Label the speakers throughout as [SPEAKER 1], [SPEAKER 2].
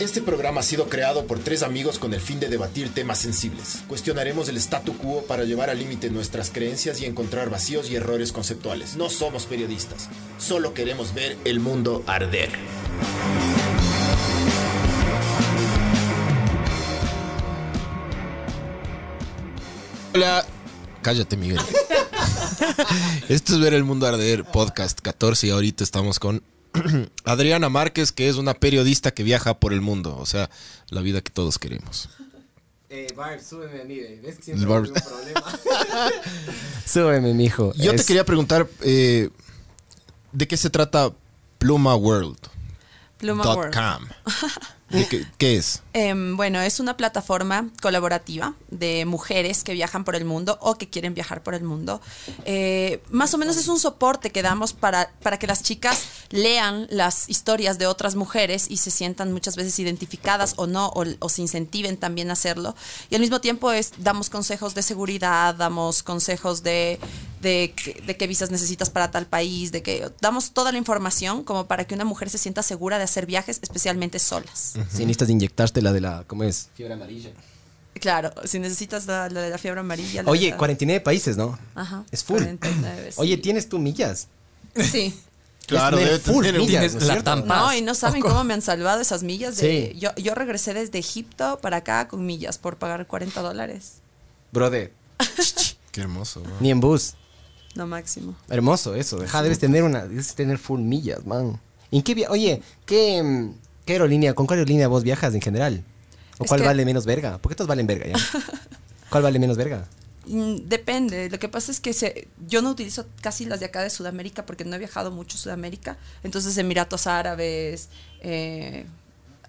[SPEAKER 1] Este programa ha sido creado por tres amigos con el fin de debatir temas sensibles. Cuestionaremos el statu quo para llevar al límite nuestras creencias y encontrar vacíos y errores conceptuales. No somos periodistas, solo queremos ver el mundo arder. Hola, cállate Miguel. Esto es Ver el Mundo Arder, podcast 14 y ahorita estamos con Adriana Márquez, que es una periodista que viaja por el mundo, o sea, la vida que todos queremos.
[SPEAKER 2] Eh, Barb, súbeme a mí, ve. ves que siempre tengo un problema. súbeme, mijo.
[SPEAKER 1] Yo te
[SPEAKER 2] Es-
[SPEAKER 1] quería preguntar, eh, ¿de qué se trata plumaworld.com?
[SPEAKER 3] Pluma World.
[SPEAKER 1] ¿De qué, qué es?
[SPEAKER 3] Em, bueno, es una plataforma colaborativa de mujeres que viajan por el mundo o que quieren viajar por el mundo. Eh, más o menos es un soporte que damos para, para que las chicas lean las historias de otras mujeres y se sientan muchas veces identificadas o no, o, o se incentiven también a hacerlo. Y al mismo tiempo es, damos consejos de seguridad, damos consejos de, de, que- de qué visas necesitas para tal país, de que damos toda la información como para que una mujer se sienta segura de hacer viajes, especialmente solas.
[SPEAKER 2] Si necesitas inyectarte la de la. ¿Cómo es? Fiebre amarilla.
[SPEAKER 3] Claro, si necesitas la, la de la fiebre amarilla. la de
[SPEAKER 2] Oye,
[SPEAKER 3] la-
[SPEAKER 2] 49 países, ¿no?
[SPEAKER 3] Ajá,
[SPEAKER 2] Es full.
[SPEAKER 3] 49, sí.
[SPEAKER 2] Oye, ¿tienes tú millas?
[SPEAKER 3] Sí.
[SPEAKER 1] Claro,
[SPEAKER 2] Es
[SPEAKER 1] debe
[SPEAKER 2] full
[SPEAKER 1] tener un-
[SPEAKER 2] millas,
[SPEAKER 4] Tienes
[SPEAKER 2] ¿no es
[SPEAKER 4] la
[SPEAKER 2] cierto?
[SPEAKER 4] tampa.
[SPEAKER 3] No, y no saben cómo me han salvado esas millas. De,
[SPEAKER 2] Sí.
[SPEAKER 3] yo, yo regresé desde Egipto para acá con millas por pagar 40 dólares.
[SPEAKER 2] Brother,
[SPEAKER 1] Qué hermoso. ¿no?
[SPEAKER 2] ni en bus.
[SPEAKER 3] No máximo.
[SPEAKER 2] Hermoso eso. Deja, debes tener una, debes tener full millas, man. ¿En qué via- Oye, ¿qué, mm, qué aerolínea, con cuál aerolínea vos viajas en general? ¿O
[SPEAKER 3] Es
[SPEAKER 2] cuál
[SPEAKER 3] que-
[SPEAKER 2] vale menos verga? Porque todos valen verga ya. ¿Cuál vale menos verga?
[SPEAKER 3] Mm, Depende, lo que pasa es que se, yo no utilizo casi las de acá de Sudamérica porque no he viajado mucho a Sudamérica, entonces Emiratos Árabes, eh,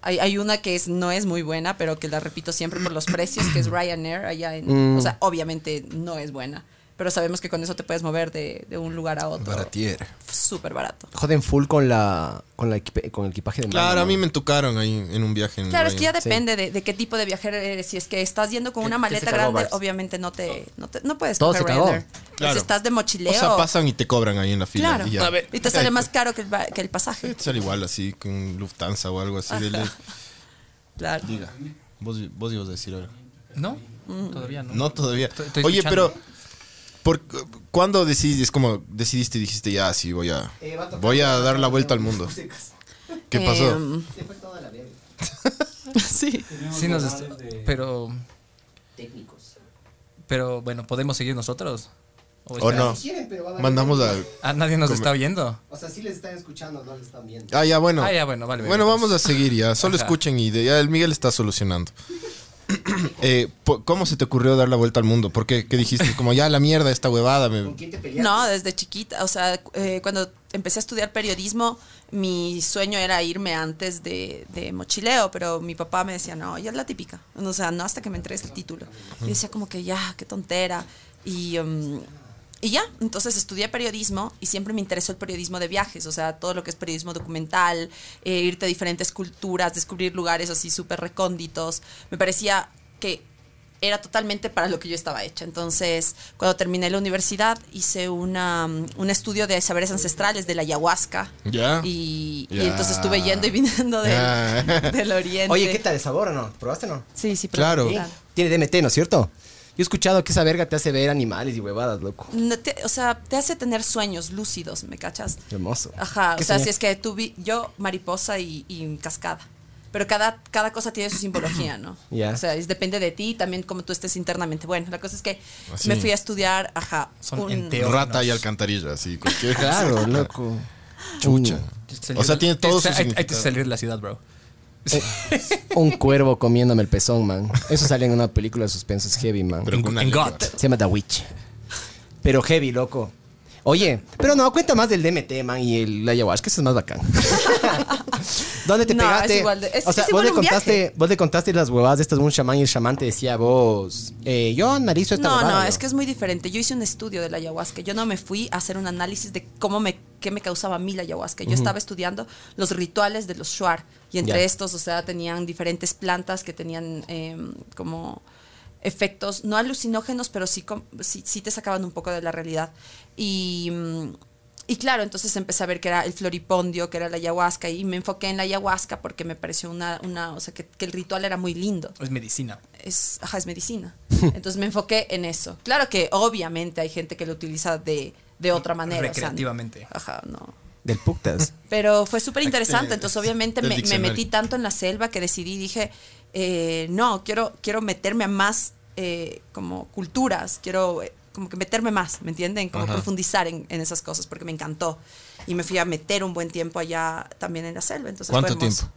[SPEAKER 3] hay, hay una que es, no es muy buena, pero que la repito siempre por los precios, que es Ryanair allá en,
[SPEAKER 2] Mm.
[SPEAKER 3] o sea, obviamente no es buena, pero sabemos que con eso te puedes mover de, de un lugar a otro.
[SPEAKER 1] Baratier.
[SPEAKER 3] F- Súper barato.
[SPEAKER 2] Joden full con la con la equipe- con el equipaje de mano,
[SPEAKER 4] Claro, a
[SPEAKER 2] ¿no?
[SPEAKER 4] mí me entucaron ahí en un viaje. En
[SPEAKER 3] Claro, es que ya
[SPEAKER 4] Ryan.
[SPEAKER 3] depende de, de qué tipo de viajero eres. Si es que estás yendo con
[SPEAKER 2] ¿Qué-
[SPEAKER 3] una
[SPEAKER 2] qué se
[SPEAKER 3] maleta
[SPEAKER 2] cagó,
[SPEAKER 3] grande,
[SPEAKER 2] Bart?
[SPEAKER 3] obviamente no te, no te- no puedes
[SPEAKER 2] Todo
[SPEAKER 3] coger
[SPEAKER 2] se cagó.
[SPEAKER 3] Ryanair.
[SPEAKER 4] Claro.
[SPEAKER 3] Si estás de mochileo.
[SPEAKER 4] O sea, pasan y te cobran ahí en la fila.
[SPEAKER 3] Claro.
[SPEAKER 4] Y, ya. Eh,
[SPEAKER 3] A ver. Y te sale más caro que el, ba- que el pasaje.
[SPEAKER 4] Te sale igual así, con Lufthansa o algo así. dele.
[SPEAKER 3] Claro.
[SPEAKER 4] Diga, vos, vos ibas a decir algo.
[SPEAKER 5] No,
[SPEAKER 3] Mm.
[SPEAKER 5] todavía no.
[SPEAKER 4] No, todavía.
[SPEAKER 5] Estoy- estoy
[SPEAKER 4] Oye,
[SPEAKER 5] escuchando.
[SPEAKER 4] pero... ¿por, ¿Cuándo decidiste, es como decidiste y dijiste, ya, sí, voy Eh, a,
[SPEAKER 3] Eh,
[SPEAKER 4] voy a dar la vuelta al mundo? ¿Qué pasó?
[SPEAKER 3] Em, sí.
[SPEAKER 5] Sí nos est- pero Pero bueno, podemos seguir nosotros.
[SPEAKER 4] ¿O
[SPEAKER 5] espera-
[SPEAKER 4] no? Mandamos a...
[SPEAKER 5] Ah, nadie nos está viendo.
[SPEAKER 2] O sea, sí les están escuchando, no les están viendo.
[SPEAKER 4] Ah, ya, bueno.
[SPEAKER 5] Ah, ya, bueno, vale,
[SPEAKER 4] Bueno,
[SPEAKER 5] entonces.
[SPEAKER 4] vamos
[SPEAKER 1] pues.
[SPEAKER 4] a seguir ya. Solo
[SPEAKER 5] Ajá.
[SPEAKER 4] escuchen y de- ya el Miguel está solucionando. Eh, po- ¿Cómo se te ocurrió dar la vuelta al mundo? ¿Por qué? ¿Qué dijiste? Como ya la mierda, esta huevada. me-
[SPEAKER 3] No, desde chiquita. O sea, cu- eh, cuando empecé a estudiar periodismo, mi sueño era irme antes de, de mochileo, pero mi papá me decía, no, ya es la típica. O sea, no hasta que me entregues el título. Y yo decía como que ya, qué tontera. Y... em, y ya, entonces estudié periodismo y siempre me interesó el periodismo de viajes, o sea, todo lo que es periodismo documental, eh, irte a diferentes culturas, descubrir lugares así súper recónditos. Me parecía que era totalmente para lo que yo estaba hecha. Entonces, cuando terminé la universidad, hice una, mm, un estudio de saberes ancestrales de la ayahuasca.
[SPEAKER 4] Ya.
[SPEAKER 3] Y, y
[SPEAKER 4] Ya.
[SPEAKER 3] entonces estuve yendo y viniendo del,
[SPEAKER 4] Ya.
[SPEAKER 3] del oriente.
[SPEAKER 2] Oye, ¿qué tal el sabor o no? ¿Probaste o no?
[SPEAKER 3] Sí, sí, pero-
[SPEAKER 4] Claro.
[SPEAKER 3] claro.
[SPEAKER 2] Tiene DMT, ¿no es cierto? Yo he escuchado que esa verga te hace ver animales y huevadas, loco.
[SPEAKER 3] No te- o sea, te hace tener sueños lúcidos, ¿me cachas?
[SPEAKER 2] Hermoso.
[SPEAKER 3] Ajá, o
[SPEAKER 2] ¿Qué
[SPEAKER 3] sea,
[SPEAKER 2] soñé?
[SPEAKER 3] si es que tú vi, yo mariposa y, y cascada. Pero cada, cada cosa tiene su simbología, ¿no?
[SPEAKER 2] Ya.
[SPEAKER 3] O sea, es- depende de ti y también cómo tú estés internamente. Bueno, la cosa es que
[SPEAKER 4] Así.
[SPEAKER 3] me fui a estudiar, ajá.
[SPEAKER 5] Son
[SPEAKER 3] un-
[SPEAKER 5] enteógenos.
[SPEAKER 4] Rata y alcantarilla, así. cualquier-
[SPEAKER 2] Claro, loco.
[SPEAKER 4] Chucha.
[SPEAKER 2] Un-
[SPEAKER 4] O sea, tiene todo su
[SPEAKER 5] Hay- hay, que
[SPEAKER 4] significado.
[SPEAKER 5] salir de la ciudad, bro.
[SPEAKER 2] Un cuervo comiéndome el pezón, man. Eso sale en una película de suspenso, es heavy, man.
[SPEAKER 4] Pero con
[SPEAKER 5] en
[SPEAKER 4] una
[SPEAKER 5] en
[SPEAKER 4] lengua.
[SPEAKER 5] God.
[SPEAKER 2] Se llama The Witch. Pero heavy, loco. Oye, pero no, cuenta más del DMT, man, y el la ayahuasca, eso es más bacán. ¿Dónde te
[SPEAKER 3] No, es
[SPEAKER 2] pegaste?
[SPEAKER 3] igual de- es-
[SPEAKER 2] o sea, vos,
[SPEAKER 3] es igual
[SPEAKER 2] le
[SPEAKER 3] un viaje.
[SPEAKER 2] contaste, vos le contaste las huevadas de estas de un chamán y el chamán te decía, vos, eh, yo analizo esta
[SPEAKER 3] No,
[SPEAKER 2] huevada,
[SPEAKER 3] no, es que es muy diferente. Yo hice un estudio de la ayahuasca. Yo no me fui a hacer un análisis de cómo me, qué me causaba a mí la ayahuasca. Yo estaba estudiando los rituales de los shuar. Y entre
[SPEAKER 2] Ya.
[SPEAKER 3] estos, o sea, tenían diferentes plantas que tenían eh, como efectos, no alucinógenos, pero sí, com- sí, sí te sacaban un poco de la realidad. Y, mm, Y claro, entonces empecé a ver que era el floripondio, que era la ayahuasca, y me enfoqué en la ayahuasca porque me pareció una, una o sea, que, que el ritual era muy lindo.
[SPEAKER 5] Es medicina.
[SPEAKER 3] Es, ajá, es medicina. Entonces me enfoqué en eso. Claro que obviamente hay gente que lo utiliza de, de otra manera. o sea,
[SPEAKER 5] Recreativamente.
[SPEAKER 3] ajá, no.
[SPEAKER 2] Del putas.
[SPEAKER 3] Pero fue súper interesante, entonces obviamente
[SPEAKER 4] del
[SPEAKER 3] me, me
[SPEAKER 4] diccionario.
[SPEAKER 3] metí tanto en la selva que decidí, dije, eh, no, quiero, quiero meterme a más eh, como culturas, quiero eh, como que meterme más, ¿me entienden? Como profundizar en, en esas cosas, porque me encantó. Y me fui a meter un buen tiempo allá también en la selva. Entonces
[SPEAKER 1] ¿Cuánto
[SPEAKER 3] fue hermoso.
[SPEAKER 1] tiempo?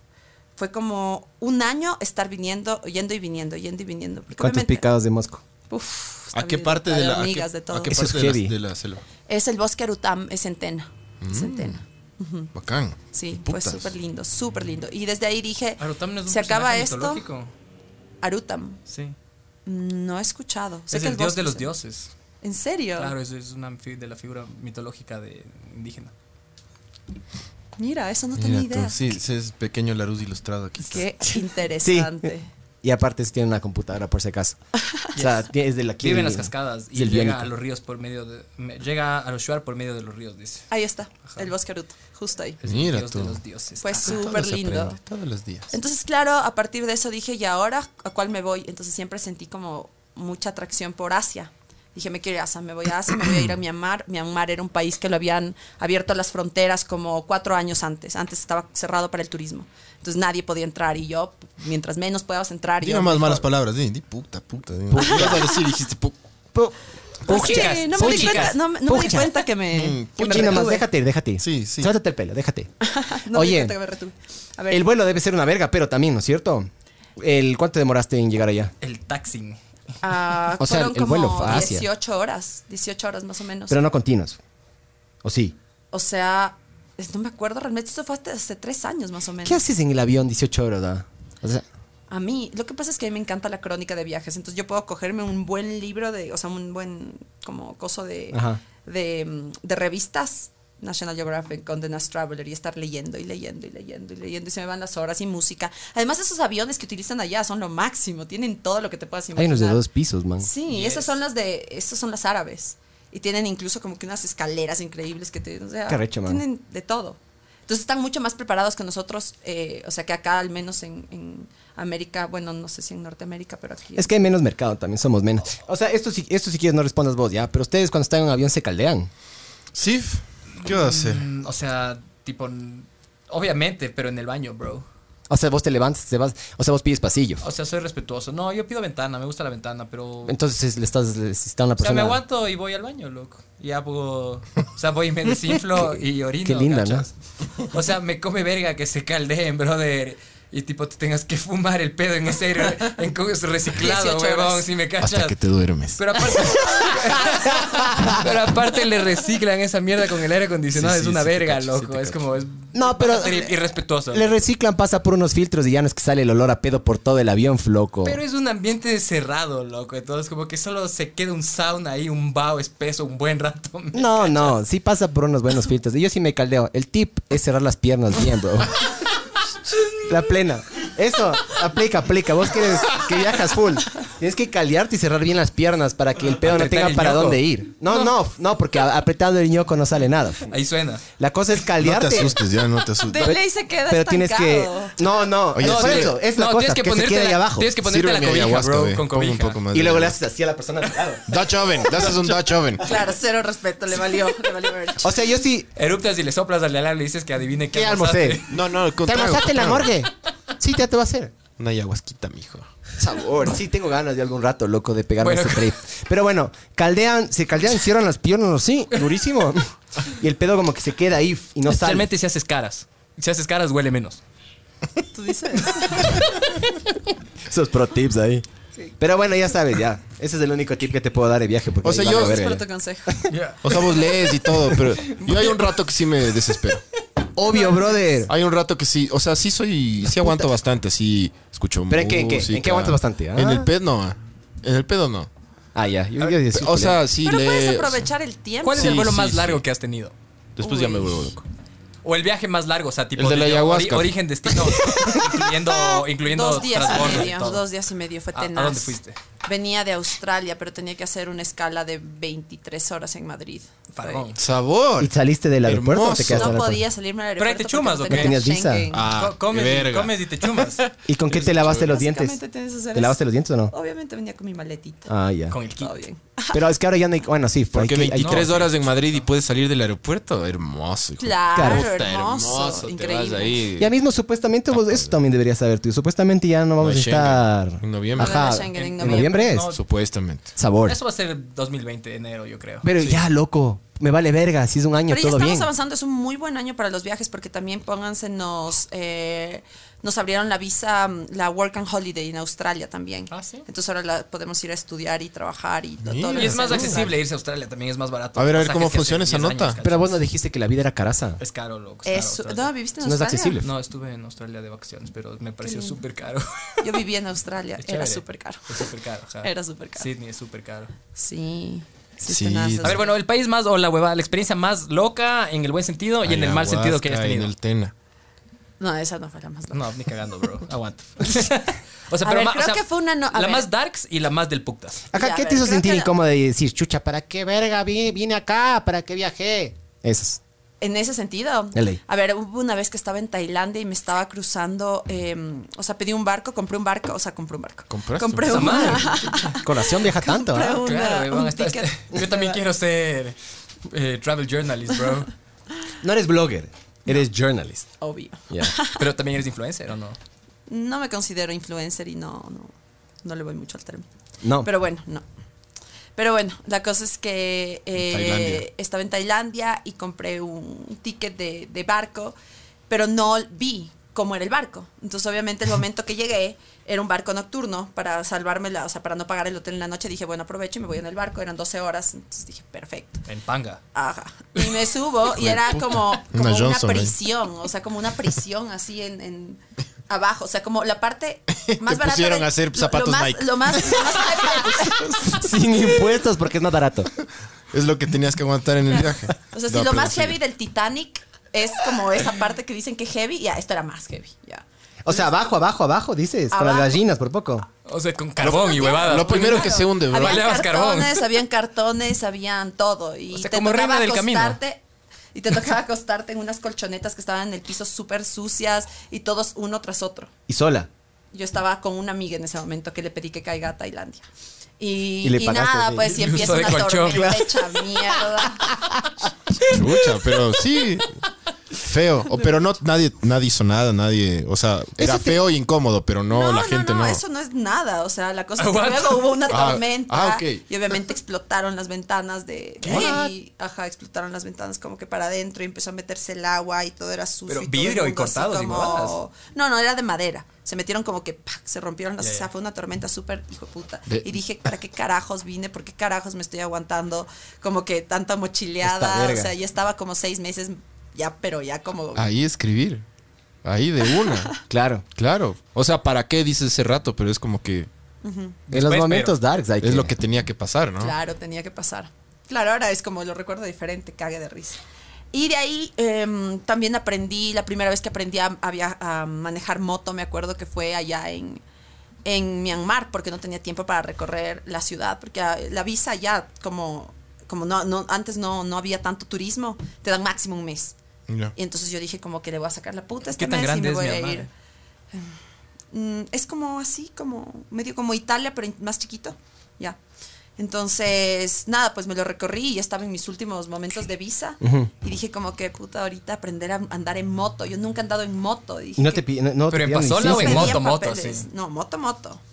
[SPEAKER 3] Fue como un año estar viniendo, yendo y viniendo, yendo y viniendo. porque
[SPEAKER 2] ¿Cuántos
[SPEAKER 3] obviamente-
[SPEAKER 2] picados de mosco?
[SPEAKER 3] Uf,
[SPEAKER 1] ¿A qué
[SPEAKER 3] también,
[SPEAKER 1] parte de la, a qué,
[SPEAKER 3] hormigas, de
[SPEAKER 1] a
[SPEAKER 3] todo.
[SPEAKER 1] qué
[SPEAKER 2] Eso es
[SPEAKER 1] parte de la-
[SPEAKER 2] heavy.
[SPEAKER 1] de la selva?
[SPEAKER 3] Es el bosque Arutam, es centena. Es
[SPEAKER 1] Mm.
[SPEAKER 3] centena.
[SPEAKER 1] Bacán.
[SPEAKER 3] Mm. Sí, fue
[SPEAKER 1] Putas.
[SPEAKER 3] súper lindo, súper lindo. Y desde ahí dije,
[SPEAKER 5] Arutam no es un
[SPEAKER 3] se acaba
[SPEAKER 5] personaje
[SPEAKER 3] esto.
[SPEAKER 5] mitológico.
[SPEAKER 3] Arutam,
[SPEAKER 5] Sí.
[SPEAKER 3] no he escuchado. Sé
[SPEAKER 5] Es
[SPEAKER 3] que
[SPEAKER 5] el dios
[SPEAKER 3] bosque
[SPEAKER 5] de los
[SPEAKER 3] se-
[SPEAKER 5] dioses.
[SPEAKER 3] ¿En serio?
[SPEAKER 5] Claro, es, es una fi- de la figura mitológica de indígena.
[SPEAKER 3] Mira, eso no
[SPEAKER 4] Mira
[SPEAKER 3] tenía
[SPEAKER 4] tú,
[SPEAKER 3] idea.
[SPEAKER 4] sí, ese es pequeño Laruz ilustrado aquí.
[SPEAKER 3] Qué interesante.
[SPEAKER 2] Y aparte tiene una computadora por si acaso. O sea, tie- es de la
[SPEAKER 5] Vive en las cascadas y
[SPEAKER 2] del
[SPEAKER 5] llega
[SPEAKER 2] biónico.
[SPEAKER 5] a los ríos por medio de me- llega a los shuar por medio de los ríos, dice.
[SPEAKER 3] Ahí está, el bosque Arutam, justo ahí.
[SPEAKER 5] Es
[SPEAKER 1] Mira
[SPEAKER 5] el dios
[SPEAKER 1] tú.
[SPEAKER 5] de los dioses.
[SPEAKER 3] Fue
[SPEAKER 5] Ah,
[SPEAKER 3] súper
[SPEAKER 1] Se aprende
[SPEAKER 3] lindo.
[SPEAKER 1] todos los días.
[SPEAKER 3] Entonces, claro, a partir de eso dije, ¿y ahora a cuál me voy? Entonces siempre sentí como mucha atracción por Asia. Dije, me quiero ir a Asia, me voy a Asia, me voy a ir a Myanmar. Myanmar era un país que lo habían abierto las fronteras como cuatro años antes. Antes estaba cerrado para el turismo. Entonces nadie podía entrar y yo, mientras menos puedas entrar,
[SPEAKER 4] Di
[SPEAKER 3] yo...
[SPEAKER 4] nomás
[SPEAKER 3] mejor.
[SPEAKER 4] malas palabras, di, di puta, puta. di. Ibas a decir, dijiste pu-
[SPEAKER 3] Pues Sí,
[SPEAKER 5] Puchicas,
[SPEAKER 3] no me, di
[SPEAKER 5] puchicas.
[SPEAKER 3] cuenta, no, me- no me di
[SPEAKER 2] Pucha.
[SPEAKER 3] cuenta que me... que me
[SPEAKER 2] Puchi, Mm, nomás,
[SPEAKER 3] retuve.
[SPEAKER 2] déjate ir, déjate ir.
[SPEAKER 4] Sí, sí.
[SPEAKER 2] Trátete el pelo, déjate.
[SPEAKER 3] No me di
[SPEAKER 2] Oye,
[SPEAKER 3] cuenta que me retuve. A ver,
[SPEAKER 2] el vuelo debe ser una verga, pero también, ¿no es cierto? El, ¿Cuánto demoraste en llegar allá?
[SPEAKER 5] El taxing.
[SPEAKER 3] ah,
[SPEAKER 2] o sea,
[SPEAKER 3] fueron
[SPEAKER 2] el vuelo
[SPEAKER 3] como
[SPEAKER 2] fue a Asia.
[SPEAKER 3] 18 horas, 18 horas más o menos.
[SPEAKER 2] Pero no continuos. ¿O sí?
[SPEAKER 3] O sea, es- no me acuerdo realmente. Esto fue hasta hace tres años más o menos.
[SPEAKER 2] ¿Qué haces en el avión 18 horas? ah? O sea,
[SPEAKER 3] A mí, lo que pasa es que a mí me encanta la crónica de viajes. Entonces yo puedo cogerme un buen libro de, o sea, un buen como coso de,
[SPEAKER 2] Ajá.
[SPEAKER 3] de, mm, de revistas. National Geographic, Condenas Traveler y estar leyendo y leyendo y leyendo y leyendo y se me van las horas y música. Además esos aviones que utilizan allá son lo máximo, tienen todo lo que te puedas imaginar.
[SPEAKER 2] hay unos de dos pisos, man.
[SPEAKER 3] Sí, esas son las de, esas son las árabes. Y tienen incluso como que unas escaleras increíbles que te, o sea,
[SPEAKER 2] Qué arrecho, man.
[SPEAKER 3] tienen de todo. Entonces están mucho más preparados que nosotros, eh, o sea que acá al menos en, en América, bueno, no sé si en Norteamérica, pero aquí.
[SPEAKER 2] Es que hay menos mercado también, somos menos. O sea, esto si, esto si quieres no respondas vos, ya. Pero ustedes cuando están en un avión se caldean.
[SPEAKER 4] Sif, ¿qué vas a hacer?
[SPEAKER 5] Mm, o sea, tipo n- obviamente, pero en el baño, bro.
[SPEAKER 2] O sea, vos te levantas, te vas. O sea, vos pides pasillo.
[SPEAKER 5] O sea, soy respetuoso. No, yo pido ventana, me gusta la ventana, pero
[SPEAKER 2] Entonces le estás, le- si está una
[SPEAKER 4] pues,
[SPEAKER 5] o sea,
[SPEAKER 2] persona.
[SPEAKER 5] me aguanto y voy al baño, loco. Y hago, o sea, voy y me desinflo y orino.
[SPEAKER 2] qué linda, ¿no?
[SPEAKER 5] ¿cachas? O sea, me come verga que se caldeen, brother. Y tipo, te tengas que fumar el pedo en ese aire, en co- es reciclado,
[SPEAKER 3] 18 horas.
[SPEAKER 5] huevón, si me cachas.
[SPEAKER 4] Hasta que te duermes.
[SPEAKER 5] Pero aparte, pero aparte le reciclan esa mierda con el aire acondicionado.
[SPEAKER 4] Sí, sí,
[SPEAKER 5] es una
[SPEAKER 4] sí te
[SPEAKER 5] verga,
[SPEAKER 4] cacho, sí
[SPEAKER 5] loco.
[SPEAKER 4] te
[SPEAKER 5] es
[SPEAKER 4] cacho.
[SPEAKER 5] como. Es
[SPEAKER 2] No, pero-
[SPEAKER 5] trip irrespetuoso.
[SPEAKER 2] Le reciclan, pasa por unos filtros y ya no es que sale el olor a pedo por todo el avión, floco.
[SPEAKER 5] Pero es un ambiente cerrado, loco. Entonces, como que solo se queda un sauna ahí, un vaho espeso, un buen rato.
[SPEAKER 2] No, no, sí pasa por unos buenos filtros. Y yo sí me caldeo. El tip es cerrar las piernas bien, bro. La plena. Eso, aplica, aplica. Vos quieres que viajas full. Tienes que caldearte y cerrar bien las piernas para que el pedo no
[SPEAKER 5] Apretar
[SPEAKER 2] tenga
[SPEAKER 5] el
[SPEAKER 2] para
[SPEAKER 5] ñoco.
[SPEAKER 2] dónde ir. No, no, no, porque a- apretando el ñoco no sale nada.
[SPEAKER 5] Ahí suena.
[SPEAKER 2] La cosa es
[SPEAKER 4] No te
[SPEAKER 2] caldearte.
[SPEAKER 4] asustes, ya no te asustes.
[SPEAKER 3] De ley se queda
[SPEAKER 2] pero tienes que.
[SPEAKER 3] estancado.
[SPEAKER 2] No, no,
[SPEAKER 4] Oye,
[SPEAKER 2] es, por
[SPEAKER 4] sí.
[SPEAKER 2] eso, es la
[SPEAKER 5] No,
[SPEAKER 2] cosa que, se
[SPEAKER 5] ponerte
[SPEAKER 2] queda
[SPEAKER 5] la-
[SPEAKER 2] ahí abajo.
[SPEAKER 5] Tienes que ponerte la
[SPEAKER 4] Sírveme
[SPEAKER 5] cobija,
[SPEAKER 4] ayahuasca,
[SPEAKER 5] bro,
[SPEAKER 4] ve,
[SPEAKER 5] con
[SPEAKER 4] ponme
[SPEAKER 5] cobija.
[SPEAKER 4] un poco más
[SPEAKER 2] Y
[SPEAKER 4] de
[SPEAKER 2] luego le
[SPEAKER 4] ayahuasca.
[SPEAKER 2] haces así a la persona de lado.
[SPEAKER 4] Dutch Oven, le haces un Dutch Oven.
[SPEAKER 3] Claro, cero respeto, le valió, le valió ver.
[SPEAKER 2] O sea, yo sí.
[SPEAKER 5] Eruptas y le soplas al de al lado y le dices que adivine qué,
[SPEAKER 2] ¿Qué
[SPEAKER 5] almorzaste.
[SPEAKER 2] almorcé?
[SPEAKER 4] No, no, con
[SPEAKER 2] ¿Te
[SPEAKER 4] trago,
[SPEAKER 2] almorzaste
[SPEAKER 4] con
[SPEAKER 2] en la
[SPEAKER 4] trago.
[SPEAKER 2] morgue? Sí, ya te va a hacer.
[SPEAKER 4] Una ayahuasquita, mijo.
[SPEAKER 2] Sabor. Sí, tengo ganas de algún rato, loco, de pegarme
[SPEAKER 5] Bueno.
[SPEAKER 2] ese trip. Pero bueno, caldean, se caldean, cierran las piernas, sí, durísimo. Y el pedo como que se queda ahí y no sale.
[SPEAKER 5] Especialmente si haces caras. Si haces caras, huele menos.
[SPEAKER 3] Tú dices.
[SPEAKER 2] Esos pro tips ahí. Pero bueno, ya sabes, ya. Ese es el único tip que te puedo dar de viaje. Porque
[SPEAKER 4] O sea,
[SPEAKER 2] ahí
[SPEAKER 4] yo-
[SPEAKER 2] vale
[SPEAKER 3] Gracias
[SPEAKER 2] verga
[SPEAKER 3] por
[SPEAKER 2] ya.
[SPEAKER 3] tu consejo.
[SPEAKER 4] O sea, vos lees y todo, pero yo hay un rato que sí me desespero.
[SPEAKER 2] Obvio, brother.
[SPEAKER 4] Hay un rato que sí, o sea, sí soy, sí aguanto bastante, sí escucho
[SPEAKER 2] ¿Pero en qué, en qué?
[SPEAKER 4] música.
[SPEAKER 2] ¿En qué aguantas bastante? Ah.
[SPEAKER 4] En el pedo no, ah. en el pedo no.
[SPEAKER 2] Ah, ya. Yo, yo decía,
[SPEAKER 4] O sea, sí
[SPEAKER 3] Pero puedes
[SPEAKER 4] lees.
[SPEAKER 3] aprovechar el tiempo.
[SPEAKER 5] ¿Cuál es el
[SPEAKER 4] Sí,
[SPEAKER 5] vuelo
[SPEAKER 4] sí,
[SPEAKER 5] más
[SPEAKER 4] sí.
[SPEAKER 5] largo que has tenido?
[SPEAKER 4] Después ya me vuelvo loco.
[SPEAKER 5] O el viaje más largo, o sea, tipo
[SPEAKER 4] El de la
[SPEAKER 5] desde
[SPEAKER 4] ayahuasca.
[SPEAKER 5] ori- origen, destino, incluyendo, incluyendo
[SPEAKER 3] dos días y
[SPEAKER 5] transbordo y
[SPEAKER 3] medio,
[SPEAKER 5] todo.
[SPEAKER 3] dos días y medio fue
[SPEAKER 5] ¿A, a
[SPEAKER 3] tenaz.
[SPEAKER 5] dónde fuiste?
[SPEAKER 3] Venía de Australia, pero tenía que hacer una escala de 23 horas en Madrid. Fue-
[SPEAKER 5] Faraón.
[SPEAKER 4] Sabor.
[SPEAKER 2] ¿Y saliste del aeropuerto o
[SPEAKER 4] Hermoso.
[SPEAKER 2] te quedaste en
[SPEAKER 3] No
[SPEAKER 2] el aeropuerto?
[SPEAKER 3] podía salirme del
[SPEAKER 5] Pero ahí
[SPEAKER 3] aeropuerto.
[SPEAKER 5] te chumas,
[SPEAKER 3] porque no
[SPEAKER 5] ¿o qué?
[SPEAKER 3] tenía
[SPEAKER 2] ¿No tenías visa?
[SPEAKER 3] Schengen.
[SPEAKER 4] Ah,
[SPEAKER 5] Co- comes,
[SPEAKER 4] qué
[SPEAKER 5] y,
[SPEAKER 4] verga.
[SPEAKER 5] comes y te chumas.
[SPEAKER 2] ¿Y con qué te lavaste los dientes?
[SPEAKER 3] Básicamente tienes que hacer
[SPEAKER 2] ¿Te lavaste
[SPEAKER 3] eso.
[SPEAKER 2] los dientes o no?
[SPEAKER 3] Obviamente venía con mi maletita.
[SPEAKER 2] Ah, ya.
[SPEAKER 5] Con el kit.
[SPEAKER 3] Todo bien.
[SPEAKER 2] Pero es que ahora ya no hay. Bueno, sí, fue
[SPEAKER 4] Porque
[SPEAKER 2] hay que- hay-
[SPEAKER 4] 23
[SPEAKER 5] no,
[SPEAKER 4] horas en Madrid y puedes salir del aeropuerto. Hermoso. hijo de
[SPEAKER 3] Claro,
[SPEAKER 2] Puta,
[SPEAKER 4] puta,
[SPEAKER 3] hermoso,
[SPEAKER 4] te
[SPEAKER 3] increíble.
[SPEAKER 4] vas ahí.
[SPEAKER 2] Ya mismo, supuestamente, vos, eso también deberías saber tú. Supuestamente ya no vamos
[SPEAKER 4] No hay
[SPEAKER 2] a estar.
[SPEAKER 4] Schengen. En noviembre.
[SPEAKER 2] Ajá.
[SPEAKER 3] No hay Schengen en
[SPEAKER 2] en,
[SPEAKER 3] noviembre.
[SPEAKER 2] noviembre es.
[SPEAKER 5] No.
[SPEAKER 4] Supuestamente.
[SPEAKER 2] Sabor.
[SPEAKER 5] Eso va a ser 2020, enero, yo creo.
[SPEAKER 2] Pero
[SPEAKER 5] Sí.
[SPEAKER 2] ya, loco. Me vale verga. Si es un año,
[SPEAKER 3] Pero ya
[SPEAKER 2] todo
[SPEAKER 3] estamos
[SPEAKER 2] bien.
[SPEAKER 3] avanzando, es un muy buen año para los viajes porque también pónganse nos eh, nos abrieron la visa, mm, la Work and Holiday en Australia también.
[SPEAKER 5] Ah, ¿sí?
[SPEAKER 3] Entonces ahora la podemos ir a estudiar y trabajar y to- todo. lo
[SPEAKER 5] Y
[SPEAKER 3] que
[SPEAKER 5] es más
[SPEAKER 3] sea.
[SPEAKER 5] accesible irse a Australia, también es más barato.
[SPEAKER 4] A ver, a ver
[SPEAKER 5] Pasajes
[SPEAKER 4] cómo
[SPEAKER 5] que hace
[SPEAKER 4] funciona esa
[SPEAKER 5] 10 años,
[SPEAKER 4] nota.
[SPEAKER 5] ¿cachas?
[SPEAKER 2] Pero vos no dijiste que la vida era caraza.
[SPEAKER 5] Es caro, loco. es
[SPEAKER 3] Eso-
[SPEAKER 5] caro
[SPEAKER 3] ¿No
[SPEAKER 5] Australia.
[SPEAKER 3] viviste en
[SPEAKER 2] No es
[SPEAKER 3] Australia?
[SPEAKER 2] accesible.
[SPEAKER 5] No, estuve en Australia de vacaciones, pero me pareció súper caro.
[SPEAKER 3] Yo viví en Australia,
[SPEAKER 5] Es
[SPEAKER 3] era
[SPEAKER 5] chévere.
[SPEAKER 3] súper caro.
[SPEAKER 5] Es súper caro, ajá.
[SPEAKER 3] Era súper caro.
[SPEAKER 5] Sydney es súper caro.
[SPEAKER 3] Sí. sí,
[SPEAKER 4] Sí.
[SPEAKER 3] tenazas.
[SPEAKER 5] A ver, bueno, el país más, o la huevada, la experiencia más loca en el buen sentido y en el mal
[SPEAKER 4] Ayahuasca
[SPEAKER 5] sentido que hayas
[SPEAKER 4] y
[SPEAKER 5] tenido.
[SPEAKER 4] En el Tena.
[SPEAKER 3] No, esa no fue la más loca.
[SPEAKER 5] No, ni cagando, bro. Aguanta. o sea,
[SPEAKER 3] A
[SPEAKER 5] pero
[SPEAKER 3] ver,
[SPEAKER 5] ma- o
[SPEAKER 3] creo
[SPEAKER 5] sea,
[SPEAKER 3] que fue una no- a
[SPEAKER 5] la
[SPEAKER 3] ver.
[SPEAKER 5] más darks y la más del puctas.
[SPEAKER 2] Ajá,
[SPEAKER 3] Ya,
[SPEAKER 2] ¿qué
[SPEAKER 3] a
[SPEAKER 2] te
[SPEAKER 3] ver,
[SPEAKER 2] hizo
[SPEAKER 3] creo
[SPEAKER 2] sentir
[SPEAKER 3] que la-
[SPEAKER 2] incómodo de decir, chucha, ¿para qué verga vi- vine acá? ¿Para qué viajé? Esas.
[SPEAKER 3] En ese sentido.
[SPEAKER 2] LA.
[SPEAKER 3] A ver, hubo una vez que estaba en Tailandia y me estaba cruzando, eh, o sea, pedí un barco, compré un barco, o sea, compré un barco.
[SPEAKER 4] ¿Compraste
[SPEAKER 3] Compré
[SPEAKER 5] Esa
[SPEAKER 3] un
[SPEAKER 5] madre.
[SPEAKER 2] Corazón viaja tanto, ¿ah?
[SPEAKER 3] Compré una-
[SPEAKER 5] claro, weón,
[SPEAKER 3] un
[SPEAKER 5] está-
[SPEAKER 3] ticket.
[SPEAKER 5] Yo también quiero ser eh, travel journalist, bro.
[SPEAKER 2] No eres blogger, eres journalist.
[SPEAKER 3] Obvio.
[SPEAKER 2] Ya.
[SPEAKER 5] Pero también eres influencer, ¿o no?
[SPEAKER 3] No me considero influencer y no, no, no le voy mucho al término.
[SPEAKER 2] No.
[SPEAKER 3] Pero bueno, no. Pero bueno, la cosa es que eh,
[SPEAKER 4] Tailandia.
[SPEAKER 3] estaba en Tailandia y compré un ticket de, de barco, pero no vi cómo era el barco. Entonces, obviamente, el momento que llegué era un barco nocturno para salvarme, la, o sea, para no pagar el hotel en la noche. Dije, bueno, aprovecho y me voy en el barco. Eran 12 horas, entonces dije, perfecto.
[SPEAKER 5] En panga.
[SPEAKER 3] Ajá. Y me subo y era como, como
[SPEAKER 4] Una
[SPEAKER 3] una,
[SPEAKER 4] Johnson, ¿eh?
[SPEAKER 3] prisión, o sea, como una prisión así en, en- abajo, o sea, como la parte más
[SPEAKER 4] Te
[SPEAKER 3] barata.
[SPEAKER 4] pusieron
[SPEAKER 3] del-
[SPEAKER 4] a hacer
[SPEAKER 3] lo-
[SPEAKER 4] zapatos
[SPEAKER 3] lo más,
[SPEAKER 4] Nike.
[SPEAKER 3] Lo más, lo más heavy.
[SPEAKER 2] Sin impuestos porque es más barato.
[SPEAKER 4] Es lo que tenías que aguantar en el viaje.
[SPEAKER 3] O sea, si
[SPEAKER 4] No,
[SPEAKER 3] lo
[SPEAKER 4] pero
[SPEAKER 3] más
[SPEAKER 4] sí.
[SPEAKER 3] heavy del Titanic es como esa parte que dicen que heavy, ya, esto era más heavy, ya.
[SPEAKER 2] O sea, abajo, abajo, abajo, dices. Con las
[SPEAKER 3] Abajo.
[SPEAKER 2] gallinas, por poco.
[SPEAKER 5] O sea, con carbón y huevadas.
[SPEAKER 4] Lo primero que se hunde, bro.
[SPEAKER 3] Habían
[SPEAKER 5] Baleabas carbón.
[SPEAKER 3] cartones, habían cartones, habían todo. Y
[SPEAKER 5] O sea,
[SPEAKER 3] te
[SPEAKER 5] como
[SPEAKER 3] tocaba
[SPEAKER 5] reina del camino.
[SPEAKER 3] acostarte. Y te tocaba acostarte en unas colchonetas que estaban en el piso súper sucias y todos uno tras otro.
[SPEAKER 2] Y sola.
[SPEAKER 3] yo estaba con una amiga en ese momento que le pedí que caiga a Tailandia. Y,
[SPEAKER 2] Y le
[SPEAKER 3] y
[SPEAKER 2] pagaste,
[SPEAKER 3] nada,
[SPEAKER 2] sí.
[SPEAKER 3] pues si
[SPEAKER 5] El
[SPEAKER 3] empieza
[SPEAKER 5] uso de
[SPEAKER 3] una
[SPEAKER 5] colchón.
[SPEAKER 3] tormenta hecha mierda.
[SPEAKER 4] Chucha, pero sí. Feo. O, pero no, nadie, nadie hizo nada, nadie. O sea, era
[SPEAKER 2] Eso te-
[SPEAKER 4] feo y incómodo, pero no, la gente no.
[SPEAKER 3] eso no es nada. O sea, la cosa es que
[SPEAKER 5] What?
[SPEAKER 3] luego hubo una
[SPEAKER 4] Ah,
[SPEAKER 3] tormenta
[SPEAKER 4] ah, ok.
[SPEAKER 3] y obviamente explotaron las ventanas de, de ahí. Ajá, explotaron las ventanas como que para adentro y empezó a meterse el agua y todo era sucio.
[SPEAKER 5] Pero
[SPEAKER 3] y todo el
[SPEAKER 5] vidrio y
[SPEAKER 3] mundo así
[SPEAKER 5] cortados y
[SPEAKER 3] como-
[SPEAKER 5] huevadas.
[SPEAKER 3] No, no, era de madera. Se metieron como que ¡pac! se rompieron las.
[SPEAKER 5] Ya,
[SPEAKER 3] o sea,
[SPEAKER 5] ya.
[SPEAKER 3] fue una tormenta súper hijo de puta.
[SPEAKER 4] De-
[SPEAKER 3] Y dije, ¿para qué carajos vine? ¿Por qué carajos me estoy aguantando? Como que tanta
[SPEAKER 2] Esta
[SPEAKER 3] mochileada. O
[SPEAKER 2] verga.
[SPEAKER 3] sea, ya estaba como seis meses ya, pero ya como.
[SPEAKER 4] Ahí escribir. Ahí de una.
[SPEAKER 2] Claro.
[SPEAKER 4] Claro. O sea, ¿para qué dices ese rato? Pero es como que
[SPEAKER 2] en los
[SPEAKER 5] pero-
[SPEAKER 2] momentos darks hay
[SPEAKER 4] es lo que tenía que pasar, ¿no?
[SPEAKER 3] Claro, tenía que pasar. Claro, ahora es como lo recuerdo diferente, cague de risa. Y de ahí em, también aprendí, la primera vez que aprendí a, a via- a manejar moto, me acuerdo que fue allá en, en Myanmar, porque no tenía tiempo para recorrer la ciudad, porque ah, la visa ya, como, como no, no, antes no, no había tanto turismo, te dan máximo un mes.
[SPEAKER 4] Ya.
[SPEAKER 3] Y entonces yo dije como que le voy a sacar la puta este
[SPEAKER 5] ¿Qué tan
[SPEAKER 3] mes y
[SPEAKER 5] grande
[SPEAKER 3] me
[SPEAKER 5] es
[SPEAKER 3] voy a
[SPEAKER 5] Myanmar?
[SPEAKER 3] ir. Mm, es como así, como medio como Italia, pero más chiquito. Ya. Entonces, nada, pues me lo recorrí y estaba en mis últimos momentos de visa. Y dije como que, puta, ahorita aprender a andar en moto. Yo nunca he andado en moto. Y dije,
[SPEAKER 2] No te
[SPEAKER 3] que
[SPEAKER 2] pi- no, no
[SPEAKER 5] Pero
[SPEAKER 2] te
[SPEAKER 5] en
[SPEAKER 2] pidieron
[SPEAKER 5] Pasola o
[SPEAKER 2] licencia.
[SPEAKER 5] en
[SPEAKER 3] pedía
[SPEAKER 5] moto, moto,
[SPEAKER 3] papeles.
[SPEAKER 5] sí.
[SPEAKER 3] No, moto, moto.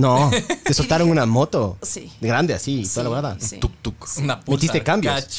[SPEAKER 2] No, te soltaron una moto.
[SPEAKER 3] Sí.
[SPEAKER 2] Grande así,
[SPEAKER 3] Sí,
[SPEAKER 2] toda la verdad.
[SPEAKER 3] sí.
[SPEAKER 4] Tuk tuk.
[SPEAKER 5] Una puta.
[SPEAKER 2] Metiste cambios.
[SPEAKER 5] catch.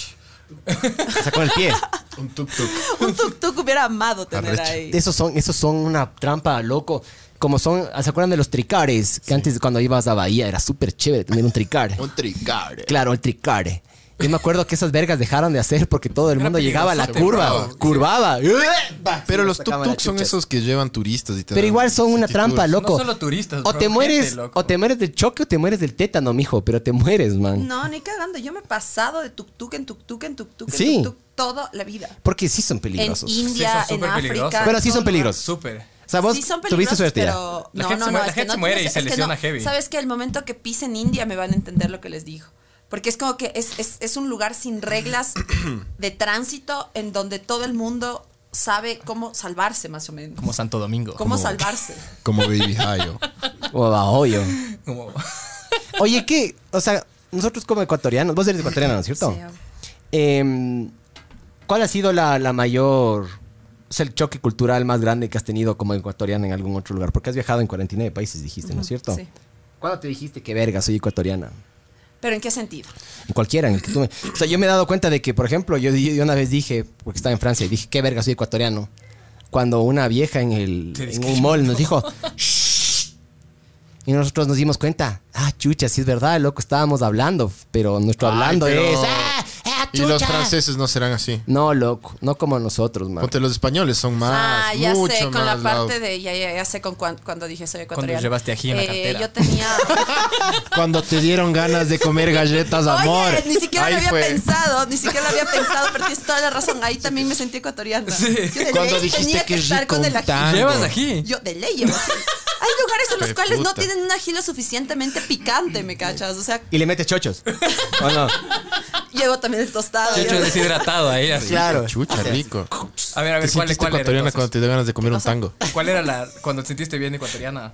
[SPEAKER 2] O sea, con el pie.
[SPEAKER 4] Un tuk tuk.
[SPEAKER 3] Un tuk-tuk hubiera amado tener
[SPEAKER 4] Arrecho.
[SPEAKER 3] ahí.
[SPEAKER 2] Esos son, esos son una trampa, loco. Como son, ¿se acuerdan de los tricares? Que antes cuando ibas a Bahía era súper chévere tener un tricare.
[SPEAKER 4] Un tricare.
[SPEAKER 2] Claro, el tricare. Yo me acuerdo que esas vergas dejaron de hacer porque todo el
[SPEAKER 5] Era
[SPEAKER 2] mundo llegaba a la
[SPEAKER 5] peligroso,
[SPEAKER 2] curva.
[SPEAKER 5] curvaba.
[SPEAKER 2] Curvaba. Bah,
[SPEAKER 4] Pero
[SPEAKER 2] sí,
[SPEAKER 4] los tuk
[SPEAKER 2] sacaban
[SPEAKER 4] tuk
[SPEAKER 2] las
[SPEAKER 4] son
[SPEAKER 2] chuchas.
[SPEAKER 4] esos que llevan turistas y te
[SPEAKER 2] Pero
[SPEAKER 4] dan
[SPEAKER 2] igual son una
[SPEAKER 4] city
[SPEAKER 2] trampa,
[SPEAKER 4] tours.
[SPEAKER 2] loco.
[SPEAKER 5] No solo turistas,
[SPEAKER 2] O
[SPEAKER 5] bro,
[SPEAKER 2] te
[SPEAKER 5] gente,
[SPEAKER 2] mueres,
[SPEAKER 5] loco.
[SPEAKER 2] o te mueres del choque o te mueres del tétano, mijo. Pero te mueres, man.
[SPEAKER 3] No, ni cagando. Yo me he pasado de tuk-tuk en tuk-tuk en tuk-tuk en
[SPEAKER 2] Sí.
[SPEAKER 3] tuk-tuk toda la vida.
[SPEAKER 2] Porque sí son
[SPEAKER 3] En
[SPEAKER 2] peligrosos.
[SPEAKER 3] India,
[SPEAKER 5] Sí,
[SPEAKER 3] en
[SPEAKER 5] son súper peligrosos.
[SPEAKER 3] África.
[SPEAKER 2] Pero sí son
[SPEAKER 3] en todo lugar.
[SPEAKER 2] peligrosos.
[SPEAKER 5] Súper.
[SPEAKER 2] sea, vos
[SPEAKER 3] sí son
[SPEAKER 2] tuviste
[SPEAKER 3] peligrosos,
[SPEAKER 2] suerte ya.
[SPEAKER 3] pero
[SPEAKER 5] La
[SPEAKER 3] no,
[SPEAKER 5] gente
[SPEAKER 3] no,
[SPEAKER 5] se
[SPEAKER 3] no,
[SPEAKER 5] muere-
[SPEAKER 3] es
[SPEAKER 5] la
[SPEAKER 3] que
[SPEAKER 5] gente
[SPEAKER 3] no
[SPEAKER 5] se muere y
[SPEAKER 3] tienes-
[SPEAKER 5] se
[SPEAKER 3] es que
[SPEAKER 5] lesiona
[SPEAKER 3] no.
[SPEAKER 5] heavy.
[SPEAKER 3] Sabes que el momento que pisen India me van a entender lo que les digo. Porque es como que es, es- es un lugar sin reglas de tránsito en donde todo el mundo sabe cómo salvarse más o menos.
[SPEAKER 5] Como Santo Domingo.
[SPEAKER 3] Cómo salvarse.
[SPEAKER 4] Como Baby Hayo.
[SPEAKER 2] O a hoyo.
[SPEAKER 5] Como-
[SPEAKER 2] Oye, ¿qué? O sea, nosotros como ecuatorianos, vos eres ecuatoriano, ¿no es cierto?
[SPEAKER 3] Sí, obvio.
[SPEAKER 2] Em, ¿Cuál ha sido la, la mayor, o sea, el choque cultural más grande que has tenido como ecuatoriana en algún otro lugar? Porque has viajado en 49 países, dijiste, ¿no es cierto?
[SPEAKER 3] sí.
[SPEAKER 2] ¿Cuándo te dijiste que verga, soy ecuatoriana?
[SPEAKER 3] Pero ¿en qué sentido?
[SPEAKER 2] En cualquiera, en el que tú me- O sea, yo me he dado cuenta de que, por ejemplo, yo, di- yo una vez dije, porque estaba en Francia, y dije, qué verga, soy ecuatoriano. Cuando una vieja en, el,
[SPEAKER 5] Te
[SPEAKER 2] en un mall nos dijo, "Shh". y nosotros nos dimos cuenta, ah, chucha, sí es verdad, loco, estábamos hablando, pero nuestro
[SPEAKER 4] Ay,
[SPEAKER 2] hablando
[SPEAKER 4] pero-
[SPEAKER 2] es, ah, ah,
[SPEAKER 4] Y los
[SPEAKER 2] chucha".
[SPEAKER 4] franceses no serán así.
[SPEAKER 2] No, loco, no como nosotros, man.
[SPEAKER 4] Ponte, los españoles son más.
[SPEAKER 3] ah, ya
[SPEAKER 4] mucho
[SPEAKER 3] sé, con la
[SPEAKER 4] más
[SPEAKER 3] parte
[SPEAKER 4] loud.
[SPEAKER 3] de. Ya, ya, ya sé con cuan- cuando dije soy ecuatoriana.
[SPEAKER 5] llevaste ají en la cartera.
[SPEAKER 3] Yo tenía.
[SPEAKER 4] Cuando te dieron ganas de comer galletas,
[SPEAKER 3] Oye, ni siquiera
[SPEAKER 4] Ahí
[SPEAKER 3] lo había
[SPEAKER 4] fue.
[SPEAKER 3] pensado, ni siquiera lo había pensado, pero tienes toda la razón. Ahí también me sentí ecuatoriana. Yo de ley
[SPEAKER 4] Cuando dijiste
[SPEAKER 3] tenía
[SPEAKER 4] que
[SPEAKER 3] que estar
[SPEAKER 4] rico
[SPEAKER 3] con
[SPEAKER 4] un
[SPEAKER 3] el ají.
[SPEAKER 4] tango.
[SPEAKER 5] Llevas ají.
[SPEAKER 3] Yo de ley llevo ají. Hay lugares en
[SPEAKER 4] Hijo
[SPEAKER 3] los
[SPEAKER 4] de
[SPEAKER 3] cuales no
[SPEAKER 4] puta.
[SPEAKER 3] tienen un ají lo suficientemente picante, ¿me cachas? O sea,
[SPEAKER 2] Y le metes chochos. ¿O no?
[SPEAKER 3] llevo también el tostado.
[SPEAKER 5] Checho
[SPEAKER 3] llevo-
[SPEAKER 5] deshidratado ahí. así.
[SPEAKER 2] Claro.
[SPEAKER 4] Chucha, rico.
[SPEAKER 5] A ver, a
[SPEAKER 4] Te
[SPEAKER 5] ver, ¿cuál,
[SPEAKER 4] sentiste
[SPEAKER 5] cuál era?
[SPEAKER 4] ecuatoriana cuando
[SPEAKER 5] entonces?
[SPEAKER 4] te dio ganas de comer un tango.
[SPEAKER 5] ¿Cuál era la. cuando te sentiste bien ecuatoriana?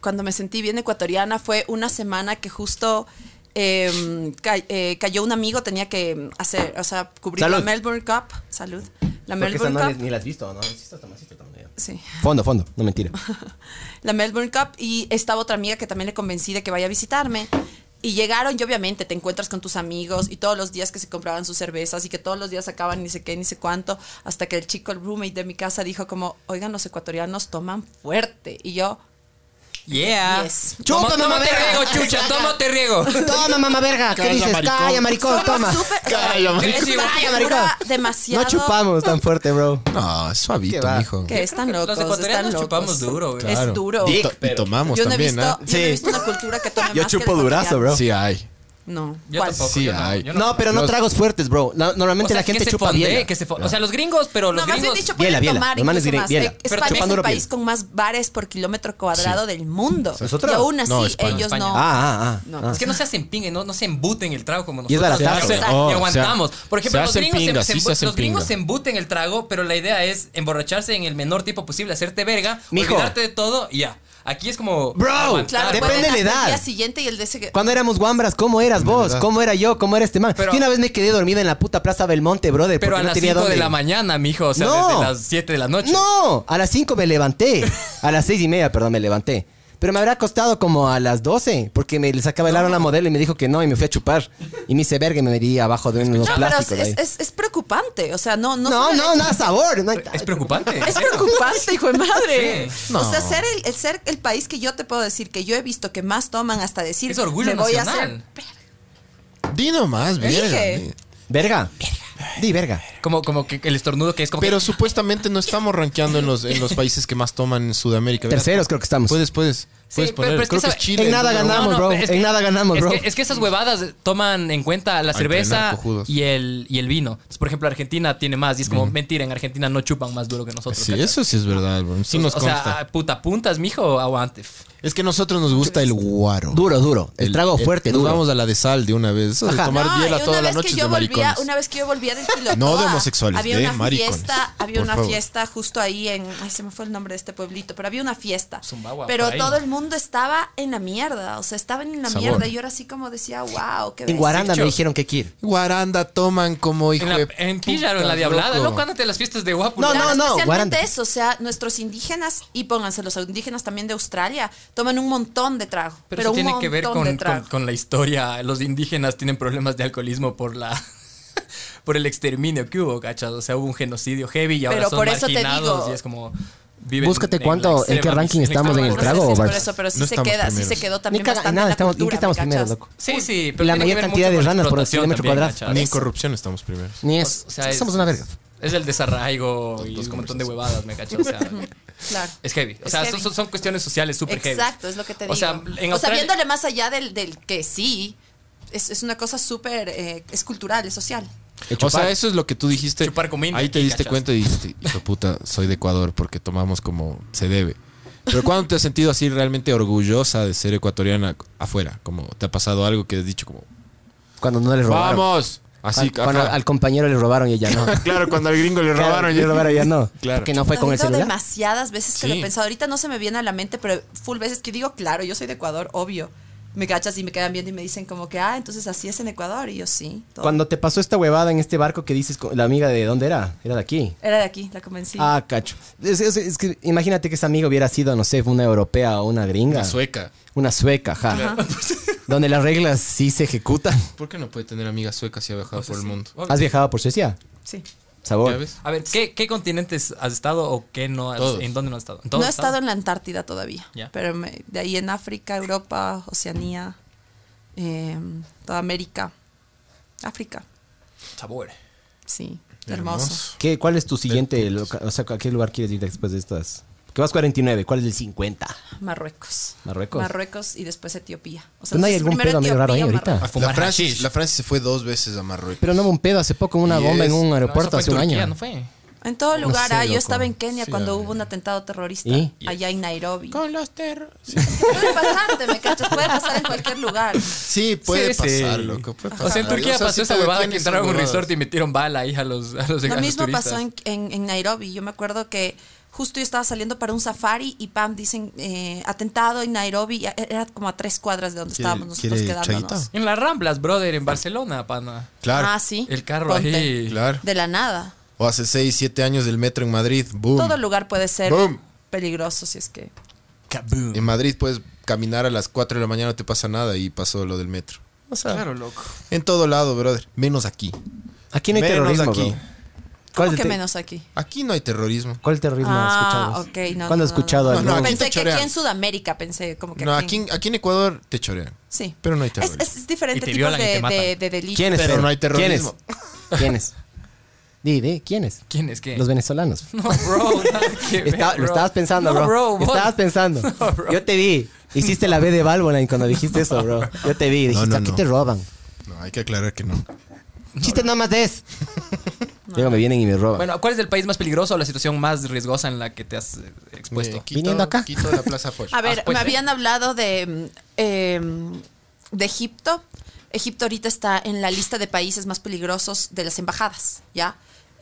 [SPEAKER 3] Cuando me sentí bien ecuatoriana fue una semana que justo... eh, ca- eh, cayó un amigo, tenía que hacer, o sea, cubrir la
[SPEAKER 2] Salud.
[SPEAKER 3] Melbourne Cup. Salud.
[SPEAKER 2] Porque
[SPEAKER 3] La
[SPEAKER 2] esa
[SPEAKER 3] Melbourne
[SPEAKER 2] no
[SPEAKER 3] Cup.
[SPEAKER 2] les- ni la has visto, ¿no? Sí, está tomando, sí, está tomando.
[SPEAKER 3] Sí.
[SPEAKER 2] Fondo, fondo, no mentira.
[SPEAKER 3] la Melbourne Cup y estaba otra amiga que también le convencí de que vaya a visitarme. Y llegaron y obviamente te encuentras con tus amigos y todos los días que se compraban sus cervezas y que todos los días sacaban ni sé qué, ni sé cuánto, hasta que el chico, el roommate de mi casa dijo como, oigan, los ecuatorianos toman fuerte. Y yo, "Ah,
[SPEAKER 5] Yeah.
[SPEAKER 3] Yes.
[SPEAKER 5] Toma-
[SPEAKER 2] Chúpame,
[SPEAKER 5] tómate
[SPEAKER 2] mamera.
[SPEAKER 5] riego, chucha, tómate riego.
[SPEAKER 2] Toma, mamá verga. ¿Qué
[SPEAKER 4] Calla,
[SPEAKER 2] dices?
[SPEAKER 4] maricón.
[SPEAKER 2] Calla, maricón,
[SPEAKER 3] somos
[SPEAKER 2] toma.
[SPEAKER 3] súper- o sea,
[SPEAKER 4] Calla, maricón.
[SPEAKER 3] es una
[SPEAKER 2] Calla,
[SPEAKER 3] cultura
[SPEAKER 2] maricón.
[SPEAKER 3] demasiado...
[SPEAKER 2] No chupamos tan fuerte, bro.
[SPEAKER 4] No, es
[SPEAKER 2] ¿Qué
[SPEAKER 4] suavito,
[SPEAKER 2] va?
[SPEAKER 4] mijo.
[SPEAKER 3] Que están
[SPEAKER 5] Los
[SPEAKER 3] locos,
[SPEAKER 5] ecuatorianos
[SPEAKER 3] están locos.
[SPEAKER 5] chupamos duro, güey.
[SPEAKER 4] Claro.
[SPEAKER 3] Es duro.
[SPEAKER 4] Y, to- y tomamos
[SPEAKER 3] yo no he
[SPEAKER 4] también,
[SPEAKER 3] visto,
[SPEAKER 4] ¿eh?
[SPEAKER 3] yo no he
[SPEAKER 2] Sí.
[SPEAKER 3] visto una cultura que tome
[SPEAKER 2] Yo
[SPEAKER 3] más que el
[SPEAKER 2] chupo durazo, bro.
[SPEAKER 4] Sí, hay.
[SPEAKER 3] No.
[SPEAKER 5] Yo
[SPEAKER 3] ¿cuál?
[SPEAKER 5] tampoco.
[SPEAKER 4] Sí,
[SPEAKER 5] yo no,
[SPEAKER 4] ay.
[SPEAKER 5] yo
[SPEAKER 2] No, pero no
[SPEAKER 4] Los-
[SPEAKER 2] tragos fuertes, bro. La- normalmente
[SPEAKER 5] O
[SPEAKER 2] la
[SPEAKER 5] sea,
[SPEAKER 2] gente
[SPEAKER 5] que se
[SPEAKER 2] chupa
[SPEAKER 5] fondee,
[SPEAKER 2] bien.
[SPEAKER 5] que se fo- O sea, los gringos, pero los
[SPEAKER 3] no, más bien
[SPEAKER 5] gringos.
[SPEAKER 3] dicho,
[SPEAKER 2] Biela,
[SPEAKER 3] pueden
[SPEAKER 2] biela.
[SPEAKER 3] tomar
[SPEAKER 2] Los manes
[SPEAKER 3] incluso
[SPEAKER 2] dirán,
[SPEAKER 3] más.
[SPEAKER 2] biela.
[SPEAKER 3] Eh,
[SPEAKER 5] Pero
[SPEAKER 3] España es
[SPEAKER 5] chupan
[SPEAKER 3] el
[SPEAKER 2] duro
[SPEAKER 3] país
[SPEAKER 2] biela.
[SPEAKER 3] con más bares por kilómetro cuadrado del mundo.
[SPEAKER 2] ¿Nosotros?
[SPEAKER 3] Y aún así,
[SPEAKER 4] No, España.
[SPEAKER 3] ellos
[SPEAKER 5] España.
[SPEAKER 3] no.
[SPEAKER 2] Ah, ah, ah.
[SPEAKER 3] No.
[SPEAKER 2] ah.
[SPEAKER 5] Es que no se hacen pingue, no, no se embuten el trago como
[SPEAKER 2] Y es
[SPEAKER 5] nosotros.
[SPEAKER 2] baratazo.
[SPEAKER 5] Y
[SPEAKER 3] Exacto.
[SPEAKER 5] agu- y
[SPEAKER 4] Oh,
[SPEAKER 5] aguantamos.
[SPEAKER 4] o sea,
[SPEAKER 5] Por ejemplo,
[SPEAKER 4] se
[SPEAKER 5] los
[SPEAKER 4] hacen
[SPEAKER 5] gringos,
[SPEAKER 4] pinga,
[SPEAKER 5] se,
[SPEAKER 4] sí se
[SPEAKER 5] embu-
[SPEAKER 4] hacen
[SPEAKER 5] los gringos
[SPEAKER 4] pinga.
[SPEAKER 5] se embuten el trago, pero la idea es emborracharse en el menor tiempo posible, hacerte verga,
[SPEAKER 2] Mijo.
[SPEAKER 5] olvidarte de todo y ya. Aquí es como.
[SPEAKER 2] Bro,
[SPEAKER 5] aguantar.
[SPEAKER 3] Claro,
[SPEAKER 2] Depende
[SPEAKER 3] pueden
[SPEAKER 2] de la
[SPEAKER 3] hasta
[SPEAKER 2] edad.
[SPEAKER 3] El día siguiente y el de ese que-
[SPEAKER 2] Cuando éramos guambras, ¿cómo eras vos? ¿Cómo era yo? ¿Cómo era este man?
[SPEAKER 5] Pero-
[SPEAKER 2] yo una vez me quedé dormida en la puta Plaza Belmonte, brother.
[SPEAKER 5] Pero
[SPEAKER 2] porque
[SPEAKER 5] a
[SPEAKER 2] no
[SPEAKER 5] las
[SPEAKER 2] tenía
[SPEAKER 5] 5 de
[SPEAKER 2] dónde
[SPEAKER 5] la
[SPEAKER 2] ir.
[SPEAKER 5] mañana, mijo. O sea,
[SPEAKER 2] No.
[SPEAKER 5] desde las 7 de la noche.
[SPEAKER 2] No, a las 5 me levanté. A las 6 y media, perdón, me levanté. Pero me habrá costado como a las 12, porque me le sacaba el aro a la modelo y me dijo que no, y me fui a chupar. Y me hice verga y me metí abajo de unos
[SPEAKER 3] No, pero es,
[SPEAKER 2] plásticos. ahí.
[SPEAKER 3] es- es- es preocupante. O sea, no, no.
[SPEAKER 2] No, no,
[SPEAKER 3] solo-
[SPEAKER 2] no, sabor. no hay-
[SPEAKER 5] Es preocupante.
[SPEAKER 3] Es preocupante, hijo de madre.
[SPEAKER 5] Sí.
[SPEAKER 3] O sea, ser el, el ser el país que yo te puedo decir que yo he visto que más toman hasta decir
[SPEAKER 5] Es orgullo
[SPEAKER 3] me voy
[SPEAKER 5] nacional.
[SPEAKER 3] a hacer.
[SPEAKER 4] Di nomás,
[SPEAKER 3] Dije.
[SPEAKER 4] verga.
[SPEAKER 2] Verga. Di verga.
[SPEAKER 5] Como, como que el estornudo que es como.
[SPEAKER 4] Pero
[SPEAKER 5] que-
[SPEAKER 4] supuestamente no estamos rankeando en los, en los países que más toman en Sudamérica. ¿verdad?
[SPEAKER 2] Terceros creo que estamos.
[SPEAKER 4] Puedes, puedes.
[SPEAKER 5] Sí,
[SPEAKER 4] Puedes
[SPEAKER 5] pero-
[SPEAKER 4] poner.
[SPEAKER 5] pero es que
[SPEAKER 4] Creo que es
[SPEAKER 5] sabe-
[SPEAKER 4] Chile.
[SPEAKER 2] en nada
[SPEAKER 4] el número
[SPEAKER 2] ganamos,
[SPEAKER 4] uno.
[SPEAKER 2] bro.
[SPEAKER 5] pero
[SPEAKER 2] En nada ganamos,
[SPEAKER 5] es
[SPEAKER 2] bro.
[SPEAKER 5] Que, es que esas huevadas toman en cuenta la
[SPEAKER 4] Ay,
[SPEAKER 5] cerveza
[SPEAKER 4] trenar, cojudos.
[SPEAKER 5] y el, y el vino. Entonces, por ejemplo, Argentina tiene más. Y es como, mentira, en Argentina no chupan más duro que nosotros.
[SPEAKER 4] Sí,
[SPEAKER 5] ¿cachas?
[SPEAKER 4] eso sí es verdad, bro. Sí nos
[SPEAKER 5] o
[SPEAKER 4] consta.
[SPEAKER 5] sea, ah, puta puntas, mijo, aguante.
[SPEAKER 4] es que a nosotros nos gusta el guaro.
[SPEAKER 2] Duro, duro. El, trago fuerte,
[SPEAKER 4] Nos
[SPEAKER 2] duro.
[SPEAKER 4] vamos a la de sal de una vez. Eso de
[SPEAKER 2] Ajá.
[SPEAKER 4] tomar
[SPEAKER 3] No, y
[SPEAKER 4] biela
[SPEAKER 3] una
[SPEAKER 4] toda la
[SPEAKER 3] vez que
[SPEAKER 4] noche es
[SPEAKER 3] yo
[SPEAKER 4] de
[SPEAKER 3] volvía-
[SPEAKER 4] maricones.
[SPEAKER 3] Una vez que yo volvía del Quilotoa,
[SPEAKER 4] No de homosexuales,
[SPEAKER 3] había
[SPEAKER 4] de
[SPEAKER 3] una
[SPEAKER 4] maricones,
[SPEAKER 3] fiesta, había
[SPEAKER 4] por
[SPEAKER 3] una
[SPEAKER 4] favor.
[SPEAKER 3] fiesta justo ahí en, ay, se me fue el nombre de este pueblito, pero había una fiesta.
[SPEAKER 5] Zumbagua,
[SPEAKER 3] pero
[SPEAKER 5] por ahí.
[SPEAKER 3] todo el mundo estaba en la mierda, o sea, estaba en la
[SPEAKER 4] Sabor.
[SPEAKER 3] mierda y yo era así como decía, wow, qué
[SPEAKER 2] En
[SPEAKER 3] bestia".
[SPEAKER 2] Guaranda me
[SPEAKER 5] Chicho.
[SPEAKER 2] dijeron que hay que ir.
[SPEAKER 4] Guaranda toman como hijo
[SPEAKER 5] En, la,
[SPEAKER 4] de
[SPEAKER 5] en
[SPEAKER 4] puta,
[SPEAKER 5] Píllaro, en la Diablada.
[SPEAKER 4] loco.
[SPEAKER 5] Loco, ándate a las fiestas de guapo.
[SPEAKER 2] No,
[SPEAKER 3] Claro,
[SPEAKER 2] no, no,
[SPEAKER 3] especialmente
[SPEAKER 2] Guaranda.
[SPEAKER 3] eso, o sea, nuestros indígenas, y pónganse los indígenas también de Australia, toman un montón de trago. Pero,
[SPEAKER 5] Pero, eso
[SPEAKER 3] un
[SPEAKER 5] tiene
[SPEAKER 3] montón
[SPEAKER 5] que ver
[SPEAKER 3] de
[SPEAKER 5] con,
[SPEAKER 3] trago.
[SPEAKER 5] con- con la historia. Los indígenas tienen problemas de alcoholismo por la... por el exterminio que hubo, cachas. O sea, hubo un genocidio heavy y ahora
[SPEAKER 3] Pero
[SPEAKER 5] son
[SPEAKER 3] por eso te
[SPEAKER 5] marginados
[SPEAKER 3] digo-
[SPEAKER 5] y es como... viven
[SPEAKER 2] Búscate
[SPEAKER 5] en la
[SPEAKER 2] cuánto- en qué
[SPEAKER 5] extrema-
[SPEAKER 2] ranking estamos en el
[SPEAKER 3] No
[SPEAKER 5] extrema-
[SPEAKER 3] sé
[SPEAKER 2] trago,
[SPEAKER 3] si es por
[SPEAKER 2] Vance.
[SPEAKER 3] eso, pero sí
[SPEAKER 4] No
[SPEAKER 3] se
[SPEAKER 4] estamos
[SPEAKER 3] queda, sí se
[SPEAKER 4] primeros.
[SPEAKER 3] quedó
[SPEAKER 2] Ni
[SPEAKER 3] también
[SPEAKER 2] caga,
[SPEAKER 3] bastante
[SPEAKER 2] nada,
[SPEAKER 3] la
[SPEAKER 2] estamos, ¿en
[SPEAKER 3] cultura,
[SPEAKER 2] qué estamos
[SPEAKER 3] ¿me
[SPEAKER 2] primero,
[SPEAKER 3] cachas?
[SPEAKER 2] loco?
[SPEAKER 5] Sí, sí,
[SPEAKER 2] La
[SPEAKER 5] tiene que
[SPEAKER 2] mayor
[SPEAKER 5] ver
[SPEAKER 2] cantidad
[SPEAKER 5] mucho
[SPEAKER 2] de
[SPEAKER 5] con la
[SPEAKER 2] ranas por
[SPEAKER 5] explotación
[SPEAKER 2] kilómetro
[SPEAKER 5] también,
[SPEAKER 2] cuadrado.
[SPEAKER 5] cachas.
[SPEAKER 4] Ni en corrupción estamos primeros.
[SPEAKER 2] Ni
[SPEAKER 5] O
[SPEAKER 2] es.
[SPEAKER 5] sea, es-
[SPEAKER 2] somos una verga.
[SPEAKER 5] Es el desarraigo y un montón de huevadas, me cacho. O sea,
[SPEAKER 3] Claro.
[SPEAKER 5] es heavy. O
[SPEAKER 3] Es
[SPEAKER 5] sea,
[SPEAKER 3] heavy.
[SPEAKER 5] Son, son cuestiones sociales súper heavy.
[SPEAKER 3] Exacto, es lo que te digo.
[SPEAKER 5] O sea, en
[SPEAKER 3] o sea,
[SPEAKER 5] Australia-
[SPEAKER 3] viéndole más allá del, del que sí, es, es una cosa súper, eh, es cultural, es social.
[SPEAKER 1] O sea,
[SPEAKER 2] chupar.
[SPEAKER 1] eso es lo que tú dijiste.
[SPEAKER 5] Chupar con mina,
[SPEAKER 1] Ahí te
[SPEAKER 5] y
[SPEAKER 1] diste
[SPEAKER 5] cachaste.
[SPEAKER 1] cuenta y dijiste, hijo de puta, soy de Ecuador porque tomamos como se debe. Pero ¿cuándo te has sentido así realmente orgullosa de ser ecuatoriana afuera? Como te ha pasado algo que has dicho como,
[SPEAKER 2] Cuando no le robaron.
[SPEAKER 1] ¡vamos! Así,
[SPEAKER 2] Cuando- cuando
[SPEAKER 1] ajá.
[SPEAKER 2] al compañero le robaron y ella no.
[SPEAKER 1] Claro, cuando al gringo le
[SPEAKER 2] Claro,
[SPEAKER 1] robaron.
[SPEAKER 2] le robaron y ella no.
[SPEAKER 1] Claro.
[SPEAKER 2] Porque no fue con el
[SPEAKER 3] Ha habido
[SPEAKER 2] celular.
[SPEAKER 3] demasiadas veces que lo
[SPEAKER 1] Sí.
[SPEAKER 3] he pensado. Ahorita no se me viene a la mente, pero full veces que digo, claro, yo soy de Ecuador, obvio. Me cachas y me quedan viendo y me dicen como que, ah, entonces así es en Ecuador. Y yo, sí. todo.
[SPEAKER 2] Cuando te pasó esta huevada en este barco que dices, con- la amiga de dónde era, era de aquí.
[SPEAKER 3] Era de aquí, la convencí.
[SPEAKER 2] Ah, cacho. Es, es- es que imagínate que esa amiga hubiera sido, no sé, una europea o una gringa.
[SPEAKER 1] Una sueca.
[SPEAKER 2] Una sueca, ajá. Donde las reglas sí se ejecutan.
[SPEAKER 1] ¿Por qué no puede tener amigas suecas si ha
[SPEAKER 5] Pues
[SPEAKER 1] viajado por el mundo?
[SPEAKER 2] ¿Has viajado por Suecia?
[SPEAKER 3] Sí.
[SPEAKER 2] Sabor.
[SPEAKER 1] ¿Ya ves?
[SPEAKER 5] A ver, ¿qué, qué continentes has estado o qué no has,
[SPEAKER 1] Todos.
[SPEAKER 5] en dónde no has estado? ¿En
[SPEAKER 3] No
[SPEAKER 5] todos
[SPEAKER 3] he
[SPEAKER 5] has
[SPEAKER 3] estado en la Antártida todavía.
[SPEAKER 5] Ya.
[SPEAKER 3] Pero me- de ahí en África, Europa, Oceanía, eh, toda América. África,
[SPEAKER 5] Sabor.
[SPEAKER 3] sí. Hermoso.
[SPEAKER 2] ¿Qué, ¿Cuál es tu siguiente? loca- o sea, ¿a qué lugar quieres ir después de estas? Que vas 49, ¿cuál es el 50?
[SPEAKER 3] Marruecos.
[SPEAKER 2] Marruecos.
[SPEAKER 3] Marruecos y después Etiopía. O
[SPEAKER 2] Pero Pues no hay
[SPEAKER 3] entonces
[SPEAKER 2] algún
[SPEAKER 3] primero
[SPEAKER 2] pedo medio raro ahí
[SPEAKER 3] Etiopía,
[SPEAKER 2] ahorita.
[SPEAKER 5] A
[SPEAKER 4] La
[SPEAKER 5] fumar
[SPEAKER 4] Francis,
[SPEAKER 5] hashish.
[SPEAKER 4] la Francis se fue dos veces a Marruecos.
[SPEAKER 2] Pero no hubo un pedo hace poco, una
[SPEAKER 4] Y
[SPEAKER 2] bomba en
[SPEAKER 4] es-
[SPEAKER 2] un
[SPEAKER 5] No,
[SPEAKER 2] aeropuerto
[SPEAKER 5] eso fue
[SPEAKER 2] hace un
[SPEAKER 5] Turquía,
[SPEAKER 2] año.
[SPEAKER 5] ¿no fue?
[SPEAKER 3] En todo lugar.
[SPEAKER 2] sé,
[SPEAKER 3] ah, yo
[SPEAKER 2] loco.
[SPEAKER 3] estaba en Kenia cuando hubo un atentado terrorista.
[SPEAKER 2] ¿Y?
[SPEAKER 3] Allá en Nairobi.
[SPEAKER 1] los terros.
[SPEAKER 3] Puede pasarte, me cachas. Puede pasar en cualquier lugar.
[SPEAKER 4] Sí, puede
[SPEAKER 5] Sí, sí.
[SPEAKER 4] pasar, loco. puede
[SPEAKER 5] O sea,
[SPEAKER 4] pasar.
[SPEAKER 5] en Turquía
[SPEAKER 4] O sea,
[SPEAKER 5] pasó
[SPEAKER 4] sí
[SPEAKER 5] esa
[SPEAKER 4] te
[SPEAKER 5] huevada que
[SPEAKER 4] detienes
[SPEAKER 5] entraron a un
[SPEAKER 4] huevadas.
[SPEAKER 5] resort y metieron bala ahí a los, a los a
[SPEAKER 3] Lo
[SPEAKER 5] los
[SPEAKER 3] mismo
[SPEAKER 5] turistas.
[SPEAKER 3] pasó en, en- en Nairobi. Yo me acuerdo que justo yo estaba saliendo para un safari y pam, dicen eh, atentado en Nairobi. Ya- e, Era como a tres cuadras de donde
[SPEAKER 4] ¿Quiere-
[SPEAKER 3] estábamos nosotros
[SPEAKER 4] quiere
[SPEAKER 3] quedándonos.
[SPEAKER 4] chayita?
[SPEAKER 5] En las Ramblas, brother, en Barcelona, pana.
[SPEAKER 4] Claro.
[SPEAKER 3] Ah, sí.
[SPEAKER 5] El carro
[SPEAKER 3] Ponte.
[SPEAKER 5] ahí.
[SPEAKER 4] Claro.
[SPEAKER 3] De la nada.
[SPEAKER 4] O hace 6, 7 años del metro en Madrid. Boom.
[SPEAKER 3] Todo lugar puede ser
[SPEAKER 4] Boom.
[SPEAKER 3] peligroso si es que.
[SPEAKER 5] Kaboom.
[SPEAKER 4] En Madrid puedes caminar a las 4 de la mañana, no te pasa nada y pasó lo del metro. O sea,
[SPEAKER 5] Claro, loco.
[SPEAKER 4] en todo lado, brother. Menos aquí.
[SPEAKER 2] Aquí no hay
[SPEAKER 4] Menos
[SPEAKER 2] terrorismo,
[SPEAKER 4] aquí.
[SPEAKER 2] bro. ¿Cuál
[SPEAKER 3] ¿Cómo
[SPEAKER 2] es el
[SPEAKER 3] que
[SPEAKER 2] te-
[SPEAKER 3] menos aquí?
[SPEAKER 4] Aquí no hay terrorismo.
[SPEAKER 2] ¿Cuál terrorismo has
[SPEAKER 3] Ah,
[SPEAKER 2] Pues escuchado?
[SPEAKER 3] ok. No,
[SPEAKER 2] ¿Cuándo
[SPEAKER 3] no,
[SPEAKER 2] has escuchado
[SPEAKER 3] no,
[SPEAKER 2] algo?
[SPEAKER 3] no.
[SPEAKER 4] No, aquí
[SPEAKER 3] Pensé
[SPEAKER 4] te
[SPEAKER 3] que
[SPEAKER 4] chorean.
[SPEAKER 3] aquí en Sudamérica pensé como que
[SPEAKER 4] No,
[SPEAKER 3] aquí
[SPEAKER 4] aquí,
[SPEAKER 3] en-
[SPEAKER 4] aquí en Ecuador te chorean.
[SPEAKER 3] Sí.
[SPEAKER 4] Pero no hay
[SPEAKER 3] es,
[SPEAKER 4] terrorismo.
[SPEAKER 3] es diferente
[SPEAKER 5] Y te
[SPEAKER 3] tipos
[SPEAKER 5] violan y
[SPEAKER 3] de,
[SPEAKER 5] te matan.
[SPEAKER 3] de- de delitos.
[SPEAKER 2] ¿Quiénes?
[SPEAKER 4] Pero
[SPEAKER 2] Pedro?
[SPEAKER 4] no hay terrorismo.
[SPEAKER 2] ¿Quiénes? ¿Quiénes? Di, di, ¿quiénes?
[SPEAKER 5] ¿Quién es qué?
[SPEAKER 2] Los venezolanos.
[SPEAKER 5] No, bro. nada que ver,
[SPEAKER 2] Está-
[SPEAKER 5] bro.
[SPEAKER 2] Lo estabas pensando,
[SPEAKER 5] No,
[SPEAKER 2] bro.
[SPEAKER 5] vos-
[SPEAKER 2] Estabas pensando.
[SPEAKER 5] No, bro.
[SPEAKER 2] Yo te vi. Hiciste la B de Valvoline cuando dijiste eso, bro. Yo te vi. Dijiste,
[SPEAKER 4] no,
[SPEAKER 2] aquí
[SPEAKER 4] no.
[SPEAKER 2] te roban.
[SPEAKER 4] No, hay que aclarar que no. Eh,
[SPEAKER 2] Chiste nada más de eso. Luego me vienen y me roban.
[SPEAKER 5] Bueno, ¿cuál es el país más peligroso o la situación más riesgosa en la que te has eh, expuesto?
[SPEAKER 4] Eh, Quito-
[SPEAKER 2] Viniendo acá.
[SPEAKER 4] Quito la plaza fuerte.
[SPEAKER 3] A ver,
[SPEAKER 5] pues,
[SPEAKER 3] me
[SPEAKER 5] eh.
[SPEAKER 3] habían hablado de, mm, em, de Egipto. Egipto ahorita está en la lista de países más peligrosos de las embajadas, ¿ya?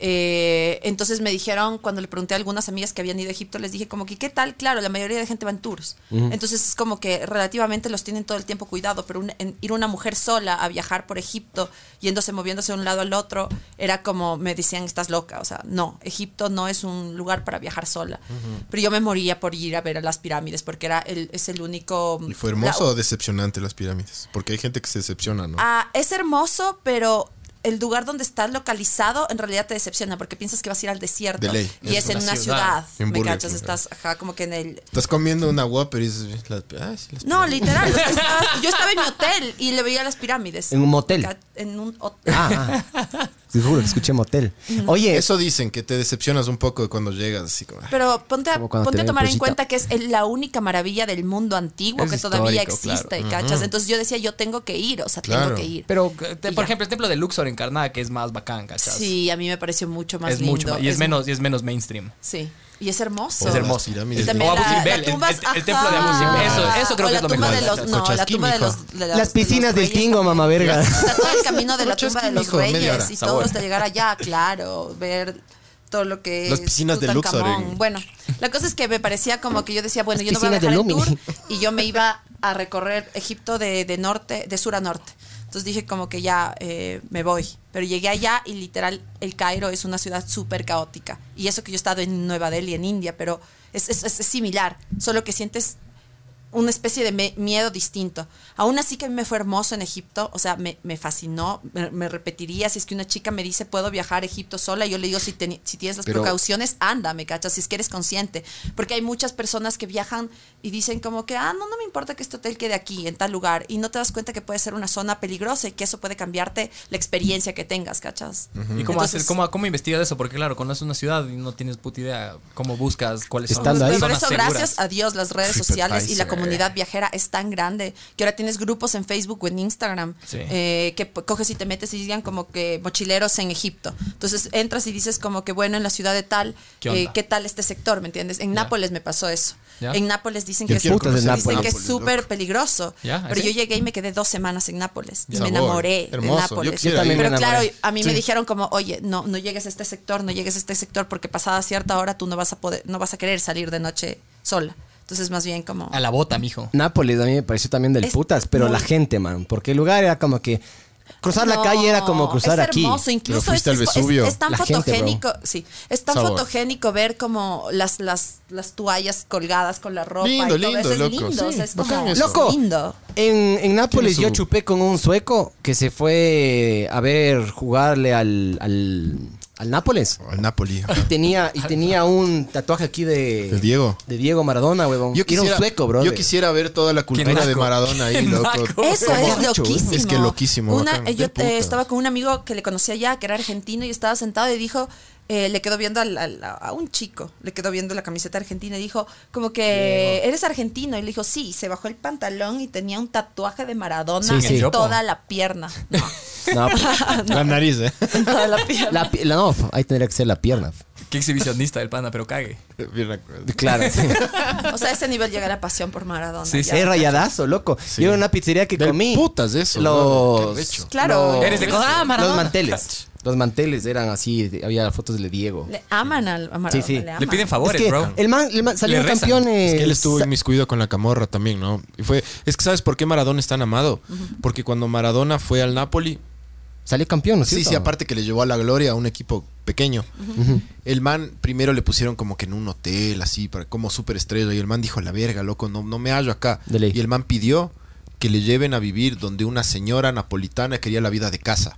[SPEAKER 3] Eh, entonces me dijeron, cuando le pregunté a algunas amigas que habían ido a Egipto, les dije como que, ¿qué tal? Claro, la mayoría de gente va en tours. Entonces es como que relativamente los tienen todo el tiempo cuidado, pero un- en- ir una mujer sola a viajar por Egipto, yéndose, moviéndose de un lado al otro, era como, me decían, estás loca. O sea, no, Egipto no es un lugar para viajar sola. Pero yo me moría por ir a ver a las pirámides, porque era el, es el único...
[SPEAKER 4] ¿Y fue hermoso
[SPEAKER 3] la-
[SPEAKER 4] o decepcionante las pirámides? Porque hay gente que se decepciona, ¿no?
[SPEAKER 3] Ah, es hermoso, pero el lugar donde estás localizado en realidad te decepciona porque piensas que vas a ir al desierto
[SPEAKER 4] De ley.
[SPEAKER 3] y es,
[SPEAKER 4] Es
[SPEAKER 3] en
[SPEAKER 5] una
[SPEAKER 3] una
[SPEAKER 5] ciudad.
[SPEAKER 3] ciudad.
[SPEAKER 4] En
[SPEAKER 3] me
[SPEAKER 4] Burger
[SPEAKER 3] cachas,
[SPEAKER 4] King,
[SPEAKER 3] estás ajá, como que en el
[SPEAKER 4] Estás comiendo una guapa y dices... "Las- ah, sí, las
[SPEAKER 3] No,
[SPEAKER 4] pirámides".
[SPEAKER 3] literal, o sea, estabas- yo estaba en mi hotel y le veía las pirámides.
[SPEAKER 2] En un motel.
[SPEAKER 3] Ca- En un hotel.
[SPEAKER 2] Ah, ah. Seguro, escuché motel. Oye,
[SPEAKER 4] Eso dicen, que te decepcionas un poco de cuando llegas, así como... ah,
[SPEAKER 3] Pero ponte a,
[SPEAKER 2] Como cuando te
[SPEAKER 3] ponte a
[SPEAKER 2] ven
[SPEAKER 3] tomar en
[SPEAKER 2] pollito.
[SPEAKER 3] cuenta que es el- la única maravilla del mundo antiguo
[SPEAKER 5] Es
[SPEAKER 3] que todavía
[SPEAKER 5] histórico, claro.
[SPEAKER 3] existe, ¿cachas? Entonces yo decía, yo tengo que ir, o sea,
[SPEAKER 4] Claro.
[SPEAKER 3] tengo que ir.
[SPEAKER 5] Pero, eh, te-
[SPEAKER 3] Y
[SPEAKER 5] por
[SPEAKER 3] ya.
[SPEAKER 5] ejemplo, el templo de Luxor en Karnak es más bacán, ¿cachas?
[SPEAKER 3] Sí, a mí me pareció mucho más
[SPEAKER 5] es
[SPEAKER 3] lindo.
[SPEAKER 5] mucho más- y es, menos y es menos mainstream.
[SPEAKER 3] Sí. Y es hermoso.
[SPEAKER 4] Es
[SPEAKER 5] hermoso.
[SPEAKER 3] Y
[SPEAKER 4] Pirámides.
[SPEAKER 3] también
[SPEAKER 5] O
[SPEAKER 3] la-
[SPEAKER 5] Abu Simbel,
[SPEAKER 3] la
[SPEAKER 5] pues el-
[SPEAKER 3] tumba-
[SPEAKER 5] el- el templo de
[SPEAKER 3] ajá.
[SPEAKER 5] Abu Simbel. Eso-
[SPEAKER 3] O
[SPEAKER 5] eso creo que es
[SPEAKER 3] la
[SPEAKER 5] lo
[SPEAKER 3] tumba
[SPEAKER 5] mejor.
[SPEAKER 3] de los- No, la
[SPEAKER 4] Cochasquín,
[SPEAKER 3] tumba de
[SPEAKER 4] mijo.
[SPEAKER 3] los. de los-
[SPEAKER 2] las piscinas
[SPEAKER 3] de
[SPEAKER 2] del
[SPEAKER 3] los reyes.
[SPEAKER 2] Tingo, mamá verga.
[SPEAKER 3] O sea, todo el camino de la tumba de
[SPEAKER 4] Cochasquín,
[SPEAKER 3] los
[SPEAKER 4] mijo, media
[SPEAKER 3] reyes
[SPEAKER 4] hora.
[SPEAKER 3] y todo
[SPEAKER 5] Sabor.
[SPEAKER 3] hasta llegar allá, claro, ver todo lo que
[SPEAKER 4] Las
[SPEAKER 3] es
[SPEAKER 4] piscinas de Luxor
[SPEAKER 3] Tutankamón.
[SPEAKER 4] en-
[SPEAKER 3] Bueno, la cosa es que me parecía como que yo decía, bueno,
[SPEAKER 2] Las
[SPEAKER 3] yo no voy a
[SPEAKER 2] piscinas de
[SPEAKER 3] dejar el tour
[SPEAKER 2] Lumini.
[SPEAKER 3] y yo me iba a recorrer Egipto de, de norte, de sur a norte. Entonces dije como que ya eh, me voy. Pero llegué allá y literal el Cairo es una ciudad súper caótica. Y eso que yo he estado en Nueva Delhi, en India, pero es, es- es similar, solo que sientes una especie de me- miedo distinto. Aún así que a mí me fue hermoso en Egipto, o sea, me, me fascinó, me, me repetiría, si es que una chica me dice, puedo viajar a Egipto sola, yo le digo, si, teni- si tienes las
[SPEAKER 4] Pero-
[SPEAKER 3] precauciones, anda, me cachas, si es que eres consciente, porque hay muchas personas que viajan y dicen como que, ah, no, no me importa que este hotel quede aquí, en tal lugar, y no te das cuenta que puede ser una zona peligrosa y que eso puede cambiarte la experiencia que tengas, cachas.
[SPEAKER 5] ¿Y cómo,
[SPEAKER 3] Entonces-
[SPEAKER 5] haces, cómo, cómo investigas eso? Porque claro, conoces una ciudad y no tienes puta idea cómo buscas cuáles son
[SPEAKER 2] Estando
[SPEAKER 5] las
[SPEAKER 2] ahí.
[SPEAKER 3] Por
[SPEAKER 5] zonas
[SPEAKER 3] eso,
[SPEAKER 5] seguras.
[SPEAKER 3] gracias a Dios, las redes sociales y la
[SPEAKER 4] TripAdvisor.
[SPEAKER 3] comunidad viajera es tan grande que ahora tienes grupos en Facebook o en Instagram
[SPEAKER 5] Sí.
[SPEAKER 3] eh, que p- coges y te metes y digan como que mochileros en Egipto. Entonces entras y dices como que bueno, en la ciudad de tal, eh,
[SPEAKER 5] ¿Qué
[SPEAKER 3] ¿qué,
[SPEAKER 5] onda?
[SPEAKER 3] tal este sector? ¿Me entiendes? En Nápoles me pasó eso.
[SPEAKER 5] Ya.
[SPEAKER 3] En Nápoles dicen
[SPEAKER 4] Yo
[SPEAKER 3] que es
[SPEAKER 4] quiero
[SPEAKER 2] Putas de
[SPEAKER 4] conocer
[SPEAKER 3] Dicen que
[SPEAKER 2] Nápoles.
[SPEAKER 3] es súper peligroso.
[SPEAKER 5] Ya,
[SPEAKER 3] Pero
[SPEAKER 5] ¿sí?
[SPEAKER 3] yo llegué y me quedé dos semanas en Nápoles. Y
[SPEAKER 4] Sabor,
[SPEAKER 3] me enamoré
[SPEAKER 4] hermoso. Yo
[SPEAKER 3] de Nápoles.
[SPEAKER 4] quisiera
[SPEAKER 2] Yo también ir. me
[SPEAKER 3] pero claro,
[SPEAKER 2] enamoré.
[SPEAKER 3] a mí me
[SPEAKER 4] Sí.
[SPEAKER 3] dijeron como, oye, no, no llegues a este sector, no llegues a este sector, porque pasada cierta hora tú no vas a poder, no vas a querer salir de noche sola. Entonces, más bien como.
[SPEAKER 5] A la bota, mijo.
[SPEAKER 2] Nápoles a mí me pareció también del
[SPEAKER 3] Es
[SPEAKER 2] putas, pero
[SPEAKER 3] muy-
[SPEAKER 2] la gente, man, porque el lugar era como que cruzar la
[SPEAKER 3] No,
[SPEAKER 2] calle era como cruzar
[SPEAKER 3] es
[SPEAKER 2] aquí.
[SPEAKER 3] hermoso, incluso
[SPEAKER 4] fuiste
[SPEAKER 3] es,
[SPEAKER 4] al
[SPEAKER 3] es-
[SPEAKER 4] Vesubio.
[SPEAKER 3] es tan
[SPEAKER 2] La gente,
[SPEAKER 3] fotogénico, sí, es tan
[SPEAKER 4] Sabor.
[SPEAKER 3] fotogénico ver como las, las, las toallas colgadas con la ropa
[SPEAKER 4] Lindo,
[SPEAKER 3] y todo
[SPEAKER 4] lindo,
[SPEAKER 3] eso es
[SPEAKER 4] loco.
[SPEAKER 3] lindo, o sea,
[SPEAKER 4] Sí,
[SPEAKER 3] es como
[SPEAKER 4] bacán eso.
[SPEAKER 2] Loco,
[SPEAKER 3] lindo.
[SPEAKER 2] en, en Nápoles
[SPEAKER 4] Tiene
[SPEAKER 2] yo
[SPEAKER 4] su-
[SPEAKER 2] chupé con un sueco que se fue a ver jugarle al, al, al Nápoles.
[SPEAKER 4] Al Napoli.
[SPEAKER 2] Y tenía, y tenía un tatuaje aquí de,
[SPEAKER 4] ¿De Diego?
[SPEAKER 2] de Diego Maradona, huevón.
[SPEAKER 4] Yo quisiera,
[SPEAKER 2] era un sueco, bro.
[SPEAKER 4] Yo quisiera ver toda la cultura
[SPEAKER 5] naco,
[SPEAKER 4] de Maradona ahí,
[SPEAKER 5] qué
[SPEAKER 4] loco.
[SPEAKER 5] naco.
[SPEAKER 3] Eso
[SPEAKER 4] Como-
[SPEAKER 3] es loquísimo.
[SPEAKER 4] ¿eh? Es que loquísimo.
[SPEAKER 3] Una-
[SPEAKER 4] bacán,
[SPEAKER 3] yo
[SPEAKER 4] de putas.
[SPEAKER 3] eh, estaba con un amigo que le conocía ya, que era argentino, y estaba sentado y dijo, eh, le quedó viendo al- al- a un chico, le quedó viendo la camiseta argentina y dijo, como que eres argentino. Y le dijo, sí, y se bajó el pantalón y tenía un tatuaje de Maradona
[SPEAKER 2] Sí,
[SPEAKER 3] en
[SPEAKER 2] sí.
[SPEAKER 3] toda la pierna.
[SPEAKER 2] No, pues,
[SPEAKER 4] La nariz, ¿eh?
[SPEAKER 3] En toda la pierna.
[SPEAKER 2] la, pi- la- no, ahí tendría que ser la pierna.
[SPEAKER 5] Qué exhibicionista el pana, pero cague.
[SPEAKER 4] Bien naco.
[SPEAKER 2] Claro, sí.
[SPEAKER 3] O sea, a ese nivel llega la pasión por Maradona.
[SPEAKER 5] Sí,
[SPEAKER 3] ya.
[SPEAKER 2] Es rayadazo, loco. Yo en una pizzería que
[SPEAKER 4] Del
[SPEAKER 2] comí.
[SPEAKER 4] putas eso, bro,
[SPEAKER 2] Los.
[SPEAKER 4] qué recho.
[SPEAKER 3] Claro.
[SPEAKER 2] los-
[SPEAKER 5] Eres de Cod- ¡Ah, Maradona!
[SPEAKER 2] Los manteles. Los manteles eran así. de- Había fotos de Diego.
[SPEAKER 3] Le aman al a Maradona.
[SPEAKER 2] Sí, sí.
[SPEAKER 3] le
[SPEAKER 5] Le
[SPEAKER 3] aman.
[SPEAKER 5] piden favores,
[SPEAKER 2] es que
[SPEAKER 5] bro.
[SPEAKER 2] El man, el man salió
[SPEAKER 5] Le rezan.
[SPEAKER 2] campeón.
[SPEAKER 4] Es que él
[SPEAKER 2] eh,
[SPEAKER 4] estuvo
[SPEAKER 2] sa-
[SPEAKER 4] inmiscuido con la camorra también, ¿no? Y fue, es que ¿sabes por qué Maradona es tan amado? Porque cuando Maradona fue al Napoli,
[SPEAKER 2] Salió campeón, ¿no es
[SPEAKER 4] sí,
[SPEAKER 2] cierto?
[SPEAKER 4] sí, aparte que le llevó a la gloria a un equipo pequeño. El man primero le pusieron como que en un hotel, así, para, como superestrella. Y el man dijo, la verga, loco, no, no me hallo acá.
[SPEAKER 2] De ley.
[SPEAKER 4] Y el man pidió que le lleven a vivir donde una señora napolitana quería la vida de casa.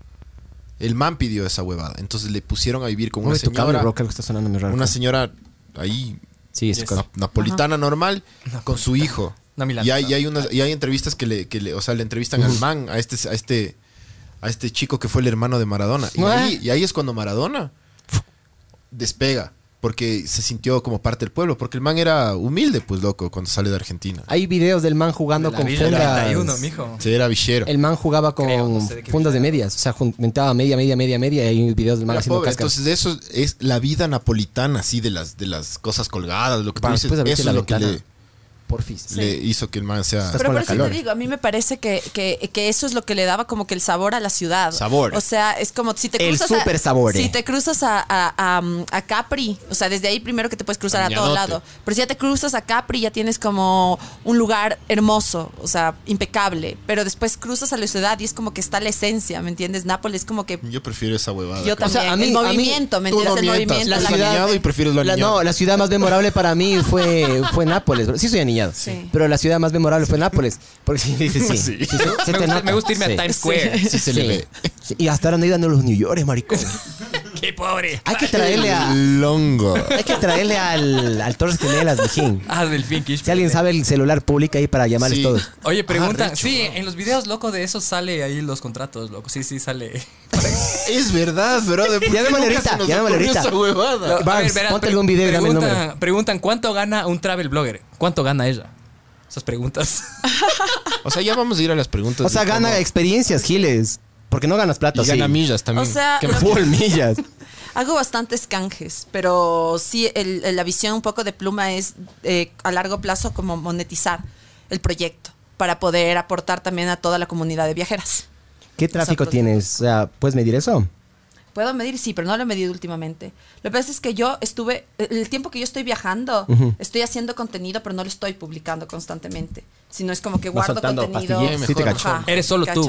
[SPEAKER 4] El man pidió esa huevada. Entonces le pusieron a vivir con una
[SPEAKER 2] Mueve tu cable,
[SPEAKER 4] señora,
[SPEAKER 2] bro, que algo está sonando muy raro.
[SPEAKER 4] una señora ahí
[SPEAKER 2] Sí, es
[SPEAKER 4] na- napolitana normal con su hijo.
[SPEAKER 5] Una milanesa.
[SPEAKER 4] y, hay, y hay unas- y hay entrevistas que le, que le- o sea, le entrevistan al man, a este, a este, a este chico que fue el hermano de Maradona. Y,
[SPEAKER 2] Ah.
[SPEAKER 4] ahí, y ahí es cuando Maradona despega, porque se sintió como parte del pueblo, porque el man era humilde, pues loco, cuando sale de Argentina.
[SPEAKER 2] Hay videos del man jugando
[SPEAKER 5] La
[SPEAKER 2] con
[SPEAKER 5] Villa del
[SPEAKER 2] fundas.
[SPEAKER 5] 31, mijo.
[SPEAKER 4] Se era villero.
[SPEAKER 2] El man jugaba con
[SPEAKER 5] Creo, no sé de qué
[SPEAKER 2] fundas de medias. O sea, juntaba media, media, media, media. Y hay videos del man
[SPEAKER 4] Era
[SPEAKER 2] haciendo
[SPEAKER 4] pobre.
[SPEAKER 2] cascas.
[SPEAKER 4] Entonces eso es la vida napolitana, así de las de las cosas colgadas, lo que tú
[SPEAKER 2] Para
[SPEAKER 4] dices,
[SPEAKER 2] después abrirse
[SPEAKER 4] eso
[SPEAKER 2] pues, la
[SPEAKER 4] es lo que
[SPEAKER 2] ventana.
[SPEAKER 4] le,
[SPEAKER 2] Porfis.
[SPEAKER 4] le hizo que el man sea
[SPEAKER 2] Estás
[SPEAKER 3] Pero
[SPEAKER 2] con
[SPEAKER 3] por
[SPEAKER 2] la
[SPEAKER 3] eso
[SPEAKER 2] calor.
[SPEAKER 3] te digo, a mí me parece que, que- que eso es lo que le daba como que el sabor a la ciudad.
[SPEAKER 4] Sabor.
[SPEAKER 3] O sea, es como si te
[SPEAKER 2] El
[SPEAKER 3] cruzas.
[SPEAKER 2] súper
[SPEAKER 3] a,
[SPEAKER 2] sabor, eh.
[SPEAKER 3] Si te cruzas a, a- a, um, a Capri, o sea, desde ahí primero que te puedes cruzar a, todo
[SPEAKER 4] Caminadote.
[SPEAKER 3] lado. Pero si ya te cruzas a Capri, ya tienes como un lugar hermoso, o sea, impecable. Pero después cruzas a la ciudad y es como que está la esencia, ¿me entiendes? Nápoles es como que.
[SPEAKER 4] Yo prefiero esa huevada.
[SPEAKER 3] Yo
[SPEAKER 4] cabrón.
[SPEAKER 3] también.
[SPEAKER 2] a mí-
[SPEAKER 3] el
[SPEAKER 2] a mí-
[SPEAKER 3] movimiento, ¿me
[SPEAKER 4] tú no
[SPEAKER 3] entiendes? El
[SPEAKER 4] mientas.
[SPEAKER 3] movimiento.
[SPEAKER 4] La
[SPEAKER 3] la-
[SPEAKER 4] ciudad- aniñado y prefieres lo
[SPEAKER 2] la-
[SPEAKER 4] aniñado.
[SPEAKER 2] No, la ciudad más memorable para mí fue, fue Nápoles. bro. Sí soy aniñado.
[SPEAKER 3] Sí.
[SPEAKER 2] Pero la ciudad más memorable fue Nápoles. Porque sí, sí, sí. sí, sí, se
[SPEAKER 5] Me
[SPEAKER 2] te
[SPEAKER 5] gusta,
[SPEAKER 2] nota.
[SPEAKER 5] me gusta irme
[SPEAKER 2] Sí.
[SPEAKER 5] a Times Square.
[SPEAKER 4] Sí se le
[SPEAKER 2] Sí.
[SPEAKER 4] ve.
[SPEAKER 2] Sí, Y hasta ahora no iban a los New York, maricón.
[SPEAKER 5] Qué pobre.
[SPEAKER 2] Hay que traerle a...
[SPEAKER 4] Longo.
[SPEAKER 2] Hay que traerle al, al Torres Gemelas, mijín.
[SPEAKER 5] Ah, Delfín Quispe.
[SPEAKER 2] Si alguien sabe el celular público ahí para llamarles
[SPEAKER 4] Sí.
[SPEAKER 2] todos.
[SPEAKER 5] Oye, preguntan. sí, en los videos, loco, de eso sale ahí los contratos, loco. Sí, sí, sale.
[SPEAKER 4] Es verdad, bro. de-
[SPEAKER 2] Llámame
[SPEAKER 4] nunca
[SPEAKER 2] ahorita,
[SPEAKER 4] se nos
[SPEAKER 2] llámame
[SPEAKER 4] ocurrió
[SPEAKER 2] ahorita.
[SPEAKER 4] esa huevada.
[SPEAKER 5] Lo- a
[SPEAKER 2] Barnes,
[SPEAKER 5] verás,
[SPEAKER 2] ponte
[SPEAKER 5] pre-
[SPEAKER 2] algún video y dame el
[SPEAKER 5] preguntan,
[SPEAKER 2] número.
[SPEAKER 5] preguntan, ¿cuánto gana un travel blogger? ¿Cuánto gana ella? Esas preguntas.
[SPEAKER 4] O sea, ya vamos a ir a las preguntas.
[SPEAKER 2] O sea,
[SPEAKER 4] de cómo-
[SPEAKER 2] gana experiencias, Giles. Porque no ganas plata,
[SPEAKER 4] Y gana
[SPEAKER 2] sí.
[SPEAKER 4] millas también.
[SPEAKER 3] O sea,
[SPEAKER 4] Qué
[SPEAKER 3] lo-
[SPEAKER 4] full.
[SPEAKER 2] Full millas.
[SPEAKER 3] Hago bastantes canjes, pero sí, el- el- la visión un poco de pluma es eh, a largo plazo como monetizar el proyecto para poder aportar también a toda la comunidad de viajeras.
[SPEAKER 2] ¿Qué tráfico
[SPEAKER 3] pues-
[SPEAKER 2] tienes? O sea, ¿puedes medir eso?
[SPEAKER 3] Puedo medir, sí, pero no lo he medido últimamente. Lo que pasa es que yo estuve, el tiempo que yo estoy viajando, estoy haciendo contenido, pero no lo estoy publicando constantemente. Sino es como que guardo
[SPEAKER 2] soltando
[SPEAKER 3] contenido.
[SPEAKER 2] pastillitas,
[SPEAKER 4] sí te cacho.
[SPEAKER 3] Ajá,
[SPEAKER 5] Eres solo tú.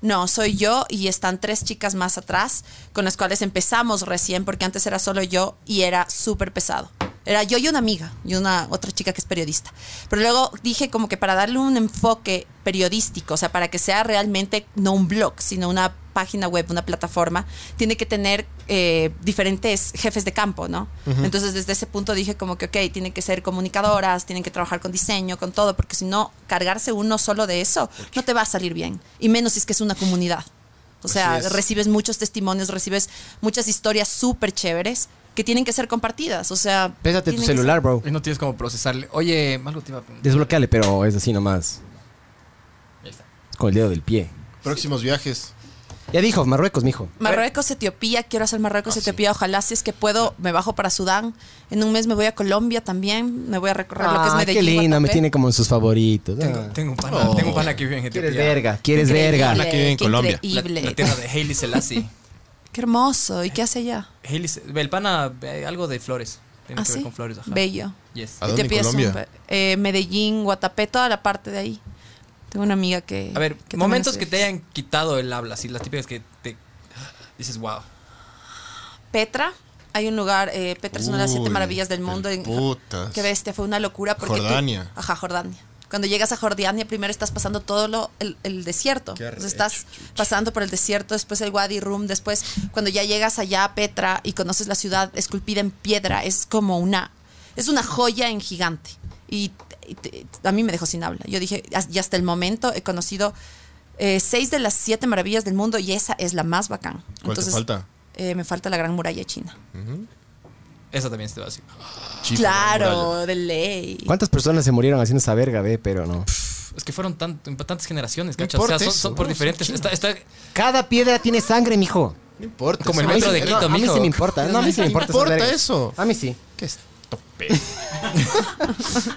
[SPEAKER 3] No, soy yo y están tres chicas más atrás con las cuales empezamos recién porque antes era solo yo y era súper pesado. Era yo y una amiga y una otra chica que es periodista. Pero luego dije como que para darle un enfoque periodístico, o sea, para que sea realmente no un blog, sino una página web, una plataforma, tiene que tener eh, diferentes jefes de campo, ¿no? Entonces desde ese punto dije como que, ok, tienen que ser comunicadoras, tienen que trabajar con diseño, con todo, porque si no, cargarse uno solo de eso no te va a salir bien, y menos si es que es una comunidad. O sea,
[SPEAKER 4] Así es.
[SPEAKER 3] recibes muchos testimonios, recibes muchas historias súper chéveres, que tienen que ser compartidas. O sea.
[SPEAKER 2] Pésate tu
[SPEAKER 3] tienen que ser-
[SPEAKER 2] celular, bro.
[SPEAKER 5] Y no tienes cómo procesarle. Oye, algo te iba a preguntar.
[SPEAKER 2] Desbloqueale, pero es así nomás.
[SPEAKER 5] Ahí está.
[SPEAKER 2] Es con el dedo del pie.
[SPEAKER 4] Próximos viajes.
[SPEAKER 2] Ya dijo, Marruecos, mijo.
[SPEAKER 3] Marruecos, Etiopía, quiero hacer Marruecos,
[SPEAKER 5] Ah,
[SPEAKER 3] Etiopía, ojalá si es que puedo, me bajo para Sudán, en un mes me voy a Colombia también, me voy a recorrer lo que es
[SPEAKER 2] Ah,
[SPEAKER 3] Medellín.
[SPEAKER 2] qué linda, me
[SPEAKER 3] Guatapé.
[SPEAKER 2] tiene como en sus favoritos.
[SPEAKER 5] Tengo,
[SPEAKER 2] Ah.
[SPEAKER 5] tengo un pana, tengo un pana que vive en Etiopía.
[SPEAKER 2] Quieres verga, quieres
[SPEAKER 3] Increíble,
[SPEAKER 2] verga.
[SPEAKER 4] que vive en
[SPEAKER 3] qué
[SPEAKER 4] Colombia.
[SPEAKER 5] La,
[SPEAKER 3] Increíble.
[SPEAKER 5] la tierra de Hailey Selassie.
[SPEAKER 3] Qué hermoso, ¿y qué hace allá?
[SPEAKER 5] Hailey Se- el pana, eh, algo de flores. Tiene
[SPEAKER 3] ¿Ah,
[SPEAKER 5] que
[SPEAKER 3] sí?
[SPEAKER 5] ver con flores, ajá.
[SPEAKER 3] Bello. Ah,
[SPEAKER 5] Yes.
[SPEAKER 4] ¿A dónde en
[SPEAKER 3] Etiopía es un
[SPEAKER 4] Colombia?
[SPEAKER 3] pa- eh, Medellín, Guatapé, toda la parte de ahí. Tengo una amiga que...
[SPEAKER 5] A ver,
[SPEAKER 3] que también
[SPEAKER 5] momentos
[SPEAKER 3] hace-
[SPEAKER 5] que te hayan quitado el habla, así las típicas que te dices, wow.
[SPEAKER 3] Petra, hay un lugar, eh, Petra es una de las siete
[SPEAKER 4] Uy,
[SPEAKER 3] maravillas del mundo.
[SPEAKER 4] del
[SPEAKER 3] en-
[SPEAKER 4] putas.
[SPEAKER 3] Qué bestia, fue una locura. Porque tú-
[SPEAKER 4] Jordania.
[SPEAKER 3] ajá, Jordania. Cuando llegas a Jordania, primero estás pasando todo lo, el, el desierto.
[SPEAKER 4] Qué
[SPEAKER 3] Entonces
[SPEAKER 4] arrecho,
[SPEAKER 3] estás pasando por el desierto, después el Wadi Rum, después cuando ya llegas allá a Petra y conoces la ciudad esculpida en piedra, es como una, es una joya en gigante. Y, y te- a mí me dejó sin habla. Yo dije, "As- y hasta el momento he conocido eh, seis de las siete maravillas del mundo y esa es la más bacán.
[SPEAKER 4] ¿Cuál te falta?
[SPEAKER 3] eh, me falta la Gran Muralla de China.
[SPEAKER 5] Eso también se te va así.
[SPEAKER 4] Chico, muralla.
[SPEAKER 3] claro, de ley.
[SPEAKER 2] ¿Cuántas personas se murieron haciendo esa verga, ve? Pero no.
[SPEAKER 5] Es que fueron tan, en tantas generaciones,
[SPEAKER 4] No
[SPEAKER 5] ¿cachas? O sea,
[SPEAKER 4] importa
[SPEAKER 5] son,
[SPEAKER 4] eso,
[SPEAKER 5] son por
[SPEAKER 4] no,
[SPEAKER 5] diferentes. Está, está
[SPEAKER 2] Cada piedra tiene sangre, mijo.
[SPEAKER 4] No importa.
[SPEAKER 5] como el
[SPEAKER 4] eso.
[SPEAKER 5] metro
[SPEAKER 4] Ay,
[SPEAKER 5] de
[SPEAKER 4] no,
[SPEAKER 5] Quito,
[SPEAKER 2] a mí
[SPEAKER 5] mijo.
[SPEAKER 2] sí me importa. No, a mí sí me
[SPEAKER 4] ¿Qué
[SPEAKER 2] importa. esas
[SPEAKER 4] importa
[SPEAKER 2] vergas.
[SPEAKER 4] eso?
[SPEAKER 2] A mí sí.
[SPEAKER 4] Qué estope.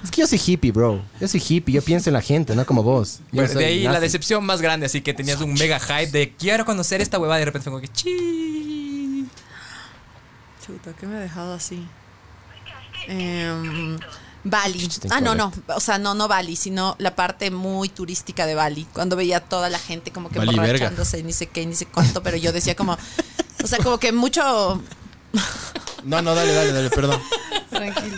[SPEAKER 2] Es que yo soy hippie, bro. Yo soy hippie. Yo pienso en la gente, no como vos. Yo
[SPEAKER 5] Bueno,
[SPEAKER 2] no Pues soy
[SPEAKER 5] de ahí la
[SPEAKER 2] nazi.
[SPEAKER 5] decepción más grande, así que tenías un mega hype de quiero conocer esta huevada y de repente fue como que chi.
[SPEAKER 3] Chuta, ¿qué me ha dejado así? Em, Bali.
[SPEAKER 2] Chiste
[SPEAKER 3] Ah, no, no. O sea, no, no Bali, sino la parte muy turística de Bali. Cuando veía a toda la gente como que
[SPEAKER 1] Bali verga.
[SPEAKER 3] emborrachándose, ni sé qué, ni sé cuánto, pero yo decía como. O sea, como que mucho.
[SPEAKER 4] No, no, dale, dale, dale, perdón.
[SPEAKER 3] Tranquilo.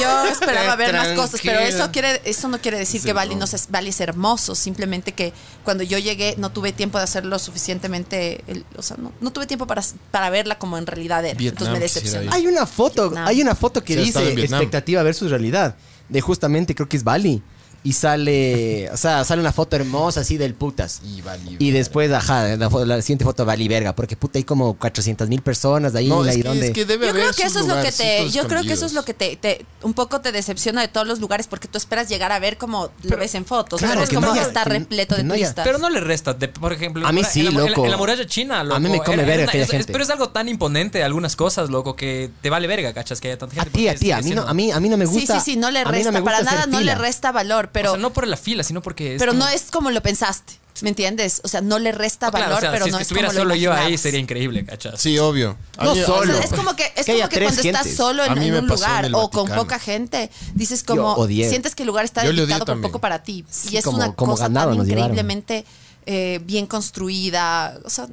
[SPEAKER 3] Yo esperaba ver más cosas, pero eso quiere, eso no quiere decir que Bali no es, Bali es hermoso, simplemente que cuando yo llegué no tuve tiempo de hacerlo suficientemente, el- o sea, no, no tuve tiempo para, para verla como en realidad era. Entonces
[SPEAKER 4] Vietnam
[SPEAKER 3] me
[SPEAKER 4] quisiera
[SPEAKER 3] decepcionó.
[SPEAKER 4] ir.
[SPEAKER 2] Hay una foto,
[SPEAKER 3] Vietnam.
[SPEAKER 2] hay una foto que
[SPEAKER 4] Sí, ha estado en
[SPEAKER 2] dice
[SPEAKER 4] Vietnam.
[SPEAKER 2] expectativa versus realidad. De justamente creo que es Bali. Y sale, o sea, sale una foto hermosa así del putas.
[SPEAKER 4] Y vale.
[SPEAKER 2] Y después, ajá, la, fo- la siguiente foto Bali verga, porque puta hay como 400 mil personas de ahí,
[SPEAKER 4] No, es
[SPEAKER 2] ahí
[SPEAKER 4] que,
[SPEAKER 2] donde.
[SPEAKER 4] es que debe
[SPEAKER 3] yo
[SPEAKER 4] haber
[SPEAKER 3] creo que
[SPEAKER 4] sus
[SPEAKER 3] eso es lo que te
[SPEAKER 4] lugarcitos
[SPEAKER 3] yo creo que eso
[SPEAKER 4] escondidos.
[SPEAKER 3] es lo que te, te- un poco te decepciona de todos los lugares porque tú esperas llegar a ver como lo ves en fotos
[SPEAKER 2] claro,
[SPEAKER 3] pero es
[SPEAKER 2] que
[SPEAKER 3] como
[SPEAKER 2] no
[SPEAKER 3] que
[SPEAKER 2] haya-
[SPEAKER 3] está
[SPEAKER 2] que no-
[SPEAKER 3] repleto de
[SPEAKER 2] que no haya-
[SPEAKER 3] turistas
[SPEAKER 5] Pero no le resta, de- por ejemplo.
[SPEAKER 2] A mí
[SPEAKER 5] en la-
[SPEAKER 2] sí,
[SPEAKER 5] en la,
[SPEAKER 2] loco.
[SPEAKER 5] En la muralla china, loco.
[SPEAKER 2] A mí me come verga aquella
[SPEAKER 5] es-
[SPEAKER 2] gente.
[SPEAKER 5] Pero es algo tan imponente algunas cosas, loco, que te vale verga, ¿cachas? Que haya tanta
[SPEAKER 2] a
[SPEAKER 5] gente.
[SPEAKER 2] ti, a
[SPEAKER 5] porque
[SPEAKER 2] ti, a
[SPEAKER 5] sigue
[SPEAKER 2] mí no,
[SPEAKER 5] siendo-
[SPEAKER 2] a mí, a mí no me gusta.
[SPEAKER 3] sí sí sí no le
[SPEAKER 2] a mí
[SPEAKER 3] resta
[SPEAKER 2] me gusta
[SPEAKER 3] para
[SPEAKER 2] hacer
[SPEAKER 3] nada no le
[SPEAKER 2] fila.
[SPEAKER 3] resta valor pero
[SPEAKER 5] o sea, no por la fila, sino porque.
[SPEAKER 3] pero
[SPEAKER 5] como- Ah,
[SPEAKER 3] no es como lo pensaste ¿me entiendes? o sea no le resta
[SPEAKER 5] Claro,
[SPEAKER 3] valor
[SPEAKER 5] o sea,
[SPEAKER 3] pero
[SPEAKER 5] si
[SPEAKER 3] no
[SPEAKER 5] es que
[SPEAKER 3] es
[SPEAKER 5] estuviera
[SPEAKER 3] como lo
[SPEAKER 5] solo yo ahí
[SPEAKER 3] imaginabas.
[SPEAKER 5] sería increíble, ¿cachas?
[SPEAKER 4] Sí, obvio. A
[SPEAKER 2] No
[SPEAKER 4] mí- a mí-
[SPEAKER 3] O
[SPEAKER 2] solo.
[SPEAKER 3] sea, es como que, es
[SPEAKER 2] Que haya
[SPEAKER 3] como que
[SPEAKER 2] tres
[SPEAKER 3] cuando estás
[SPEAKER 2] gentes.
[SPEAKER 3] solo
[SPEAKER 4] A
[SPEAKER 3] en,
[SPEAKER 4] mí
[SPEAKER 3] en
[SPEAKER 4] me
[SPEAKER 3] un
[SPEAKER 4] pasó en
[SPEAKER 3] lugar
[SPEAKER 4] el
[SPEAKER 3] o con
[SPEAKER 4] Vaticano.
[SPEAKER 3] poca gente, dices
[SPEAKER 2] Yo
[SPEAKER 3] como
[SPEAKER 2] odié.
[SPEAKER 3] sientes que el lugar está
[SPEAKER 4] Yo le odié
[SPEAKER 3] dedicado por
[SPEAKER 4] también.
[SPEAKER 3] poco para ti.
[SPEAKER 2] Sí,
[SPEAKER 3] y es
[SPEAKER 2] como-
[SPEAKER 3] una
[SPEAKER 2] como
[SPEAKER 3] cosa
[SPEAKER 2] ganado
[SPEAKER 3] tan
[SPEAKER 2] nos llevaron.
[SPEAKER 3] increíblemente eh, bien construida. O sea,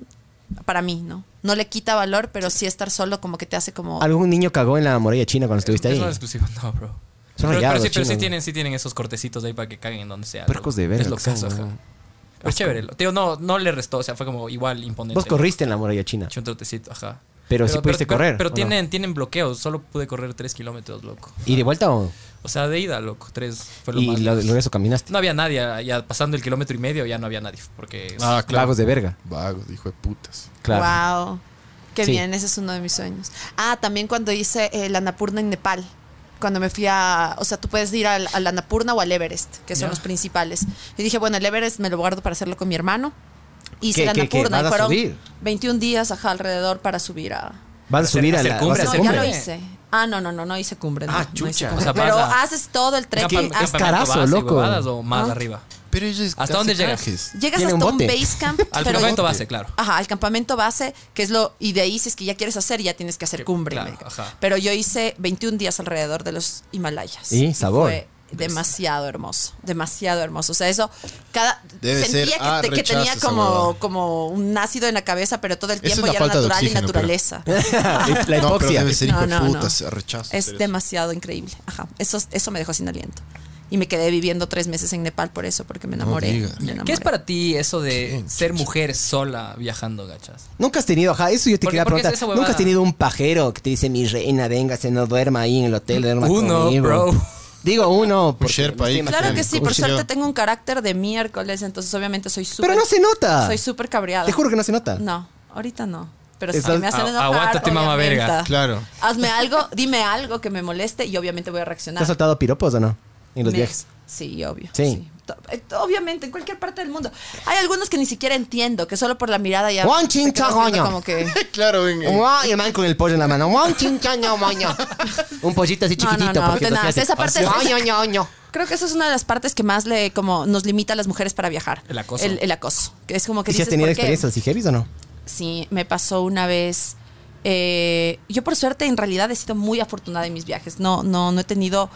[SPEAKER 3] para mí, ¿no? No le quita valor, pero sí estar solo como que te hace como.
[SPEAKER 2] ¿Algún niño cagó en la muralla china cuando estuviste
[SPEAKER 5] Es
[SPEAKER 2] ahí?
[SPEAKER 5] más exclusivo, no, bro.
[SPEAKER 2] Son
[SPEAKER 5] pero, pero
[SPEAKER 2] rayados,
[SPEAKER 5] sí, pero sí
[SPEAKER 2] chinos.
[SPEAKER 5] tienen, sí tienen esos cortecitos ahí para que caguen en donde sea.
[SPEAKER 2] Puercos de verga
[SPEAKER 5] Es lo
[SPEAKER 2] que
[SPEAKER 5] que
[SPEAKER 2] son,
[SPEAKER 5] ajá.
[SPEAKER 2] weón.
[SPEAKER 5] Pero Pues chévere. lo- Tío, no, no le restó, o sea, fue como igual imponente.
[SPEAKER 2] Vos corriste en la muralla china.
[SPEAKER 5] Eché un trotecito, ajá.
[SPEAKER 2] Pero sí pudiste correr, ¿o
[SPEAKER 5] Pero,
[SPEAKER 2] no?
[SPEAKER 5] tienen, tienen bloqueos, solo pude correr 3 kilómetros, loco.
[SPEAKER 2] ¿Y de vuelta o?
[SPEAKER 5] O sea, de ida, loco, 3 fue lo
[SPEAKER 2] Y
[SPEAKER 5] más.
[SPEAKER 2] lo, lo de eso caminaste.
[SPEAKER 5] No había nadie, ya pasando el kilómetro y medio ya no había nadie, porque es-
[SPEAKER 4] Ah, claro.
[SPEAKER 2] Lagos de verga.
[SPEAKER 4] Vagos, hijo de putas.
[SPEAKER 2] Claro.
[SPEAKER 3] Wow. Qué
[SPEAKER 2] Sí.
[SPEAKER 3] bien, ese es uno de mis sueños. Ah, también cuando hice el Annapurna en Nepal. Cuando me fui a. O sea, tú puedes ir al, al Annapurna o al Everest, que son
[SPEAKER 5] Ya.
[SPEAKER 3] los principales. Y dije, bueno, el Everest me lo guardo para hacerlo con mi hermano. Hice
[SPEAKER 2] ¿Qué,
[SPEAKER 3] el
[SPEAKER 2] qué, qué?
[SPEAKER 3] Annapurna. y
[SPEAKER 2] ¿Vas a
[SPEAKER 3] fueron
[SPEAKER 2] subir?
[SPEAKER 3] 21 días ajá, alrededor para subir a.
[SPEAKER 2] Vas a
[SPEAKER 5] Hacer-
[SPEAKER 2] subir a
[SPEAKER 5] hacer
[SPEAKER 2] la
[SPEAKER 5] cumbre,
[SPEAKER 2] vas a
[SPEAKER 3] No,
[SPEAKER 5] hacer
[SPEAKER 3] ya
[SPEAKER 2] cumbre.
[SPEAKER 3] lo hice. Ah, no, no, no, no hice cumbre. no,
[SPEAKER 5] Ah,
[SPEAKER 3] no hice
[SPEAKER 5] chucha.
[SPEAKER 3] cumbre.
[SPEAKER 5] O sea, vas
[SPEAKER 3] Pero
[SPEAKER 5] a-
[SPEAKER 3] haces todo el
[SPEAKER 5] Campa-
[SPEAKER 3] trekking.
[SPEAKER 5] campamento
[SPEAKER 3] hasta-
[SPEAKER 2] carazo,
[SPEAKER 5] base,
[SPEAKER 2] loco.
[SPEAKER 5] huevadas o más
[SPEAKER 3] Ah.
[SPEAKER 5] arriba.
[SPEAKER 4] Pero ellos
[SPEAKER 5] ¿Hasta dónde
[SPEAKER 4] hace
[SPEAKER 5] llegas?
[SPEAKER 4] cajes.
[SPEAKER 3] Llegas
[SPEAKER 2] Tiene
[SPEAKER 3] hasta
[SPEAKER 2] un
[SPEAKER 3] un,
[SPEAKER 2] bote.
[SPEAKER 3] base camp. pero-
[SPEAKER 5] Al campamento base, claro.
[SPEAKER 3] Ajá, al campamento base, que es lo. Y de ahí, si es que ya quieres hacer, ya tienes que hacer
[SPEAKER 5] Que-
[SPEAKER 3] cumbre.
[SPEAKER 5] claro,
[SPEAKER 3] ¿no?
[SPEAKER 5] ajá.
[SPEAKER 3] Pero yo hice 21 días alrededor de los Himalayas.
[SPEAKER 2] Y sabor.
[SPEAKER 3] Fue demasiado hermoso. Demasiado hermoso. O sea, eso. cada
[SPEAKER 4] Debe
[SPEAKER 3] Sentía
[SPEAKER 4] ser,
[SPEAKER 3] que,
[SPEAKER 4] ah,
[SPEAKER 3] te- que
[SPEAKER 4] rechazo
[SPEAKER 3] tenía
[SPEAKER 4] esa
[SPEAKER 3] como,
[SPEAKER 4] huevada.
[SPEAKER 3] como un ácido en la cabeza, pero todo el
[SPEAKER 4] Esa es
[SPEAKER 3] tiempo
[SPEAKER 4] la
[SPEAKER 3] ya era
[SPEAKER 4] falta de
[SPEAKER 3] natural y
[SPEAKER 4] oxígeno, pero-
[SPEAKER 3] naturaleza.
[SPEAKER 2] la
[SPEAKER 4] No, pero
[SPEAKER 2] hipoxia.
[SPEAKER 4] debe ser
[SPEAKER 3] No,
[SPEAKER 4] hijo de
[SPEAKER 3] no, no.
[SPEAKER 4] putas, rechazo.
[SPEAKER 3] Es
[SPEAKER 4] Pero-
[SPEAKER 3] demasiado increíble. Ajá. Eso, eso me dejó sin aliento. Y me quedé viviendo tres meses en Nepal por eso, porque me enamoré.
[SPEAKER 4] digas.
[SPEAKER 3] me enamoré.
[SPEAKER 5] ¿Qué es para ti eso de
[SPEAKER 4] Sí,
[SPEAKER 5] ser mujer sola viajando, gachas?
[SPEAKER 2] Nunca has tenido, ajá, eso yo te
[SPEAKER 5] Porque-
[SPEAKER 2] quería
[SPEAKER 5] porque es
[SPEAKER 2] preguntar.
[SPEAKER 5] esa huevada.
[SPEAKER 2] Nunca has tenido un pajero que te dice, mi reina, véngase, no duerma ahí en el hotel, duerma
[SPEAKER 5] Uno,
[SPEAKER 2] conmigo"?
[SPEAKER 5] bro.
[SPEAKER 2] Digo uno. porque
[SPEAKER 4] Sherpa
[SPEAKER 2] me
[SPEAKER 4] ahí.
[SPEAKER 2] estoy
[SPEAKER 3] Claro
[SPEAKER 2] imaginando.
[SPEAKER 3] que sí, por
[SPEAKER 4] Uy, yo-
[SPEAKER 3] suerte tengo un carácter de miércoles, entonces obviamente soy súper.
[SPEAKER 2] Pero no se nota.
[SPEAKER 3] Soy súper cabreada.
[SPEAKER 2] Te juro que no se nota.
[SPEAKER 3] No, ahorita no. Pero
[SPEAKER 2] Estás-
[SPEAKER 3] si me hacen
[SPEAKER 5] a-
[SPEAKER 3] enojar,
[SPEAKER 5] aguántate, mamá
[SPEAKER 3] obviamente.
[SPEAKER 5] verga.
[SPEAKER 4] Claro.
[SPEAKER 3] Hazme algo, dime algo que me moleste y obviamente voy a reaccionar.
[SPEAKER 2] ¿Te has saltado piropos o no? En los
[SPEAKER 3] Me-
[SPEAKER 2] viajes.
[SPEAKER 3] Sí, obvio.
[SPEAKER 2] Sí.
[SPEAKER 3] To- eh, Obviamente, en cualquier parte del mundo. Hay algunos que ni siquiera entiendo, que solo por la mirada ya.
[SPEAKER 2] Juan Chin
[SPEAKER 3] te quedas viendo
[SPEAKER 2] Chagoño.
[SPEAKER 3] Como que.
[SPEAKER 4] Claro, en, en-
[SPEAKER 2] Guau, y el man con el pollo en la mano. Guau, chin, cha, ño, mo, ño. Un pollito así
[SPEAKER 3] No, no,
[SPEAKER 2] chiquitito.
[SPEAKER 3] no,
[SPEAKER 2] porque
[SPEAKER 3] tenaz,
[SPEAKER 2] así hace.
[SPEAKER 3] esa parte
[SPEAKER 2] Así,
[SPEAKER 3] es-
[SPEAKER 2] "Guau, ño, ño, ño".
[SPEAKER 3] Creo que eso es una de las partes que más le como nos limita a las mujeres para viajar.
[SPEAKER 5] El acoso.
[SPEAKER 3] El, el acoso. Que es como que
[SPEAKER 2] ¿Y si has
[SPEAKER 3] dices,
[SPEAKER 2] tenido
[SPEAKER 3] ¿por qué?
[SPEAKER 2] experiencias así heavy o no?
[SPEAKER 3] Sí, me pasó una vez. eh, yo por suerte en realidad he sido muy afortunada en mis viajes. No, no, no he tenido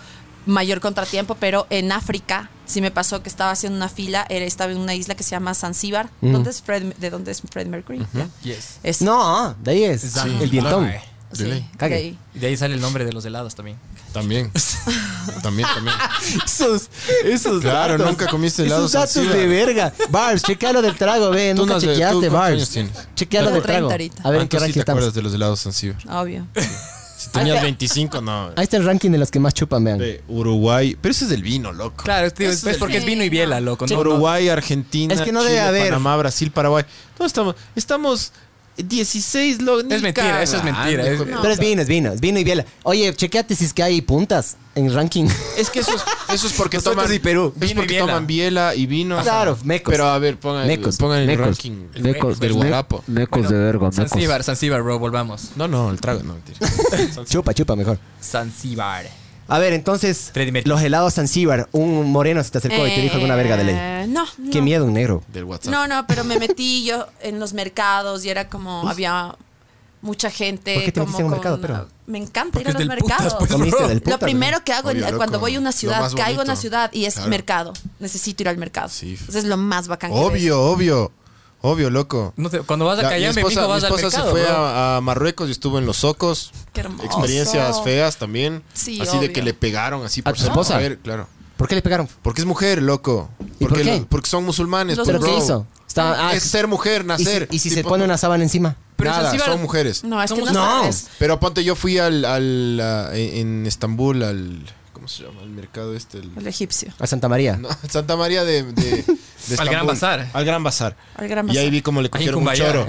[SPEAKER 3] mayor contratiempo, pero en África sí me pasó que estaba haciendo una fila. era- estaba en una isla que se llama Zanzíbar.
[SPEAKER 2] Mm.
[SPEAKER 3] ¿Dónde es Fred, ¿De dónde es Fred Mercury? Ya.
[SPEAKER 5] Yes.
[SPEAKER 3] Es-
[SPEAKER 2] No, ah, de ahí es.
[SPEAKER 5] Sí.
[SPEAKER 2] El vientón.
[SPEAKER 5] Ah, eh.
[SPEAKER 3] sí,
[SPEAKER 4] de ley.
[SPEAKER 2] Cague.
[SPEAKER 3] de ahí.
[SPEAKER 5] Y de ahí sale el nombre de los helados también.
[SPEAKER 4] También. También, también.
[SPEAKER 2] Esos, esos
[SPEAKER 4] Claro,
[SPEAKER 2] datos.
[SPEAKER 4] nunca comiste helado
[SPEAKER 2] Esos datos
[SPEAKER 4] sencillo.
[SPEAKER 2] de verga. Bars, chequea lo del trago, ve.
[SPEAKER 4] Tú
[SPEAKER 2] Nunca
[SPEAKER 4] no has- ¿tú
[SPEAKER 2] chequeaste,
[SPEAKER 4] cuántos años
[SPEAKER 2] Bars.
[SPEAKER 4] tienes?
[SPEAKER 2] Chequea lo
[SPEAKER 3] Tengo
[SPEAKER 2] del trago.
[SPEAKER 3] 30 ahorita.
[SPEAKER 2] A ver en
[SPEAKER 4] Ah, tú
[SPEAKER 2] qué
[SPEAKER 4] sí
[SPEAKER 2] ranking
[SPEAKER 4] te
[SPEAKER 2] estamos.
[SPEAKER 4] acuerdas de los helados Zanzíbar.
[SPEAKER 3] Obvio.
[SPEAKER 4] Si tenías 25, no.
[SPEAKER 2] Ahí está el ranking de los que más chupan, vean.
[SPEAKER 4] De Uruguay. Pero ese es del vino, loco.
[SPEAKER 5] Claro, es,
[SPEAKER 3] Eso es
[SPEAKER 5] porque es vino y
[SPEAKER 3] vino.
[SPEAKER 5] biela, loco. no- no-
[SPEAKER 4] Uruguay, Argentina,
[SPEAKER 2] Es que no
[SPEAKER 4] Chile,
[SPEAKER 2] debe haber.
[SPEAKER 4] Panamá, Brasil, Paraguay. Todos estamos. Estamos 16 lo, ni
[SPEAKER 5] Es mentira, eso es
[SPEAKER 4] cagando,
[SPEAKER 5] mentira,
[SPEAKER 4] hijo
[SPEAKER 5] es-
[SPEAKER 4] de-
[SPEAKER 2] Pero es vino, es vino, es vino y biela. Oye, chequeate si es que hay puntas en ranking.
[SPEAKER 4] Es que eso es, eso es porque
[SPEAKER 2] Nosotros
[SPEAKER 4] toman
[SPEAKER 2] y Perú.
[SPEAKER 4] Es
[SPEAKER 5] Vino y
[SPEAKER 4] porque
[SPEAKER 5] biela.
[SPEAKER 4] toman biela y vino.
[SPEAKER 2] Claro, mecos.
[SPEAKER 4] Pero a ver, pongan,
[SPEAKER 2] Mecos,
[SPEAKER 4] pongan el
[SPEAKER 2] mecos.
[SPEAKER 4] ranking
[SPEAKER 5] Mecos,
[SPEAKER 4] del
[SPEAKER 5] mecos.
[SPEAKER 4] guarapo.
[SPEAKER 2] Mecos de verga,
[SPEAKER 5] Zanzíbar, Zanzíbar, bro, volvamos.
[SPEAKER 4] No, no, el trago, no, mentira.
[SPEAKER 2] Chupa, chupa mejor.
[SPEAKER 5] Zanzíbar.
[SPEAKER 2] A ver, entonces,
[SPEAKER 5] Tres metros.
[SPEAKER 2] los helados Zanzíbar. Un moreno se te acercó y te dijo alguna verga de ley.
[SPEAKER 3] Eh, No, no.
[SPEAKER 2] Qué miedo, un negro.
[SPEAKER 4] Del WhatsApp.
[SPEAKER 3] No, no, pero me metí yo en los mercados y era como había mucha gente.
[SPEAKER 2] ¿Por qué te
[SPEAKER 3] como
[SPEAKER 2] metiste en un mercado, pero?
[SPEAKER 3] Me encanta
[SPEAKER 5] Porque
[SPEAKER 3] ir a
[SPEAKER 5] es
[SPEAKER 3] los
[SPEAKER 5] del putas,
[SPEAKER 3] mercados.
[SPEAKER 5] pues,
[SPEAKER 2] Comiste
[SPEAKER 5] bro.
[SPEAKER 2] del putas,
[SPEAKER 3] Lo primero que hago en-
[SPEAKER 4] Obvio, loco,
[SPEAKER 3] cuando voy a una
[SPEAKER 4] lo
[SPEAKER 3] ciudad,
[SPEAKER 4] más
[SPEAKER 3] caigo en una
[SPEAKER 4] bonito.
[SPEAKER 3] ciudad y es
[SPEAKER 4] Claro.
[SPEAKER 3] mercado. Necesito ir al mercado.
[SPEAKER 4] Sí.
[SPEAKER 3] Eso es lo más bacán. que ves.
[SPEAKER 4] Obvio, obvio. Obvio, loco.
[SPEAKER 5] No te- cuando vas a
[SPEAKER 4] La-
[SPEAKER 5] Cayambe, mijo, vas
[SPEAKER 4] mi
[SPEAKER 5] al
[SPEAKER 4] esposa
[SPEAKER 5] mercado,
[SPEAKER 4] se fue
[SPEAKER 5] bro.
[SPEAKER 4] a, a Marruecos y estuvo en los socos.
[SPEAKER 3] Qué hermoso.
[SPEAKER 4] Experiencias feas también.
[SPEAKER 3] Sí,
[SPEAKER 4] así de
[SPEAKER 3] obvio.
[SPEAKER 4] que le pegaron así
[SPEAKER 2] ¿A
[SPEAKER 4] por
[SPEAKER 2] tu
[SPEAKER 4] ser
[SPEAKER 2] esposa?
[SPEAKER 4] mujer, claro.
[SPEAKER 2] ¿Por qué le pegaron?
[SPEAKER 4] Porque es mujer, loco.
[SPEAKER 2] ¿Y por
[SPEAKER 4] Porque,
[SPEAKER 2] qué?
[SPEAKER 4] lo- porque son musulmanes.
[SPEAKER 3] Los
[SPEAKER 4] pues,
[SPEAKER 2] ¿Pero qué
[SPEAKER 4] bro.
[SPEAKER 2] hizo? Estaba, ah,
[SPEAKER 4] es ser mujer,
[SPEAKER 2] ¿Y si,
[SPEAKER 4] nacer.
[SPEAKER 2] y si se
[SPEAKER 4] Tipo,
[SPEAKER 2] pone una sábana encima?
[SPEAKER 5] Pero
[SPEAKER 4] nada,
[SPEAKER 5] Zanzíbar-
[SPEAKER 4] son mujeres.
[SPEAKER 3] No, es que
[SPEAKER 5] Somos-
[SPEAKER 3] no,
[SPEAKER 2] No.
[SPEAKER 3] sabes.
[SPEAKER 4] Pero ponte, yo fui al, al a- en Estambul al ¿cómo se llama? El mercado este, el-
[SPEAKER 3] El egipcio.
[SPEAKER 2] A Santa María.
[SPEAKER 4] no, Santa María de, de, de Estambul.
[SPEAKER 5] Gran Bazar.
[SPEAKER 4] Al Gran Bazar.
[SPEAKER 3] Al Gran
[SPEAKER 4] Y ahí
[SPEAKER 3] Bazar.
[SPEAKER 4] vi cómo le
[SPEAKER 5] Ahí en
[SPEAKER 4] cogieron un
[SPEAKER 5] Cumbayá.
[SPEAKER 4] choro.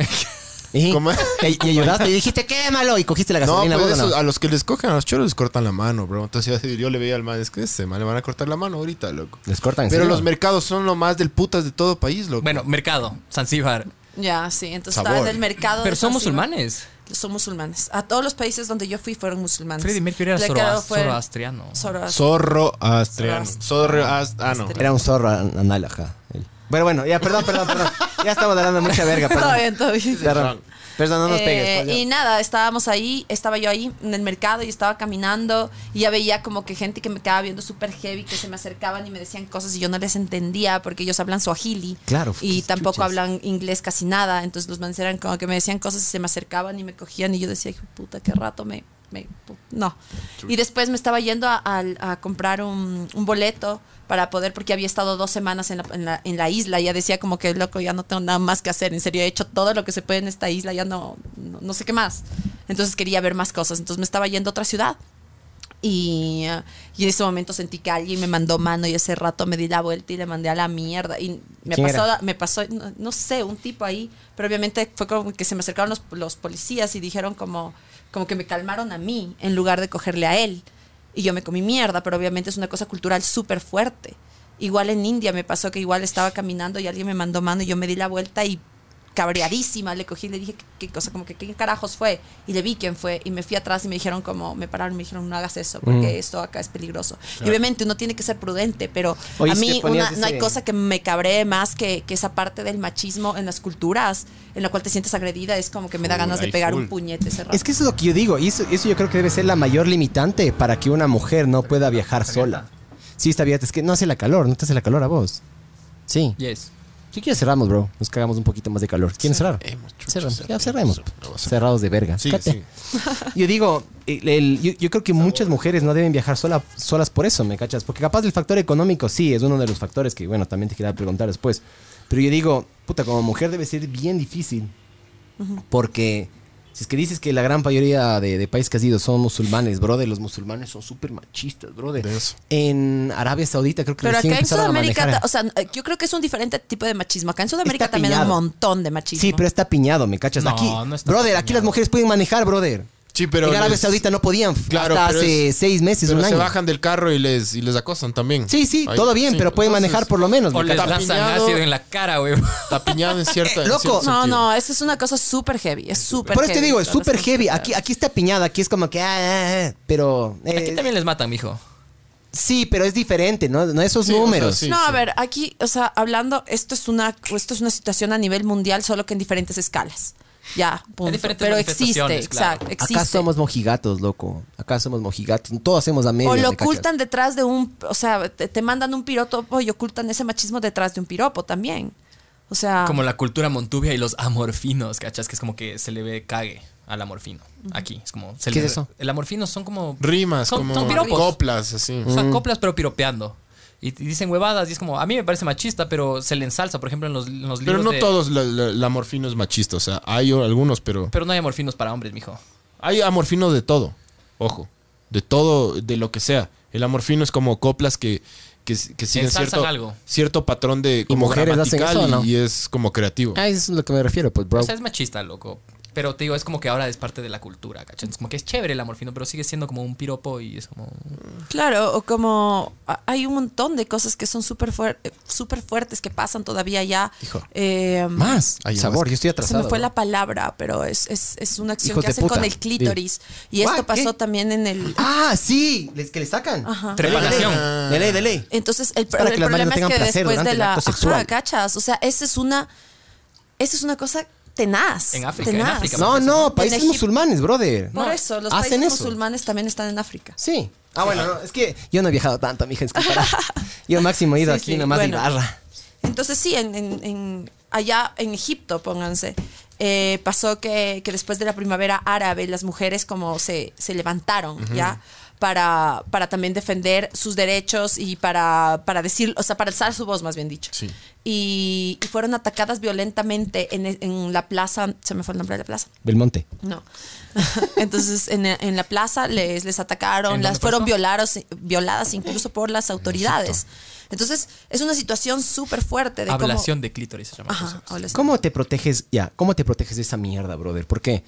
[SPEAKER 2] Y,
[SPEAKER 4] ¿Cómo?
[SPEAKER 2] y- y ayudaste y dijiste, quémalo. Y cogiste la
[SPEAKER 4] No,
[SPEAKER 2] gasolina.
[SPEAKER 4] pues
[SPEAKER 2] ¿vos o
[SPEAKER 4] eso,
[SPEAKER 2] no?
[SPEAKER 4] a los que les cogen a los choros les cortan la mano, bro. Entonces yo, yo le veía al man, es que ese man le van a cortar la mano ahorita, loco.
[SPEAKER 2] Les cortan. ¿en
[SPEAKER 4] Pero
[SPEAKER 2] serio?
[SPEAKER 4] los mercados son lo más del putas de todo país, loco.
[SPEAKER 5] Bueno, mercado, Zanzíbar.
[SPEAKER 3] Ya, sí. Entonces
[SPEAKER 4] Sabor.
[SPEAKER 3] estaba en el mercado.
[SPEAKER 5] Pero
[SPEAKER 3] de
[SPEAKER 5] son
[SPEAKER 3] Zanzíbar.
[SPEAKER 5] musulmanes.
[SPEAKER 3] Son musulmanes. A todos los países donde yo fui fueron musulmanes.
[SPEAKER 5] Freddie Mercury era
[SPEAKER 3] Claro,
[SPEAKER 5] zoroas-
[SPEAKER 3] fue-
[SPEAKER 5] zoroastriano.
[SPEAKER 3] Zoroas-
[SPEAKER 4] zorro astreano.
[SPEAKER 3] Zoroastro.
[SPEAKER 4] Zorro as- ah, no.
[SPEAKER 5] Este,
[SPEAKER 2] Era un zorro an- anal, ajá, él. Bueno, bueno, ya, perdón, perdón, perdón. Ya estamos hablando mucha verga,
[SPEAKER 3] Todo
[SPEAKER 2] perdón.
[SPEAKER 3] bien, todo bien.
[SPEAKER 2] Perdón, Perdón, no nos
[SPEAKER 3] Eh,
[SPEAKER 4] pues,
[SPEAKER 2] pegues. pues,
[SPEAKER 3] y nada, estábamos ahí, estaba yo ahí en el mercado y estaba caminando y ya veía como que gente que me quedaba viendo súper heavy, que se me acercaban y me decían cosas y yo no les entendía porque ellos hablan suajili.
[SPEAKER 2] Claro,
[SPEAKER 3] Y
[SPEAKER 2] qué
[SPEAKER 3] tampoco
[SPEAKER 2] chuchas.
[SPEAKER 3] hablan inglés casi nada. Entonces los manes eran como que me decían cosas y se me acercaban y me cogían y yo decía, "Hijo de puta, qué rato me... me- pu- no. Y después me estaba yendo a, a- a comprar un, un boleto para poder, porque había estado dos semanas en la, en, la, en la isla, ya decía como que loco, ya no tengo nada más que hacer, en serio, he hecho todo lo que se puede en esta isla, ya no, no, no sé qué más. Entonces quería ver más cosas, entonces me estaba yendo a otra ciudad. Y, eh, y en ese momento sentí que alguien me mandó mano y ese rato me di la vuelta y le mandé a la mierda. Y me
[SPEAKER 2] ¿Quién
[SPEAKER 3] pasó,
[SPEAKER 2] era?
[SPEAKER 3] me pasó no, no sé, un tipo ahí, pero obviamente fue como que se me acercaron los, los policías y dijeron como, como que me calmaron a mí en lugar de cogerle a él. Y yo me comí mierda, pero obviamente es una cosa cultural súper fuerte. Igual en India me pasó que igual estaba caminando y alguien me mandó mano y yo me di la vuelta y cabreadísima, le cogí y le dije qué, qué cosa, como que qué carajos fue. Y le vi quién fue. Y me fui atrás y me dijeron como, me pararon y me dijeron, no hagas eso, porque
[SPEAKER 2] Mm.
[SPEAKER 3] esto acá es peligroso. Y obviamente uno tiene que ser prudente, pero
[SPEAKER 2] Oye,
[SPEAKER 3] a
[SPEAKER 2] si te
[SPEAKER 3] mí
[SPEAKER 2] ponías
[SPEAKER 3] una- no hay
[SPEAKER 2] ese-
[SPEAKER 3] cosa que me cabree más que, que esa parte del machismo en las culturas, en la cual te sientes agredida, es como que me da ganas de
[SPEAKER 4] ahí
[SPEAKER 3] pegar
[SPEAKER 4] full.
[SPEAKER 3] un puñete ese rato.
[SPEAKER 2] Es que eso es lo que yo digo. Y eso, eso yo creo que debe ser la mayor limitante para que una mujer no pueda viajar sola. Sí, está abierta. Es que no hace la calor, no te hace la calor a vos. Sí.
[SPEAKER 5] Yes.
[SPEAKER 2] Si quieres cerramos, bro. Nos cagamos un poquito más de calor. ¿Quieres cerrar?
[SPEAKER 4] Eh,
[SPEAKER 2] Cerramos. Ya cerremos. Cerrados de verga.
[SPEAKER 4] Sí,
[SPEAKER 2] Cate.
[SPEAKER 4] sí.
[SPEAKER 2] Yo digo, el- el- yo, yo creo que muchas mujeres no deben viajar sola- solas por eso, ¿me cachas? Porque capaz el factor económico sí es uno de los factores que, bueno, también te quería preguntar después. Pero yo digo, puta, como mujer debe ser bien difícil. Porque Si es que dices que la gran mayoría de, de países que has ido son musulmanes, brother, los musulmanes son súper machistas, brother.
[SPEAKER 4] Denso.
[SPEAKER 2] En Arabia Saudita creo que
[SPEAKER 3] Pero
[SPEAKER 2] recién
[SPEAKER 3] acá en
[SPEAKER 2] empezaron a
[SPEAKER 3] Sudamérica,
[SPEAKER 2] manejar. eh.
[SPEAKER 3] ta- o sea, yo creo que es un diferente tipo de machismo. Acá en Sudamérica
[SPEAKER 2] Está
[SPEAKER 3] también hay un
[SPEAKER 2] pillado.
[SPEAKER 3] montón de machismo.
[SPEAKER 2] Sí, pero está piñado, ¿me cachas?
[SPEAKER 5] No,
[SPEAKER 2] aquí,
[SPEAKER 5] no está
[SPEAKER 2] brother, aquí
[SPEAKER 5] piñado.
[SPEAKER 2] las mujeres pueden manejar, brother.
[SPEAKER 4] Sí, pero
[SPEAKER 2] en Arabia
[SPEAKER 4] les-
[SPEAKER 2] Saudita no podían
[SPEAKER 4] Claro,
[SPEAKER 2] hasta
[SPEAKER 4] pero
[SPEAKER 2] hace
[SPEAKER 4] es-
[SPEAKER 2] seis meses,
[SPEAKER 4] pero
[SPEAKER 2] un
[SPEAKER 4] se
[SPEAKER 2] año.
[SPEAKER 4] bajan del carro y les, y les acosan también.
[SPEAKER 2] Sí, sí,
[SPEAKER 4] Ahí,
[SPEAKER 2] todo bien,
[SPEAKER 4] sí.
[SPEAKER 2] pero pueden
[SPEAKER 4] Entonces,
[SPEAKER 2] manejar por lo menos.
[SPEAKER 5] O
[SPEAKER 2] ¿me
[SPEAKER 5] les
[SPEAKER 2] cachas?
[SPEAKER 5] lanzan
[SPEAKER 4] Tapiñado.
[SPEAKER 5] ácido en la cara, güey.
[SPEAKER 4] Tapiñado en cierta.
[SPEAKER 2] Eh,
[SPEAKER 4] en
[SPEAKER 2] loco.
[SPEAKER 4] cierto
[SPEAKER 3] No,
[SPEAKER 4] sentido.
[SPEAKER 3] no, eso es una cosa súper heavy. Es súper
[SPEAKER 2] Por eso te
[SPEAKER 3] heavy
[SPEAKER 2] digo, es
[SPEAKER 3] todas las
[SPEAKER 2] súper
[SPEAKER 3] cosas.
[SPEAKER 2] heavy. Aquí, aquí está piñada, aquí es como que... ah, ah, ah, pero... eh,
[SPEAKER 5] Aquí también les matan, mijo.
[SPEAKER 2] Sí, pero es diferente, ¿no? No esos
[SPEAKER 4] Sí, o sea,
[SPEAKER 2] números.
[SPEAKER 4] sí.
[SPEAKER 3] no, a ver, aquí, o sea, hablando, esto es una, esto es una situación a nivel mundial, solo que en diferentes escalas. Ya, punto.
[SPEAKER 5] diferentes
[SPEAKER 3] Pero existe,
[SPEAKER 5] manifestaciones, claro.
[SPEAKER 3] exacto, existe.
[SPEAKER 2] Acá somos mojigatos, loco. Acá somos mojigatos. Todos hacemos a medias.
[SPEAKER 3] o lo
[SPEAKER 2] ¿me cachas?
[SPEAKER 3] ocultan detrás de un, o sea, te, te mandan un piropo y ocultan ese machismo detrás de un piropo también. O
[SPEAKER 2] ah.
[SPEAKER 3] sea,
[SPEAKER 5] Como la cultura montubia y los amorfinos, ¿cachas? Que es como que se le ve cague al amorfino. Aquí, es como... se
[SPEAKER 2] ¿Qué
[SPEAKER 5] le-
[SPEAKER 2] es eso?
[SPEAKER 5] El amorfino son como...
[SPEAKER 4] Rimas,
[SPEAKER 5] son-
[SPEAKER 4] como
[SPEAKER 5] son piropos.
[SPEAKER 4] coplas, así. Mm.
[SPEAKER 5] Son
[SPEAKER 2] Mm.
[SPEAKER 5] coplas, pero piropeando. Y, y dicen huevadas y es como... A mí me parece machista, pero se le ensalza, por ejemplo, en los, en los libros
[SPEAKER 4] Pero no
[SPEAKER 5] de-
[SPEAKER 4] todos la, la- la morfina es machista. O sea, hay o- algunos, pero.
[SPEAKER 5] Pero no hay amorfinos para hombres, mijo.
[SPEAKER 4] Hay amorfino de todo. Ojo. De todo, de lo que sea. El amorfino es como coplas que, que, que siguen
[SPEAKER 5] Ensalzan
[SPEAKER 4] cierto,
[SPEAKER 5] algo.
[SPEAKER 4] cierto patrón de como
[SPEAKER 2] mujeres hacen
[SPEAKER 4] gramatical
[SPEAKER 2] eso, ¿o no?
[SPEAKER 4] y, y es como creativo.
[SPEAKER 2] Ah, eso es lo que me refiero, pues, bro.
[SPEAKER 5] O sea, es machista, loco. Pero te digo, es como que ahora es parte de la cultura, ¿cachas? Es como que es chévere el amorfino, pero sigue siendo como un piropo y es como...
[SPEAKER 3] Claro, o como a- hay un montón de cosas que son súper fuer- eh, súper fuertes que pasan todavía allá.
[SPEAKER 4] Hijo.
[SPEAKER 3] Eh,
[SPEAKER 2] Más.
[SPEAKER 4] Ay,
[SPEAKER 2] sabor,
[SPEAKER 4] más.
[SPEAKER 2] yo estoy
[SPEAKER 3] se
[SPEAKER 2] atrasado.
[SPEAKER 3] me fue
[SPEAKER 2] bro.
[SPEAKER 3] la palabra, pero es, es- es una acción
[SPEAKER 2] Hijos
[SPEAKER 3] que
[SPEAKER 2] de
[SPEAKER 3] hacen
[SPEAKER 2] puta.
[SPEAKER 3] con el clítoris. Y
[SPEAKER 2] Guau,
[SPEAKER 3] esto pasó
[SPEAKER 2] ¿qué?
[SPEAKER 3] también en el...
[SPEAKER 2] Ah, sí. Les, que le sacan.
[SPEAKER 3] Ajá.
[SPEAKER 5] Trepanación.
[SPEAKER 2] De ley, de ley.
[SPEAKER 3] Entonces, el,
[SPEAKER 2] para
[SPEAKER 3] el
[SPEAKER 2] que las
[SPEAKER 3] problema
[SPEAKER 2] manos
[SPEAKER 3] es
[SPEAKER 2] tengan
[SPEAKER 3] que
[SPEAKER 2] placer
[SPEAKER 3] después
[SPEAKER 2] durante
[SPEAKER 3] de
[SPEAKER 2] el
[SPEAKER 3] la...
[SPEAKER 2] acto sexual.
[SPEAKER 3] Ajá, cachas. O sea, esa es una... Esa es una cosa tenaz.
[SPEAKER 5] En África, en
[SPEAKER 3] tenaz.
[SPEAKER 5] África.
[SPEAKER 2] No, no, países
[SPEAKER 3] En Egip-
[SPEAKER 2] musulmanes, brother.
[SPEAKER 3] Por eso, los
[SPEAKER 2] Hacen
[SPEAKER 3] países
[SPEAKER 2] eso.
[SPEAKER 3] musulmanes también están en África.
[SPEAKER 2] Sí. Ah, bueno, no, es que yo no he viajado tanto, mija, disculpa. Yo máximo he ido
[SPEAKER 3] Sí,
[SPEAKER 2] aquí
[SPEAKER 3] sí,
[SPEAKER 2] nomás
[SPEAKER 3] bueno.
[SPEAKER 2] de barra.
[SPEAKER 3] Entonces sí, en, en- en- allá en Egipto, pónganse, eh, pasó que, que después de la primavera árabe las mujeres como se, se levantaron, ¿ya? Para, para también defender sus derechos y para, para decir, o sea, para alzar su voz, más bien dicho.
[SPEAKER 4] Sí.
[SPEAKER 3] Y, y fueron atacadas violentamente en, en la plaza, se me fue el nombre de la plaza.
[SPEAKER 2] Belmonte.
[SPEAKER 3] No. Entonces, en, en la plaza les, les atacaron,
[SPEAKER 5] ¿En
[SPEAKER 3] las
[SPEAKER 5] dónde
[SPEAKER 3] fueron
[SPEAKER 5] pasó?
[SPEAKER 3] violados, violadas incluso por las autoridades. Entonces, es una situación súper fuerte de cómo-
[SPEAKER 5] Ablación de clítoris se llama.
[SPEAKER 3] Ajá, ablación.
[SPEAKER 2] ¿Cómo te proteges, ya, cómo te proteges de esa mierda, brother? Porque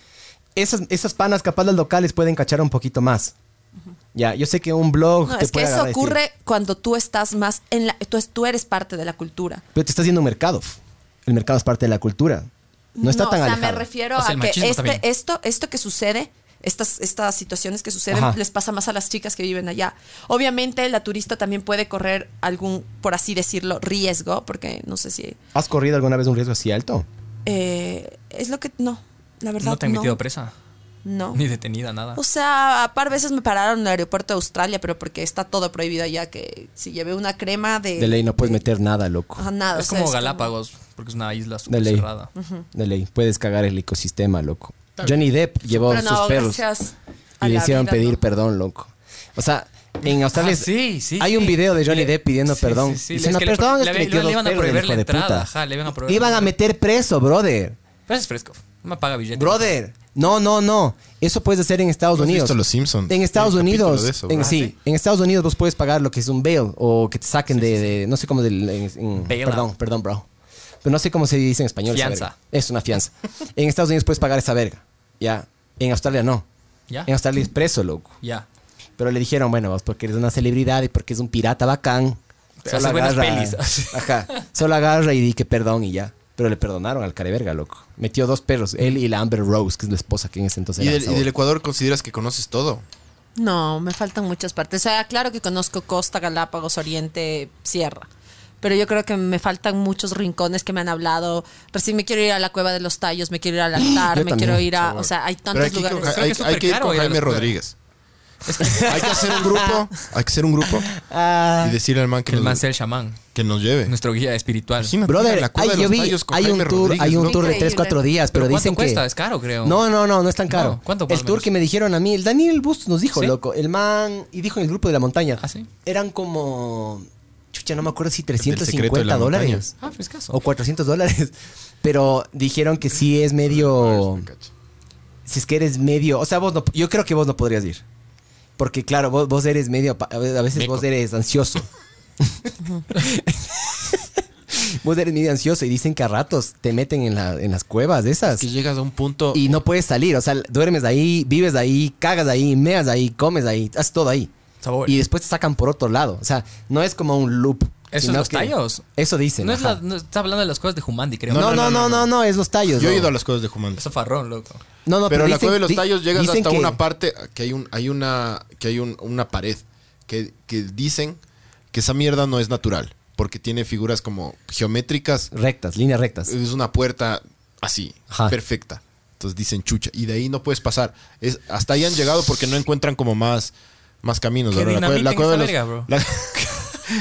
[SPEAKER 2] esas, esas panas capaz las locales pueden cachar un poquito más. Ya, yo sé que un blog
[SPEAKER 3] No,
[SPEAKER 2] te
[SPEAKER 3] es que
[SPEAKER 2] puede
[SPEAKER 3] eso
[SPEAKER 2] agarrar y decir,
[SPEAKER 3] ocurre cuando tú estás más en la... Tú, es- tú eres parte de la cultura.
[SPEAKER 2] pero te estás yendo a un mercado. El mercado es parte de la cultura. No está tan
[SPEAKER 3] o sea,
[SPEAKER 2] alejado.
[SPEAKER 3] me refiero
[SPEAKER 5] O sea, el
[SPEAKER 3] a que
[SPEAKER 5] machismo
[SPEAKER 3] este-
[SPEAKER 5] también.
[SPEAKER 3] esto, esto que sucede, estas, estas situaciones que suceden,
[SPEAKER 2] Ajá.
[SPEAKER 3] les pasa más a las chicas que viven allá. Obviamente, la turista también puede correr algún, por así decirlo, riesgo, porque no sé si...
[SPEAKER 2] ¿Has corrido alguna vez un riesgo así alto?
[SPEAKER 3] eh, es lo que... No, la verdad
[SPEAKER 5] No te han metido presa,
[SPEAKER 3] No. Pues
[SPEAKER 5] ni detenida, nada.
[SPEAKER 3] O sea, a par veces me pararon en el aeropuerto de Australia, pero porque está todo prohibido allá, que si llevé una crema Eh, de... Ah,
[SPEAKER 2] De ley no puedes meter nada, loco.
[SPEAKER 3] Ajá, nada.
[SPEAKER 5] es
[SPEAKER 3] o sea,
[SPEAKER 5] como Galápagos, porque es una isla
[SPEAKER 2] De
[SPEAKER 5] súper
[SPEAKER 2] ley.
[SPEAKER 5] cerrada.
[SPEAKER 2] De ley. Puedes cagar el ecosistema, loco. Johnny Depp llevó
[SPEAKER 3] Pero
[SPEAKER 2] sus
[SPEAKER 3] no,
[SPEAKER 2] perros.
[SPEAKER 3] gracias a
[SPEAKER 2] Y le
[SPEAKER 3] la
[SPEAKER 2] hicieron
[SPEAKER 3] vida,
[SPEAKER 2] pedir
[SPEAKER 3] no.
[SPEAKER 2] perdón, loco. O sea, en Australia
[SPEAKER 5] Ah, sí, sí,
[SPEAKER 2] hay
[SPEAKER 5] sí.
[SPEAKER 2] un video de Johnny Depp pidiendo
[SPEAKER 5] Sí,
[SPEAKER 2] perdón.
[SPEAKER 5] sí, sí.
[SPEAKER 2] Dice,
[SPEAKER 5] Es
[SPEAKER 2] no,
[SPEAKER 5] que le-
[SPEAKER 2] perdón, es
[SPEAKER 5] le-
[SPEAKER 2] que
[SPEAKER 5] le
[SPEAKER 2] metió dos
[SPEAKER 5] iban a
[SPEAKER 2] perros,
[SPEAKER 5] prohibir
[SPEAKER 2] hijo
[SPEAKER 5] la
[SPEAKER 2] de
[SPEAKER 5] entrada,
[SPEAKER 2] puta.
[SPEAKER 5] ajá, le iban a prohibir
[SPEAKER 2] Iban
[SPEAKER 5] la
[SPEAKER 2] a
[SPEAKER 5] entrada.
[SPEAKER 2] meter preso, brother.
[SPEAKER 5] Pero eso es fresco, no me paga billete.
[SPEAKER 2] Brother. No, no, no. Eso puedes hacer en Estados
[SPEAKER 4] ¿No has
[SPEAKER 2] Unidos.
[SPEAKER 4] visto Los Simpson?
[SPEAKER 2] En Estados
[SPEAKER 4] Hay un capítulo
[SPEAKER 2] Unidos.
[SPEAKER 4] de eso,
[SPEAKER 2] en,
[SPEAKER 4] bro.
[SPEAKER 2] sí,
[SPEAKER 5] Ah, ¿sí?
[SPEAKER 2] en Estados Unidos vos puedes pagar lo que es un bail o que te saquen de, de- No sé cómo. del- en- en-
[SPEAKER 5] Bailout.
[SPEAKER 2] perdón, perdón, bro. Pero no sé cómo se dice en español. esa
[SPEAKER 5] Fianza.
[SPEAKER 2] verga. Es una fianza. en Estados Unidos puedes pagar esa verga. Ya. En Australia no.
[SPEAKER 5] Ya.
[SPEAKER 2] En Australia es preso, loco.
[SPEAKER 5] Ya.
[SPEAKER 2] Pero le dijeron, bueno, vos porque eres una celebridad y porque es un pirata bacán.
[SPEAKER 5] Pero hace buenas pelis.
[SPEAKER 2] Ajá. Solo agarra y di que perdón y ya. Pero le perdonaron al careverga, loco. Metió dos perros, él y la Amber Rose, que es la esposa que en ese entonces
[SPEAKER 4] ¿Y
[SPEAKER 2] era
[SPEAKER 4] del, y
[SPEAKER 2] Saúl.
[SPEAKER 4] del Ecuador consideras que conoces todo?
[SPEAKER 3] No, me faltan muchas partes. O sea, claro que conozco Costa, Galápagos, Oriente, Sierra. Pero yo creo que me faltan muchos rincones que me han hablado. Recién me quiero ir a la Cueva de los Tallos, me quiero ir al altar,
[SPEAKER 2] Yo
[SPEAKER 3] me quiero
[SPEAKER 2] también,
[SPEAKER 3] ir a... Ah, O sea, hay
[SPEAKER 4] Pero hay
[SPEAKER 3] tantos
[SPEAKER 4] que, ir con, Ja-
[SPEAKER 3] lugares.
[SPEAKER 5] Creo que
[SPEAKER 4] hay,
[SPEAKER 5] es
[SPEAKER 4] hay
[SPEAKER 5] súper
[SPEAKER 4] que ir
[SPEAKER 5] caro
[SPEAKER 4] con
[SPEAKER 5] ir a los
[SPEAKER 4] Jaime
[SPEAKER 5] lugares.
[SPEAKER 4] Rodríguez. hay que hacer un grupo, hay que hacer un grupo
[SPEAKER 2] Ah,
[SPEAKER 4] y decirle al man que,
[SPEAKER 5] Que el man
[SPEAKER 4] nos,
[SPEAKER 5] sea el chamán,
[SPEAKER 4] que nos lleve.
[SPEAKER 5] nuestro guía espiritual.
[SPEAKER 4] Imagínate,
[SPEAKER 2] Brother,
[SPEAKER 4] en la Cueva de
[SPEAKER 2] ay, yo
[SPEAKER 4] los
[SPEAKER 2] vi,
[SPEAKER 4] Tallos con
[SPEAKER 2] hay un
[SPEAKER 4] Jaime
[SPEAKER 2] tour, hay
[SPEAKER 4] Rodríguez,
[SPEAKER 2] un
[SPEAKER 4] ¿no?
[SPEAKER 2] tour de
[SPEAKER 3] Increíble.
[SPEAKER 2] 3, 4 días, pero,
[SPEAKER 5] ¿Pero cuánto
[SPEAKER 2] dicen que...
[SPEAKER 5] cuesta? Es caro, creo.
[SPEAKER 2] No, no, no, no es tan caro.
[SPEAKER 5] No, ¿cuánto más
[SPEAKER 2] el
[SPEAKER 5] o
[SPEAKER 2] tour
[SPEAKER 5] menos?
[SPEAKER 2] que me dijeron a mí, el Daniel Bustos nos dijo,
[SPEAKER 5] ¿Sí?
[SPEAKER 2] loco, el man, y dijo en el grupo de la montaña.
[SPEAKER 5] ¿Ah, sí?
[SPEAKER 2] Eran como, chucha, no me acuerdo si
[SPEAKER 4] secreto de la
[SPEAKER 2] 350
[SPEAKER 4] montaña.
[SPEAKER 2] dólares.
[SPEAKER 5] Ah, frescazo.
[SPEAKER 2] o 400 dólares. Pero dijeron que sí es medio. si es que eres medio, o sea, vos no, yo creo que vos no podrías ir. Porque claro, vos, vos eres medio, pa- a ve- a veces
[SPEAKER 1] Meco.
[SPEAKER 2] vos eres ansioso. vos eres medio ansioso y dicen que a ratos te meten en, la- en las cuevas de esas.
[SPEAKER 1] Que llegas a un punto.
[SPEAKER 2] Y no puedes salir, o sea, duermes ahí, vives ahí, cagas ahí, meas ahí, comes ahí, haces todo ahí.
[SPEAKER 5] Sabor.
[SPEAKER 2] Y después te sacan por otro lado. O sea, no es como un loop.
[SPEAKER 5] ¿Eso
[SPEAKER 2] sino
[SPEAKER 5] es los
[SPEAKER 2] que-
[SPEAKER 5] tallos?
[SPEAKER 2] Eso dicen.
[SPEAKER 5] No, es la,
[SPEAKER 2] ajá.
[SPEAKER 5] no está hablando de las cosas de Humandi, creo.
[SPEAKER 2] No, no, no, no, no, es los tallos.
[SPEAKER 4] Yo he
[SPEAKER 2] ¿no?
[SPEAKER 4] ido a las cosas de Jumando.
[SPEAKER 5] Eso farrón, loco.
[SPEAKER 2] No, no,
[SPEAKER 4] pero, la
[SPEAKER 2] dicen-
[SPEAKER 4] cueva de los
[SPEAKER 2] di-
[SPEAKER 4] tallos llegas
[SPEAKER 2] dicen
[SPEAKER 4] hasta
[SPEAKER 2] que-
[SPEAKER 4] una parte que hay un, hay una, que hay un- una pared que, que dicen que esa mierda no es natural, porque tiene figuras como geométricas,
[SPEAKER 2] Rectas, líneas rectas.
[SPEAKER 4] es una puerta así,
[SPEAKER 2] Ajá.
[SPEAKER 4] perfecta. Entonces dicen chucha, y de ahí no puedes pasar. Es, hasta ahí han llegado porque no encuentran como más, más caminos.
[SPEAKER 5] Que
[SPEAKER 4] Ahora, la cue- la
[SPEAKER 5] dinamiten
[SPEAKER 4] cueva de
[SPEAKER 5] esa
[SPEAKER 4] los-
[SPEAKER 5] verga, bro.
[SPEAKER 4] la-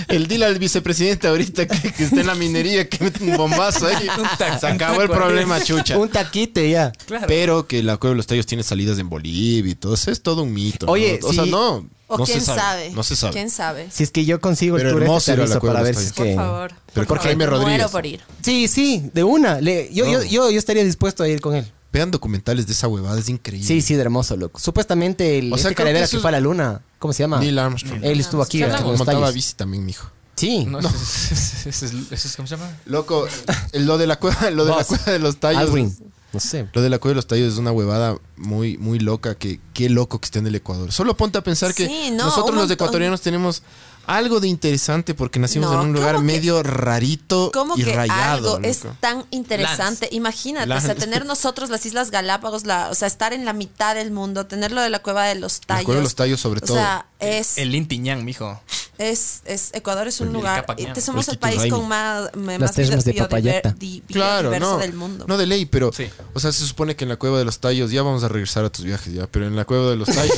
[SPEAKER 4] el dile al vicepresidente ahorita que, que esté en la minería, que mete un bombazo ahí.
[SPEAKER 5] Un tac-
[SPEAKER 4] Se
[SPEAKER 5] un
[SPEAKER 4] acabó el
[SPEAKER 5] taco ahí.
[SPEAKER 4] problema, chucha.
[SPEAKER 2] Un taquite ya.
[SPEAKER 5] Claro.
[SPEAKER 4] Pero que la Cueva de los Tallos tiene salidas en Bolivia y todo. Eso es todo un mito. ¿no?
[SPEAKER 2] Oye,
[SPEAKER 4] O sea,
[SPEAKER 2] sí.
[SPEAKER 4] no.
[SPEAKER 3] O
[SPEAKER 4] no
[SPEAKER 3] quién
[SPEAKER 4] se
[SPEAKER 3] sabe,
[SPEAKER 4] sabe, No se sabe.
[SPEAKER 3] ¿Quién sabe?
[SPEAKER 2] Si es que yo consigo
[SPEAKER 4] Pero
[SPEAKER 2] el tour
[SPEAKER 4] hermoso
[SPEAKER 2] este, te
[SPEAKER 4] ir a la
[SPEAKER 2] aviso
[SPEAKER 4] cueva
[SPEAKER 2] para
[SPEAKER 4] de
[SPEAKER 2] ver
[SPEAKER 4] los
[SPEAKER 2] si es
[SPEAKER 3] Por
[SPEAKER 2] que...
[SPEAKER 3] favor.
[SPEAKER 4] Pero
[SPEAKER 3] por
[SPEAKER 4] con Jaime
[SPEAKER 3] favor,
[SPEAKER 4] Rodríguez.
[SPEAKER 3] Muero por ir.
[SPEAKER 2] Sí, sí, de una. Le- yo, yo, yo, yo estaría dispuesto a ir con él.
[SPEAKER 4] Vean documentales de esa huevada, es increíble.
[SPEAKER 2] Sí, sí, de hermoso, loco. Supuestamente el
[SPEAKER 4] O sea,
[SPEAKER 2] este
[SPEAKER 4] creo que
[SPEAKER 2] calavera
[SPEAKER 4] eso
[SPEAKER 2] que
[SPEAKER 4] es-
[SPEAKER 2] fue a la luna. ¿Cómo se llama?
[SPEAKER 4] Neil Armstrong.
[SPEAKER 2] Él estuvo aquí.
[SPEAKER 5] Se
[SPEAKER 2] en
[SPEAKER 5] hablaba,
[SPEAKER 2] los
[SPEAKER 4] Montaba
[SPEAKER 2] tallos.
[SPEAKER 4] bici también, mijo.
[SPEAKER 2] Sí.
[SPEAKER 5] No, Eso, es- eso es- eso es- eso es- ¿Cómo se llama?
[SPEAKER 4] Loco, lo de la cueva, lo de la
[SPEAKER 2] Vos.
[SPEAKER 4] cueva de los tallos.
[SPEAKER 2] Aldrin. No sé.
[SPEAKER 4] Lo de la cueva de los tallos es una huevada muy, muy loca. Que qué loco que esté en el Ecuador. Solo ponte a pensar que
[SPEAKER 3] Sí, no,
[SPEAKER 4] nosotros
[SPEAKER 3] un
[SPEAKER 4] los
[SPEAKER 3] montón.
[SPEAKER 4] ecuatorianos tenemos algo de interesante porque nacimos
[SPEAKER 3] No,
[SPEAKER 4] en un
[SPEAKER 3] ¿cómo
[SPEAKER 4] lugar
[SPEAKER 3] que-
[SPEAKER 4] medio rarito
[SPEAKER 3] ¿Cómo
[SPEAKER 4] Oh, y
[SPEAKER 3] que
[SPEAKER 4] rayado.
[SPEAKER 3] algo es
[SPEAKER 4] loco.
[SPEAKER 3] tan interesante? Imagínate, o sea,
[SPEAKER 4] Lance.
[SPEAKER 3] tener nosotros las Islas Galápagos, la, o sea, estar en la mitad del mundo, tenerlo de la cueva de los
[SPEAKER 4] La
[SPEAKER 3] tallos.
[SPEAKER 4] cueva de los tallos sobre
[SPEAKER 3] o sea, es,
[SPEAKER 5] El Intiñán, mijo.
[SPEAKER 3] es, es- Ecuador es un
[SPEAKER 5] El
[SPEAKER 3] lugar,
[SPEAKER 5] Capaquián.
[SPEAKER 3] este somos
[SPEAKER 4] El
[SPEAKER 3] el país
[SPEAKER 4] Quiturraimi.
[SPEAKER 3] con más, me-
[SPEAKER 2] Las
[SPEAKER 3] más
[SPEAKER 2] termas de
[SPEAKER 3] biodiver-
[SPEAKER 2] Papayata.
[SPEAKER 3] di-
[SPEAKER 4] Claro,
[SPEAKER 3] biodiverso
[SPEAKER 4] no.
[SPEAKER 3] del mundo.
[SPEAKER 4] No de ley, pero.
[SPEAKER 5] Sí.
[SPEAKER 4] O sea, se supone que en la cueva de los tallos. Ya vamos a regresar a tus viajes, ya. Pero en la cueva de los tallos.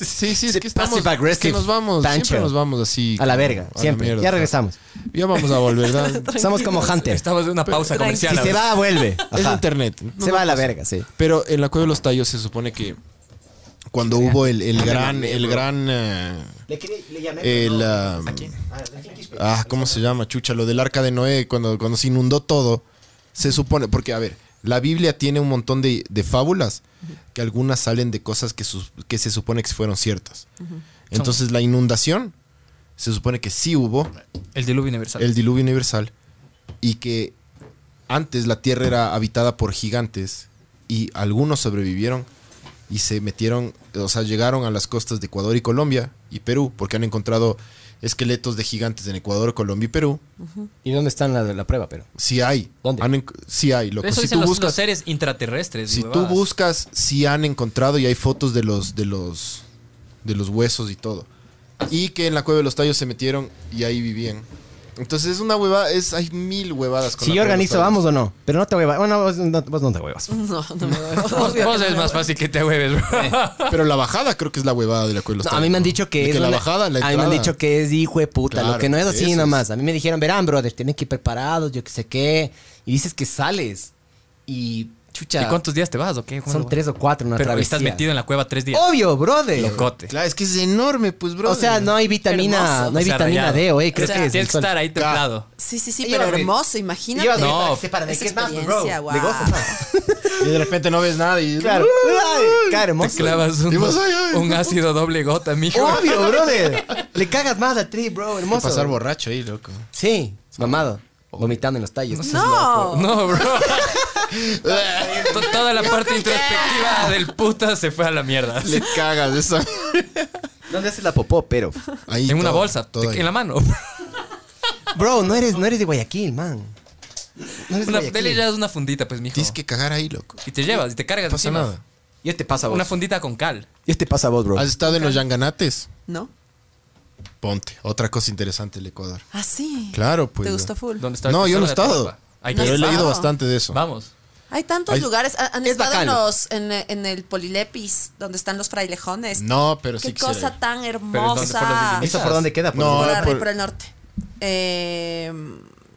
[SPEAKER 4] sí, sí, es que estamos.
[SPEAKER 2] Passive aggressive
[SPEAKER 4] que nos vamos. Siempre
[SPEAKER 2] tancho.
[SPEAKER 4] nos vamos así.
[SPEAKER 2] A la
[SPEAKER 4] como
[SPEAKER 2] verga,
[SPEAKER 4] a la
[SPEAKER 2] siempre.
[SPEAKER 4] mierda.
[SPEAKER 2] ya regresamos.
[SPEAKER 4] Ya vamos a volver, ¿verdad?
[SPEAKER 2] Somos como Hunter.
[SPEAKER 5] Estamos en una pausa
[SPEAKER 3] Tranqui.
[SPEAKER 5] comercial.
[SPEAKER 2] Este. Si se
[SPEAKER 5] ahora.
[SPEAKER 2] va, vuelve.
[SPEAKER 4] es
[SPEAKER 2] Ajá.
[SPEAKER 4] internet. No,
[SPEAKER 2] Se
[SPEAKER 4] no
[SPEAKER 2] va a la
[SPEAKER 4] pasa.
[SPEAKER 2] verga, sí.
[SPEAKER 4] Pero en la cueva de los tallos se supone que. Cuando hubo el, el gran. El gran. eh,
[SPEAKER 2] Le, llamé.
[SPEAKER 4] el. ah, Ah, ¿cómo se llama, chucha? Lo del arca de Noé, cuando, cuando se inundó todo, se supone, porque a ver, la Biblia tiene un montón de, de fábulas, que algunas salen de cosas que, sus- que se supone que fueron ciertas. Entonces la inundación, se supone que sí hubo,
[SPEAKER 5] El diluvio universal.
[SPEAKER 4] el diluvio universal, y que antes la tierra era habitada por gigantes, y algunos sobrevivieron. Y se metieron, o sea, llegaron a las costas de Ecuador y Colombia y Perú, porque han encontrado esqueletos de gigantes en Ecuador, Colombia y Perú.
[SPEAKER 2] ¿Y dónde está la, la prueba, pero?
[SPEAKER 4] Sí hay.
[SPEAKER 2] ¿Dónde?
[SPEAKER 4] Han enc- sí hay, loco.
[SPEAKER 5] Eso
[SPEAKER 4] Si
[SPEAKER 5] dicen
[SPEAKER 4] tú
[SPEAKER 5] los, los
[SPEAKER 4] buscas,
[SPEAKER 5] seres intraterrestres.
[SPEAKER 4] si tú
[SPEAKER 5] huevadas.
[SPEAKER 4] buscas, sí han encontrado y hay fotos de los, de los, de los huesos y todo. Y que en la cueva de los tallos se metieron y ahí vivían. Entonces es una huevada, es, hay mil huevadas. con
[SPEAKER 2] Si
[SPEAKER 4] la
[SPEAKER 2] yo
[SPEAKER 4] cueva de los
[SPEAKER 2] organizo,
[SPEAKER 4] tallos.
[SPEAKER 2] vamos o no. Pero no te huevas. Bueno, vos no, vos no te huevas.
[SPEAKER 3] No, no me voy.
[SPEAKER 5] Vos,
[SPEAKER 3] Obvio
[SPEAKER 5] vos
[SPEAKER 3] que
[SPEAKER 5] es
[SPEAKER 3] no.
[SPEAKER 5] más fácil que te hueves,
[SPEAKER 2] Eh,
[SPEAKER 5] bro.
[SPEAKER 4] Pero la bajada creo que es la huevada de la cueva de los
[SPEAKER 2] No,
[SPEAKER 4] tallos.
[SPEAKER 2] a mí me han
[SPEAKER 4] ¿no?
[SPEAKER 2] dicho que
[SPEAKER 4] De
[SPEAKER 2] es.
[SPEAKER 4] la
[SPEAKER 2] una-
[SPEAKER 4] bajada, la
[SPEAKER 2] a mí me han
[SPEAKER 4] entrada.
[SPEAKER 2] dicho que es hijo de puta.
[SPEAKER 4] Claro,
[SPEAKER 2] lo que no es
[SPEAKER 4] eso
[SPEAKER 2] así
[SPEAKER 4] es.
[SPEAKER 2] nomás. A mí me dijeron, verán, brother, tienen que ir preparados, yo que sé qué. Y dices que sales. Y chucha.
[SPEAKER 5] ¿Y cuántos días te vas o qué? ¿Cómo
[SPEAKER 2] Son
[SPEAKER 5] lo-
[SPEAKER 2] tres o cuatro, una
[SPEAKER 5] Pero
[SPEAKER 2] travesía. Oh,
[SPEAKER 5] estás metido en la cueva tres días.
[SPEAKER 2] Obvio, brother.
[SPEAKER 5] Locote.
[SPEAKER 4] Claro, es que es enorme, pues, bro.
[SPEAKER 2] O sea, no hay vitamina,
[SPEAKER 3] Hermoso.
[SPEAKER 2] no hay
[SPEAKER 5] O sea,
[SPEAKER 2] vitamina
[SPEAKER 5] rayado.
[SPEAKER 2] D, oye, creo
[SPEAKER 5] O sea,
[SPEAKER 2] que es
[SPEAKER 5] Tienes
[SPEAKER 2] el
[SPEAKER 5] que
[SPEAKER 2] sol.
[SPEAKER 5] estar ahí templado.
[SPEAKER 3] Sí, sí, sí,
[SPEAKER 2] Yo
[SPEAKER 3] pero
[SPEAKER 2] me-
[SPEAKER 3] hermoso, imagínate.
[SPEAKER 2] Llévame
[SPEAKER 5] No,
[SPEAKER 2] para que se paren,
[SPEAKER 3] esa
[SPEAKER 2] ¿qué es más, bro?
[SPEAKER 3] experiencia,
[SPEAKER 2] Le gozas,
[SPEAKER 3] guau.
[SPEAKER 4] Y de repente no ves nada y...
[SPEAKER 2] Claro. Ay, claro,
[SPEAKER 5] Te
[SPEAKER 2] hermoso.
[SPEAKER 5] clavas un,
[SPEAKER 4] Y vos, ay, ay.
[SPEAKER 5] un ácido doble gota, mijo.
[SPEAKER 2] Obvio, brother. Le cagas más a ti, bro,
[SPEAKER 4] Hay que
[SPEAKER 2] hermoso.
[SPEAKER 4] pasar borracho ahí, loco.
[SPEAKER 2] Sí, mamado. Vomitando en los tallos.
[SPEAKER 3] No.
[SPEAKER 4] Oh.
[SPEAKER 5] No, bro. To- Toda la parte introspectiva del puta se fue a la mierda.
[SPEAKER 4] ah. Le cagas esa...
[SPEAKER 2] ¿Dónde haces la popó, pero?
[SPEAKER 4] Ahí
[SPEAKER 5] En una
[SPEAKER 4] todo,
[SPEAKER 5] bolsa,
[SPEAKER 4] todo ahí.
[SPEAKER 5] en la mano.
[SPEAKER 2] Bro, no eres, no eres de Guayaquil, man. No eres de
[SPEAKER 5] Una,
[SPEAKER 2] Guayaquil.
[SPEAKER 5] dele ya una fundita, pues, mijo.
[SPEAKER 4] Tienes que cagar ahí, loco.
[SPEAKER 5] Y te llevas y te cargas
[SPEAKER 4] pasa
[SPEAKER 5] encima.
[SPEAKER 4] nada.
[SPEAKER 2] Yo te paso a vos.
[SPEAKER 5] Una fundita con cal.
[SPEAKER 2] Yo te paso a vos, bro.
[SPEAKER 4] ¿Has estado en los yanganates?
[SPEAKER 3] ¿No?
[SPEAKER 4] Ponte. Otra cosa interesante del Ecuador.
[SPEAKER 3] Ah, sí.
[SPEAKER 4] Claro, pues.
[SPEAKER 3] ¿Te gustó full?
[SPEAKER 5] ¿Dónde está el
[SPEAKER 4] no, yo no he
[SPEAKER 5] tesoro de
[SPEAKER 4] estado.
[SPEAKER 5] Tarapa? Hay que
[SPEAKER 4] pero he
[SPEAKER 5] estar.
[SPEAKER 4] leído
[SPEAKER 3] Vamos.
[SPEAKER 4] bastante de eso.
[SPEAKER 5] Vamos.
[SPEAKER 3] Hay tantos
[SPEAKER 4] Hay-
[SPEAKER 3] lugares. Han han
[SPEAKER 2] Es
[SPEAKER 3] estado en,
[SPEAKER 2] bacano.
[SPEAKER 3] los- en, e- en el Polilepis, donde están los frailejones.
[SPEAKER 4] No, pero sí
[SPEAKER 3] Qué
[SPEAKER 4] quisiera
[SPEAKER 3] cosa
[SPEAKER 4] ir.
[SPEAKER 3] tan
[SPEAKER 5] ¿dónde? ¿Por los
[SPEAKER 3] hermosa.
[SPEAKER 5] dilimistas?
[SPEAKER 2] ¿Eso por dónde queda? Por
[SPEAKER 4] No,
[SPEAKER 3] por,
[SPEAKER 4] ahora
[SPEAKER 3] la-
[SPEAKER 4] por-
[SPEAKER 3] por el norte. Eh,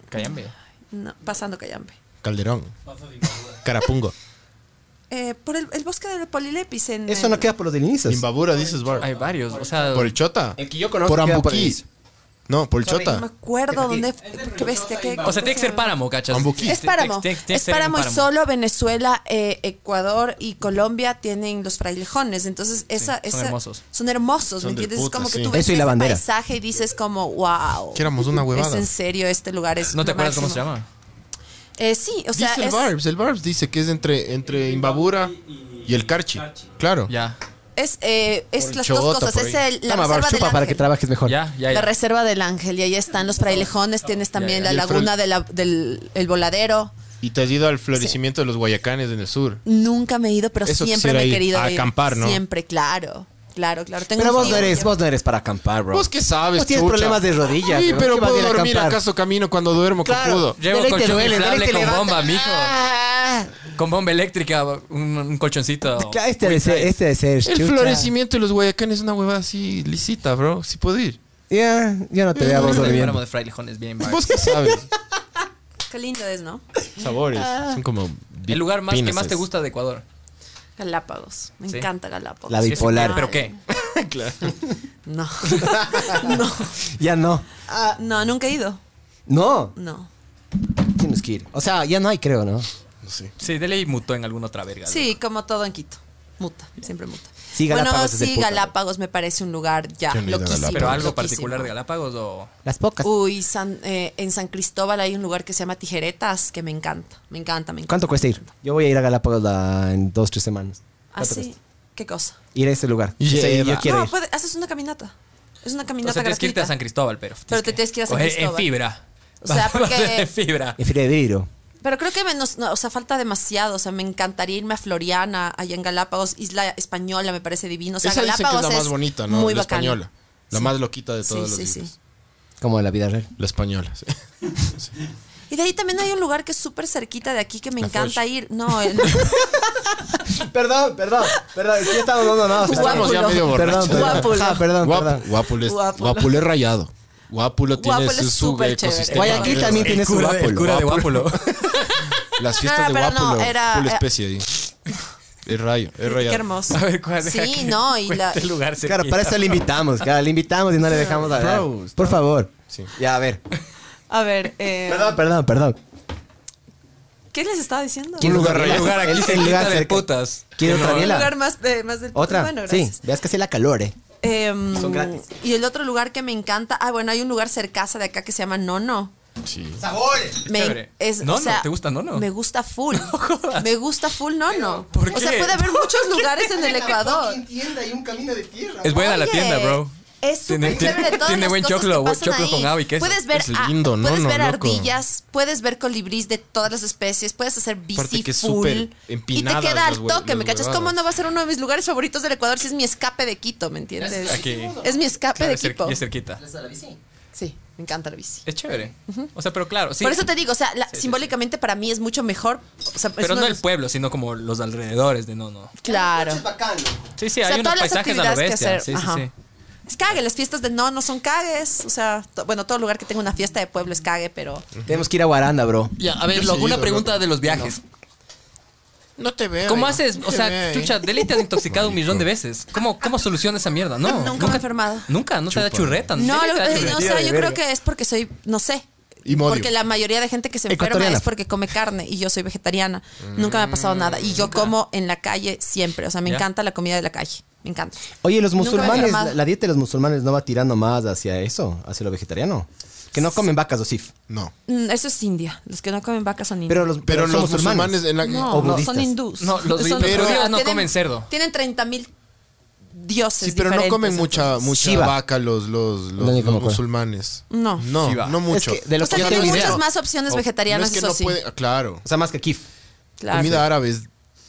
[SPEAKER 5] Cállame.
[SPEAKER 3] no, pasando Cayambe.
[SPEAKER 4] Calderón. Carapungo.
[SPEAKER 3] Eh, por el, el bosque del Polilepis. En,
[SPEAKER 2] Eso no
[SPEAKER 3] en-
[SPEAKER 2] queda por los del inicio.
[SPEAKER 4] Imbabura, dices, Bar.
[SPEAKER 5] Hay varios, o sea...
[SPEAKER 4] Por el Chota.
[SPEAKER 2] El que yo conozco
[SPEAKER 4] Por
[SPEAKER 2] queda por
[SPEAKER 4] Ambuquí.
[SPEAKER 2] ahí.
[SPEAKER 4] No,
[SPEAKER 3] No me
[SPEAKER 4] Polchota.
[SPEAKER 3] acuerdo dónde. Qué bestia, qué.
[SPEAKER 5] O sea, tiene que ser páramo, ¿cachas?
[SPEAKER 4] Bambuquí.
[SPEAKER 3] Es páramo.
[SPEAKER 5] Tiene- tiene- tiene que
[SPEAKER 3] Es
[SPEAKER 5] ser un
[SPEAKER 3] páramo y solo Venezuela, eh, Ecuador y Colombia tienen los frailejones. Entonces, esa,
[SPEAKER 5] son
[SPEAKER 3] esa-
[SPEAKER 5] hermosos.
[SPEAKER 3] Son hermosos,
[SPEAKER 4] Son
[SPEAKER 3] ¿me
[SPEAKER 4] de
[SPEAKER 3] entiendes?
[SPEAKER 4] puta,
[SPEAKER 3] es como
[SPEAKER 4] sí.
[SPEAKER 3] que tú ves
[SPEAKER 2] Eso y la
[SPEAKER 3] ese
[SPEAKER 2] bandera.
[SPEAKER 3] paisaje y dices como, wow.
[SPEAKER 4] Que éramos una
[SPEAKER 3] Es
[SPEAKER 4] huevada.
[SPEAKER 3] en serio, este lugar es
[SPEAKER 5] ¿No te
[SPEAKER 3] lo
[SPEAKER 5] acuerdas cómo se
[SPEAKER 3] máximo.
[SPEAKER 5] llama?
[SPEAKER 3] Eh, sí, o sea,
[SPEAKER 4] dice el
[SPEAKER 3] es,
[SPEAKER 4] Barbs, el Barbs dice que es entre, entre Imbabura y el Carchi. Claro.
[SPEAKER 5] Ya,
[SPEAKER 3] es, eh, es
[SPEAKER 4] Por
[SPEAKER 3] las
[SPEAKER 4] Chota,
[SPEAKER 3] dos cosas.
[SPEAKER 4] por
[SPEAKER 3] Es
[SPEAKER 4] ahí.
[SPEAKER 3] el- la
[SPEAKER 2] Toma, Bar,
[SPEAKER 3] reserva del
[SPEAKER 2] chupa para que
[SPEAKER 3] ángel.
[SPEAKER 2] trabajes mejor.
[SPEAKER 5] ya, ya.
[SPEAKER 3] La
[SPEAKER 5] ya.
[SPEAKER 3] reserva del ángel y ahí están los frailejones, tienes también la
[SPEAKER 5] ya.
[SPEAKER 4] Y el
[SPEAKER 3] laguna
[SPEAKER 4] Fran-
[SPEAKER 3] de la- del el voladero.
[SPEAKER 4] Y te has ido al florecimiento de los guayacanes en el sur.
[SPEAKER 3] Nunca me he ido, pero
[SPEAKER 4] Eso
[SPEAKER 3] siempre
[SPEAKER 4] quisiera
[SPEAKER 3] me he
[SPEAKER 4] ir,
[SPEAKER 3] querido
[SPEAKER 4] a
[SPEAKER 3] ir.
[SPEAKER 4] acampar, ¿no?
[SPEAKER 3] Siempre, claro. Claro, claro. Tengo
[SPEAKER 2] Pero
[SPEAKER 3] un
[SPEAKER 2] vos
[SPEAKER 3] tío
[SPEAKER 2] no eres,
[SPEAKER 3] que-
[SPEAKER 2] vos no eres para acampar, bro.
[SPEAKER 4] Vos Pues, qué sabes,
[SPEAKER 2] Vos tienes
[SPEAKER 4] chucha?
[SPEAKER 2] problemas de rodillas.
[SPEAKER 4] Sí,
[SPEAKER 2] bro.
[SPEAKER 4] pero
[SPEAKER 2] ¿Qué vas a
[SPEAKER 4] puedo
[SPEAKER 2] ir a
[SPEAKER 4] dormir.
[SPEAKER 2] acampar?
[SPEAKER 4] ¿Acaso camino cuando duermo
[SPEAKER 2] Claro.
[SPEAKER 4] cojudo?
[SPEAKER 5] Llevo
[SPEAKER 2] De ley te
[SPEAKER 5] colchón
[SPEAKER 2] duele, de ley
[SPEAKER 5] inflable
[SPEAKER 2] te
[SPEAKER 5] con
[SPEAKER 2] levanta.
[SPEAKER 5] bomba, mijo.
[SPEAKER 2] Ah,
[SPEAKER 5] Con bomba eléctrica, un, un colchoncito.
[SPEAKER 2] claro, este de ser, este de ser,
[SPEAKER 4] El
[SPEAKER 2] chucha.
[SPEAKER 4] florecimiento de los guayacanes es una huevada así lisita, bro. Si puedo ir.
[SPEAKER 2] Ya, yo no te veo a vos
[SPEAKER 5] Vamos a
[SPEAKER 2] durmiendo.
[SPEAKER 5] de frailejones bien, Bart.
[SPEAKER 4] Vos qué sabes.
[SPEAKER 3] Qué lindo es, ¿no?
[SPEAKER 4] Sabores.
[SPEAKER 3] Ah.
[SPEAKER 4] Son como.
[SPEAKER 5] El lugar más que más te
[SPEAKER 4] pínaces.
[SPEAKER 5] gusta de Ecuador.
[SPEAKER 3] Galápagos. Me
[SPEAKER 5] Sí.
[SPEAKER 3] encanta Galápagos.
[SPEAKER 2] La
[SPEAKER 5] Sí, sí,
[SPEAKER 2] bipolar.
[SPEAKER 5] ¿Pero qué?
[SPEAKER 3] No. no.
[SPEAKER 2] Ya no.
[SPEAKER 3] Ah, no, nunca he ido.
[SPEAKER 2] No,
[SPEAKER 3] No.
[SPEAKER 2] tienes que ir. O sea, ya no hay, creo, ¿no?
[SPEAKER 5] Sí, de ley mutó en alguna otra verga.
[SPEAKER 3] Sí, como todo en Quito. Muta, siempre muta.
[SPEAKER 2] Sí, Galápagos es
[SPEAKER 3] bueno,
[SPEAKER 2] de
[SPEAKER 3] sí,
[SPEAKER 2] puta,
[SPEAKER 3] Galápagos me parece un lugar ya
[SPEAKER 4] Qué lindo
[SPEAKER 3] loquísimo.
[SPEAKER 4] Galápagos.
[SPEAKER 5] Pero algo
[SPEAKER 3] loquísimo.
[SPEAKER 5] particular de Galápagos o.
[SPEAKER 2] Las pocas.
[SPEAKER 3] Uy, San- eh, en San Cristóbal hay un lugar que se llama Tijeretas que me encanta, me encanta, me encanta.
[SPEAKER 2] ¿Cuánto cuesta ir? Yo voy a ir a Galápagos la- en dos, tres semanas. ¿Cuánto
[SPEAKER 3] Así,
[SPEAKER 2] cuesta?
[SPEAKER 3] Ah, ¿qué cosa?
[SPEAKER 2] Ir a ese lugar. Yo sé,
[SPEAKER 4] Lleva.
[SPEAKER 2] yo quiero
[SPEAKER 3] no,
[SPEAKER 2] ir.
[SPEAKER 3] puede- haces una caminata. Es una
[SPEAKER 5] O
[SPEAKER 3] caminata
[SPEAKER 5] sea, tienes que irte
[SPEAKER 3] gratuita.
[SPEAKER 5] a San Cristóbal, pero.
[SPEAKER 3] Pero te tienes que ir a San
[SPEAKER 5] coger En
[SPEAKER 3] Cristóbal.
[SPEAKER 5] fibra.
[SPEAKER 3] O sea, porque-
[SPEAKER 5] En fibra.
[SPEAKER 2] En febrero.
[SPEAKER 3] Pero creo que menos, no, o sea, falta demasiado. O sea, me encantaría irme a Floriana, allá en Galápagos, Isla Española, me parece divino. O sea,
[SPEAKER 4] Esa dicen que
[SPEAKER 3] Galápagos
[SPEAKER 4] es la más bonita, ¿no?
[SPEAKER 3] Muy
[SPEAKER 4] la
[SPEAKER 3] bacana.
[SPEAKER 4] española. La
[SPEAKER 3] Sí.
[SPEAKER 4] más loquita de
[SPEAKER 3] Sí,
[SPEAKER 4] todas las
[SPEAKER 3] sí, sí.
[SPEAKER 4] islas.
[SPEAKER 2] Como en la vida real.
[SPEAKER 4] La española, sí.
[SPEAKER 3] Y de ahí también hay un lugar que es súper cerquita de aquí que me
[SPEAKER 4] La
[SPEAKER 3] encanta
[SPEAKER 4] Foch.
[SPEAKER 3] ir. No, el-
[SPEAKER 2] Perdón, perdón, perdón. es que Ya estamos dando nada.
[SPEAKER 4] Estamos ya medio borrachos.
[SPEAKER 2] Perdón, perdón.
[SPEAKER 3] Guápulo.
[SPEAKER 2] Ah, perdón, perdón.
[SPEAKER 4] Guapu- Guápulo es,
[SPEAKER 3] Guápulo.
[SPEAKER 4] Guápulo es rayado. Guápulo tiene
[SPEAKER 3] Guápulo
[SPEAKER 4] su,
[SPEAKER 3] es
[SPEAKER 4] su
[SPEAKER 3] súper
[SPEAKER 4] ecosistema.
[SPEAKER 3] chévere.
[SPEAKER 2] Guayaquil también tiene su
[SPEAKER 5] cura, de- el
[SPEAKER 2] guápulo.
[SPEAKER 5] cura de Guápulo.
[SPEAKER 4] Las
[SPEAKER 3] Ah,
[SPEAKER 4] fiestas de
[SPEAKER 3] pero no,
[SPEAKER 4] Guápulo.
[SPEAKER 3] era-
[SPEAKER 4] full
[SPEAKER 3] era-
[SPEAKER 4] especie ahí. Es rayo, es
[SPEAKER 3] qué
[SPEAKER 4] rayado.
[SPEAKER 3] hermoso.
[SPEAKER 5] A ver cuál
[SPEAKER 3] Sí,
[SPEAKER 5] deja que
[SPEAKER 3] no, y
[SPEAKER 5] cuente
[SPEAKER 3] la-
[SPEAKER 5] el lugar
[SPEAKER 2] Claro,
[SPEAKER 5] cerquita.
[SPEAKER 2] para eso le invitamos, claro, le invitamos y no le dejamos hablar.
[SPEAKER 4] Bro, está-
[SPEAKER 2] Por favor.
[SPEAKER 4] Sí.
[SPEAKER 2] Ya, a ver.
[SPEAKER 3] A ver, eh,
[SPEAKER 2] Perdón, perdón, perdón.
[SPEAKER 3] ¿qué les estaba diciendo?
[SPEAKER 2] ¿Quién
[SPEAKER 5] Un lugar,
[SPEAKER 2] Gabriela.
[SPEAKER 5] el lugar aquí
[SPEAKER 2] El- el
[SPEAKER 5] cerquita
[SPEAKER 2] lugar
[SPEAKER 5] del
[SPEAKER 2] cerca.
[SPEAKER 5] putas.
[SPEAKER 2] ¿Quiere otra
[SPEAKER 3] Un lugar
[SPEAKER 2] biela?
[SPEAKER 3] más, eh, más del
[SPEAKER 2] Otra.
[SPEAKER 3] Bueno, gracias.
[SPEAKER 2] sí, veas que hace la calor, eh.
[SPEAKER 3] Em,
[SPEAKER 2] Son gratis.
[SPEAKER 3] Y el otro lugar que me encanta, ah, bueno, hay un lugar cercaza de acá que se llama Nono.
[SPEAKER 4] Sí.
[SPEAKER 3] Me,
[SPEAKER 5] Chévere.
[SPEAKER 3] es,
[SPEAKER 5] Nono,
[SPEAKER 3] o sea,
[SPEAKER 5] ¿te gusta Nono?
[SPEAKER 3] Me gusta full.
[SPEAKER 5] jodas.
[SPEAKER 3] me gusta full Nono.
[SPEAKER 5] ¿por
[SPEAKER 3] O sea,
[SPEAKER 5] qué?
[SPEAKER 3] puede haber muchos lugares en el Ecuador.
[SPEAKER 5] Es buena la
[SPEAKER 3] Oye,
[SPEAKER 5] tienda, bro.
[SPEAKER 3] Es
[SPEAKER 5] Tiene-
[SPEAKER 3] súper chévere
[SPEAKER 5] tiene-
[SPEAKER 3] todas
[SPEAKER 5] tiene
[SPEAKER 3] las
[SPEAKER 5] buen
[SPEAKER 3] cosas
[SPEAKER 5] choclo,
[SPEAKER 3] que
[SPEAKER 5] buen
[SPEAKER 3] pasan
[SPEAKER 5] choclo
[SPEAKER 3] ahí.
[SPEAKER 5] con agado y queso.
[SPEAKER 3] Puedes ver,
[SPEAKER 4] Es lindo,
[SPEAKER 3] a- puedes
[SPEAKER 4] nono,
[SPEAKER 3] ver
[SPEAKER 4] loco.
[SPEAKER 3] ardillas, puedes ver colibrís de todas las especies, puedes hacer bici
[SPEAKER 4] Aparte que es
[SPEAKER 3] full.
[SPEAKER 4] súper
[SPEAKER 3] Y te
[SPEAKER 4] empinadas
[SPEAKER 3] queda
[SPEAKER 4] las
[SPEAKER 3] al
[SPEAKER 4] hue-
[SPEAKER 3] toque,
[SPEAKER 4] las
[SPEAKER 3] ¿me cachas?
[SPEAKER 4] huevadas.
[SPEAKER 3] ¿Cómo no va a ser uno de mis lugares favoritos del Ecuador si es mi escape de Quito, ¿me entiendes?
[SPEAKER 5] Es aquí.
[SPEAKER 3] Es mi escape
[SPEAKER 5] Claro,
[SPEAKER 3] de
[SPEAKER 5] es cer-
[SPEAKER 3] Quito.
[SPEAKER 5] y es cerquita.
[SPEAKER 3] Sí, me encanta la bici.
[SPEAKER 5] Es chévere. O sea, pero claro, sí.
[SPEAKER 3] Por eso te digo, o sea, la- simbólicamente para mí es mucho mejor. o sea, es
[SPEAKER 5] Pero
[SPEAKER 3] uno
[SPEAKER 5] no
[SPEAKER 3] de
[SPEAKER 5] el
[SPEAKER 3] los-
[SPEAKER 5] pueblo, sino como los alrededores de no, no.
[SPEAKER 3] Claro.
[SPEAKER 5] Sí, sí,
[SPEAKER 3] O sea,
[SPEAKER 5] hay unos
[SPEAKER 3] todas las
[SPEAKER 5] paisajes a la
[SPEAKER 3] actividades que
[SPEAKER 5] bestia.
[SPEAKER 3] hacer,
[SPEAKER 5] Sí, sí,
[SPEAKER 3] ajá.
[SPEAKER 5] sí.
[SPEAKER 3] Es cague, las fiestas de no, no son cagues. O sea, to- bueno, todo lugar que tenga una fiesta de pueblo es cague, pero.
[SPEAKER 2] Tenemos que ir a Guaranda, bro.
[SPEAKER 5] Ya, a ver,
[SPEAKER 4] Yo sí
[SPEAKER 5] alguna
[SPEAKER 4] he ido,
[SPEAKER 5] pregunta
[SPEAKER 4] loco.
[SPEAKER 5] de los viajes.
[SPEAKER 4] No te veo.
[SPEAKER 5] ¿Cómo
[SPEAKER 4] ahí.
[SPEAKER 5] haces?
[SPEAKER 4] No
[SPEAKER 5] O
[SPEAKER 4] te veo
[SPEAKER 5] sea,
[SPEAKER 4] ahí.
[SPEAKER 5] chucha, Deli te has intoxicado un millón de veces. ¿Cómo, cómo soluciona esa mierda? No.
[SPEAKER 3] Nunca me he enfermado.
[SPEAKER 5] Nunca, no te da churreta.
[SPEAKER 3] No,
[SPEAKER 5] Deli
[SPEAKER 3] lo-
[SPEAKER 5] te da
[SPEAKER 3] eh,
[SPEAKER 5] churreta.
[SPEAKER 3] no, o sea, yo creo que es porque soy, no sé.
[SPEAKER 4] Y modio.
[SPEAKER 3] Porque la mayoría de gente que se enferma
[SPEAKER 2] Ecuatoriana.
[SPEAKER 3] es porque come carne y yo soy vegetariana. Nunca me ha pasado nada. Y yo como en la calle siempre. O sea, me
[SPEAKER 5] Ya.
[SPEAKER 3] encanta la comida de la calle. Me encanta.
[SPEAKER 2] Oye, los
[SPEAKER 3] Nunca me he
[SPEAKER 2] musulmanes,
[SPEAKER 3] enfermado.
[SPEAKER 2] la, la dieta de los musulmanes no va tirando más hacia eso, hacia lo vegetariano. Que no comen vacas o sif.
[SPEAKER 4] No.
[SPEAKER 3] Mm, Eso es India. Los que no comen vacas son indios.
[SPEAKER 2] Pero los,
[SPEAKER 4] Pero los musulmanes en la.
[SPEAKER 3] no,
[SPEAKER 2] o
[SPEAKER 3] no,
[SPEAKER 2] budistas.
[SPEAKER 3] son hindús.
[SPEAKER 5] No, los
[SPEAKER 3] Son-
[SPEAKER 5] pero- judíos no
[SPEAKER 3] tienen-
[SPEAKER 5] comen cerdo.
[SPEAKER 3] Tienen 30 mil dioses.
[SPEAKER 4] Sí, pero no
[SPEAKER 3] diferentes,
[SPEAKER 4] comen mucha,
[SPEAKER 3] entonces.
[SPEAKER 4] mucha
[SPEAKER 2] Shiva.
[SPEAKER 4] vaca los, los, los,
[SPEAKER 2] No, ni
[SPEAKER 4] los
[SPEAKER 2] como cuál.
[SPEAKER 4] musulmanes.
[SPEAKER 3] No.
[SPEAKER 4] No,
[SPEAKER 5] Shiva.
[SPEAKER 4] no mucho. Oh,
[SPEAKER 2] Es que de
[SPEAKER 3] O
[SPEAKER 2] lo
[SPEAKER 3] sea,
[SPEAKER 2] que yo
[SPEAKER 3] tienen
[SPEAKER 2] tengo
[SPEAKER 3] muchas
[SPEAKER 2] idea.
[SPEAKER 3] más opciones
[SPEAKER 4] no
[SPEAKER 3] vegetarianas,
[SPEAKER 4] es que
[SPEAKER 3] eso
[SPEAKER 4] no
[SPEAKER 3] sí.
[SPEAKER 4] puede. ah, Claro.
[SPEAKER 2] O sea, más que kif.
[SPEAKER 3] Claro.
[SPEAKER 4] Comida árabe es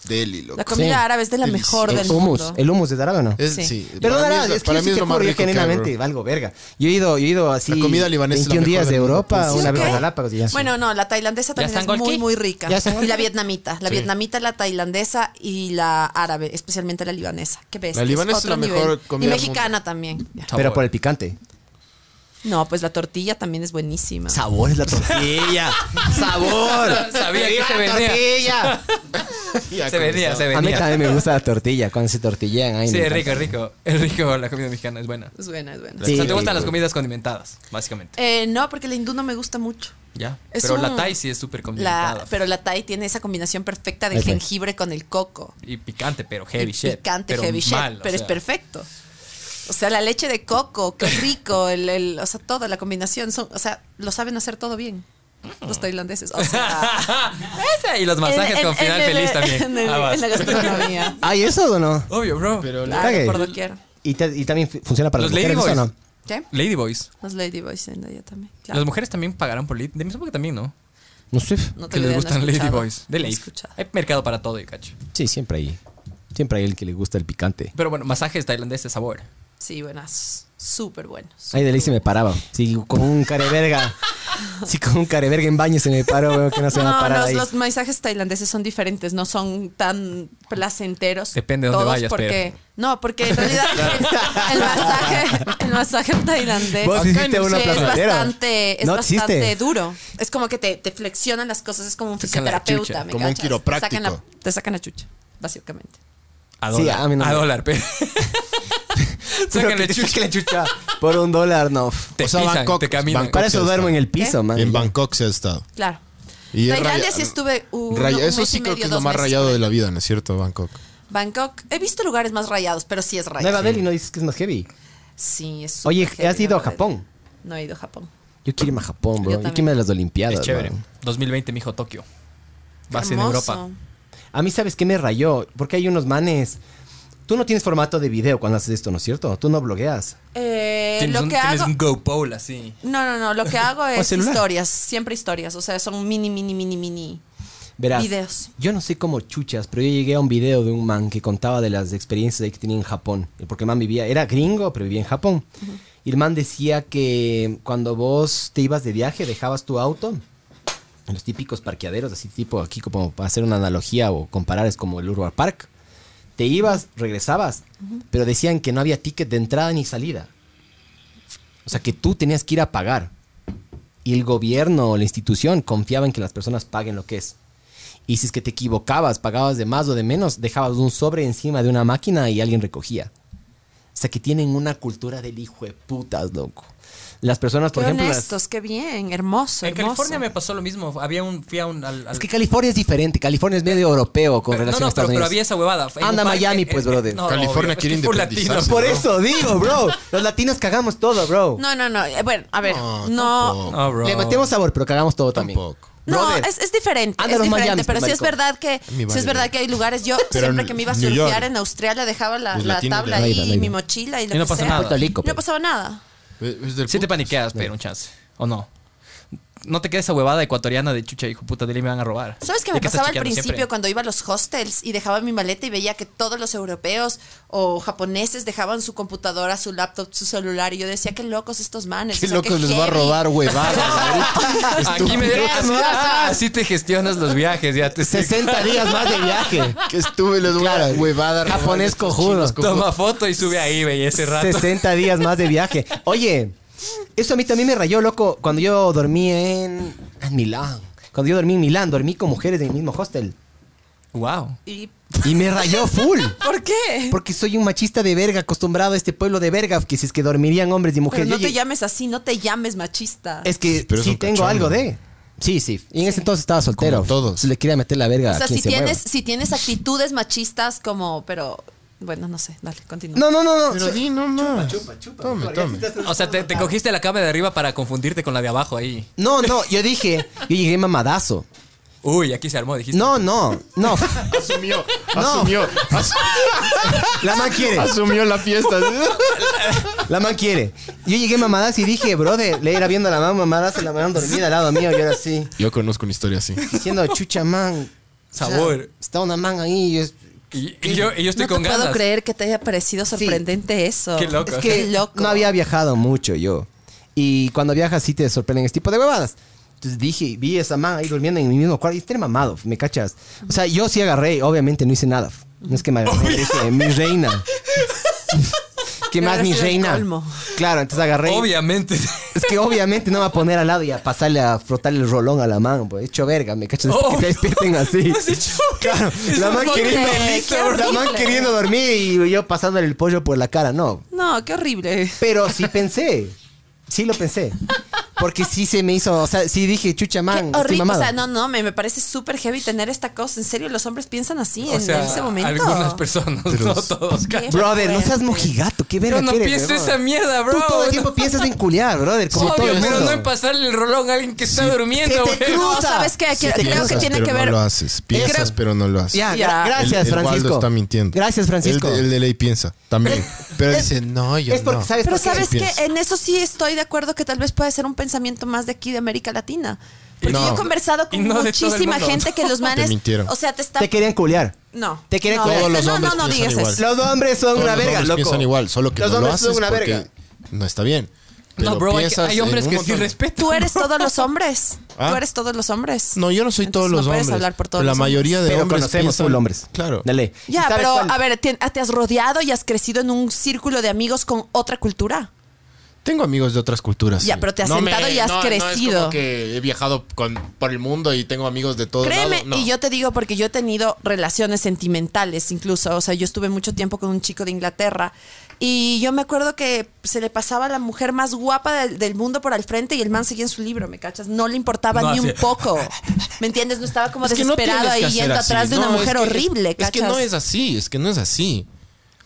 [SPEAKER 4] deli, loco.
[SPEAKER 3] La comida
[SPEAKER 2] Sí.
[SPEAKER 3] árabe es de la mejor del
[SPEAKER 2] El hummus.
[SPEAKER 3] mundo.
[SPEAKER 2] El hummus de árabe o no?
[SPEAKER 4] Es,
[SPEAKER 3] Sí.
[SPEAKER 4] sí.
[SPEAKER 2] Pero
[SPEAKER 4] para
[SPEAKER 2] no,
[SPEAKER 4] mí
[SPEAKER 2] no,
[SPEAKER 4] es, la-
[SPEAKER 2] es que
[SPEAKER 4] para
[SPEAKER 2] yo
[SPEAKER 4] mí
[SPEAKER 2] sí
[SPEAKER 4] es
[SPEAKER 2] te
[SPEAKER 4] lo más
[SPEAKER 2] juro, yo
[SPEAKER 4] rico que hay, bro.
[SPEAKER 2] genuinamente valgo verga. Yo he ido, yo he ido así
[SPEAKER 4] La comida libanesa es la mejor
[SPEAKER 2] 21 días de
[SPEAKER 4] del mundo,
[SPEAKER 2] Europa,
[SPEAKER 4] punto.
[SPEAKER 2] una
[SPEAKER 3] ¿Sí,
[SPEAKER 2] vez
[SPEAKER 3] qué?
[SPEAKER 2] a Galápagos y ya.
[SPEAKER 3] Bueno, no, la tailandesa
[SPEAKER 5] ¿Ya
[SPEAKER 3] también
[SPEAKER 5] están
[SPEAKER 3] es muy,
[SPEAKER 5] golqui?
[SPEAKER 3] muy rica.
[SPEAKER 2] ¿Ya están
[SPEAKER 3] Y
[SPEAKER 2] golqui?
[SPEAKER 3] la vietnamita. La vietnamita, la tailandesa y la árabe, especialmente la libanesa. ¿Qué ves?
[SPEAKER 4] La libanesa es la mejor comida
[SPEAKER 3] Y
[SPEAKER 4] del
[SPEAKER 3] mexicana también. Ya.
[SPEAKER 2] pero por el picante.
[SPEAKER 3] No, pues la tortilla también es buenísima.
[SPEAKER 2] Sabor es la tortilla. Sabor.
[SPEAKER 5] Sabía que se
[SPEAKER 2] la
[SPEAKER 5] venía.
[SPEAKER 2] Tortilla.
[SPEAKER 5] Se venía, se
[SPEAKER 2] A mí
[SPEAKER 5] venía.
[SPEAKER 2] también me gusta la tortilla cuando se tortillean ahí.
[SPEAKER 5] Sí,
[SPEAKER 2] me
[SPEAKER 5] es rico,
[SPEAKER 2] encanta.
[SPEAKER 5] es rico. Es rico la comida mexicana, es buena.
[SPEAKER 3] Es buena, es
[SPEAKER 2] Sí,
[SPEAKER 3] buena.
[SPEAKER 5] o sea, te
[SPEAKER 2] rico.
[SPEAKER 5] gustan las comidas condimentadas, básicamente.
[SPEAKER 3] Eh, no, porque la hindú no me gusta mucho.
[SPEAKER 5] Ya.
[SPEAKER 3] Eh, es
[SPEAKER 5] Pero la
[SPEAKER 3] un-
[SPEAKER 5] Thai sí es súper condimentada.
[SPEAKER 3] La, pero la Thai tiene esa combinación perfecta del
[SPEAKER 2] Ahí está.
[SPEAKER 3] jengibre con el coco.
[SPEAKER 5] Y picante, pero heavy
[SPEAKER 3] Y
[SPEAKER 5] shit.
[SPEAKER 3] Picante,
[SPEAKER 5] pero
[SPEAKER 3] heavy shit,
[SPEAKER 5] mal, o
[SPEAKER 3] pero es
[SPEAKER 5] sea.
[SPEAKER 3] perfecto. O sea, la leche de coco, qué rico, el, el- o sea, toda la combinación, son, o sea, lo saben hacer todo bien. Los tailandeses, o sea,
[SPEAKER 5] Esa, y Mm. los masajes
[SPEAKER 3] en-
[SPEAKER 5] con
[SPEAKER 3] en-
[SPEAKER 5] final
[SPEAKER 3] en-
[SPEAKER 5] feliz
[SPEAKER 3] en-
[SPEAKER 5] también.
[SPEAKER 3] En, en-
[SPEAKER 5] Ah, vas.
[SPEAKER 3] en la gastronomía.
[SPEAKER 2] ¿Hay eso o no?
[SPEAKER 5] Obvio, bro.
[SPEAKER 3] Claro,
[SPEAKER 2] Cague.
[SPEAKER 3] por doquier.
[SPEAKER 2] Y, ta- y también fu- funciona para
[SPEAKER 5] Los
[SPEAKER 2] las mujeres,
[SPEAKER 5] Lady
[SPEAKER 2] ¿eso o no?
[SPEAKER 5] Boys.
[SPEAKER 3] ¿Qué?
[SPEAKER 5] Ladyboys.
[SPEAKER 3] Los ladyboys en allá también.
[SPEAKER 5] Las
[SPEAKER 3] Claro.
[SPEAKER 5] mujeres también pagarán por Lady. De mi supongo que también, ¿no?
[SPEAKER 2] No sé.
[SPEAKER 3] No
[SPEAKER 5] que
[SPEAKER 3] tengo idea,
[SPEAKER 5] les
[SPEAKER 3] no he
[SPEAKER 5] gustan
[SPEAKER 3] escuchado.
[SPEAKER 5] Ladyboys. De
[SPEAKER 3] No he
[SPEAKER 5] ley.
[SPEAKER 3] escuchado.
[SPEAKER 5] Hay mercado para todo, yo cacho.
[SPEAKER 2] Sí, siempre hay. Siempre hay el que le gusta el picante.
[SPEAKER 5] Pero bueno, masajes tailandeses sabor.
[SPEAKER 3] Sí, buenas. Súper buenos.
[SPEAKER 2] Ay, de ley se me paraba. Sí, con un careverga. Sí, con un careverga en baño se me paró, weón, que no se va a
[SPEAKER 3] No,
[SPEAKER 2] parar
[SPEAKER 3] los,
[SPEAKER 2] ahí.
[SPEAKER 3] los mensajes tailandeses son diferentes, no son tan placenteros.
[SPEAKER 5] Depende de dónde
[SPEAKER 3] todos
[SPEAKER 5] vayas,
[SPEAKER 3] porque No, porque en realidad el, masaje, el masaje tailandés
[SPEAKER 2] Vos
[SPEAKER 3] acá
[SPEAKER 2] hiciste
[SPEAKER 3] en-
[SPEAKER 2] uno
[SPEAKER 3] sí, es
[SPEAKER 2] placentero.
[SPEAKER 3] bastante, es
[SPEAKER 2] No
[SPEAKER 3] bastante
[SPEAKER 2] existe.
[SPEAKER 3] duro. Es como que te, te flexionan las cosas, es como un
[SPEAKER 5] Te sacan la
[SPEAKER 3] fisioterapeuta.
[SPEAKER 5] chucha,
[SPEAKER 3] ¿me
[SPEAKER 4] como un
[SPEAKER 3] cachas?
[SPEAKER 4] quiropráctico.
[SPEAKER 3] Te sacan, la, te sacan la chucha, básicamente.
[SPEAKER 5] A
[SPEAKER 2] Sí,
[SPEAKER 5] dólar.
[SPEAKER 2] a mí no
[SPEAKER 5] a
[SPEAKER 2] me-
[SPEAKER 5] dólar, pero.
[SPEAKER 2] Pero que
[SPEAKER 5] Sáquenle
[SPEAKER 2] te
[SPEAKER 5] chucha.
[SPEAKER 2] saque la chucha por un dólar, no.
[SPEAKER 5] Te
[SPEAKER 4] O sea,
[SPEAKER 5] pisan,
[SPEAKER 4] Bangkok-
[SPEAKER 5] te caminan.
[SPEAKER 4] Bangkok.
[SPEAKER 2] Para eso duermo en el piso, man.
[SPEAKER 4] En Bangkok se ha estado.
[SPEAKER 3] Claro.
[SPEAKER 4] Y es
[SPEAKER 3] Tailandia
[SPEAKER 4] raya-
[SPEAKER 3] sí estuve un,
[SPEAKER 4] raya-
[SPEAKER 3] un
[SPEAKER 4] Eso
[SPEAKER 3] mes
[SPEAKER 4] sí
[SPEAKER 3] y
[SPEAKER 4] creo
[SPEAKER 3] medio,
[SPEAKER 4] que es lo
[SPEAKER 3] dos
[SPEAKER 4] más
[SPEAKER 3] meses
[SPEAKER 4] rayado
[SPEAKER 3] por
[SPEAKER 4] de
[SPEAKER 3] ahí.
[SPEAKER 4] la vida, ¿no es cierto? Bangkok.
[SPEAKER 3] Bangkok, he visto lugares más rayados, pero sí es rayado.
[SPEAKER 2] Nueva Delhi no dices que es más heavy.
[SPEAKER 3] Sí, es
[SPEAKER 2] Oye,
[SPEAKER 3] súper
[SPEAKER 2] ¿has
[SPEAKER 3] heavy,
[SPEAKER 2] ido a
[SPEAKER 3] la verdad.
[SPEAKER 2] Japón?
[SPEAKER 3] No he ido a Japón.
[SPEAKER 2] Yo quiero irme a Japón, bro.
[SPEAKER 3] Yo
[SPEAKER 2] Yo, quiero
[SPEAKER 3] también.
[SPEAKER 2] irme a las Olimpiadas.
[SPEAKER 5] Es chévere.
[SPEAKER 2] man.
[SPEAKER 5] 2020, mijo, Tokio. Vas en
[SPEAKER 3] Hermoso.
[SPEAKER 5] Europa.
[SPEAKER 2] A mí, ¿sabes qué me rayó? Porque hay unos manes. Tú no tienes formato de video cuando haces esto, ¿no es cierto? Tú no blogueas.
[SPEAKER 3] Eh,
[SPEAKER 5] Tienes,
[SPEAKER 3] lo
[SPEAKER 5] un,
[SPEAKER 3] que
[SPEAKER 5] tienes
[SPEAKER 3] hago.
[SPEAKER 5] un GoPole así.
[SPEAKER 3] No, no, no. Lo que hago es
[SPEAKER 2] celular.
[SPEAKER 3] historias. Siempre historias. O sea, son mini, mini, mini, mini.
[SPEAKER 2] Verás.
[SPEAKER 3] Videos.
[SPEAKER 2] Yo no sé cómo chuchas, pero yo llegué a un video de un man que contaba de las experiencias ahí que tenía en Japón. Porque el man vivía, era gringo, pero vivía en Japón. Y el man decía que cuando vos te ibas de viaje, dejabas tu auto en los típicos parqueaderos, así tipo aquí como para hacer una analogía o comparar, es como el Urban Park. Te ibas, regresabas, pero decían que no había ticket de entrada ni salida. O sea que tú tenías que ir a pagar. Y el gobierno o la institución confiaba en que las personas paguen lo que es. Y si es que te equivocabas, pagabas de más o de menos, dejabas un sobre encima de una máquina y alguien recogía. O sea que tienen una cultura del hijo de putas, loco. Las personas, por
[SPEAKER 3] qué
[SPEAKER 2] ejemplo, las-
[SPEAKER 3] honestos, qué bien. Hermoso.
[SPEAKER 5] En
[SPEAKER 3] hermoso.
[SPEAKER 5] California me pasó lo mismo. Había un. Fui a un. al- al-
[SPEAKER 2] Es que California es diferente. California es medio europeo con
[SPEAKER 5] Pero-
[SPEAKER 2] relación
[SPEAKER 5] no,
[SPEAKER 2] a
[SPEAKER 5] no, pero,
[SPEAKER 2] Estados
[SPEAKER 5] pero
[SPEAKER 2] Unidos.
[SPEAKER 5] había esa huevada. En
[SPEAKER 2] Anda
[SPEAKER 5] un parque,
[SPEAKER 2] Miami,
[SPEAKER 5] en-
[SPEAKER 2] pues,
[SPEAKER 5] en-
[SPEAKER 2] brother.
[SPEAKER 4] California
[SPEAKER 5] obvio,
[SPEAKER 4] quiere
[SPEAKER 5] es que full latino,
[SPEAKER 4] independizarse,
[SPEAKER 2] Por
[SPEAKER 5] bro.
[SPEAKER 2] eso digo, bro. Los latinos cagamos todo, bro.
[SPEAKER 3] No, no, no. eh, Bueno, a ver.
[SPEAKER 4] No,
[SPEAKER 3] No.
[SPEAKER 4] tampoco.
[SPEAKER 5] No, Ah, bro.
[SPEAKER 2] Le metemos sabor, pero cagamos todo también.
[SPEAKER 4] Tampoco.
[SPEAKER 3] No,
[SPEAKER 2] Brother,
[SPEAKER 3] es, es diferente,
[SPEAKER 5] Ah,
[SPEAKER 2] anda
[SPEAKER 3] es
[SPEAKER 2] a los
[SPEAKER 3] diferente,
[SPEAKER 2] Miamis,
[SPEAKER 3] pero sí es
[SPEAKER 2] maricón.
[SPEAKER 3] verdad que
[SPEAKER 4] mí
[SPEAKER 3] sí es
[SPEAKER 4] vale,
[SPEAKER 3] verdad
[SPEAKER 4] güey.
[SPEAKER 3] que hay lugares. Yo
[SPEAKER 4] Pero
[SPEAKER 3] siempre
[SPEAKER 4] en
[SPEAKER 3] que me iba a
[SPEAKER 4] New
[SPEAKER 3] surfear
[SPEAKER 4] York.
[SPEAKER 3] en Australia dejaba la,
[SPEAKER 4] Los
[SPEAKER 3] la
[SPEAKER 4] latinos
[SPEAKER 3] tabla
[SPEAKER 4] de
[SPEAKER 3] ahí,
[SPEAKER 2] Laida, Laida.
[SPEAKER 3] mi mochila y lo
[SPEAKER 5] Y no
[SPEAKER 3] que
[SPEAKER 5] pasa
[SPEAKER 3] sea.
[SPEAKER 5] nada. Puerto
[SPEAKER 2] Rico,
[SPEAKER 3] No
[SPEAKER 2] pues.
[SPEAKER 3] pasaba nada.
[SPEAKER 4] Es del
[SPEAKER 5] Sí te
[SPEAKER 4] putas.
[SPEAKER 5] paniqueas, pero un chance. ¿O no? No te quedes esa huevada ecuatoriana de chucha, hijo puta, de ley me van a robar.
[SPEAKER 3] ¿Sabes qué
[SPEAKER 5] ¿De
[SPEAKER 3] me
[SPEAKER 5] estás
[SPEAKER 3] pasaba al
[SPEAKER 5] chequeando
[SPEAKER 3] principio
[SPEAKER 5] siempre?
[SPEAKER 3] cuando iba a los hostels y dejaba mi maleta y veía que todos los europeos o japoneses dejaban su computadora, su laptop, su celular? Y yo decía, qué locos estos manes.
[SPEAKER 4] Qué
[SPEAKER 3] o sea,
[SPEAKER 4] locos les
[SPEAKER 3] heavy.
[SPEAKER 4] va a robar huevadas.
[SPEAKER 5] Aquí me dieron
[SPEAKER 2] Estúpido.
[SPEAKER 5] ah, así te gestionas los viajes, ya te
[SPEAKER 2] 60 días más de viaje.
[SPEAKER 4] Que estuve les huevadas. huevadas.
[SPEAKER 2] Japonés cojudo.
[SPEAKER 5] Toma foto y sube ahí, güey, ese este rato.
[SPEAKER 2] 60 días más de viaje. Oye, eso a mí también me rayó, loco. Cuando yo dormí en, en Milán. Cuando yo dormí en Milán, dormí con mujeres del mismo hostel.
[SPEAKER 5] Wow.
[SPEAKER 3] ¿Y
[SPEAKER 2] Y me rayó full.
[SPEAKER 3] por qué?
[SPEAKER 2] Porque soy un machista de verga, acostumbrado a este pueblo de verga, que si es que dormirían hombres y
[SPEAKER 3] Pero
[SPEAKER 2] mujeres.
[SPEAKER 3] no
[SPEAKER 2] Yo
[SPEAKER 3] te
[SPEAKER 2] llegué-
[SPEAKER 3] llames así, no te llames machista.
[SPEAKER 2] Es que
[SPEAKER 4] Pero es
[SPEAKER 2] sí
[SPEAKER 4] un
[SPEAKER 2] tengo
[SPEAKER 4] cachondo.
[SPEAKER 2] algo de. Sí, sí. Y en ese entonces estaba soltero.
[SPEAKER 4] Como todos.
[SPEAKER 2] Le quería meter la verga
[SPEAKER 3] o sea,
[SPEAKER 2] a quien
[SPEAKER 3] si
[SPEAKER 2] se mueva.
[SPEAKER 3] tienes, si tienes actitudes machistas como, pero bueno, no sé, dale, continúa.
[SPEAKER 2] No, no, no, no.
[SPEAKER 4] Pero di nomás. Chupa, chupa. Tome, tome.
[SPEAKER 5] O sea, te, te cogiste la cama de arriba para confundirte con la de abajo ahí.
[SPEAKER 2] No, no, yo dije, yo llegué mamadazo.
[SPEAKER 5] Uy, aquí se armó, dijiste.
[SPEAKER 2] No, no, no.
[SPEAKER 4] Asumió.
[SPEAKER 2] No.
[SPEAKER 4] Asumió. as-
[SPEAKER 2] La man quiere,
[SPEAKER 4] Asumió la fiesta.
[SPEAKER 2] la man quiere. Yo llegué mamadazo y dije, brother, le era viendo a la man mamadazo, la man dormida al lado mío, yo era así,
[SPEAKER 4] Yo conozco una historia así.
[SPEAKER 2] diciendo, chucha man. o sea,
[SPEAKER 5] Sabor.
[SPEAKER 2] está una man ahí, yo es-
[SPEAKER 5] Y, y yo, y yo estoy
[SPEAKER 3] No te
[SPEAKER 5] con
[SPEAKER 3] puedo
[SPEAKER 5] ganas.
[SPEAKER 3] creer que te haya parecido sorprendente eso.
[SPEAKER 5] Qué loco.
[SPEAKER 3] Es
[SPEAKER 2] Es
[SPEAKER 3] que
[SPEAKER 2] que
[SPEAKER 3] loco.
[SPEAKER 2] no había viajado mucho yo. Y cuando viajas sí te sorprenden este tipo de huevadas. Entonces dije, vi a esa man ahí durmiendo en mi mismo cuarto y esté mamado, me cachas. O sea, yo sí agarré, obviamente no hice nada. No es que me agarré, dije, mi reina. ¿Qué
[SPEAKER 3] Debe
[SPEAKER 2] más,
[SPEAKER 3] haber
[SPEAKER 2] mi
[SPEAKER 3] sido el
[SPEAKER 2] reina?
[SPEAKER 3] colmo.
[SPEAKER 2] Claro, entonces agarré. y-
[SPEAKER 5] Obviamente.
[SPEAKER 2] Es que obviamente no me va a poner al lado y a pasarle a frotarle el rolón a la man, pues. Hecho verga, me cacho.
[SPEAKER 5] Oh.
[SPEAKER 2] que despierten así. Claro, la man,
[SPEAKER 5] un
[SPEAKER 2] queriendo,
[SPEAKER 3] fucking delito,
[SPEAKER 2] la
[SPEAKER 3] bro.
[SPEAKER 2] man queriendo dormir y yo pasándole el pollo por la cara, no.
[SPEAKER 3] No, qué horrible.
[SPEAKER 2] Pero sí pensé. Sí lo pensé. Porque sí se me hizo. O sea, sí dije, chucha
[SPEAKER 3] Qué
[SPEAKER 2] man. Estoy
[SPEAKER 3] horrible. O
[SPEAKER 2] mamado.
[SPEAKER 3] sea, no, no, me, me parece súper heavy tener esta cosa. En serio, los hombres piensan así
[SPEAKER 5] O
[SPEAKER 3] en,
[SPEAKER 5] sea,
[SPEAKER 3] ese momento.
[SPEAKER 5] algunas personas, no todos.
[SPEAKER 3] Qué
[SPEAKER 2] Brother, no
[SPEAKER 3] fuerte.
[SPEAKER 2] seas mojigato. Qué verga
[SPEAKER 5] Yo no
[SPEAKER 2] que eres,
[SPEAKER 5] pienso
[SPEAKER 2] huevón.
[SPEAKER 5] esa mierda, bro.
[SPEAKER 2] Tú todo el tiempo piensas en culiar, brother. Como todo
[SPEAKER 5] Obvio,
[SPEAKER 2] el
[SPEAKER 5] pero
[SPEAKER 2] mundo.
[SPEAKER 5] no en pasarle el rolón a alguien que está durmiendo,
[SPEAKER 2] Se te
[SPEAKER 5] güey.
[SPEAKER 2] cruza.
[SPEAKER 3] No, ¿sabes qué?
[SPEAKER 2] Se
[SPEAKER 3] Creo-
[SPEAKER 2] te
[SPEAKER 3] creo que
[SPEAKER 2] cruza.
[SPEAKER 3] tiene
[SPEAKER 4] pero
[SPEAKER 3] que
[SPEAKER 4] no
[SPEAKER 3] ver.
[SPEAKER 4] lo haces. Piensas,
[SPEAKER 2] Creo-
[SPEAKER 4] pero no lo haces.
[SPEAKER 2] Ya,
[SPEAKER 3] Ya.
[SPEAKER 2] gra- gracias,
[SPEAKER 4] el, el Waldo
[SPEAKER 2] Francisco.
[SPEAKER 4] está mintiendo.
[SPEAKER 2] Gracias, Francisco.
[SPEAKER 4] El, el de ley piensa también. Pero dice, no, yo
[SPEAKER 2] es porque,
[SPEAKER 4] no.
[SPEAKER 2] ¿sabes
[SPEAKER 3] Pero
[SPEAKER 2] por qué?
[SPEAKER 3] sabes
[SPEAKER 4] Sí,
[SPEAKER 3] que
[SPEAKER 4] pienso.
[SPEAKER 3] en eso sí estoy de acuerdo que tal vez puede ser un pensamiento más de aquí de América Latina. Porque
[SPEAKER 4] No.
[SPEAKER 3] yo he conversado
[SPEAKER 5] Y
[SPEAKER 3] con
[SPEAKER 5] no de todo el
[SPEAKER 3] muchísima
[SPEAKER 5] mundo.
[SPEAKER 3] gente que los manes.
[SPEAKER 4] mintieron.
[SPEAKER 3] O sea, te están.
[SPEAKER 2] Te querían culiar.
[SPEAKER 3] no.
[SPEAKER 2] te quieren
[SPEAKER 3] no,
[SPEAKER 2] con- Todos
[SPEAKER 4] los
[SPEAKER 3] no,
[SPEAKER 4] hombres
[SPEAKER 3] no, no
[SPEAKER 4] piensan
[SPEAKER 3] digas
[SPEAKER 4] igual.
[SPEAKER 3] eso.
[SPEAKER 2] Los hombres son
[SPEAKER 4] Todos
[SPEAKER 2] una
[SPEAKER 4] los
[SPEAKER 2] verga,
[SPEAKER 4] hombres
[SPEAKER 2] loco.
[SPEAKER 4] piensan igual, solo que
[SPEAKER 2] los
[SPEAKER 4] no lo
[SPEAKER 2] hombres
[SPEAKER 4] haces
[SPEAKER 2] son una
[SPEAKER 4] porque
[SPEAKER 2] verga.
[SPEAKER 4] no está bien. Pero
[SPEAKER 5] No, bro, hay,
[SPEAKER 4] piensas
[SPEAKER 5] hay
[SPEAKER 4] en
[SPEAKER 5] hombres
[SPEAKER 4] un
[SPEAKER 5] que sí
[SPEAKER 4] montón de-
[SPEAKER 5] respetan.
[SPEAKER 3] Tú eres todos los hombres.
[SPEAKER 4] ¿Ah?
[SPEAKER 3] Tú eres todos los hombres.
[SPEAKER 4] No, yo no soy todos
[SPEAKER 3] Entonces
[SPEAKER 4] los
[SPEAKER 3] no puedes
[SPEAKER 4] hombres.
[SPEAKER 3] hablar por todos
[SPEAKER 4] pero la
[SPEAKER 3] los
[SPEAKER 4] mayoría de
[SPEAKER 2] Pero
[SPEAKER 4] hombres
[SPEAKER 2] conocemos
[SPEAKER 4] piensan-
[SPEAKER 2] full hombres.
[SPEAKER 4] Claro.
[SPEAKER 2] Dale. ¿Y
[SPEAKER 3] Ya,
[SPEAKER 2] sabes
[SPEAKER 3] pero
[SPEAKER 2] cuál?
[SPEAKER 3] a ver, te, te has rodeado y has crecido en un círculo de amigos con otra cultura.
[SPEAKER 4] Tengo amigos de otras culturas.
[SPEAKER 3] Ya, pero te has sentado y has crecido.
[SPEAKER 4] que he viajado con- por el mundo y tengo amigos de todos
[SPEAKER 3] Créeme,
[SPEAKER 4] lados, no.
[SPEAKER 3] y yo te digo porque yo he tenido relaciones sentimentales incluso, o sea, yo estuve mucho tiempo con un chico de Inglaterra y yo me acuerdo que se le pasaba a la mujer más guapa del, del mundo por al frente y el man seguía en su libro, ¿me cachas? No le importaba
[SPEAKER 5] No,
[SPEAKER 3] ni un
[SPEAKER 5] así.
[SPEAKER 3] poco, ¿me entiendes? No estaba como
[SPEAKER 4] Es que no
[SPEAKER 3] desesperado
[SPEAKER 4] tienes que
[SPEAKER 3] ahí
[SPEAKER 4] hacer
[SPEAKER 3] yendo
[SPEAKER 4] así.
[SPEAKER 3] atrás de una
[SPEAKER 4] No, es
[SPEAKER 3] mujer
[SPEAKER 4] que-
[SPEAKER 3] horrible,
[SPEAKER 4] Es
[SPEAKER 3] ¿cachas?
[SPEAKER 4] que no es así, es que no es así.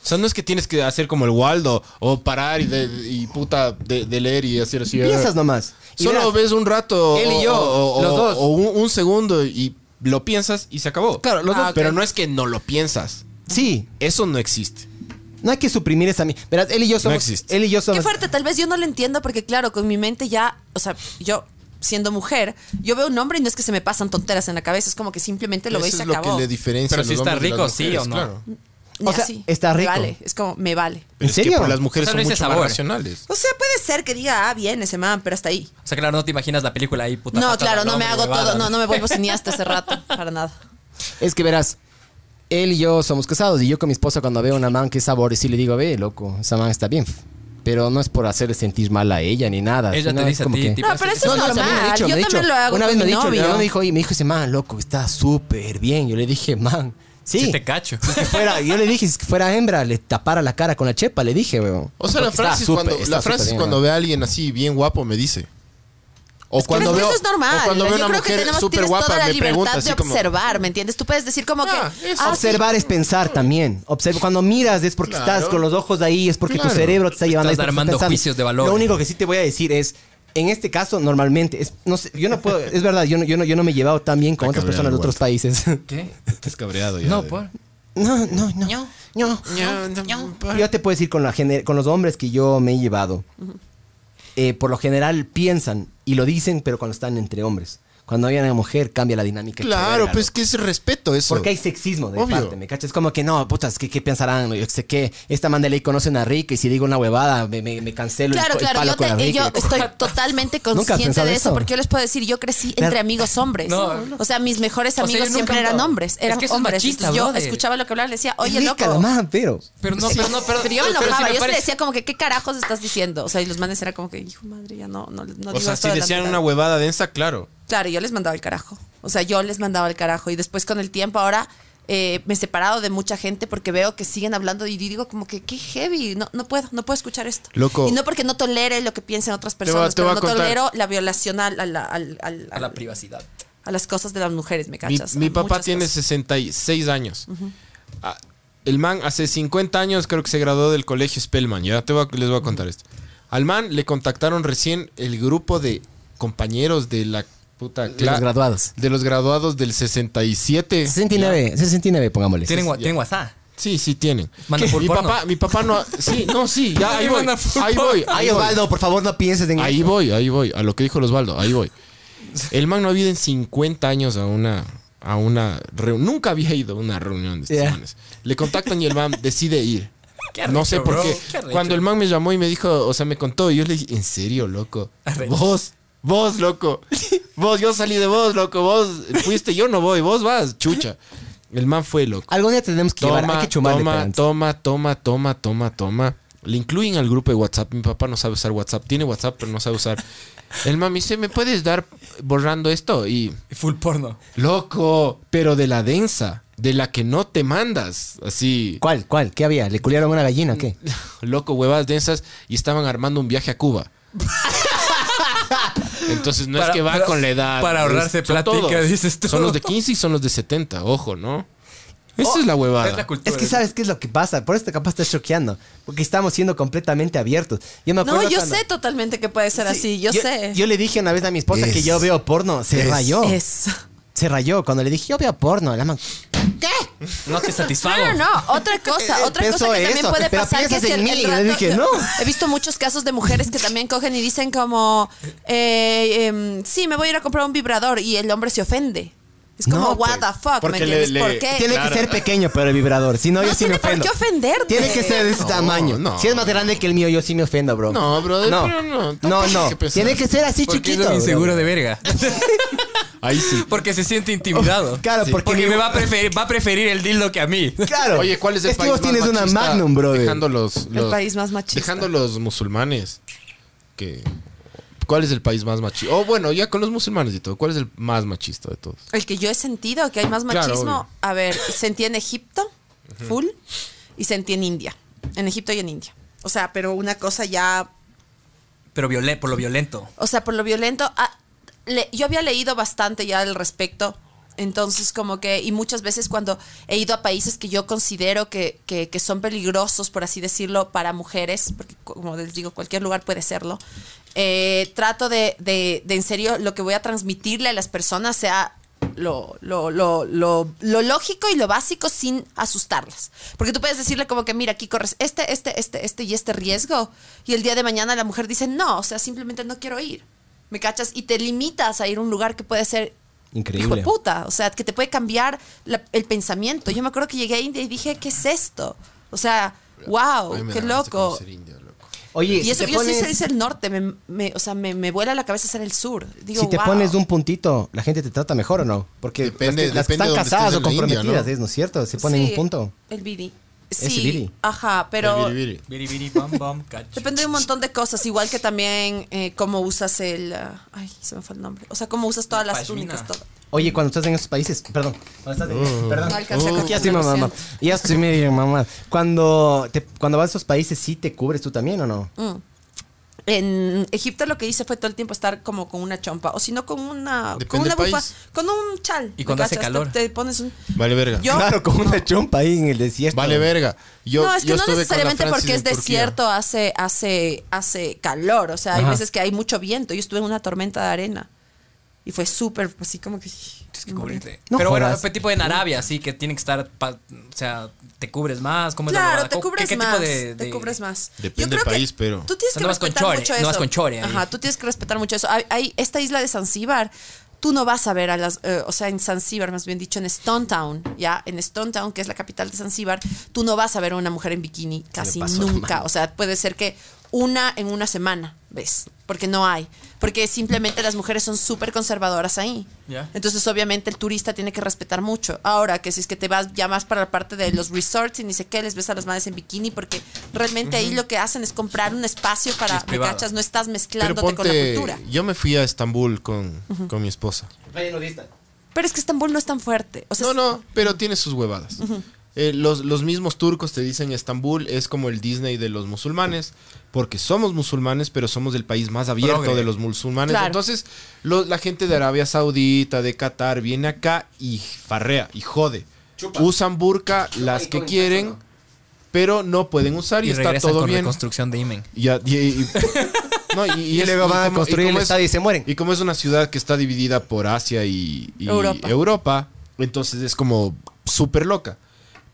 [SPEAKER 4] O sea, no es que tienes que hacer como el Waldo o parar y, de, y puta de, de leer y hacer así.
[SPEAKER 2] Piensas nomás. Y
[SPEAKER 4] Solo
[SPEAKER 2] verás,
[SPEAKER 4] ves un rato.
[SPEAKER 2] Él y
[SPEAKER 4] o-
[SPEAKER 2] yo,
[SPEAKER 4] o- o-
[SPEAKER 2] los dos.
[SPEAKER 4] O un, un segundo y lo piensas y se acabó.
[SPEAKER 2] Claro, los Ah, dos. ok.
[SPEAKER 4] Pero no es que no lo piensas.
[SPEAKER 2] Sí,
[SPEAKER 4] Eso no existe.
[SPEAKER 2] no hay que suprimir esa mi- Verás, él y yo somos.
[SPEAKER 4] existe.
[SPEAKER 2] él y yo somos.
[SPEAKER 3] Qué fuerte, tal vez yo no lo entiendo porque claro, con mi mente ya, o sea, yo siendo mujer, yo veo un hombre y no es que se me pasan tonteras en la cabeza, es como que simplemente lo veo y
[SPEAKER 4] Eso
[SPEAKER 3] se
[SPEAKER 4] es lo
[SPEAKER 3] acabó.
[SPEAKER 4] que le diferencia.
[SPEAKER 5] Pero
[SPEAKER 4] a
[SPEAKER 5] si
[SPEAKER 4] los
[SPEAKER 5] está
[SPEAKER 4] hombres de
[SPEAKER 5] rico,
[SPEAKER 4] las
[SPEAKER 5] sí
[SPEAKER 4] mujeres,
[SPEAKER 5] o no.
[SPEAKER 4] claro.
[SPEAKER 3] Ni
[SPEAKER 2] O sea,
[SPEAKER 3] así,
[SPEAKER 2] está
[SPEAKER 3] me
[SPEAKER 2] rico.
[SPEAKER 3] Vale, es como me vale.
[SPEAKER 4] Pero
[SPEAKER 2] ¿En
[SPEAKER 4] es que
[SPEAKER 2] serio?
[SPEAKER 4] pues, las mujeres
[SPEAKER 5] Solo
[SPEAKER 4] son
[SPEAKER 5] ese
[SPEAKER 4] mucho más
[SPEAKER 5] sabor.
[SPEAKER 4] racionales.
[SPEAKER 3] O sea, puede ser que diga, ah, bien, ese man, pero hasta ahí.
[SPEAKER 5] O sea, claro, no te imaginas la película ahí, puta.
[SPEAKER 3] No,
[SPEAKER 5] patada,
[SPEAKER 3] claro, no me
[SPEAKER 5] hombre,
[SPEAKER 3] hago
[SPEAKER 5] huevada,
[SPEAKER 3] todo, no, no me vuelvo cineasta ese rato, para nada.
[SPEAKER 2] Es que verás, él y yo somos casados y yo con mi esposa cuando veo una man que es sabor y sí le digo, ve, loco, esa man está bien. Pero no es por hacerle sentir mal a ella ni nada.
[SPEAKER 5] Ella
[SPEAKER 2] sino
[SPEAKER 5] te
[SPEAKER 2] es
[SPEAKER 5] dice a
[SPEAKER 2] como
[SPEAKER 5] ti,
[SPEAKER 2] que-
[SPEAKER 5] tipo,
[SPEAKER 3] No, pero eso
[SPEAKER 2] No,
[SPEAKER 3] es
[SPEAKER 2] no, también me ha
[SPEAKER 3] normal.
[SPEAKER 2] dicho, me
[SPEAKER 3] Yo
[SPEAKER 2] ha
[SPEAKER 3] también
[SPEAKER 2] dicho.
[SPEAKER 3] lo hago
[SPEAKER 2] Una
[SPEAKER 3] con
[SPEAKER 2] vez me ha
[SPEAKER 3] mi
[SPEAKER 2] dicho,
[SPEAKER 3] novio.
[SPEAKER 2] mi novio me dijo, oye, me dijo ese man, loco, está súper bien. Yo le dije, man, sí.
[SPEAKER 5] Sí te cacho.
[SPEAKER 2] Si es que fuera, yo le dije, si es que fuera hembra, le tapara la cara con la chepa, le dije, weón.
[SPEAKER 4] O sea, la
[SPEAKER 2] Porque está
[SPEAKER 4] Francis,
[SPEAKER 2] súper-
[SPEAKER 4] cuando,
[SPEAKER 2] está
[SPEAKER 4] la
[SPEAKER 2] súper
[SPEAKER 4] Francis
[SPEAKER 2] bien,
[SPEAKER 4] cuando
[SPEAKER 2] weón.
[SPEAKER 4] ve a alguien así bien guapo me dice. O cuando
[SPEAKER 3] pero
[SPEAKER 4] veo,
[SPEAKER 3] eso es normal.
[SPEAKER 4] o cuando veo
[SPEAKER 3] Yo
[SPEAKER 4] una
[SPEAKER 3] creo que
[SPEAKER 4] mujer
[SPEAKER 3] tenemos,
[SPEAKER 4] súper
[SPEAKER 3] tienes toda
[SPEAKER 4] guapa
[SPEAKER 3] la
[SPEAKER 4] me pregunta
[SPEAKER 3] libertad
[SPEAKER 4] así
[SPEAKER 3] de
[SPEAKER 4] como
[SPEAKER 3] observar, ¿me entiendes? Tú puedes decir como que...
[SPEAKER 4] Ah, eso.
[SPEAKER 3] ah, sí,
[SPEAKER 2] Observar es pensar también. Observ- cuando miras es porque
[SPEAKER 4] Claro.
[SPEAKER 2] estás con los ojos ahí, es porque tu
[SPEAKER 4] Claro.
[SPEAKER 2] cerebro te está llevando
[SPEAKER 5] Estás
[SPEAKER 2] ahí, porque
[SPEAKER 5] armando
[SPEAKER 2] pensando.
[SPEAKER 5] juicios de valor.
[SPEAKER 2] Lo único que sí te voy a decir es, en este caso, normalmente, es, no sé, yo no puedo, es verdad, yo no, yo no, yo no me he llevado tan bien con otras
[SPEAKER 4] cabreado
[SPEAKER 2] personas de
[SPEAKER 4] igual.
[SPEAKER 2] otros países.
[SPEAKER 5] ¿Qué?
[SPEAKER 4] Estás cabreado ya.
[SPEAKER 5] No,
[SPEAKER 4] de-
[SPEAKER 5] por.
[SPEAKER 2] No, no, no.
[SPEAKER 5] Ño.
[SPEAKER 2] No.
[SPEAKER 4] Ya, no, por-
[SPEAKER 2] Yo te puedo decir con, la gener- con los hombres que yo me he llevado. eh, por lo general piensan y lo dicen, pero cuando están entre hombres. Cuando hay una mujer cambia la dinámica.
[SPEAKER 4] Claro,
[SPEAKER 2] Qué
[SPEAKER 4] pues
[SPEAKER 2] verga,
[SPEAKER 4] que es respeto
[SPEAKER 2] ¿no?
[SPEAKER 4] eso.
[SPEAKER 2] Porque hay sexismo de
[SPEAKER 4] Obvio.
[SPEAKER 2] parte, ¿me cachas? Es como que no, putas, ¿qué, qué pensarán? Yo qué sé qué. Esta man de ley conoce a una rica y si digo una huevada me, me, me cancelo el
[SPEAKER 3] Claro,
[SPEAKER 2] po- el,
[SPEAKER 3] claro,
[SPEAKER 2] palo
[SPEAKER 3] yo,
[SPEAKER 2] con la
[SPEAKER 3] te- eh,
[SPEAKER 2] rica.
[SPEAKER 3] yo
[SPEAKER 2] Yo
[SPEAKER 3] estoy totalmente
[SPEAKER 2] has
[SPEAKER 3] consciente
[SPEAKER 2] pensado
[SPEAKER 3] de
[SPEAKER 2] eso?
[SPEAKER 3] eso, porque yo les puedo decir, yo crecí entre
[SPEAKER 2] Claro.
[SPEAKER 3] amigos hombres.
[SPEAKER 5] No,
[SPEAKER 3] o sea, mis mejores
[SPEAKER 5] O sea, yo
[SPEAKER 3] amigos
[SPEAKER 5] nunca-
[SPEAKER 3] siempre eran hombres,
[SPEAKER 5] Es
[SPEAKER 3] eran
[SPEAKER 5] que eso es
[SPEAKER 3] hombres.
[SPEAKER 5] machista,
[SPEAKER 3] Entonces, yo
[SPEAKER 5] brother.
[SPEAKER 3] escuchaba lo que hablaban, le decía, oye, loco.
[SPEAKER 2] la man, pero.
[SPEAKER 5] Pero no, pero no, pero.
[SPEAKER 3] Pero yo me
[SPEAKER 5] pero sí
[SPEAKER 3] enojaba, yo se le
[SPEAKER 5] parece-
[SPEAKER 3] decía como que, ¿qué carajos estás diciendo? O sea, y los manes era como que, hijo madre, ya no, no, no
[SPEAKER 4] o
[SPEAKER 3] digas
[SPEAKER 4] sea, si
[SPEAKER 3] todo
[SPEAKER 4] decían
[SPEAKER 3] delante de
[SPEAKER 4] una huevada densa, claro.
[SPEAKER 3] Claro, yo les mandaba el carajo. O sea, yo les mandaba el carajo. Y después con el tiempo ahora eh, me he separado de mucha gente porque veo que siguen hablando y digo como que qué heavy. No, no puedo, no puedo escuchar esto.
[SPEAKER 4] Loco.
[SPEAKER 3] Y no porque no tolere lo que piensen otras
[SPEAKER 4] voy a-
[SPEAKER 3] personas,
[SPEAKER 4] te voy
[SPEAKER 3] pero
[SPEAKER 4] a
[SPEAKER 3] no
[SPEAKER 4] contar.
[SPEAKER 3] tolero la violación al- al- al- al-
[SPEAKER 5] A la privacidad.
[SPEAKER 3] a las cosas de las mujeres, me
[SPEAKER 4] Mi,
[SPEAKER 3] cachas.
[SPEAKER 4] mi
[SPEAKER 3] A
[SPEAKER 4] papá
[SPEAKER 3] muchas
[SPEAKER 4] tiene
[SPEAKER 3] cosas.
[SPEAKER 4] 66 años. Ah, El man hace 50 años creo que se graduó del colegio Spellman. Ya te voy a- les voy a contar esto. Al man le contactaron recién el grupo de compañeros de la puta
[SPEAKER 2] De los
[SPEAKER 4] cla-
[SPEAKER 2] graduados.
[SPEAKER 4] de los graduados del 67.
[SPEAKER 2] 69, 69, pongámosle.
[SPEAKER 5] Tienen, wa- tienen WhatsApp.
[SPEAKER 4] Sí, sí tienen.
[SPEAKER 5] Manda full
[SPEAKER 4] Mi
[SPEAKER 5] porno.
[SPEAKER 4] papá, mi papá no, sí, no, sí, ya ahí
[SPEAKER 5] Ahí
[SPEAKER 4] voy.
[SPEAKER 5] manda full
[SPEAKER 4] Ahí voy,
[SPEAKER 5] porno.
[SPEAKER 4] ahí
[SPEAKER 2] Ay,
[SPEAKER 4] voy.
[SPEAKER 2] Osvaldo, por favor, no pienses en
[SPEAKER 4] Ahí
[SPEAKER 2] eso.
[SPEAKER 4] voy, ahí voy, a lo que dijo el Osvaldo, ahí voy. El man no había ido en 50 años a una a una reu- nunca había ido a una reunión de estos
[SPEAKER 2] Ya.
[SPEAKER 4] manes. Le contactan y el man decide ir.
[SPEAKER 5] Qué
[SPEAKER 4] no
[SPEAKER 5] arrecho,
[SPEAKER 4] sé por
[SPEAKER 5] bro,
[SPEAKER 4] qué.
[SPEAKER 5] qué arrecho.
[SPEAKER 4] Cuando el man me llamó y me dijo, o sea, me contó, y yo le dije, "¿En serio, loco?
[SPEAKER 5] Arrecho.
[SPEAKER 4] Vos, vos, loco. Vos, yo salí de vos, loco, vos fuiste, yo no voy, vos vas, chucha." El man fue, loco
[SPEAKER 2] Algún día tenemos que llevar, hay
[SPEAKER 4] toma,
[SPEAKER 2] que chumarle.
[SPEAKER 4] toma,
[SPEAKER 2] Franz.
[SPEAKER 4] toma, toma, toma, toma, toma. Le incluyen al grupo de WhatsApp. Mi papá no sabe usar WhatsApp. Tiene WhatsApp, pero no sabe usar. El mami dice, ¿me puedes dar borrando esto? Y,
[SPEAKER 5] Full porno.
[SPEAKER 4] loco, pero de la densa, de la que no te mandas. Así,
[SPEAKER 2] ¿Cuál? ¿Cuál? ¿Qué había? ¿Le culiaron una gallina o qué?
[SPEAKER 4] loco, huevas densas. Y estaban armando un viaje a Cuba. Entonces no
[SPEAKER 5] Para-
[SPEAKER 4] es que va
[SPEAKER 5] para-
[SPEAKER 4] con la edad.
[SPEAKER 5] para ahorrarse
[SPEAKER 4] Es- son
[SPEAKER 5] plática,
[SPEAKER 4] todos.
[SPEAKER 5] dices tú. Oh,
[SPEAKER 4] Son los de 15 y son los de 70, ojo, ¿no? Esa es la huevada.
[SPEAKER 5] Es la cultura.
[SPEAKER 2] Es que sabes qué es lo que pasa, por esto capaz estás choqueando, porque estamos siendo completamente abiertos. Yo me acuerdo
[SPEAKER 3] No, yo
[SPEAKER 2] cuando-
[SPEAKER 3] sé totalmente que puede ser
[SPEAKER 2] Sí,
[SPEAKER 3] así, yo, sé.
[SPEAKER 2] Yo le dije una vez a mi esposa
[SPEAKER 4] Es-
[SPEAKER 2] que yo veo porno, se
[SPEAKER 4] es-
[SPEAKER 2] rayó.
[SPEAKER 3] Eso.
[SPEAKER 2] Se rayó cuando le dije yo veo porno, la man.
[SPEAKER 3] ¿Qué?
[SPEAKER 5] No te satisfago.
[SPEAKER 3] No, no, no. Otra cosa,
[SPEAKER 2] Eh,
[SPEAKER 3] otra
[SPEAKER 2] pensó
[SPEAKER 3] cosa que también
[SPEAKER 2] eso,
[SPEAKER 3] puede
[SPEAKER 2] pero
[SPEAKER 3] pasar que
[SPEAKER 2] piensas
[SPEAKER 3] es el,
[SPEAKER 2] en
[SPEAKER 3] el
[SPEAKER 2] mí, le
[SPEAKER 3] rato-
[SPEAKER 2] dije, no.
[SPEAKER 3] He visto muchos casos de mujeres que también cogen y dicen como, eh, em, sí, me voy a ir a comprar un vibrador y el hombre se ofende. Es como,
[SPEAKER 2] No,
[SPEAKER 3] what
[SPEAKER 2] pues,
[SPEAKER 3] the fuck, ¿me
[SPEAKER 1] porque le-
[SPEAKER 3] entiendes?
[SPEAKER 1] le-
[SPEAKER 3] ¿Por qué?
[SPEAKER 2] Tiene que ser pequeño pero el vibrador, si no,
[SPEAKER 3] No
[SPEAKER 2] yo sí me
[SPEAKER 3] tiene por
[SPEAKER 2] ofendo.
[SPEAKER 3] qué ofenderte.
[SPEAKER 2] Tiene que ser de ese
[SPEAKER 4] No,
[SPEAKER 2] tamaño.
[SPEAKER 4] no.
[SPEAKER 2] Si es más grande que el mío, yo sí me ofendo, bro.
[SPEAKER 4] No, brother,
[SPEAKER 2] no.
[SPEAKER 4] pero no, tampoco
[SPEAKER 2] No,
[SPEAKER 4] hay
[SPEAKER 2] no.
[SPEAKER 4] que pensar.
[SPEAKER 2] Tiene que ser así
[SPEAKER 5] Porque es
[SPEAKER 2] chiquito.
[SPEAKER 5] un
[SPEAKER 2] bro.
[SPEAKER 5] inseguro de verga.
[SPEAKER 4] Ahí sí.
[SPEAKER 5] Porque se siente intimidado.
[SPEAKER 2] Claro, porque mi-
[SPEAKER 5] me va a, preferir, va a preferir el dildo que a mí.
[SPEAKER 2] Claro.
[SPEAKER 4] Oye, ¿cuál es el
[SPEAKER 2] que
[SPEAKER 4] país
[SPEAKER 2] vos
[SPEAKER 4] más
[SPEAKER 2] tienes una
[SPEAKER 4] machista?
[SPEAKER 2] Magnum, brother.
[SPEAKER 4] Dejando los, los-
[SPEAKER 3] país más machista.
[SPEAKER 4] Dejando los musulmanes. Que, ¿Cuál es el país más machista? Oh, bueno, ya con los musulmanes y todo. ¿Cuál es el más machista de todos?
[SPEAKER 3] El que yo he sentido que hay más
[SPEAKER 4] Claro,
[SPEAKER 3] machismo.
[SPEAKER 4] obvio.
[SPEAKER 3] a ver, sentí en Egipto, full, y sentí en India. En Egipto y en India. O sea, pero una cosa ya
[SPEAKER 5] Pero violé, por lo violento.
[SPEAKER 3] O sea, por lo violento. ah, le- yo había leído bastante ya al respecto. Entonces, como que, y muchas veces cuando he ido a países que yo considero que, que- que son peligrosos, por así decirlo, para mujeres, porque como les digo, cualquier lugar puede serlo, eh, trato de, de- de en serio lo que voy a transmitirle a las personas sea lo, lo, lo, lo, lo lógico y lo básico sin asustarlas. Porque tú puedes decirle como que, mira, aquí corres este, este, este, este y este riesgo. Y el día de mañana la mujer dice, no, o sea, simplemente no quiero ir. ¿Me cachas? Y te limitas a ir a un lugar que puede ser hijo de
[SPEAKER 2] Increíble.
[SPEAKER 3] puta. O sea, que te puede cambiar la- el pensamiento. Yo me acuerdo que llegué a India y dije, ¿qué es esto? O sea,
[SPEAKER 4] A mí
[SPEAKER 3] wow,
[SPEAKER 4] me
[SPEAKER 3] qué
[SPEAKER 4] da ganas de
[SPEAKER 3] loco.
[SPEAKER 4] conocer India, loco.
[SPEAKER 2] Oye,
[SPEAKER 3] Y eso
[SPEAKER 2] si
[SPEAKER 3] que
[SPEAKER 2] te
[SPEAKER 3] yo
[SPEAKER 2] pones,
[SPEAKER 3] sí se dice el norte, me, me- o sea, me, me vuela la cabeza ser el sur. Digo,
[SPEAKER 2] si te
[SPEAKER 3] wow.
[SPEAKER 2] pones un puntito, ¿la gente te trata mejor o no? Porque
[SPEAKER 4] Depende-
[SPEAKER 2] las, que- las que
[SPEAKER 4] depende
[SPEAKER 2] están
[SPEAKER 4] de dónde estés
[SPEAKER 2] casadas o
[SPEAKER 4] en la India,
[SPEAKER 2] comprometidas,
[SPEAKER 4] ¿no?
[SPEAKER 2] ¿es no es cierto? Se ponen
[SPEAKER 3] Sí,
[SPEAKER 2] un punto.
[SPEAKER 3] El biri.
[SPEAKER 2] Ese
[SPEAKER 3] Sí,
[SPEAKER 2] biri.
[SPEAKER 3] ajá, pero
[SPEAKER 4] El biribiri.
[SPEAKER 5] Biri, biri, bam, bam, cach.
[SPEAKER 3] depende de un montón de cosas, igual que también eh, cómo usas el... ah, ay, se me fue el nombre. O sea, cómo usas todas
[SPEAKER 5] La
[SPEAKER 3] las
[SPEAKER 5] pashmina.
[SPEAKER 3] túnicas, todo.
[SPEAKER 2] Oye, cuando estás en esos países, perdón, cuando estás
[SPEAKER 4] Mm.
[SPEAKER 2] en, perdón,
[SPEAKER 3] No alcancé a
[SPEAKER 2] Es que ya
[SPEAKER 3] coger,
[SPEAKER 2] estoy
[SPEAKER 3] lo
[SPEAKER 2] mamá,
[SPEAKER 3] siento.
[SPEAKER 2] ya estoy medio mamá. Cuando te- cuando vas a esos países, sí te cubres tú también o no?
[SPEAKER 3] Mm. En Egipto lo que hice fue todo el tiempo estar como con una chompa, o si no con una...
[SPEAKER 4] Depende
[SPEAKER 3] Con una
[SPEAKER 4] del país.
[SPEAKER 3] bufa, con un chal.
[SPEAKER 5] ¿Y cuando
[SPEAKER 3] ¿me
[SPEAKER 5] hace
[SPEAKER 3] cachas?
[SPEAKER 5] calor?
[SPEAKER 3] Te, te pones un...
[SPEAKER 4] Vale verga.
[SPEAKER 3] Yo-
[SPEAKER 2] claro, con una chompa ahí en el desierto.
[SPEAKER 4] Vale verga. Yo,
[SPEAKER 3] no, es que
[SPEAKER 4] yo
[SPEAKER 3] no
[SPEAKER 4] estuve con la
[SPEAKER 3] necesariamente
[SPEAKER 4] Francis
[SPEAKER 3] porque es
[SPEAKER 4] en Turquía.
[SPEAKER 3] desierto hace, hace, hace calor. O sea, hay
[SPEAKER 2] Ajá.
[SPEAKER 3] veces que hay mucho viento. Yo estuve en una tormenta de arena. Y fue súper, así como que...
[SPEAKER 5] Tienes que cubrirte.
[SPEAKER 2] No
[SPEAKER 5] pero bueno,
[SPEAKER 2] jodas.
[SPEAKER 5] este tipo en Arabia, sí, que tienen que estar. pa- o sea, te cubres más. ¿Cómo es la
[SPEAKER 3] Claro,
[SPEAKER 5] huevada?
[SPEAKER 3] te
[SPEAKER 5] ¿Cómo-
[SPEAKER 3] cubres
[SPEAKER 5] qué, qué
[SPEAKER 3] más.
[SPEAKER 5] tipo de,
[SPEAKER 3] Te
[SPEAKER 5] de-
[SPEAKER 3] cubres más.
[SPEAKER 4] Depende
[SPEAKER 3] Yo
[SPEAKER 4] del
[SPEAKER 3] creo que
[SPEAKER 4] país, pero-
[SPEAKER 3] Tú tienes
[SPEAKER 5] O sea,
[SPEAKER 3] que
[SPEAKER 5] no vas con
[SPEAKER 3] respetar
[SPEAKER 5] chore,
[SPEAKER 3] mucho
[SPEAKER 5] no
[SPEAKER 3] eso.
[SPEAKER 5] vas con chore ahí.
[SPEAKER 3] Ajá, tú tienes que respetar mucho eso. Hay, hay- esta isla de Zanzíbar, tú no vas a ver a las, eh, o sea, en Zanzíbar, más bien dicho, en Stone Town, ya, en Stone Town, que es la capital de Zanzíbar, tú no vas a ver a una mujer en bikini casi
[SPEAKER 2] pasó la
[SPEAKER 3] nunca. O sea, puede ser que una en una semana, ves, porque no hay, porque simplemente las mujeres son súper conservadoras ahí.
[SPEAKER 5] Ya.
[SPEAKER 3] Entonces, obviamente, el turista tiene que respetar mucho. Ahora, que si es que te vas ya más para la parte de los resorts y ni sé qué, les ves a las madres en bikini, porque realmente ahí lo que hacen es comprar un espacio para,
[SPEAKER 5] Es
[SPEAKER 3] ¿me
[SPEAKER 5] privado.
[SPEAKER 3] cachas? No estás
[SPEAKER 4] Pero
[SPEAKER 3] mezclándote con la
[SPEAKER 4] ponte,
[SPEAKER 3] cultura.
[SPEAKER 4] yo me fui a Estambul con, con mi esposa.
[SPEAKER 3] Pero es que Estambul no es tan fuerte. O sea,
[SPEAKER 4] No, no, pero tiene sus huevadas. Eh, los, los mismos turcos te dicen Estambul es como el Disney de los musulmanes, porque somos musulmanes, pero somos el país más abierto
[SPEAKER 5] Progre.
[SPEAKER 4] de los musulmanes.
[SPEAKER 3] Claro.
[SPEAKER 4] Entonces, lo- la gente de Arabia Saudita, de Qatar, viene acá y farrea y jode. Usan burka las que quieren, pero no pueden usar y,
[SPEAKER 5] Y,
[SPEAKER 4] está
[SPEAKER 5] regresan
[SPEAKER 4] todo
[SPEAKER 5] con
[SPEAKER 4] bien.
[SPEAKER 5] reconstrucción de Imen.
[SPEAKER 4] Ya, y, y- no, y- y
[SPEAKER 2] Y
[SPEAKER 4] es-
[SPEAKER 2] luego van a
[SPEAKER 4] como-
[SPEAKER 2] construir
[SPEAKER 4] como
[SPEAKER 2] el
[SPEAKER 4] es-
[SPEAKER 2] estadio y se mueren.
[SPEAKER 4] Y como es una ciudad que está dividida por Asia y, y
[SPEAKER 3] Europa.
[SPEAKER 4] Europa. entonces es como súper loca.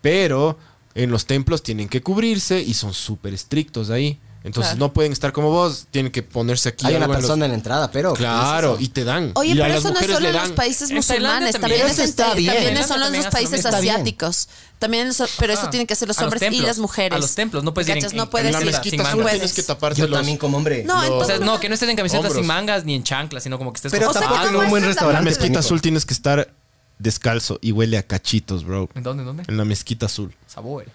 [SPEAKER 4] Pero en los templos tienen que cubrirse y son súper estrictos ahí. Entonces
[SPEAKER 3] Claro.
[SPEAKER 4] no pueden estar como vos, tienen que ponerse aquí.
[SPEAKER 2] Hay una
[SPEAKER 4] algo en los-
[SPEAKER 2] persona en la entrada, pero
[SPEAKER 4] Claro, y te dan.
[SPEAKER 3] Oye,
[SPEAKER 4] Y a
[SPEAKER 3] pero
[SPEAKER 4] las
[SPEAKER 3] eso no es
[SPEAKER 4] mujeres
[SPEAKER 3] solo
[SPEAKER 4] le
[SPEAKER 3] en los
[SPEAKER 4] dan.
[SPEAKER 3] países
[SPEAKER 5] En
[SPEAKER 3] musulmanes,
[SPEAKER 5] Tailandia
[SPEAKER 3] también,
[SPEAKER 5] también.
[SPEAKER 3] es en-
[SPEAKER 2] Eso está bien.
[SPEAKER 3] también son
[SPEAKER 5] Tailandia
[SPEAKER 3] los
[SPEAKER 5] también
[SPEAKER 3] países
[SPEAKER 5] está
[SPEAKER 2] bien.
[SPEAKER 3] asiáticos. También eso- pero eso
[SPEAKER 5] Ah,
[SPEAKER 3] tienen que hacer los
[SPEAKER 5] a los
[SPEAKER 3] hombres y
[SPEAKER 5] templos,
[SPEAKER 3] las mujeres.
[SPEAKER 5] a los templos, no puedes
[SPEAKER 3] ¿Me
[SPEAKER 5] ir en-
[SPEAKER 3] cachas?
[SPEAKER 5] en-
[SPEAKER 3] no
[SPEAKER 5] en
[SPEAKER 3] puedes
[SPEAKER 4] En la
[SPEAKER 5] sin-
[SPEAKER 3] ir-
[SPEAKER 5] sin
[SPEAKER 4] mezquita
[SPEAKER 5] mangas.
[SPEAKER 4] solo
[SPEAKER 3] Puedes.
[SPEAKER 4] tienes que taparte
[SPEAKER 2] yo
[SPEAKER 4] los-
[SPEAKER 2] también como hombre.
[SPEAKER 3] No, en
[SPEAKER 4] Los-
[SPEAKER 5] O sea,
[SPEAKER 3] todo
[SPEAKER 5] no, que no estés en camiseta
[SPEAKER 4] Hombros.
[SPEAKER 5] sin mangas ni en chanclas, sino como que estés
[SPEAKER 2] pero
[SPEAKER 3] O
[SPEAKER 5] con
[SPEAKER 3] sea,
[SPEAKER 2] tampoco
[SPEAKER 3] ¿cómo
[SPEAKER 2] en un buen
[SPEAKER 3] es la-
[SPEAKER 4] En la
[SPEAKER 2] restaurante.
[SPEAKER 4] mezquita
[SPEAKER 2] Nico.
[SPEAKER 4] azul tienes que estar descalzo y huele a cachitos, bro.
[SPEAKER 5] ¿En dónde? ¿En dónde?
[SPEAKER 4] En la mezquita azul.
[SPEAKER 5] Sabor.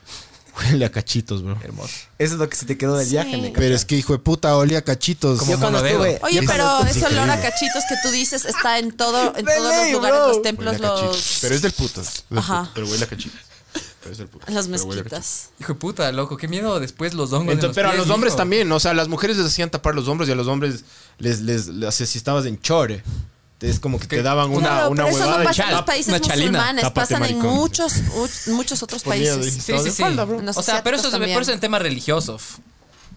[SPEAKER 1] Huele a cachitos, bro.
[SPEAKER 5] Hermoso.
[SPEAKER 2] Eso es lo que se te quedó del
[SPEAKER 3] Sí.
[SPEAKER 2] viaje, me
[SPEAKER 4] Pero es que hijo de puta, olía a cachitos.
[SPEAKER 5] Como
[SPEAKER 2] Yo cuando
[SPEAKER 5] monodeo.
[SPEAKER 2] estuve.
[SPEAKER 3] Oye,
[SPEAKER 2] yo
[SPEAKER 3] pero
[SPEAKER 2] cuando-
[SPEAKER 3] ese olor a cachitos que tú dices está en todo, en
[SPEAKER 2] De
[SPEAKER 3] todos los
[SPEAKER 2] ley,
[SPEAKER 3] lugares,
[SPEAKER 2] bro.
[SPEAKER 3] los
[SPEAKER 4] Huele a
[SPEAKER 3] templos,
[SPEAKER 4] cachitos.
[SPEAKER 3] los,
[SPEAKER 4] Pero es del putas.
[SPEAKER 3] Ajá.
[SPEAKER 4] Pero huele a cachitos. Pero es del putas.
[SPEAKER 3] las
[SPEAKER 4] Pero huele a
[SPEAKER 3] mezquitas.
[SPEAKER 5] Hijo de puta, loco, qué miedo después los hongos. en
[SPEAKER 4] Entonces, pero a
[SPEAKER 5] pies,
[SPEAKER 4] los hombres
[SPEAKER 5] mijo.
[SPEAKER 4] también, o sea, las mujeres les hacían tapar los hombros y a los hombres les, les, les- o sea, si estabas en chore, es como que
[SPEAKER 5] Que-
[SPEAKER 4] te daban una,
[SPEAKER 3] Claro,
[SPEAKER 4] una
[SPEAKER 3] pero eso
[SPEAKER 4] huevada
[SPEAKER 3] no
[SPEAKER 4] de
[SPEAKER 3] pasa en
[SPEAKER 4] chal.
[SPEAKER 3] los países
[SPEAKER 5] una chalina.
[SPEAKER 3] musulmanes,
[SPEAKER 4] Tápate,
[SPEAKER 3] pasan en
[SPEAKER 4] maricón.
[SPEAKER 3] muchos, u- muchos otros
[SPEAKER 4] Por miedo,
[SPEAKER 3] países.
[SPEAKER 4] dices.
[SPEAKER 5] Sí, sí, sí.
[SPEAKER 4] Espalda, bro.
[SPEAKER 5] O sea, pero eso
[SPEAKER 3] Los
[SPEAKER 5] es,
[SPEAKER 3] asiáticos
[SPEAKER 5] pero eso en tema religioso. f.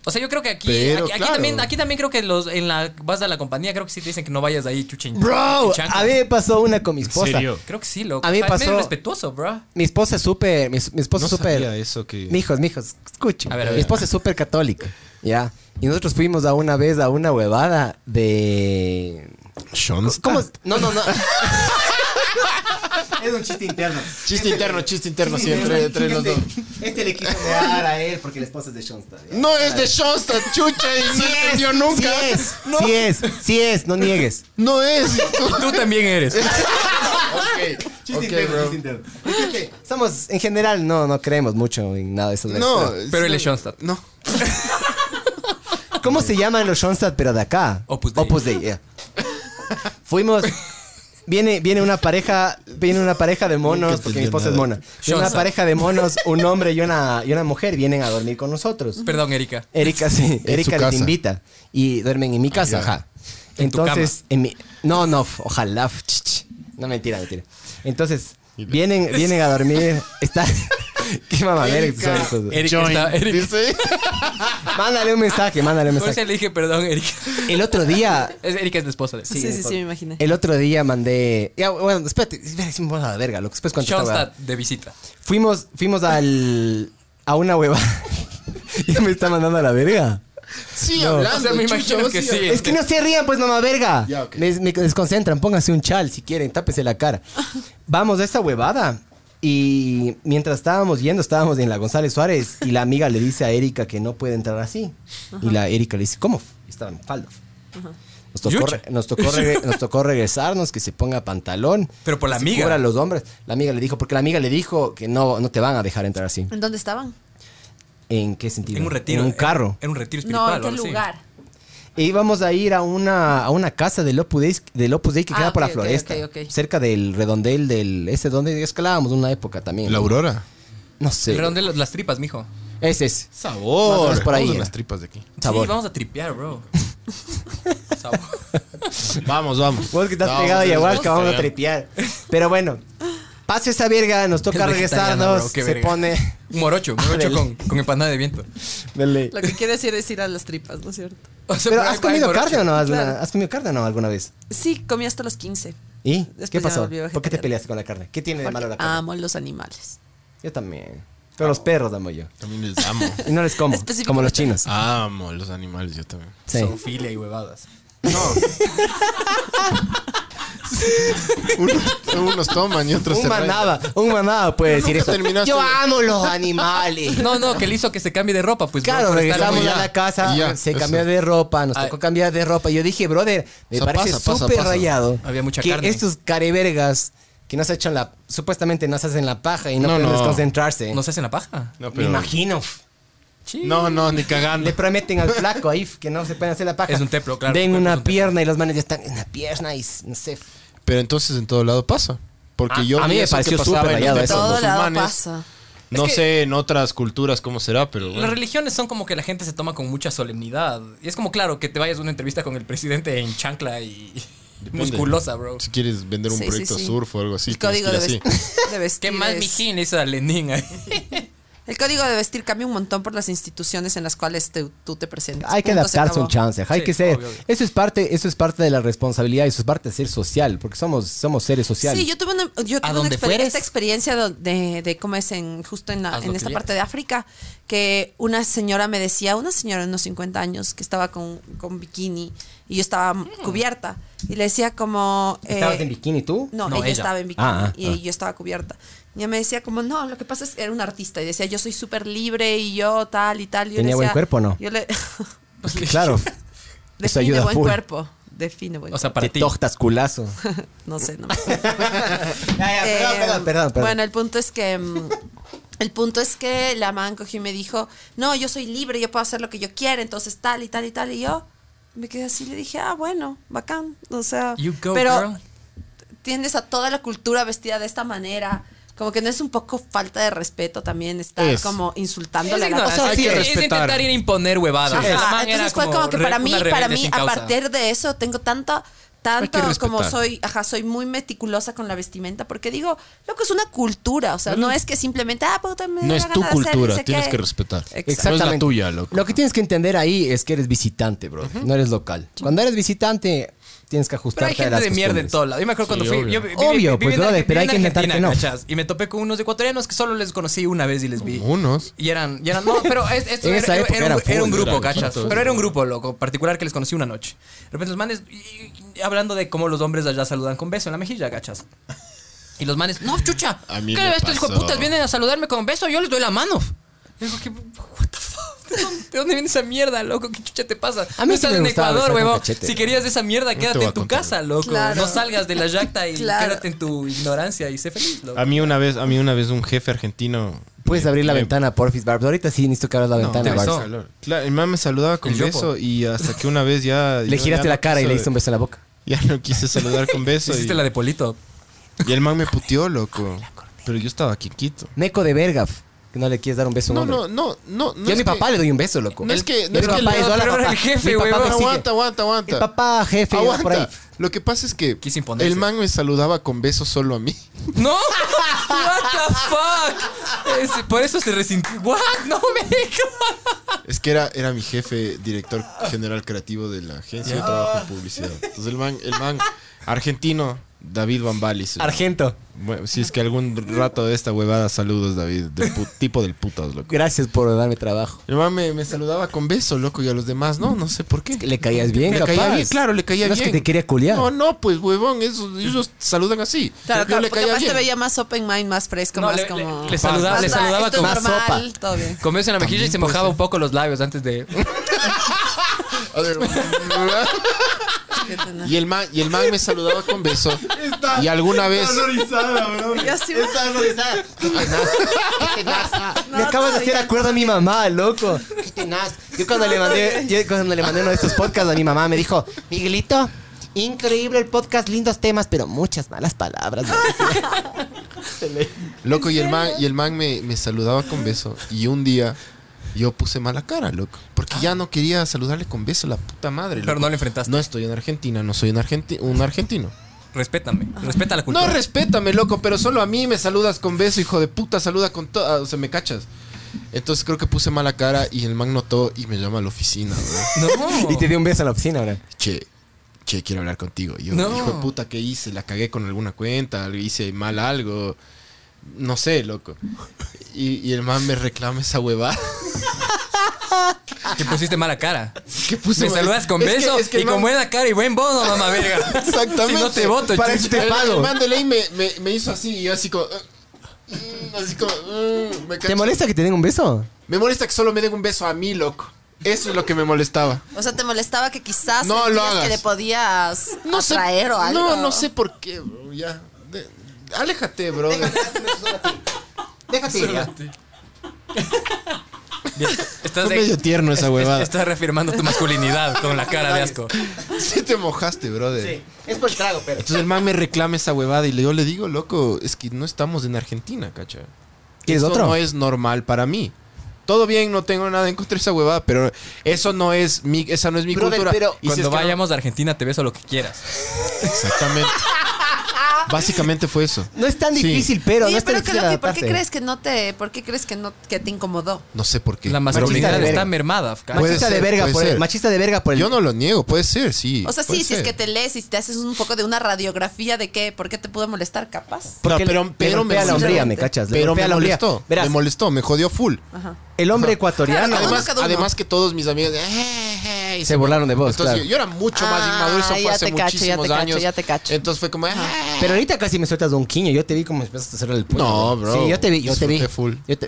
[SPEAKER 5] O sea, yo creo que aquí,
[SPEAKER 4] Pero,
[SPEAKER 5] aquí, aquí
[SPEAKER 4] claro.
[SPEAKER 5] también, aquí también creo que los, en la vas a la compañía, creo que sí te dicen que no vayas ahí, chuchen.
[SPEAKER 2] Bro, a mí me pasó una con mi esposa.
[SPEAKER 4] serio?
[SPEAKER 5] Creo que sí, loco.
[SPEAKER 2] A mí
[SPEAKER 5] O sea, es
[SPEAKER 2] pasó-
[SPEAKER 5] medio respetuoso, bro.
[SPEAKER 2] Mi esposa es súper. Mi, mi esposa
[SPEAKER 4] No
[SPEAKER 2] es súper.
[SPEAKER 4] sabía eso que-
[SPEAKER 2] Mijos, mijos, escuchen.
[SPEAKER 5] A ver, a
[SPEAKER 2] Mi
[SPEAKER 5] ver.
[SPEAKER 2] esposa es súper católica. Ya. Y nosotros fuimos a una vez a una huevada de.
[SPEAKER 4] Shonsta.
[SPEAKER 2] ¿Cómo? es? No, no, no. es un chiste interno.
[SPEAKER 4] Chiste interno, chiste interno siempre entre los dos.
[SPEAKER 2] Este le quiso negar a él porque la esposa es de Shonsta.
[SPEAKER 4] No es de Shonsta, chucha, y no entendió nunca.
[SPEAKER 2] Sí es, sí es, sí es, no niegues.
[SPEAKER 4] No es.
[SPEAKER 5] Tú también eres.
[SPEAKER 4] ok, ok, bro.
[SPEAKER 2] Somos, en general, no, no creemos mucho en nada de eso.
[SPEAKER 4] No,
[SPEAKER 5] Pero
[SPEAKER 4] es-
[SPEAKER 5] él es Schoenstatt.
[SPEAKER 4] No. eh,
[SPEAKER 2] ¿Cómo
[SPEAKER 4] pues
[SPEAKER 2] se llaman los Schoenstatt, pero de acá?
[SPEAKER 5] Opus Dei.
[SPEAKER 2] yeah. Fuimos. Viene, viene una pareja, viene una pareja de monos,
[SPEAKER 4] Nunca
[SPEAKER 2] porque mi
[SPEAKER 4] entendió
[SPEAKER 2] esposa es
[SPEAKER 4] nada.
[SPEAKER 2] mona. Viene una
[SPEAKER 5] Schoenstatt.
[SPEAKER 2] pareja de monos, un hombre y una, y una mujer vienen a dormir con nosotros.
[SPEAKER 5] Perdón, Erika.
[SPEAKER 2] Erika sí,
[SPEAKER 4] En
[SPEAKER 2] Erika
[SPEAKER 4] su
[SPEAKER 2] les
[SPEAKER 4] casa.
[SPEAKER 2] invita y duermen en mi casa,
[SPEAKER 4] Ya.
[SPEAKER 2] ajá.
[SPEAKER 5] En tu
[SPEAKER 2] Entonces, en mi no, no, f- ojalá. f- ch, ch. No mentira, mentira. Entonces, vienen vienen a dormir, está Qué mamadera que son estos dos.
[SPEAKER 5] Erika está. Erika.
[SPEAKER 4] Dice.
[SPEAKER 2] Mándale un mensaje, mándale un
[SPEAKER 5] Por eso
[SPEAKER 2] mensaje.
[SPEAKER 5] le dije perdón, Erika.
[SPEAKER 2] El otro día
[SPEAKER 5] Es, Erika es la esposa de
[SPEAKER 3] Sí, sí, sí, me imaginé.
[SPEAKER 2] el otro día mandé. Ya, bueno, espérate, espérate, si me voy a la verga, loco. Después cuento esta huevada.
[SPEAKER 5] Schoenstatt de visita.
[SPEAKER 2] Fuimos, fuimos al. a una hueva. ya me está mandando a la verga.
[SPEAKER 4] Sí,
[SPEAKER 2] No.
[SPEAKER 4] hablando.
[SPEAKER 5] O sea, me
[SPEAKER 4] chucha,
[SPEAKER 5] imagino
[SPEAKER 4] vos
[SPEAKER 5] que
[SPEAKER 4] sí.
[SPEAKER 5] sí.
[SPEAKER 2] Es que no se rían, pues, mamá verga.
[SPEAKER 4] Ya, ok.
[SPEAKER 2] me, me desconcentran, pónganse un chal si quieren, tápese la cara. Vamos a esta huevada. Y mientras estábamos yendo, estábamos en la González Suárez y la amiga le dice a Erika que no puede entrar así. Y la Erika le dice, ¿cómo? Y Estaba en falda. Nos tocó,
[SPEAKER 5] Yucha.
[SPEAKER 2] re- nos, tocó regre- nos tocó regresarnos, que se ponga pantalón.
[SPEAKER 5] Pero por la
[SPEAKER 2] que se
[SPEAKER 5] amiga.
[SPEAKER 2] cubra los hombres. La amiga le dijo, porque la amiga le dijo que no, no te van a dejar entrar así.
[SPEAKER 3] ¿En dónde estaban?
[SPEAKER 2] ¿En qué sentido?
[SPEAKER 5] En un retiro.
[SPEAKER 2] En un carro.
[SPEAKER 5] En, en un retiro espiritual.
[SPEAKER 3] No, ¿en
[SPEAKER 5] o
[SPEAKER 3] qué
[SPEAKER 5] algo así.
[SPEAKER 3] lugar?
[SPEAKER 2] E íbamos a ir a una, a una casa del Opus Dei, del Opus Dei que
[SPEAKER 3] Ah,
[SPEAKER 2] queda por la
[SPEAKER 3] ok, ok,
[SPEAKER 2] floresta.
[SPEAKER 3] ok, ok.
[SPEAKER 2] Cerca del redondel del... Ese donde escalábamos una época también.
[SPEAKER 4] La Aurora.
[SPEAKER 2] No
[SPEAKER 5] El
[SPEAKER 2] sé.
[SPEAKER 5] redondel de las tripas, mijo.
[SPEAKER 2] Ese es. Más o
[SPEAKER 4] Sabor.
[SPEAKER 2] menos por ahí
[SPEAKER 4] Vamos a
[SPEAKER 2] era.
[SPEAKER 4] las tripas de aquí.
[SPEAKER 5] Sí,
[SPEAKER 2] Sabor.
[SPEAKER 5] vamos a tripear, bro. Sabor.
[SPEAKER 4] Vamos, vamos.
[SPEAKER 2] Vos eh. que estás pegado a ayahuasca, vamos a tripear. Pero bueno, pase esa verga, nos toca
[SPEAKER 5] Es vegetariano,
[SPEAKER 2] regresarnos.
[SPEAKER 5] bro, qué
[SPEAKER 2] se
[SPEAKER 5] verga.
[SPEAKER 2] pone...
[SPEAKER 5] Un morocho, un
[SPEAKER 2] Ábrele.
[SPEAKER 5] morocho con, con empanada de viento.
[SPEAKER 2] Dele.
[SPEAKER 3] Lo que quiere decir es ir a las tripas, ¿no es cierto?
[SPEAKER 5] O sea,
[SPEAKER 2] Pero
[SPEAKER 5] hay-
[SPEAKER 2] ¿has
[SPEAKER 5] hay
[SPEAKER 2] comido
[SPEAKER 5] morocho.
[SPEAKER 2] carne o no? alguna-
[SPEAKER 3] Claro.
[SPEAKER 2] ¿Has comido carne o no alguna vez?
[SPEAKER 3] Sí, comí hasta los 15.
[SPEAKER 2] ¿Y?
[SPEAKER 3] Después
[SPEAKER 2] ¿Qué
[SPEAKER 3] ya
[SPEAKER 2] pasó?
[SPEAKER 3] me volví
[SPEAKER 2] ¿Por qué te
[SPEAKER 3] vegetariana.
[SPEAKER 2] peleaste con la carne? ¿Qué tiene de malo la
[SPEAKER 3] Porque
[SPEAKER 2] carne?
[SPEAKER 3] Amo los animales.
[SPEAKER 2] Yo también. Pero los perros amo yo.
[SPEAKER 4] También les amo.
[SPEAKER 2] Y no les como,
[SPEAKER 3] Específicamente.
[SPEAKER 2] como los chinos.
[SPEAKER 4] Amo los animales, yo también.
[SPEAKER 2] Sí.
[SPEAKER 5] Zoofilia y huevadas.
[SPEAKER 4] Unos, unos toman y otros
[SPEAKER 2] Un
[SPEAKER 4] se rayan.
[SPEAKER 2] manaba, un manaba puede decir eso.
[SPEAKER 4] terminaste
[SPEAKER 2] Yo
[SPEAKER 4] de-
[SPEAKER 2] amo los animales.
[SPEAKER 5] No, no, que le hizo que se cambie de ropa, pues.
[SPEAKER 2] Claro,
[SPEAKER 5] bro, por estar
[SPEAKER 2] regresamos
[SPEAKER 5] muy-
[SPEAKER 2] a la casa,
[SPEAKER 4] ya,
[SPEAKER 2] se
[SPEAKER 4] eso.
[SPEAKER 2] cambió de ropa, nos tocó
[SPEAKER 5] Ay.
[SPEAKER 2] cambiar de ropa. Yo dije, brother, me
[SPEAKER 4] O sea,
[SPEAKER 2] parece
[SPEAKER 4] pasa, pasa,
[SPEAKER 2] súper
[SPEAKER 4] pasa.
[SPEAKER 2] rayado
[SPEAKER 5] Había mucha
[SPEAKER 2] que
[SPEAKER 5] carne.
[SPEAKER 2] estos carevergas que nos echan la, supuestamente nos hacen la paja y no,
[SPEAKER 4] No,
[SPEAKER 2] pueden
[SPEAKER 4] no.
[SPEAKER 2] desconcentrarse.
[SPEAKER 5] ¿No se hacen la paja?
[SPEAKER 4] No,
[SPEAKER 2] Me
[SPEAKER 4] pero-
[SPEAKER 2] imagino.
[SPEAKER 5] Sí.
[SPEAKER 4] No, no, ni cagando.
[SPEAKER 2] Le prometen al flaco ahí que no se pueden hacer la paja.
[SPEAKER 5] Es un templo, claro,
[SPEAKER 2] Den
[SPEAKER 5] es un
[SPEAKER 2] una
[SPEAKER 5] templo.
[SPEAKER 2] pierna y los manes ya están en la pierna y s- no sé.
[SPEAKER 4] Pero entonces en todo lado pasa. Porque
[SPEAKER 2] A-
[SPEAKER 4] yo
[SPEAKER 2] a mí
[SPEAKER 4] vi
[SPEAKER 2] me
[SPEAKER 4] eso que
[SPEAKER 2] pareció
[SPEAKER 4] pasaba
[SPEAKER 2] súper
[SPEAKER 4] en
[SPEAKER 2] rayado
[SPEAKER 4] los
[SPEAKER 2] eso.
[SPEAKER 4] templos
[SPEAKER 3] Todo lado
[SPEAKER 4] musulmanes.
[SPEAKER 3] pasa.
[SPEAKER 4] No
[SPEAKER 5] Es que-
[SPEAKER 4] sé en otras culturas cómo será, pero bueno.
[SPEAKER 5] Las religiones son como que la gente se toma con mucha solemnidad. Y es como, claro, que te vayas a una entrevista con el presidente en chancla y
[SPEAKER 4] Depende.
[SPEAKER 5] musculosa, bro.
[SPEAKER 4] Si quieres vender un
[SPEAKER 3] Sí, sí,
[SPEAKER 4] proyecto
[SPEAKER 3] sí.
[SPEAKER 4] surf o algo así,
[SPEAKER 3] El
[SPEAKER 4] tienes que
[SPEAKER 3] código
[SPEAKER 4] ir así.
[SPEAKER 3] de, vest- de vestir.
[SPEAKER 5] ¿Qué más
[SPEAKER 3] es-
[SPEAKER 5] mijín hizo a Lenin ahí?
[SPEAKER 3] El código de vestir cambia un montón por las instituciones en las cuales te- tú te presentas.
[SPEAKER 2] Hay que
[SPEAKER 3] Punto, se
[SPEAKER 2] adaptarse un
[SPEAKER 3] acabó.
[SPEAKER 2] chance, hay
[SPEAKER 5] Sí,
[SPEAKER 2] que ser.
[SPEAKER 5] obvio, obvio.
[SPEAKER 2] Eso es parte, eso es parte de la responsabilidad, eso es parte de ser social, porque somos, somos seres sociales.
[SPEAKER 3] Sí, yo tuve una, yo tuve una
[SPEAKER 5] donde
[SPEAKER 3] exper-
[SPEAKER 5] fueres?
[SPEAKER 3] esta experiencia do- de, de cómo es en justo en, la-
[SPEAKER 5] Haz
[SPEAKER 3] en
[SPEAKER 5] lo que
[SPEAKER 3] esta
[SPEAKER 5] quieras.
[SPEAKER 3] parte de África, que una señora me decía, una señora de unos 50 años que estaba con, con bikini y yo estaba
[SPEAKER 5] Mm.
[SPEAKER 3] cubierta y le decía como...
[SPEAKER 2] ¿Estabas
[SPEAKER 3] eh,
[SPEAKER 2] en bikini tú?
[SPEAKER 3] No,
[SPEAKER 5] No,
[SPEAKER 3] ella,
[SPEAKER 5] ella.
[SPEAKER 3] estaba en bikini
[SPEAKER 2] Ah, ah,
[SPEAKER 3] y
[SPEAKER 2] ah.
[SPEAKER 3] yo estaba cubierta. Y ella me decía como, no, lo que pasa es que era un artista y decía, yo soy súper libre y yo tal y tal. Y yo le
[SPEAKER 2] ¿Tenía buen
[SPEAKER 3] decía-
[SPEAKER 2] cuerpo o no?
[SPEAKER 3] Yo le...
[SPEAKER 2] Claro. Eso
[SPEAKER 3] define
[SPEAKER 2] ayuda
[SPEAKER 3] buen
[SPEAKER 2] full.
[SPEAKER 3] cuerpo. Define buen
[SPEAKER 5] O sea, para
[SPEAKER 2] Te
[SPEAKER 5] ti.
[SPEAKER 2] tojas culazo.
[SPEAKER 3] cuerpo. No sé, no me acuerdo.
[SPEAKER 2] Ya, ya, perdón,
[SPEAKER 3] Eh,
[SPEAKER 2] perdón, perdón, perdón.
[SPEAKER 3] Bueno, el punto es que mm, El punto es que la man cogió y me dijo, no, yo soy libre, yo puedo hacer lo que yo quiera, entonces tal y tal y tal. Y yo me quedé así, le dije, ah, bueno, bacán. O sea,
[SPEAKER 5] You go,
[SPEAKER 3] pero
[SPEAKER 5] girl.
[SPEAKER 3] tienes a toda la cultura vestida de esta manera. Como que no es un poco falta de respeto también estar
[SPEAKER 4] Es.
[SPEAKER 3] como
[SPEAKER 5] Es,
[SPEAKER 3] insultándole a la
[SPEAKER 5] ignorancia,
[SPEAKER 3] persona.
[SPEAKER 5] es,
[SPEAKER 4] hay que
[SPEAKER 5] es intentar
[SPEAKER 4] respetar.
[SPEAKER 5] ir a imponer huevadas.
[SPEAKER 3] Ajá,
[SPEAKER 5] La man era
[SPEAKER 3] Entonces fue como, que
[SPEAKER 5] re-
[SPEAKER 3] para mí,
[SPEAKER 5] una
[SPEAKER 3] para
[SPEAKER 5] rebelde
[SPEAKER 3] mí,
[SPEAKER 5] sin
[SPEAKER 3] a
[SPEAKER 5] causa.
[SPEAKER 3] partir de eso, tengo tanto, tanto
[SPEAKER 1] Hay que respetar.
[SPEAKER 3] como soy, ajá, soy muy meticulosa con la vestimenta, porque digo, loco, es una cultura, o sea, no es que simplemente, ah, puta, me da
[SPEAKER 1] No es
[SPEAKER 3] la
[SPEAKER 1] tu
[SPEAKER 3] gana de hacer,
[SPEAKER 1] cultura,
[SPEAKER 3] no sé
[SPEAKER 1] tienes
[SPEAKER 3] qué.
[SPEAKER 1] que respetar.
[SPEAKER 3] Exacto.
[SPEAKER 1] No es la tuya, loco.
[SPEAKER 2] Lo que tienes que entender ahí es que eres visitante, bro. No eres local. Cuando eres visitante, tienes que
[SPEAKER 5] Pero
[SPEAKER 2] ajustarte
[SPEAKER 5] hay
[SPEAKER 2] a las
[SPEAKER 5] gente de mierda en
[SPEAKER 2] costumbres.
[SPEAKER 5] todo lado. Yo me acuerdo cuando
[SPEAKER 1] Sí,
[SPEAKER 5] fui.
[SPEAKER 1] obvio.
[SPEAKER 5] Yo vi- vi-
[SPEAKER 2] Obvio,
[SPEAKER 5] vi- viví
[SPEAKER 2] pues,
[SPEAKER 5] en
[SPEAKER 2] brother,
[SPEAKER 5] Arge-
[SPEAKER 2] pero hay
[SPEAKER 5] viví
[SPEAKER 2] que
[SPEAKER 5] en
[SPEAKER 2] intentar que
[SPEAKER 5] Argentina,
[SPEAKER 2] no.
[SPEAKER 5] ¿cachas? Y me topé con unos ecuatorianos que solo les conocí una vez y les vi.
[SPEAKER 4] Unos.
[SPEAKER 5] Y eran, y eran no, pero es- esto
[SPEAKER 2] En
[SPEAKER 5] era,
[SPEAKER 2] esa
[SPEAKER 5] era-
[SPEAKER 2] época
[SPEAKER 5] era un,
[SPEAKER 2] eran
[SPEAKER 5] era un
[SPEAKER 2] full,
[SPEAKER 5] grupo,
[SPEAKER 1] eran
[SPEAKER 5] ¿cachas?
[SPEAKER 1] juntos.
[SPEAKER 5] Pero era un grupo, loco, particular que les conocí una noche. De repente los manes, y- y hablando de cómo los hombres allá saludan con beso en la mejilla, ¿cachas? Y los manes, no, chucha,
[SPEAKER 1] A mí
[SPEAKER 5] ¿qué
[SPEAKER 1] me
[SPEAKER 5] estos
[SPEAKER 1] pasó.
[SPEAKER 5] hijoputas vienen a saludarme con beso? Yo les doy la mano. Y digo, ¿qué, what the fuck? ¿De dónde, de dónde viene esa mierda, loco? ¿Qué chucha te pasa?
[SPEAKER 2] A mí
[SPEAKER 5] no
[SPEAKER 2] sí
[SPEAKER 5] estás
[SPEAKER 2] me
[SPEAKER 5] en
[SPEAKER 2] gustaba
[SPEAKER 5] Ecuador,
[SPEAKER 2] besar con
[SPEAKER 5] huevón.
[SPEAKER 2] cachete.
[SPEAKER 5] Si querías de esa mierda, quédate
[SPEAKER 4] voy a
[SPEAKER 5] en tu
[SPEAKER 4] contar.
[SPEAKER 5] casa, loco.
[SPEAKER 3] Claro.
[SPEAKER 5] No salgas de la yacta y
[SPEAKER 3] Claro.
[SPEAKER 5] quédate en tu ignorancia y sé feliz, loco.
[SPEAKER 4] A mí una vez, a mí una vez un jefe argentino.
[SPEAKER 2] Puedes
[SPEAKER 4] me-
[SPEAKER 2] abrir la
[SPEAKER 4] me-
[SPEAKER 2] ventana, porfis, Barbs. Ahorita sí necesito que abras la
[SPEAKER 4] No,
[SPEAKER 2] ventana,
[SPEAKER 5] te besó.
[SPEAKER 2] Barbs.
[SPEAKER 4] calor. Claro, el man me saludaba con
[SPEAKER 5] El yopo.
[SPEAKER 4] beso y hasta que una vez ya.
[SPEAKER 2] Le
[SPEAKER 4] yo
[SPEAKER 2] giraste
[SPEAKER 4] ya no
[SPEAKER 2] la cara y
[SPEAKER 4] quiso-
[SPEAKER 2] le diste un beso en la boca.
[SPEAKER 4] Ya no quise saludar con beso. y,
[SPEAKER 5] Hiciste la de Polito.
[SPEAKER 4] y el man me puteó, loco. Pero yo estaba aquí en Quito.
[SPEAKER 2] Meco de verga, f- que no le quieres dar un beso a un
[SPEAKER 4] No,
[SPEAKER 2] hombre.
[SPEAKER 4] no, no, no. no
[SPEAKER 2] Yo a
[SPEAKER 4] es que-
[SPEAKER 2] mi papá le doy un beso, loco.
[SPEAKER 4] No es
[SPEAKER 2] El-
[SPEAKER 4] que- no
[SPEAKER 2] mi
[SPEAKER 4] es que
[SPEAKER 2] papá
[SPEAKER 4] le-
[SPEAKER 2] es hola,
[SPEAKER 5] pero era
[SPEAKER 2] papá.
[SPEAKER 5] el jefe,
[SPEAKER 2] Mi papá
[SPEAKER 5] huevón.
[SPEAKER 2] me sigue.
[SPEAKER 4] Aguanta, aguanta, aguanta.
[SPEAKER 2] El papá, jefe, iba por ahí.
[SPEAKER 4] Aguanta. Lo que pasa es que
[SPEAKER 5] Quiso imponerse.
[SPEAKER 4] el man me saludaba con besos solo a mí.
[SPEAKER 5] ¡No! ¡What the fuck! Ese- por eso se resintió. ¡What! ¡No me digas!
[SPEAKER 4] Es que era, era mi jefe, director general creativo de la agencia de trabajo en publicidad. Entonces el man, el man argentino, David Bambali. se llama.
[SPEAKER 2] Argento.
[SPEAKER 4] Bueno, si es que algún rato de esta huevada, saludos, David. Del pu- tipo del putas, loco.
[SPEAKER 2] Gracias por darme trabajo.
[SPEAKER 4] El man me, me saludaba con beso, loco, y a los demás no, no sé por qué.
[SPEAKER 2] Le caías bien,
[SPEAKER 4] Le
[SPEAKER 2] capaz.
[SPEAKER 4] caía bien, claro, le caía
[SPEAKER 2] No es
[SPEAKER 4] bien.
[SPEAKER 2] que te quería culiar.
[SPEAKER 4] No, no, pues huevón, esos, ellos saludan así.
[SPEAKER 3] Claro,
[SPEAKER 4] Yo
[SPEAKER 3] claro,
[SPEAKER 4] le
[SPEAKER 3] porque
[SPEAKER 4] caía
[SPEAKER 3] capaz te
[SPEAKER 4] bien.
[SPEAKER 3] veía más open mind, más fresco,
[SPEAKER 5] No,
[SPEAKER 3] más
[SPEAKER 5] le- le-
[SPEAKER 3] como...
[SPEAKER 5] le saluda-
[SPEAKER 3] Basta,
[SPEAKER 5] le saludaba
[SPEAKER 3] esto
[SPEAKER 5] con-
[SPEAKER 3] es
[SPEAKER 5] Más
[SPEAKER 3] normal, todo bien.
[SPEAKER 5] Comió en la mejilla y se mojaba un poco los labios antes de.
[SPEAKER 4] A ver, y el man, y el man me saludaba con beso. y alguna vez
[SPEAKER 3] Yo sí-
[SPEAKER 2] Me acabas de hacer acuerdo a mi mamá, loco. Qué tenaz. Yo cuando le mandé, yo cuando le mandé uno de estos podcasts a mi mamá, me dijo, Miguelito, increíble el podcast, lindos temas, pero muchas malas palabras.
[SPEAKER 4] Loco, y el man, y el man me, me saludaba con beso. Y un día yo puse mala cara, loco. Porque ya no quería saludarle con beso, la puta madre.
[SPEAKER 5] Pero
[SPEAKER 4] loco.
[SPEAKER 5] no le enfrentaste.
[SPEAKER 4] No estoy en Argentina, no soy un, argenti- un argentino.
[SPEAKER 5] Respétame. Respeta la cultura.
[SPEAKER 4] No, respétame, loco, pero solo a mí me saludas con beso, hijo de puta, saluda con todo. O sea, me cachas. Entonces creo que puse mala cara y el man notó y me llama a la oficina, bro.
[SPEAKER 5] No.
[SPEAKER 2] Y te dio un beso a la oficina, ahora.
[SPEAKER 4] Che, che, quiero hablar contigo. Yo,
[SPEAKER 5] No.
[SPEAKER 4] hijo de puta, ¿qué hice? La cagué con alguna cuenta, le hice mal algo. No sé, loco. Y, y el man me reclama esa huevada.
[SPEAKER 5] Te pusiste mala cara.
[SPEAKER 4] Que puse
[SPEAKER 5] Me
[SPEAKER 4] mal-
[SPEAKER 5] saludas con
[SPEAKER 4] Es que-
[SPEAKER 5] beso
[SPEAKER 4] es que el
[SPEAKER 5] y
[SPEAKER 4] man-
[SPEAKER 5] con buena cara y buen bono, mamá verga.
[SPEAKER 4] Exactamente.
[SPEAKER 5] Si no te voto,
[SPEAKER 2] Para
[SPEAKER 5] chucha.
[SPEAKER 2] eso te
[SPEAKER 4] El-
[SPEAKER 2] pago.
[SPEAKER 4] El man de ley me, me, me hizo así y yo así como. "Ah, mm", Así como. "Mm", me,
[SPEAKER 2] ¿Te
[SPEAKER 4] cacho.
[SPEAKER 2] molesta que te den un beso?
[SPEAKER 4] me molesta que solo me den un beso a mí, loco. Eso es lo que me molestaba.
[SPEAKER 3] O sea, te molestaba que quizás
[SPEAKER 4] No lo
[SPEAKER 3] sentías que
[SPEAKER 4] hagas.
[SPEAKER 3] le podías
[SPEAKER 4] No sé-
[SPEAKER 3] atraer o algo.
[SPEAKER 4] No, no sé por qué, bro. Ya. De- aléjate, bro.
[SPEAKER 2] Déjate
[SPEAKER 5] Bien, Estás
[SPEAKER 4] Fue medio tierno esa huevada.
[SPEAKER 5] Estás reafirmando tu masculinidad con la cara de asco.
[SPEAKER 4] Sí te mojaste, brother.
[SPEAKER 2] Es por el trago, pero.
[SPEAKER 4] Entonces el man me reclama esa huevada y le- yo le digo, loco, es que no estamos en Argentina, cacha.
[SPEAKER 2] ¿Quieres
[SPEAKER 4] Eso
[SPEAKER 2] otro?
[SPEAKER 4] no es normal para mí. Todo bien, no tengo nada en contra de esa huevada, pero eso no es mi, esa no es mi
[SPEAKER 2] Brother,
[SPEAKER 4] cultura.
[SPEAKER 2] pero-
[SPEAKER 4] Y si
[SPEAKER 5] Cuando
[SPEAKER 4] es que no-
[SPEAKER 5] vayamos a Argentina te beso lo que quieras.
[SPEAKER 4] Exactamente. Básicamente fue eso.
[SPEAKER 2] No es tan
[SPEAKER 4] Sí.
[SPEAKER 2] difícil, pero
[SPEAKER 3] Oye,
[SPEAKER 2] no es tan
[SPEAKER 3] pero
[SPEAKER 2] difícil
[SPEAKER 3] creo que, ¿por qué
[SPEAKER 2] adaptarse.
[SPEAKER 3] crees que no te, por qué crees que no, que te incomodó?
[SPEAKER 4] No sé por qué.
[SPEAKER 5] La
[SPEAKER 2] Machista de
[SPEAKER 5] masculinidad
[SPEAKER 2] verga.
[SPEAKER 5] está mermada. cacha.
[SPEAKER 4] Puede
[SPEAKER 2] Machista de
[SPEAKER 4] ser,
[SPEAKER 2] verga
[SPEAKER 4] puede
[SPEAKER 2] por el,
[SPEAKER 4] ser.
[SPEAKER 2] machista de verga por el.
[SPEAKER 4] Yo no lo niego, puede ser, sí.
[SPEAKER 3] O sea, sí,
[SPEAKER 4] puede
[SPEAKER 3] si es
[SPEAKER 4] ser.
[SPEAKER 3] que te lees y te haces un poco de una radiografía de qué, por qué te pudo molestar, capaz.
[SPEAKER 2] porque
[SPEAKER 4] No, pero-
[SPEAKER 2] le- le
[SPEAKER 4] pero
[SPEAKER 2] golpea
[SPEAKER 4] me
[SPEAKER 2] la hombría,
[SPEAKER 3] molestó.
[SPEAKER 2] me cachas. Le
[SPEAKER 4] Pero
[SPEAKER 2] golpea
[SPEAKER 4] me
[SPEAKER 2] la hombría.
[SPEAKER 4] molestó,
[SPEAKER 2] Verás,
[SPEAKER 4] me molestó, me jodió full.
[SPEAKER 3] Ajá.
[SPEAKER 2] el hombre ecuatoriano.
[SPEAKER 3] Claro,
[SPEAKER 4] Además,
[SPEAKER 3] cada uno.
[SPEAKER 4] además que todos mis amigos "Eh, eh", y
[SPEAKER 2] Se burlaron de vos,
[SPEAKER 4] Entonces,
[SPEAKER 2] claro.
[SPEAKER 4] yo, yo era mucho más
[SPEAKER 3] Ah,
[SPEAKER 4] inmaduro, eso
[SPEAKER 3] ya
[SPEAKER 4] fue hace
[SPEAKER 3] te cacho, ya te
[SPEAKER 4] muchísimos
[SPEAKER 3] cacho,
[SPEAKER 4] años.
[SPEAKER 3] ya te cacho.
[SPEAKER 4] Entonces fue como, "Ah".
[SPEAKER 2] Pero ahorita casi me sueltas de un quiño. Yo te vi como empezaste a hacer el puño.
[SPEAKER 4] No, bro.
[SPEAKER 2] Sí, yo te vi, yo te vi.
[SPEAKER 4] Disfruté full.
[SPEAKER 2] Yo te-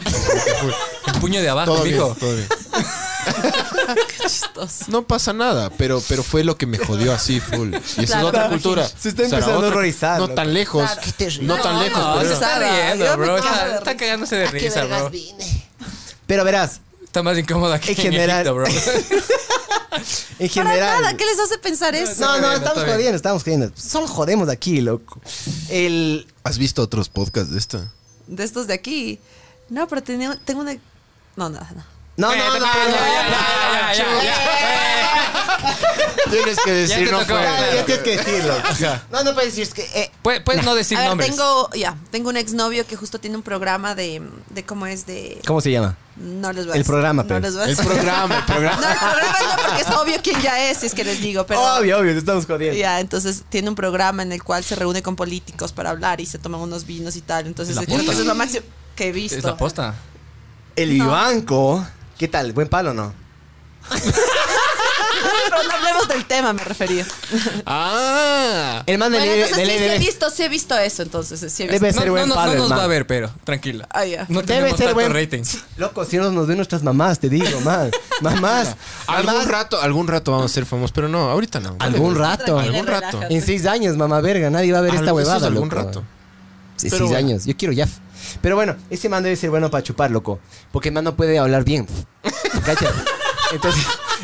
[SPEAKER 5] El puño de abajo,
[SPEAKER 4] todo bien,
[SPEAKER 5] mijo.
[SPEAKER 4] todo bien.
[SPEAKER 3] chistoso.
[SPEAKER 4] No pasa nada, pero, pero fue lo que me jodió así, full. Y esa es
[SPEAKER 3] Claro.
[SPEAKER 4] otra cultura.
[SPEAKER 2] Se está
[SPEAKER 4] O sea,
[SPEAKER 2] empezando
[SPEAKER 4] otra-
[SPEAKER 2] a horrorizar,
[SPEAKER 4] No
[SPEAKER 2] loco.
[SPEAKER 4] tan lejos.
[SPEAKER 3] Claro. Qué terrible.
[SPEAKER 4] No tan
[SPEAKER 3] No,
[SPEAKER 4] lejos,
[SPEAKER 3] no,
[SPEAKER 5] No,
[SPEAKER 4] pero
[SPEAKER 5] se
[SPEAKER 3] eso
[SPEAKER 5] está
[SPEAKER 3] Nada,
[SPEAKER 5] riendo,
[SPEAKER 3] yo me cago
[SPEAKER 5] bro.
[SPEAKER 3] de
[SPEAKER 5] Está,
[SPEAKER 3] risa.
[SPEAKER 5] está cagándose de
[SPEAKER 6] ¿A qué
[SPEAKER 5] risa,
[SPEAKER 6] vergas
[SPEAKER 5] bro.
[SPEAKER 6] vine?
[SPEAKER 2] Pero verás,
[SPEAKER 5] Está más incómoda que
[SPEAKER 2] En general.
[SPEAKER 5] Egipto, bro.
[SPEAKER 2] en
[SPEAKER 3] Para
[SPEAKER 2] general.
[SPEAKER 3] nada, ¿qué les hace pensar eso?
[SPEAKER 2] No, no,
[SPEAKER 5] bien,
[SPEAKER 2] estamos
[SPEAKER 5] está bien.
[SPEAKER 2] jodiendo, estamos jodiendo. Solo jodemos aquí, loco. El.
[SPEAKER 4] ¿Has visto otros podcasts de esta?
[SPEAKER 3] De estos de aquí. No, pero tenía- tengo una. No, nada, no.
[SPEAKER 2] No, no,
[SPEAKER 5] Eh,
[SPEAKER 2] no, no,
[SPEAKER 5] ya,
[SPEAKER 2] no,
[SPEAKER 5] ya,
[SPEAKER 2] no,
[SPEAKER 5] ya, ya, ya, ya.
[SPEAKER 4] Tienes que
[SPEAKER 5] Ya te
[SPEAKER 4] decir, no
[SPEAKER 5] tocó.
[SPEAKER 4] fue.
[SPEAKER 2] ya, ya tienes que decirlo.
[SPEAKER 6] No, no puedes decir, es que. eh,
[SPEAKER 5] Puedes puedes no decir
[SPEAKER 3] A ver,
[SPEAKER 5] nombres.
[SPEAKER 3] tengo, ya, tengo un exnovio que justo tiene un programa de, de cómo es de...
[SPEAKER 2] ¿Cómo se llama?
[SPEAKER 3] No les voy a
[SPEAKER 2] El
[SPEAKER 3] decir,
[SPEAKER 2] programa,
[SPEAKER 3] no
[SPEAKER 2] pero.
[SPEAKER 3] les voy a
[SPEAKER 4] El
[SPEAKER 3] decir.
[SPEAKER 4] programa, el programa.
[SPEAKER 3] No, el programa no, porque es obvio quién ya es, si es que les digo, pero...
[SPEAKER 2] Obvio, obvio, te estamos jodiendo.
[SPEAKER 3] Ya, entonces tiene un programa en el cual se reúne con políticos para hablar y se toman unos vinos y tal. Entonces,
[SPEAKER 5] ¿La
[SPEAKER 3] creo que
[SPEAKER 5] posta?
[SPEAKER 3] eso es lo máximo que he visto.
[SPEAKER 5] Es la posta.
[SPEAKER 2] El
[SPEAKER 3] No.
[SPEAKER 2] Ivanco. ¿Qué tal? ¿Buen palo o no?
[SPEAKER 3] Pero no hablemos del tema, me refería.
[SPEAKER 4] Ah.
[SPEAKER 2] El man E de ley-
[SPEAKER 3] Bueno, entonces
[SPEAKER 2] de
[SPEAKER 3] sí,
[SPEAKER 2] ley
[SPEAKER 3] sí
[SPEAKER 2] debe-
[SPEAKER 3] he visto, sí he visto eso, entonces sí he visto.
[SPEAKER 2] Debe
[SPEAKER 5] No,
[SPEAKER 2] ser
[SPEAKER 5] no,
[SPEAKER 2] buen
[SPEAKER 5] no,
[SPEAKER 2] padre,
[SPEAKER 5] no nos
[SPEAKER 2] man.
[SPEAKER 5] va a ver, pero tranquila.
[SPEAKER 3] Ah, ya.
[SPEAKER 5] No
[SPEAKER 2] Debe
[SPEAKER 5] tenemos
[SPEAKER 2] ser
[SPEAKER 5] tanto
[SPEAKER 2] buen.
[SPEAKER 5] rating.
[SPEAKER 2] Loco, si no nos ven nuestras mamás, te digo, man. Mamás.
[SPEAKER 4] Algún
[SPEAKER 2] mamás,
[SPEAKER 4] rato, algún rato vamos a ser famosos, pero no, ahorita no.
[SPEAKER 2] Algún rato.
[SPEAKER 3] Tranquila,
[SPEAKER 4] algún rato.
[SPEAKER 3] relájate.
[SPEAKER 2] En seis años, mamá verga, nadie va a ver esta
[SPEAKER 4] Algo- Ah, eso es
[SPEAKER 2] huevada.
[SPEAKER 4] algún
[SPEAKER 2] loco.
[SPEAKER 4] rato.
[SPEAKER 2] Sí,
[SPEAKER 4] Pero
[SPEAKER 2] seis
[SPEAKER 4] bueno.
[SPEAKER 2] años. Yo quiero ya. Pero bueno, ese man debe ser bueno para chupar, loco. Porque el man no puede hablar bien. ¿Cachas? Entonces,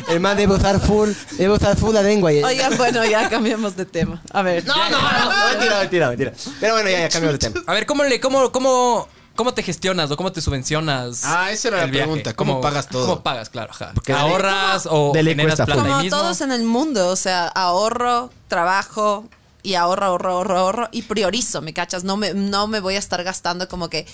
[SPEAKER 2] el man debe usar full, debe usar full la lengua. Y,
[SPEAKER 3] Oigan, bueno, ya cambiamos de tema. A ver.
[SPEAKER 2] no, no, no, mentira, mentira, mentira. Pero bueno, ya, ya cambiamos de tema.
[SPEAKER 5] A ver, ¿cómo, le, cómo, cómo, ¿cómo te gestionas o cómo te subvencionas?
[SPEAKER 4] Ah, esa era la
[SPEAKER 5] el viaje?
[SPEAKER 4] pregunta, ¿cómo pagas todo?
[SPEAKER 5] ¿Cómo pagas, claro? Ajá.
[SPEAKER 2] Porque de ley-
[SPEAKER 5] ¿Ahorras o
[SPEAKER 2] de ley
[SPEAKER 5] generas
[SPEAKER 2] cuesta
[SPEAKER 5] plata ahí
[SPEAKER 3] Como
[SPEAKER 5] mismo?
[SPEAKER 3] todos en el mundo, o sea, ahorro, trabajo y ahorro, ahorro, ahorro, ahorro y priorizo, ¿me cachas? No me, no me voy a estar gastando como que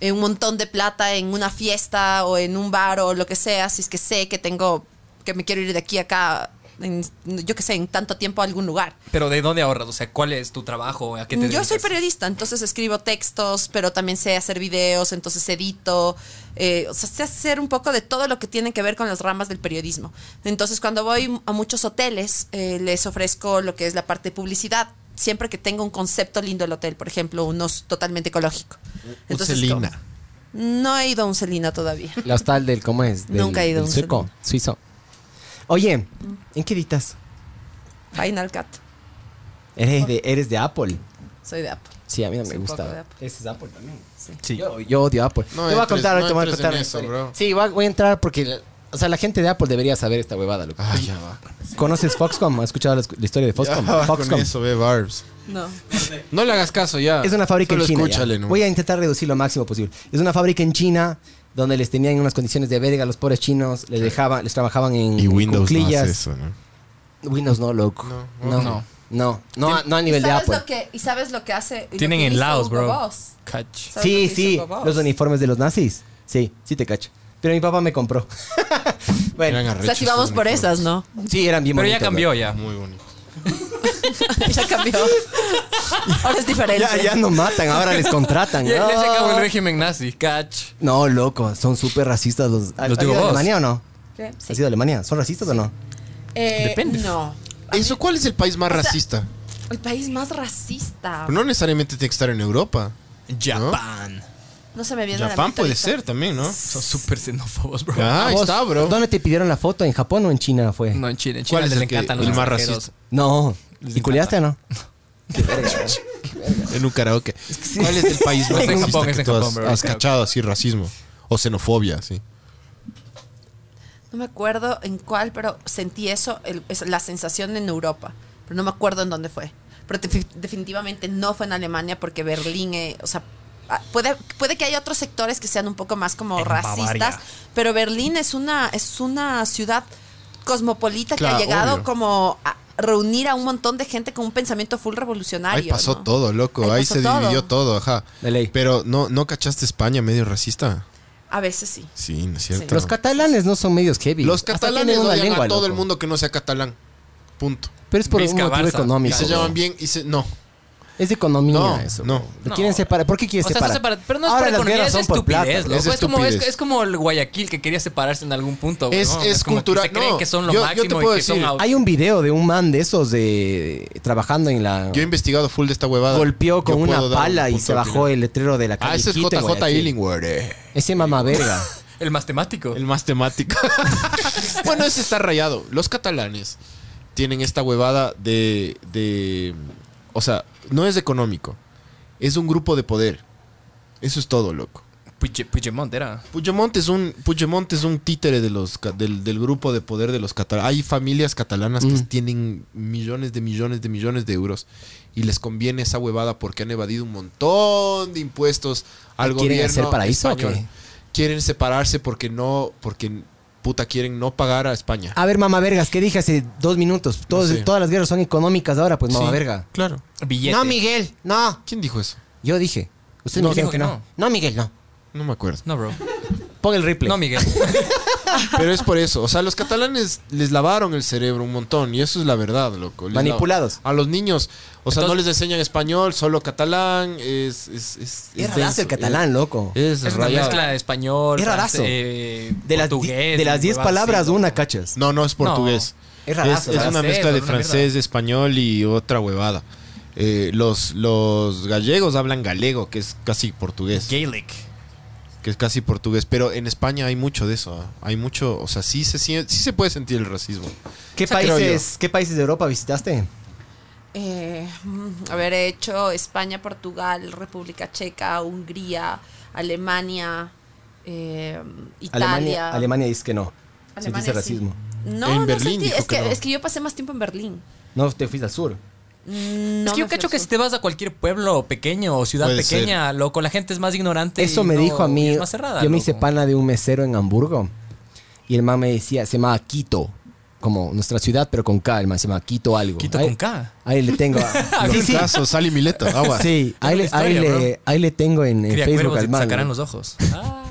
[SPEAKER 3] eh, un montón de plata en una fiesta o en un bar o lo que sea, si es que sé que tengo, que me quiero ir de aquí a acá, en, yo que sé, en tanto tiempo a algún lugar.
[SPEAKER 5] Pero ¿de dónde ahorras? O sea, ¿cuál es tu trabajo? ¿A qué te
[SPEAKER 3] Yo soy
[SPEAKER 5] dedicas?
[SPEAKER 3] periodista, entonces escribo textos, pero también sé hacer videos, entonces edito, eh, o sea, sé hacer un poco de todo lo que tiene que ver con las ramas del periodismo. Entonces cuando voy a muchos hoteles, eh, les ofrezco lo que es la parte de publicidad, siempre que tenga un concepto lindo el hotel, por ejemplo, uno es totalmente ecológico. Entonces,
[SPEAKER 4] Celina.
[SPEAKER 3] como- No he ido a un Celina todavía.
[SPEAKER 2] La hostal del, ¿cómo es? Del-
[SPEAKER 3] Nunca he ido a
[SPEAKER 2] del
[SPEAKER 3] un
[SPEAKER 2] sueco, suizo. Oye, ¿en qué editas?
[SPEAKER 3] Final Cut,
[SPEAKER 2] Eres de, eres de Apple.
[SPEAKER 3] soy de Apple.
[SPEAKER 2] Sí, a mí no me
[SPEAKER 3] Sí, un poco de
[SPEAKER 2] gusta.
[SPEAKER 3] Apple.
[SPEAKER 2] Ese es Apple también.
[SPEAKER 5] Sí.
[SPEAKER 2] Yo, yo odio Apple.
[SPEAKER 4] No
[SPEAKER 2] te voy a
[SPEAKER 4] entres,
[SPEAKER 2] contar,
[SPEAKER 4] no
[SPEAKER 2] te voy a
[SPEAKER 4] entres
[SPEAKER 2] contar.
[SPEAKER 4] en
[SPEAKER 2] una
[SPEAKER 4] eso,
[SPEAKER 2] historia.
[SPEAKER 4] bro.
[SPEAKER 2] Sí, voy a, voy a entrar porque, o sea, la gente de Apple debería saber esta huevada, loco.
[SPEAKER 4] Ah, ya va.
[SPEAKER 2] ¿Conoces Foxcom? ¿Has escuchado la, la historia de
[SPEAKER 4] Ya
[SPEAKER 2] Foxcom?
[SPEAKER 4] va con
[SPEAKER 2] Foxcom.
[SPEAKER 4] eso, ve, Barbs.
[SPEAKER 3] No.
[SPEAKER 4] No le hagas caso ya.
[SPEAKER 2] Es una fábrica
[SPEAKER 4] Solo
[SPEAKER 2] en China. ya.
[SPEAKER 4] escúchale, ¿no?
[SPEAKER 2] Voy a intentar reducir lo máximo posible. Es una fábrica en China donde les tenían unas condiciones de verga a los pobres chinos, les dejaban, les trabajaban en
[SPEAKER 4] Y Windows no
[SPEAKER 2] cuclillas.
[SPEAKER 4] hace eso, ¿no?
[SPEAKER 2] Windows no, loco. No, no, no, no, a- no a
[SPEAKER 3] ¿Y
[SPEAKER 2] nivel de
[SPEAKER 3] sabes,
[SPEAKER 2] Apple.
[SPEAKER 3] lo que, ¿Y sabes lo que hace? y lo
[SPEAKER 5] Tienen
[SPEAKER 3] que
[SPEAKER 5] en
[SPEAKER 3] hizo
[SPEAKER 5] Laos,
[SPEAKER 3] Hugo
[SPEAKER 5] bro.
[SPEAKER 3] Boss?
[SPEAKER 5] Cach.
[SPEAKER 2] Sí,
[SPEAKER 3] ¿Sabes lo que hizo
[SPEAKER 2] sí,
[SPEAKER 3] Hugo Boss?
[SPEAKER 2] los uniformes de los nazis. Sí, sí te cacho. Pero mi papá me compró. bueno,
[SPEAKER 4] Eran
[SPEAKER 3] O sea, si vamos por esas, ¿no?
[SPEAKER 2] sí, eran bien
[SPEAKER 5] Pero ya
[SPEAKER 2] bonitos,
[SPEAKER 5] cambió
[SPEAKER 2] bro.
[SPEAKER 5] ya.
[SPEAKER 4] Muy bonito.
[SPEAKER 3] ya cambió. Ahora es diferente.
[SPEAKER 2] Ya, ya no matan, ahora les contratan.
[SPEAKER 5] Ya,
[SPEAKER 2] no.
[SPEAKER 5] ya se acabó
[SPEAKER 4] Ah.
[SPEAKER 5] el régimen nazi, cach.
[SPEAKER 2] No, loco, son súper racistas los. ¿Has
[SPEAKER 5] digo
[SPEAKER 2] ido a
[SPEAKER 5] vos.
[SPEAKER 2] Alemania o no?
[SPEAKER 3] ¿Qué? Sí.
[SPEAKER 2] ¿Has ido a Alemania? ¿Son racistas o no?
[SPEAKER 3] Eh,
[SPEAKER 5] Depende.
[SPEAKER 3] No.
[SPEAKER 4] ¿Eso cuál es el país más racista?
[SPEAKER 3] El país más racista.
[SPEAKER 4] No necesariamente tiene que estar en Europa.
[SPEAKER 5] Japón.
[SPEAKER 3] No se me viene a la
[SPEAKER 4] Japón
[SPEAKER 3] mente
[SPEAKER 4] puede
[SPEAKER 3] ahorita.
[SPEAKER 4] ser también, ¿no?
[SPEAKER 5] Son súper xenófobos, bro.
[SPEAKER 4] Ah,
[SPEAKER 2] ¿A
[SPEAKER 4] ahí
[SPEAKER 2] vos
[SPEAKER 4] está, bro.
[SPEAKER 2] ¿Dónde te pidieron la foto? ¿En Japón o en China fue?
[SPEAKER 5] No, en China. En China
[SPEAKER 4] ¿Cuál es
[SPEAKER 5] les
[SPEAKER 4] el que-
[SPEAKER 5] encantan los
[SPEAKER 4] el más
[SPEAKER 5] extranjeros.
[SPEAKER 4] racista?
[SPEAKER 2] No. ¿Y culiaste o no?
[SPEAKER 4] En un karaoke. ¿Cuál es el país más
[SPEAKER 5] Es en
[SPEAKER 4] racista
[SPEAKER 5] Japón,
[SPEAKER 4] que
[SPEAKER 5] es en
[SPEAKER 4] tú has-
[SPEAKER 5] Japón, bro,
[SPEAKER 4] has
[SPEAKER 5] creo.
[SPEAKER 4] cachado así racismo? O xenofobia, sí.
[SPEAKER 3] No me acuerdo en cuál, pero sentí eso, el- es- la sensación en Europa. Pero no me acuerdo en dónde fue. Pero defi- definitivamente no fue en Alemania porque Berlín, eh, o sea, ah, puede, puede que haya otros sectores que sean un poco más como
[SPEAKER 5] En
[SPEAKER 3] racistas,
[SPEAKER 5] Bavaria.
[SPEAKER 3] pero Berlín es una, es una ciudad cosmopolita
[SPEAKER 4] Claro,
[SPEAKER 3] que ha llegado
[SPEAKER 4] obvio.
[SPEAKER 3] como a reunir a un montón de gente con un pensamiento full revolucionario.
[SPEAKER 4] Ahí pasó
[SPEAKER 3] ¿no?
[SPEAKER 4] todo, loco. Ahí,
[SPEAKER 3] pasó
[SPEAKER 4] se
[SPEAKER 3] todo.
[SPEAKER 4] dividió todo, ajá.
[SPEAKER 2] De ley.
[SPEAKER 4] Pero no, ¿no cachaste España medio racista?
[SPEAKER 3] A veces sí.
[SPEAKER 4] Sí, no es cierto.
[SPEAKER 2] Los catalanes no son medios heavy.
[SPEAKER 4] Los
[SPEAKER 2] Hasta
[SPEAKER 4] catalanes
[SPEAKER 2] tienen una
[SPEAKER 4] odian
[SPEAKER 2] lengua,
[SPEAKER 4] a todo
[SPEAKER 2] loco.
[SPEAKER 4] el mundo que no sea catalán. Punto.
[SPEAKER 2] Pero es por un
[SPEAKER 5] Vizca
[SPEAKER 2] motivo
[SPEAKER 5] Barça.
[SPEAKER 4] Y
[SPEAKER 2] económico.
[SPEAKER 4] se
[SPEAKER 2] bro.
[SPEAKER 4] llaman bien y se... No.
[SPEAKER 2] Es de economía
[SPEAKER 4] No,
[SPEAKER 2] eso.
[SPEAKER 4] no.
[SPEAKER 2] bro. Lo
[SPEAKER 5] No.
[SPEAKER 2] quieren separar. ¿Por qué
[SPEAKER 5] O
[SPEAKER 2] quieren
[SPEAKER 5] sea,
[SPEAKER 2] separar?
[SPEAKER 5] se separa- pero no es
[SPEAKER 2] Ahora
[SPEAKER 5] por
[SPEAKER 2] las
[SPEAKER 5] economía,
[SPEAKER 2] guerras
[SPEAKER 5] es
[SPEAKER 2] son por
[SPEAKER 5] estupidez,
[SPEAKER 2] plata.
[SPEAKER 5] loco.
[SPEAKER 4] Es
[SPEAKER 5] Es, como, es,
[SPEAKER 4] estupidez.
[SPEAKER 5] es como el Guayaquil que quería separarse en algún punto.
[SPEAKER 4] Es-
[SPEAKER 5] weón.
[SPEAKER 4] es
[SPEAKER 5] como que
[SPEAKER 4] cultural.
[SPEAKER 5] Se creen
[SPEAKER 4] No,
[SPEAKER 5] que son lo
[SPEAKER 4] yo- yo te
[SPEAKER 5] máximo y
[SPEAKER 4] puedo
[SPEAKER 5] que son
[SPEAKER 4] decir,
[SPEAKER 5] au-
[SPEAKER 2] Hay un video de un man de esos de trabajando en la
[SPEAKER 4] Yo he investigado full de esta huevada.
[SPEAKER 2] golpeó con
[SPEAKER 4] Yo
[SPEAKER 2] una
[SPEAKER 4] puedo dar un
[SPEAKER 2] pala y
[SPEAKER 4] punto
[SPEAKER 2] se
[SPEAKER 4] de
[SPEAKER 2] bajó
[SPEAKER 4] opinión.
[SPEAKER 2] el letrero de la
[SPEAKER 4] Ah,
[SPEAKER 2] calle.
[SPEAKER 4] ese es JJ Illingworth. eh.
[SPEAKER 2] Ese mamá verga.
[SPEAKER 5] El más temático.
[SPEAKER 4] El más temático. bueno, ese está rayado. Los catalanes tienen esta huevada de, de- O sea, no es económico. Es un grupo de poder. Eso es todo, loco.
[SPEAKER 5] Puig- Puigdemont era.
[SPEAKER 4] Puigdemont es un, Puigdemont es un títere de los, ca- del, del grupo de poder de los catalanes. Hay familias catalanas
[SPEAKER 2] Mm.
[SPEAKER 4] que tienen millones de millones de millones de euros y les conviene esa huevada porque han evadido un montón de impuestos al
[SPEAKER 2] ¿Quieren
[SPEAKER 4] gobierno
[SPEAKER 2] hacer paraíso o
[SPEAKER 4] español.
[SPEAKER 2] qué?
[SPEAKER 4] Quieren separarse porque no, porque puta quieren no pagar a España.
[SPEAKER 2] A ver, mamá vergas, ¿qué dije hace dos minutos? Todos-
[SPEAKER 4] Sí.
[SPEAKER 2] Todas las guerras son económicas ahora, pues mamá
[SPEAKER 4] Sí,
[SPEAKER 2] verga.
[SPEAKER 4] Claro.
[SPEAKER 5] Billete.
[SPEAKER 2] No, Miguel, no.
[SPEAKER 4] ¿Quién dijo eso?
[SPEAKER 2] Yo dije. Usted me
[SPEAKER 5] No,
[SPEAKER 2] dijeron
[SPEAKER 5] dijo
[SPEAKER 2] que
[SPEAKER 5] que
[SPEAKER 2] no. No, Miguel, no.
[SPEAKER 4] No me acuerdo.
[SPEAKER 5] No, bro.
[SPEAKER 2] Pon el replay.
[SPEAKER 5] No, Miguel.
[SPEAKER 4] Pero es por eso. O sea, los catalanes les lavaron el cerebro un montón. Y eso es la verdad, loco. Les
[SPEAKER 2] Manipulados.
[SPEAKER 4] lava- A los niños. O sea, no
[SPEAKER 5] Entonces-
[SPEAKER 4] les enseñan español, solo catalán. Es. Es, es,
[SPEAKER 2] es
[SPEAKER 4] es
[SPEAKER 2] rarazo
[SPEAKER 4] denso.
[SPEAKER 2] el catalán, loco.
[SPEAKER 4] Es,
[SPEAKER 5] Es una
[SPEAKER 4] rayado.
[SPEAKER 5] mezcla de español.
[SPEAKER 2] Es rarazo.
[SPEAKER 5] francés, eh,
[SPEAKER 2] de, las di-
[SPEAKER 5] portugués,
[SPEAKER 2] de las 10
[SPEAKER 5] huevada,
[SPEAKER 2] palabras,
[SPEAKER 5] sí,
[SPEAKER 2] una
[SPEAKER 5] loco.
[SPEAKER 2] cachas.
[SPEAKER 4] No, no es portugués.
[SPEAKER 2] Es
[SPEAKER 4] Es,
[SPEAKER 2] rarazo.
[SPEAKER 4] es una
[SPEAKER 5] francés,
[SPEAKER 4] mezcla de
[SPEAKER 5] alguna
[SPEAKER 4] francés,
[SPEAKER 5] mierda.
[SPEAKER 4] de español y otra huevada. Eh, los, los gallegos hablan galego, que es casi portugués.
[SPEAKER 5] Gaelic.
[SPEAKER 4] que es casi portugués. Pero en España hay mucho de eso. ¿ah? Hay mucho. O sea, sí se, sien- sí se puede sentir el racismo.
[SPEAKER 2] ¿Qué,
[SPEAKER 4] O sea, creo
[SPEAKER 2] países, ¿Qué países de Europa visitaste?
[SPEAKER 3] Eh, mm, haber hecho España, Portugal, República Checa, Hungría, Alemania, eh, Italia.
[SPEAKER 2] Alemania, Alemania dice que no.
[SPEAKER 3] Alemania,
[SPEAKER 2] Sentiste
[SPEAKER 3] sí.
[SPEAKER 2] racismo.
[SPEAKER 3] No,
[SPEAKER 4] En
[SPEAKER 3] no
[SPEAKER 4] Berlín
[SPEAKER 3] sentí-
[SPEAKER 4] dijo
[SPEAKER 3] es,
[SPEAKER 4] que
[SPEAKER 3] que,
[SPEAKER 4] no.
[SPEAKER 3] es que yo pasé más tiempo en Berlín. Mm,
[SPEAKER 2] No, te fuiste al sur.
[SPEAKER 3] No
[SPEAKER 5] es que yo
[SPEAKER 3] me fui
[SPEAKER 5] cacho
[SPEAKER 3] al
[SPEAKER 5] que este-
[SPEAKER 3] sur.
[SPEAKER 5] si te vas a cualquier pueblo pequeño o ciudad
[SPEAKER 4] Puede
[SPEAKER 5] pequeña, loco, la gente es más ignorante.
[SPEAKER 2] Eso
[SPEAKER 5] y
[SPEAKER 2] me
[SPEAKER 5] no-
[SPEAKER 2] dijo a
[SPEAKER 5] y
[SPEAKER 2] mí.
[SPEAKER 5] es más cerrada,
[SPEAKER 2] yo me hice
[SPEAKER 5] loco.
[SPEAKER 2] pana de un mesero en Hamburgo. Y el man me decía, se llamaba Quito. Como nuestra ciudad, pero con K. El man se llama Quito algo.
[SPEAKER 5] Quito
[SPEAKER 2] Ahí-
[SPEAKER 5] con K.
[SPEAKER 2] Ahí le tengo.
[SPEAKER 5] Ah,
[SPEAKER 2] sí,
[SPEAKER 4] Los
[SPEAKER 2] sí.
[SPEAKER 4] casos, sal y mileta, agua.
[SPEAKER 2] Sí, ahí, le-
[SPEAKER 5] historia,
[SPEAKER 2] ahí le,
[SPEAKER 5] bro.
[SPEAKER 2] ahí le tengo en, en
[SPEAKER 5] Cría
[SPEAKER 2] Facebook
[SPEAKER 5] cuervos y
[SPEAKER 2] al
[SPEAKER 5] te
[SPEAKER 2] man.
[SPEAKER 5] sacarán los ojos. Ah,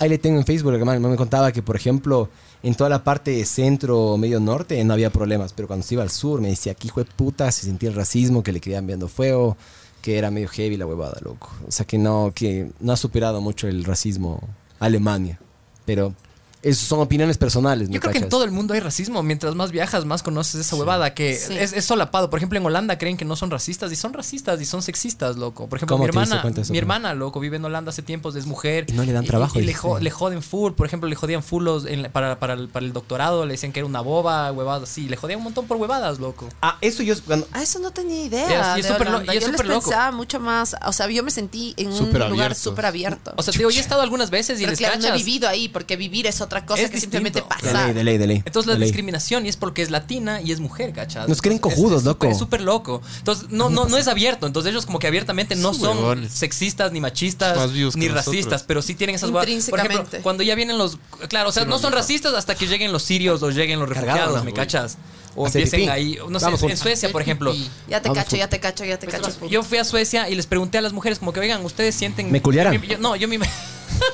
[SPEAKER 2] Ahí le tengo en Facebook al man. El man Me contaba que, por ejemplo, en toda la parte de centro, medio norte, no había problemas. Pero cuando se iba al sur, me decía, aquí hijo de puta, se sentía el racismo, que le querían viendo fuego, que era medio heavy la huevada, loco. O sea, que no, que no ha superado mucho el racismo Alemania. Pero eso son opiniones personales, ¿me
[SPEAKER 5] Yo creo que en
[SPEAKER 2] cachas?
[SPEAKER 5] todo el mundo hay racismo. Mientras más viajas, más conoces esa huevada que
[SPEAKER 3] Sí.
[SPEAKER 5] es, es solapado. Por ejemplo, en Holanda creen que no son racistas y son racistas y son sexistas, loco. Por ejemplo,
[SPEAKER 2] ¿Cómo
[SPEAKER 5] mi
[SPEAKER 2] te diste
[SPEAKER 5] hermana,
[SPEAKER 2] cuenta de eso,
[SPEAKER 5] mi
[SPEAKER 2] bro?
[SPEAKER 5] hermana, loco, vive en Holanda hace tiempos, es mujer.
[SPEAKER 2] Y no le dan trabajo,
[SPEAKER 5] Y, le,
[SPEAKER 2] dijiste.
[SPEAKER 5] jo- le joden full. Por ejemplo, le jodían full los en la- para, para el, para el doctorado, le decían que era una boba, huevadas así. Le jodían un montón por huevadas, loco.
[SPEAKER 2] Ah, eso yo... cuando-
[SPEAKER 3] Ah, eso no tenía
[SPEAKER 5] Ya,
[SPEAKER 3] idea.
[SPEAKER 5] y es
[SPEAKER 3] de
[SPEAKER 5] súper lo-
[SPEAKER 3] Holanda.
[SPEAKER 5] y es
[SPEAKER 3] yo les
[SPEAKER 5] súper loco.
[SPEAKER 3] pensaba mucho más. O sea, yo me sentí en
[SPEAKER 4] Súper
[SPEAKER 3] un lugar
[SPEAKER 4] abiertos.
[SPEAKER 3] súper abierto.
[SPEAKER 5] O sea, te digo, yo he estado algunas veces y
[SPEAKER 3] Pero
[SPEAKER 5] les
[SPEAKER 3] claro, no he
[SPEAKER 5] cachas.
[SPEAKER 3] vivido ahí porque vivir es otra cosa
[SPEAKER 5] Es
[SPEAKER 3] que simplemente
[SPEAKER 5] distinto.
[SPEAKER 2] De
[SPEAKER 3] pasa.
[SPEAKER 2] ley, de ley, de ley.
[SPEAKER 5] Entonces la
[SPEAKER 2] de ley.
[SPEAKER 5] discriminación y es porque es latina y es mujer, ¿cachas?
[SPEAKER 2] Nos creen
[SPEAKER 5] Entonces,
[SPEAKER 2] cojudos,
[SPEAKER 5] es- es súper-
[SPEAKER 2] loco.
[SPEAKER 5] Es súper loco. Entonces no, no, no es abierto. Entonces ellos como que abiertamente no
[SPEAKER 4] Sí,
[SPEAKER 5] son
[SPEAKER 4] huevones.
[SPEAKER 5] sexistas, ni
[SPEAKER 4] Más
[SPEAKER 5] machistas,
[SPEAKER 4] vivos que
[SPEAKER 5] ni
[SPEAKER 4] nosotros.
[SPEAKER 5] racistas, pero sí tienen esas huevas. Por ejemplo,
[SPEAKER 3] Intrínsecamente.
[SPEAKER 5] cuando ya vienen los... Claro, o sea, no son racistas hasta que lleguen los sirios o lleguen los
[SPEAKER 2] Cargados,
[SPEAKER 5] refugiados,
[SPEAKER 2] ¿no?
[SPEAKER 5] ¿me cachas? O
[SPEAKER 2] Hacer
[SPEAKER 5] empiecen
[SPEAKER 2] pipí.
[SPEAKER 5] ahí... No sé,
[SPEAKER 2] Vamos,
[SPEAKER 5] en
[SPEAKER 2] juntos.
[SPEAKER 5] Suecia, por ejemplo.
[SPEAKER 3] Ya te
[SPEAKER 2] Vamos,
[SPEAKER 3] cacho, ya te cacho, ya te pues. cacho.
[SPEAKER 5] Pues, Yo fui a Suecia y les pregunté a las mujeres como que, oigan, ustedes sienten...
[SPEAKER 2] ¿Me culiaran?
[SPEAKER 5] Yo- no, yo me, ima-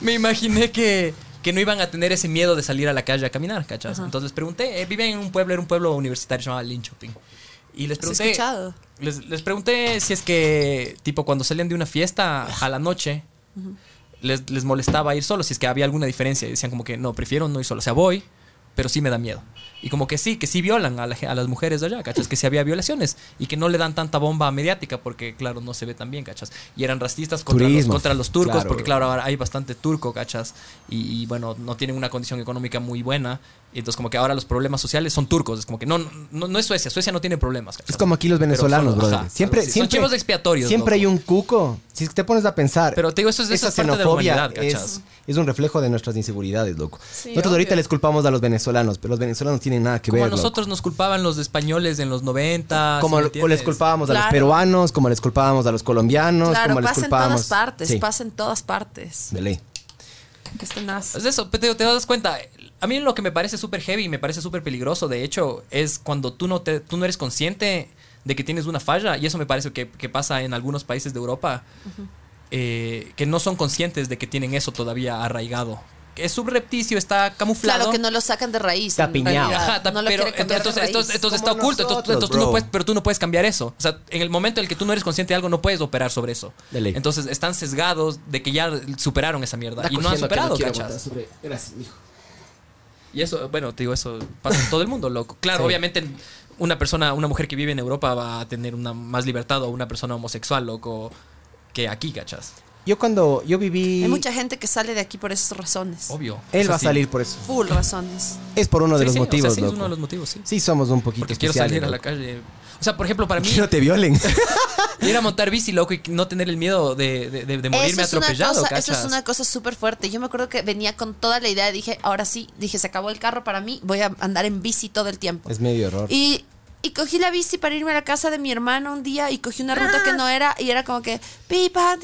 [SPEAKER 5] me imaginé que, que no iban a tener ese miedo de salir a la calle a caminar, ¿cachas? Entonces les pregunté, eh, viven en un pueblo, era un pueblo universitario llamado Linköping. Y les
[SPEAKER 3] Has
[SPEAKER 5] pregunté...
[SPEAKER 3] escuchado.
[SPEAKER 5] Les, les pregunté si es que, tipo, cuando salían de una fiesta a la noche, les, les molestaba ir solo, si es que había alguna diferencia. Y decían como que, no, prefiero no ir solo. O sea, voy, pero sí me da miedo. Y como que sí, que sí violan a, la ge- a las mujeres de allá, ¿cachas? Que sí había violaciones y que no le dan tanta bomba mediática porque, claro, no se ve tan bien, ¿cachas? Y eran racistas contra, los,
[SPEAKER 2] Turismo.
[SPEAKER 5] contra los turcos
[SPEAKER 2] Claro,
[SPEAKER 5] porque,
[SPEAKER 2] bro.
[SPEAKER 5] claro, ahora hay bastante turco, ¿cachas? Y, y, bueno, no tienen una condición económica muy buena. Y entonces como que ahora los problemas sociales son turcos. Es como que no, no, no es Suecia. Suecia no tiene problemas. ¿cachas?
[SPEAKER 2] Es como aquí los
[SPEAKER 5] Pero
[SPEAKER 2] venezolanos,
[SPEAKER 5] solo-
[SPEAKER 2] brother.
[SPEAKER 5] ajá,
[SPEAKER 2] siempre,
[SPEAKER 5] algo así. Son
[SPEAKER 2] siempre,
[SPEAKER 5] chivos expiatorios.
[SPEAKER 2] Siempre hay un cuco. Si es que te pones a pensar.
[SPEAKER 5] Pero te digo, eso es- eso
[SPEAKER 2] esa
[SPEAKER 5] es parte de la
[SPEAKER 2] xenofobia
[SPEAKER 5] humanidad,
[SPEAKER 2] es,
[SPEAKER 5] ¿cachas?
[SPEAKER 2] es un reflejo de nuestras inseguridades, loco.
[SPEAKER 3] Sí,
[SPEAKER 2] nosotros
[SPEAKER 3] obvio.
[SPEAKER 2] ahorita les culpamos a los venezolanos, pero los venezolanos no tienen nada que
[SPEAKER 5] Como a
[SPEAKER 2] ver. loco.
[SPEAKER 5] nosotros nos culpaban los españoles en los 90. ¿sí
[SPEAKER 2] Como
[SPEAKER 5] me
[SPEAKER 2] lo- o les
[SPEAKER 5] entiendes?
[SPEAKER 2] culpábamos a los
[SPEAKER 3] Claro.
[SPEAKER 2] peruanos, como les culpábamos a los colombianos,
[SPEAKER 3] Claro,
[SPEAKER 2] como les
[SPEAKER 3] pasa en todas
[SPEAKER 2] culpábamos.
[SPEAKER 3] partes,
[SPEAKER 2] Sí,
[SPEAKER 3] pasa en todas partes.
[SPEAKER 2] de ley.
[SPEAKER 3] Que estén as-
[SPEAKER 5] Es eso, pero te, te das cuenta. A mí lo que me parece súper heavy y me parece súper peligroso, de hecho, es cuando tú no, te, tú no eres consciente de que tienes una falla. Y eso me parece que, que pasa en algunos países de Europa, eh, que no son conscientes de que tienen eso todavía arraigado. Que Es subrepticio, está camuflado.
[SPEAKER 3] Claro que no lo sacan de raíz.
[SPEAKER 2] Está
[SPEAKER 3] en
[SPEAKER 2] piñado.
[SPEAKER 3] realidad.
[SPEAKER 5] Ajá, ta-
[SPEAKER 3] No lo
[SPEAKER 5] pero
[SPEAKER 3] quiere cambiar de
[SPEAKER 5] entonces, entonces-
[SPEAKER 3] raíz.
[SPEAKER 5] entonces
[SPEAKER 2] Como
[SPEAKER 5] está oculto, entonces,
[SPEAKER 2] nosotros,
[SPEAKER 5] entonces tú no
[SPEAKER 2] bro.
[SPEAKER 5] puedes, pero tú no puedes cambiar eso. O sea, en el momento en el que tú no eres consciente de algo, no puedes operar sobre eso.
[SPEAKER 2] De ley.
[SPEAKER 5] Entonces están sesgados de que ya superaron esa mierda y no han superado, ¿cachas? Y eso, bueno, te digo, eso pasa en todo el mundo, loco. Claro, obviamente una persona, una mujer que vive en Europa va a tener una más libertad o una persona homosexual, loco, que aquí, ¿cachas?
[SPEAKER 2] yo cuando yo viví...
[SPEAKER 3] Hay mucha gente que sale de aquí por esas razones.
[SPEAKER 5] Obvio.
[SPEAKER 2] Él
[SPEAKER 5] O sea,
[SPEAKER 2] va a
[SPEAKER 5] sí.
[SPEAKER 2] salir por eso.
[SPEAKER 3] Full razones.
[SPEAKER 2] Es por uno de los
[SPEAKER 5] Sí, sí, o sea,
[SPEAKER 2] motivos,
[SPEAKER 5] sí, es
[SPEAKER 2] loco.
[SPEAKER 5] uno de los motivos, sí.
[SPEAKER 2] Sí, somos un poquito
[SPEAKER 5] Porque quiero
[SPEAKER 2] especiales,
[SPEAKER 5] salir a la
[SPEAKER 2] loco.
[SPEAKER 5] calle. O sea, por ejemplo, para mí,
[SPEAKER 2] Que no te violen.
[SPEAKER 5] ir a montar bici, loco, y no tener el miedo de, de- de- de
[SPEAKER 3] eso
[SPEAKER 5] morirme
[SPEAKER 3] es
[SPEAKER 5] atropellado,
[SPEAKER 3] Una cosa, eso
[SPEAKER 5] ¿cachas?
[SPEAKER 3] es una cosa súper fuerte. Yo me acuerdo que venía con toda la idea, dije, ahora sí, dije, se acabó el carro para mí, voy a andar en bici todo el tiempo.
[SPEAKER 2] es medio error.
[SPEAKER 3] Y, y cogí la bici para irme a la casa de mi hermano un día y cogí una ruta que no era y era como que, pipa,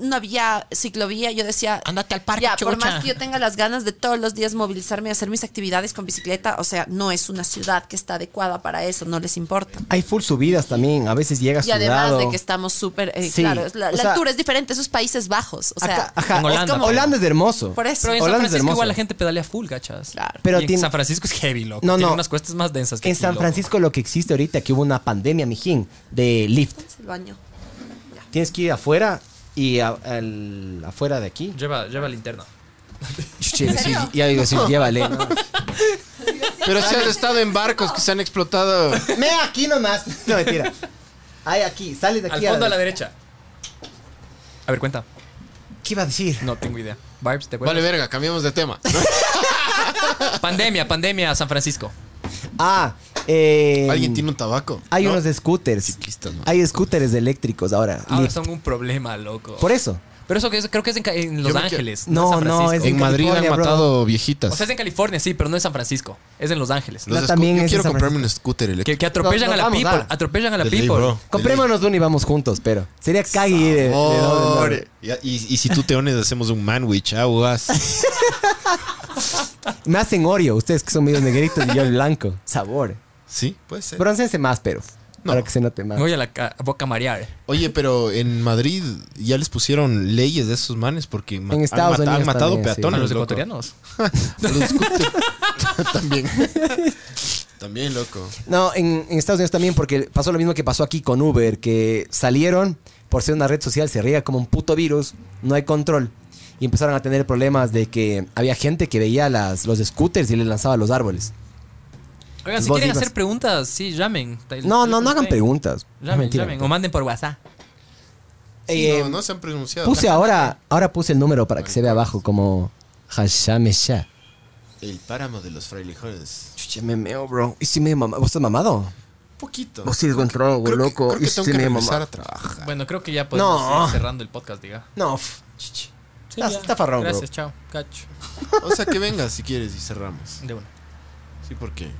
[SPEAKER 3] no había ciclovía. Yo decía,
[SPEAKER 5] Ándate al parque,
[SPEAKER 3] ya, por
[SPEAKER 5] chocha".
[SPEAKER 3] más que yo tenga las ganas de todos los días movilizarme y hacer mis actividades con bicicleta, o sea, no es una ciudad que está adecuada para eso, no les importa.
[SPEAKER 2] Hay full subidas también, a veces llegas
[SPEAKER 3] Y además
[SPEAKER 2] sudado.
[SPEAKER 3] de que estamos súper, eh,
[SPEAKER 2] Sí,
[SPEAKER 3] claro, la,
[SPEAKER 2] o
[SPEAKER 3] la
[SPEAKER 2] sea-
[SPEAKER 3] altura es diferente, esos Países Bajos, o sea,
[SPEAKER 2] Acá- ajá,
[SPEAKER 5] en Holanda,
[SPEAKER 2] es como-
[SPEAKER 5] pero-
[SPEAKER 2] Holanda es hermoso.
[SPEAKER 3] Por eso.
[SPEAKER 5] Pero en San
[SPEAKER 2] Holanda es
[SPEAKER 5] Francisco
[SPEAKER 2] hermoso.
[SPEAKER 5] igual la gente pedalea full, ¿cachas?
[SPEAKER 3] Claro.
[SPEAKER 2] Pero
[SPEAKER 5] Y en
[SPEAKER 2] tiene-
[SPEAKER 5] San Francisco es heavy, loco.
[SPEAKER 2] No,
[SPEAKER 5] Tiene
[SPEAKER 2] no.
[SPEAKER 5] unas cuestas más densas que
[SPEAKER 2] En
[SPEAKER 5] aquí,
[SPEAKER 2] San
[SPEAKER 5] loco.
[SPEAKER 2] Francisco lo que existe ahorita que hubo una pandemia, mijín, de lift.
[SPEAKER 3] es el baño.
[SPEAKER 2] Tienes que ir afuera y a- al- afuera de aquí.
[SPEAKER 5] Lleva, lleva linterna.
[SPEAKER 2] Chuche, sí, ya digo, sí, llévale. ¿no?
[SPEAKER 4] Pero si has estado en barcos que se han explotado.
[SPEAKER 2] Me aquí nomás. No, mentira. Ay, aquí, sales de
[SPEAKER 5] Al
[SPEAKER 2] aquí.
[SPEAKER 5] fondo a la derecha. A ver, cuenta.
[SPEAKER 2] ¿Qué iba a decir?
[SPEAKER 5] No tengo idea. Vibes, te
[SPEAKER 4] Vale,
[SPEAKER 5] vuelves.
[SPEAKER 4] verga, cambiamos de tema.
[SPEAKER 5] Pandemia, pandemia, San Francisco.
[SPEAKER 2] Ah, eh,
[SPEAKER 4] ¿Alguien tiene un tabaco?
[SPEAKER 2] Hay
[SPEAKER 4] ¿No?
[SPEAKER 2] unos scooters.
[SPEAKER 4] Ciclistas, ¿no?
[SPEAKER 2] Hay scooters eléctricos ahora.
[SPEAKER 5] Ahora
[SPEAKER 2] lift.
[SPEAKER 5] son un problema, loco.
[SPEAKER 2] Por e- eso.
[SPEAKER 5] Pero eso que es- creo que es en, Ca- en Los
[SPEAKER 4] Yo me quedo-
[SPEAKER 5] Ángeles.
[SPEAKER 2] No,
[SPEAKER 5] en San
[SPEAKER 2] no,
[SPEAKER 5] Francisco.
[SPEAKER 2] es en
[SPEAKER 4] En Madrid han
[SPEAKER 2] California, bro.
[SPEAKER 4] matado viejitas.
[SPEAKER 5] O sea, es en California, sí, pero no en San Francisco. Es en Los Ángeles.
[SPEAKER 2] No,
[SPEAKER 4] Los
[SPEAKER 2] también
[SPEAKER 4] scu- yo
[SPEAKER 2] es
[SPEAKER 4] quiero
[SPEAKER 2] esa
[SPEAKER 4] comprarme un scooter eléctrico.
[SPEAKER 5] Que, que atropellan
[SPEAKER 2] No,
[SPEAKER 5] a la
[SPEAKER 2] no, vamos,
[SPEAKER 5] people.
[SPEAKER 2] ah.
[SPEAKER 5] Atropellan a la
[SPEAKER 4] De ley,
[SPEAKER 5] people.
[SPEAKER 4] bro.
[SPEAKER 2] Comprémonos uno y vamos juntos, pero. Sería cague de, de doble, doble.
[SPEAKER 4] Pobre. Y, y- y si tú te unes, hacemos un ah, manwich, aguas.
[SPEAKER 2] Me hacen Oreo, ustedes que son medios negritos y yo el blanco. Sabor.
[SPEAKER 4] Sí, puede ser.
[SPEAKER 2] Broncense más, pero.
[SPEAKER 4] No.
[SPEAKER 2] Para que se note más.
[SPEAKER 5] Me voy a la ca- boca marear.
[SPEAKER 4] Oye, pero en Madrid ya les pusieron leyes de esos manes porque ma-
[SPEAKER 2] En Estados
[SPEAKER 4] han, mata- han
[SPEAKER 2] Unidos
[SPEAKER 4] matado
[SPEAKER 2] también, sí.
[SPEAKER 5] ¿A
[SPEAKER 4] peatones.
[SPEAKER 5] los
[SPEAKER 4] loco.
[SPEAKER 5] ecuatorianos?
[SPEAKER 4] A los scooters. también. también, loco.
[SPEAKER 2] No, en, en Estados Unidos también, porque pasó lo mismo que pasó aquí con Uber, que salieron por ser una red social, se riega como un puto virus, no hay control. Y empezaron a tener problemas de que había gente que veía las, los scooters y les lanzaba a los árboles.
[SPEAKER 5] Oigan, si
[SPEAKER 2] Vos
[SPEAKER 5] quieren
[SPEAKER 2] ibas.
[SPEAKER 5] hacer preguntas, sí, llamen.
[SPEAKER 2] No, no, no hagan preguntas.
[SPEAKER 5] Llamen,
[SPEAKER 2] Mentira.
[SPEAKER 5] llamen. O manden por WhatsApp.
[SPEAKER 4] Sí,
[SPEAKER 2] Eh,
[SPEAKER 4] no, no se han pronunciado.
[SPEAKER 2] Puse ahora, ahora puse el número para que se vea abajo como Hashamesha.
[SPEAKER 4] El páramo de los frailejones.
[SPEAKER 2] Chucha, me meo, bro. ¿Y si me mamado? ¿Vos estás mamado?
[SPEAKER 4] Un poquito.
[SPEAKER 2] Vos sí eres buen trago,
[SPEAKER 4] Creo que-
[SPEAKER 2] loco.
[SPEAKER 4] creo que
[SPEAKER 2] ¿Y
[SPEAKER 4] tengo
[SPEAKER 2] si
[SPEAKER 4] que
[SPEAKER 2] me mamá?
[SPEAKER 4] regresar a trabajar.
[SPEAKER 5] Ah. Bueno, creo que ya podemos
[SPEAKER 2] No.
[SPEAKER 5] ir cerrando el podcast, diga.
[SPEAKER 2] No, f- chuchi. Está- está farrón, bro.
[SPEAKER 5] Gracias, chao. Cacho.
[SPEAKER 4] O sea, que vengas si quieres y cerramos.
[SPEAKER 5] De una.
[SPEAKER 4] Sí, porque.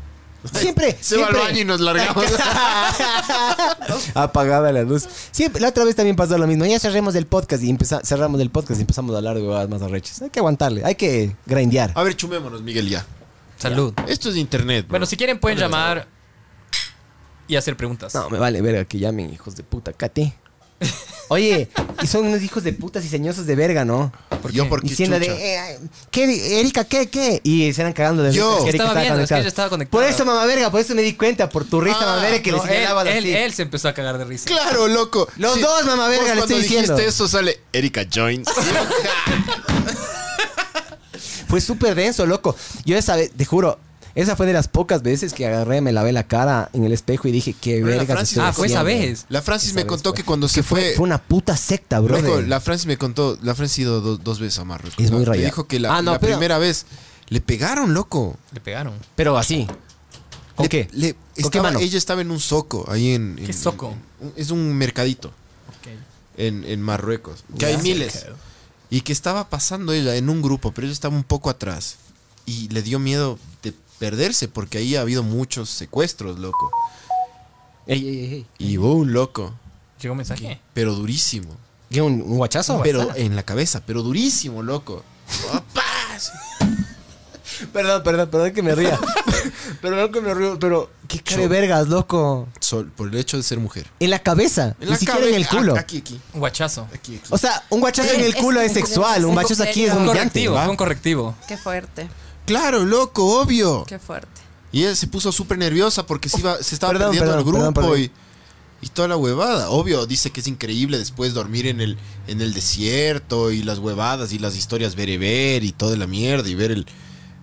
[SPEAKER 2] Siempre,
[SPEAKER 4] Se va al
[SPEAKER 2] siempre.
[SPEAKER 4] baño y nos largamos.
[SPEAKER 2] Apagada la luz. Siempre, la otra vez también pasó lo mismo. Ya cerremos el podcast y empeza- cerramos el podcast y empezamos a hablar de huevadas más arrechas. Hay que aguantarle, hay que grindear.
[SPEAKER 4] A ver, chumémonos, Miguel, ya.
[SPEAKER 5] Salud.
[SPEAKER 4] Esto es internet, bro.
[SPEAKER 5] Bueno, si quieren pueden llamar y hacer preguntas.
[SPEAKER 2] No, me vale verga que llamen hijos de puta, Katy. Oye, y son unos hijos de putas y señosos de verga, ¿no?
[SPEAKER 4] Yo porque
[SPEAKER 2] Diciendo de, eh, ay, ¿qué, Erika, qué, qué? Y se eran cagando de
[SPEAKER 4] Yo.
[SPEAKER 2] risa, que Erika
[SPEAKER 5] Estaba viendo, es que
[SPEAKER 2] conectada.
[SPEAKER 5] ella estaba conectada.
[SPEAKER 2] Por eso, mamá verga, por eso me di cuenta, por tu risa,
[SPEAKER 4] Ah,
[SPEAKER 2] mamá verga, que
[SPEAKER 5] No,
[SPEAKER 2] les señalaba
[SPEAKER 5] él,
[SPEAKER 2] así.
[SPEAKER 5] él- él se empezó a cagar de risa.
[SPEAKER 4] Claro, loco.
[SPEAKER 2] Los dos, mamá
[SPEAKER 4] Vos
[SPEAKER 2] verga, le
[SPEAKER 4] cuando
[SPEAKER 2] estoy diciendo.
[SPEAKER 4] dijiste eso sale Erika Join.
[SPEAKER 2] Fue súper denso, loco. Yo esa vez, te juro, esa fue de las pocas veces que agarré, me lavé la cara en el espejo y dije, qué
[SPEAKER 4] Pero la
[SPEAKER 2] verga.
[SPEAKER 4] Francis-
[SPEAKER 5] Ah, fue esa vez.
[SPEAKER 4] La Francis
[SPEAKER 2] Esa
[SPEAKER 4] me
[SPEAKER 2] vez
[SPEAKER 4] contó
[SPEAKER 2] fue.
[SPEAKER 4] que cuando se fue.
[SPEAKER 2] Fue una puta secta, bro.
[SPEAKER 4] loco, la Francis me contó. La Francis ha ido do- dos veces a Marruecos.
[SPEAKER 2] Es muy
[SPEAKER 4] Me
[SPEAKER 2] rayada.
[SPEAKER 4] dijo que la,
[SPEAKER 2] Ah, no,
[SPEAKER 4] la
[SPEAKER 2] pero-
[SPEAKER 4] primera vez le pegaron, loco.
[SPEAKER 5] Le pegaron.
[SPEAKER 2] Pero así. ¿Con
[SPEAKER 4] Le-
[SPEAKER 2] qué?
[SPEAKER 4] le-
[SPEAKER 2] ¿Con qué
[SPEAKER 4] estaba-
[SPEAKER 2] mano?
[SPEAKER 4] Ella estaba en un soco ahí en. en-
[SPEAKER 5] ¿Qué zoco?
[SPEAKER 4] en- es un mercadito
[SPEAKER 5] Ok.
[SPEAKER 4] en, en Marruecos. Que hay
[SPEAKER 5] Ya.
[SPEAKER 4] miles. Y que estaba pasando ella en un grupo, pero ella estaba un poco atrás. Y le dio miedo de perderse, porque ahí ha habido muchos secuestros, loco.
[SPEAKER 2] Ey, ey, ey, ey.
[SPEAKER 4] Y hubo un loco,
[SPEAKER 5] Llegó un mensaje.
[SPEAKER 4] pero durísimo.
[SPEAKER 2] ¿Qué, ¿Un, un guachazo?
[SPEAKER 4] Pero en la cabeza, pero durísimo, loco. ¡Opas!
[SPEAKER 2] Perdón, perdón, perdón que me ría. perdón que me río, pero qué cara de vergas, loco.
[SPEAKER 4] Sol- por el hecho de ser mujer.
[SPEAKER 2] En la cabeza,
[SPEAKER 4] En
[SPEAKER 2] ni
[SPEAKER 4] la
[SPEAKER 2] siquiera
[SPEAKER 4] cabe-
[SPEAKER 2] en el culo.
[SPEAKER 4] a- Aquí, aquí,
[SPEAKER 5] Un guachazo.
[SPEAKER 4] aquí, aquí.
[SPEAKER 2] O sea, un guachazo en el
[SPEAKER 3] Es
[SPEAKER 2] culo
[SPEAKER 3] un-
[SPEAKER 2] es sexual, un
[SPEAKER 3] un
[SPEAKER 2] guachazo aquí es
[SPEAKER 3] serio.
[SPEAKER 5] Un
[SPEAKER 2] un
[SPEAKER 5] correctivo, fue un correctivo.
[SPEAKER 3] Qué fuerte,
[SPEAKER 4] claro, loco, obvio.
[SPEAKER 3] qué fuerte.
[SPEAKER 4] Y ella se puso súper nerviosa porque se, iba, se estaba
[SPEAKER 2] Perdón,
[SPEAKER 4] perdiendo al
[SPEAKER 2] perdón,
[SPEAKER 4] grupo
[SPEAKER 2] perdón, perdón.
[SPEAKER 4] Y, y toda la huevada. Obvio, dice que es increíble después dormir en el, en el desierto y las huevadas y las historias ver y ver y toda la mierda y ver el...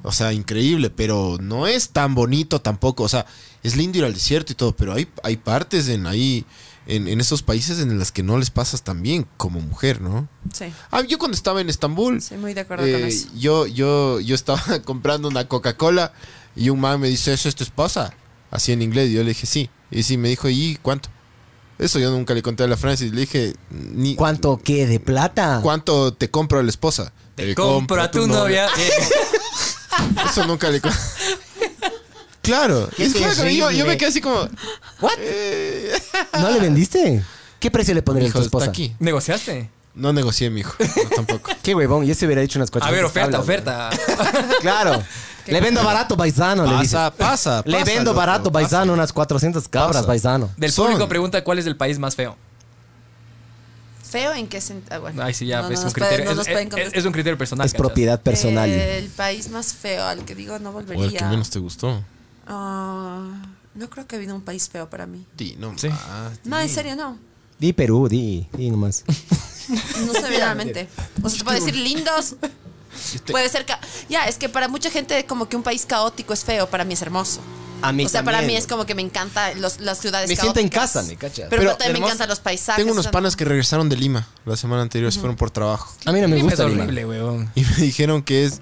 [SPEAKER 4] O sea, increíble, pero no es tan bonito tampoco. O sea, es lindo ir al desierto y todo, pero hay, hay partes en ahí... en, en esos países en los que no les pasas tan bien como mujer, ¿no?
[SPEAKER 3] Sí,
[SPEAKER 4] Ah, yo cuando estaba en Estambul,
[SPEAKER 3] estoy muy de acuerdo
[SPEAKER 4] eh,
[SPEAKER 3] con eso.
[SPEAKER 4] yo, yo, yo estaba comprando una Coca-Cola y un man me dice, ¿eso es tu esposa? Así en inglés. Y yo le dije, sí. Y sí, me dijo, ¿y cuánto? Eso yo nunca le conté a la Francis. Le dije, Ni,
[SPEAKER 2] ¿Cuánto qué? ¿De plata?
[SPEAKER 4] ¿cuánto te compro a la esposa?
[SPEAKER 5] Te compro a tu novia.
[SPEAKER 4] Eso nunca le con- Claro.
[SPEAKER 6] Qué
[SPEAKER 4] Es claro, yo, yo me
[SPEAKER 6] terrible.
[SPEAKER 4] quedé así como. "Eh,
[SPEAKER 2] ¿What? ¿No le vendiste? ¿Qué precio le pondrías a
[SPEAKER 4] Hijo,
[SPEAKER 2] tu
[SPEAKER 4] está
[SPEAKER 2] esposa?
[SPEAKER 4] aquí.
[SPEAKER 5] ¿Negociaste?
[SPEAKER 4] No negocié, mi hijo. No, tampoco.
[SPEAKER 2] Qué huevón, yo se hubiera dicho unas cuatro
[SPEAKER 5] A ver,
[SPEAKER 2] veces
[SPEAKER 5] oferta,
[SPEAKER 2] tablas, güey.
[SPEAKER 5] oferta.
[SPEAKER 2] Claro. Le vendo barato, paisano, le dices.
[SPEAKER 4] Pasa, pasa.
[SPEAKER 2] Le
[SPEAKER 4] pasa,
[SPEAKER 2] vendo
[SPEAKER 4] loco,
[SPEAKER 2] barato,
[SPEAKER 4] pasa.
[SPEAKER 2] paisano, unas 400 cabras,
[SPEAKER 4] Pasa.
[SPEAKER 2] paisano.
[SPEAKER 5] Del
[SPEAKER 4] Son-
[SPEAKER 5] público pregunta cuál es el país más feo.
[SPEAKER 3] Feo en qué sentido. Ah, bueno.
[SPEAKER 5] Ay, sí, ya,
[SPEAKER 3] No,
[SPEAKER 5] pues,
[SPEAKER 3] no
[SPEAKER 5] es un
[SPEAKER 3] nos pueden-
[SPEAKER 5] criterio.
[SPEAKER 3] no
[SPEAKER 5] es-
[SPEAKER 3] nos
[SPEAKER 5] es-
[SPEAKER 3] pueden
[SPEAKER 5] es-
[SPEAKER 3] contestar.
[SPEAKER 5] es un criterio personal.
[SPEAKER 2] Es
[SPEAKER 5] ¿cachas?
[SPEAKER 2] propiedad personal.
[SPEAKER 3] El país más feo al que digo no volvería.
[SPEAKER 4] O el que menos te gustó.
[SPEAKER 3] Ah, no creo que ha habido un país feo para mí.
[SPEAKER 4] Di, no
[SPEAKER 5] Sí.
[SPEAKER 4] más.
[SPEAKER 3] No, en serio, no.
[SPEAKER 2] Di Perú, di, di nomás.
[SPEAKER 3] No se me viene a la mente. O sea, te puedo decir lindos. Puede ser. ca- Ya, es que para mucha gente, como que un país caótico es feo. Para mí es hermoso.
[SPEAKER 2] A mí
[SPEAKER 3] o sea, para
[SPEAKER 2] también.
[SPEAKER 3] mí es como que me encantan los- las ciudades
[SPEAKER 2] Me siento en
[SPEAKER 3] caóticas.
[SPEAKER 2] casa, ¿me cachas?
[SPEAKER 3] Pero,
[SPEAKER 4] Pero
[SPEAKER 3] no, también me
[SPEAKER 4] hermoso.
[SPEAKER 3] encantan los paisajes.
[SPEAKER 4] Tengo unos
[SPEAKER 3] o sea,
[SPEAKER 4] panas que regresaron de Lima la semana anterior, se fueron por trabajo.
[SPEAKER 2] A mí no me
[SPEAKER 5] Lima pues, es
[SPEAKER 2] gusta Lima.
[SPEAKER 5] horrible, weón.
[SPEAKER 4] Y me dijeron que es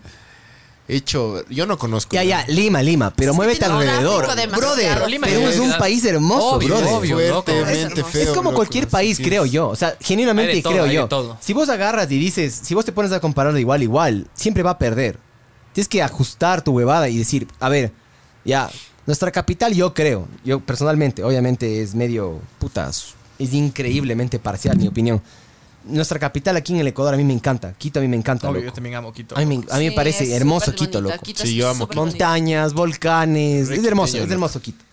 [SPEAKER 4] hecho. Yo no conozco.
[SPEAKER 2] Ya, ya, Lima, Lima, pero
[SPEAKER 3] Sí,
[SPEAKER 2] muévete
[SPEAKER 3] tiene un
[SPEAKER 2] alrededor.
[SPEAKER 3] tráfico demasiado.
[SPEAKER 2] Brother,
[SPEAKER 3] Pero
[SPEAKER 5] Lima
[SPEAKER 2] Perú
[SPEAKER 5] es-
[SPEAKER 2] es un país hermoso,
[SPEAKER 5] Obvio,
[SPEAKER 2] brother.
[SPEAKER 5] obvio. loco.
[SPEAKER 4] Fuertemente
[SPEAKER 3] Es
[SPEAKER 4] feo.
[SPEAKER 2] es como
[SPEAKER 4] loco,
[SPEAKER 2] cualquier
[SPEAKER 4] así
[SPEAKER 2] país,
[SPEAKER 4] que
[SPEAKER 2] creo
[SPEAKER 4] es-
[SPEAKER 2] yo. O sea, genuinamente
[SPEAKER 5] Hay de todo,
[SPEAKER 2] creo
[SPEAKER 5] hay
[SPEAKER 2] yo.
[SPEAKER 5] de todo.
[SPEAKER 2] Si vos agarras y dices, si vos te pones a comparar de igual a igual, siempre va a perder. Tienes que ajustar tu huevada y decir, a ver, ya, nuestra capital yo creo, yo personalmente, obviamente es medio putas, es increíblemente parcial mi opinión. Nuestra capital aquí en el Ecuador a mí me encanta, Quito a mí me encanta.
[SPEAKER 5] Obvio, yo
[SPEAKER 2] loco.
[SPEAKER 5] también amo Quito.
[SPEAKER 2] A mí me, a mí me
[SPEAKER 3] sí,
[SPEAKER 2] parece
[SPEAKER 3] es
[SPEAKER 2] hermoso
[SPEAKER 3] súper
[SPEAKER 2] Quito,
[SPEAKER 3] bonito.
[SPEAKER 2] loco.
[SPEAKER 3] Quito
[SPEAKER 4] Sí,
[SPEAKER 3] es
[SPEAKER 4] yo amo
[SPEAKER 3] súper bonito.
[SPEAKER 2] Montañas, volcanes, es
[SPEAKER 4] Requiteño,
[SPEAKER 2] hermoso, es
[SPEAKER 4] loco.
[SPEAKER 2] hermoso Quito.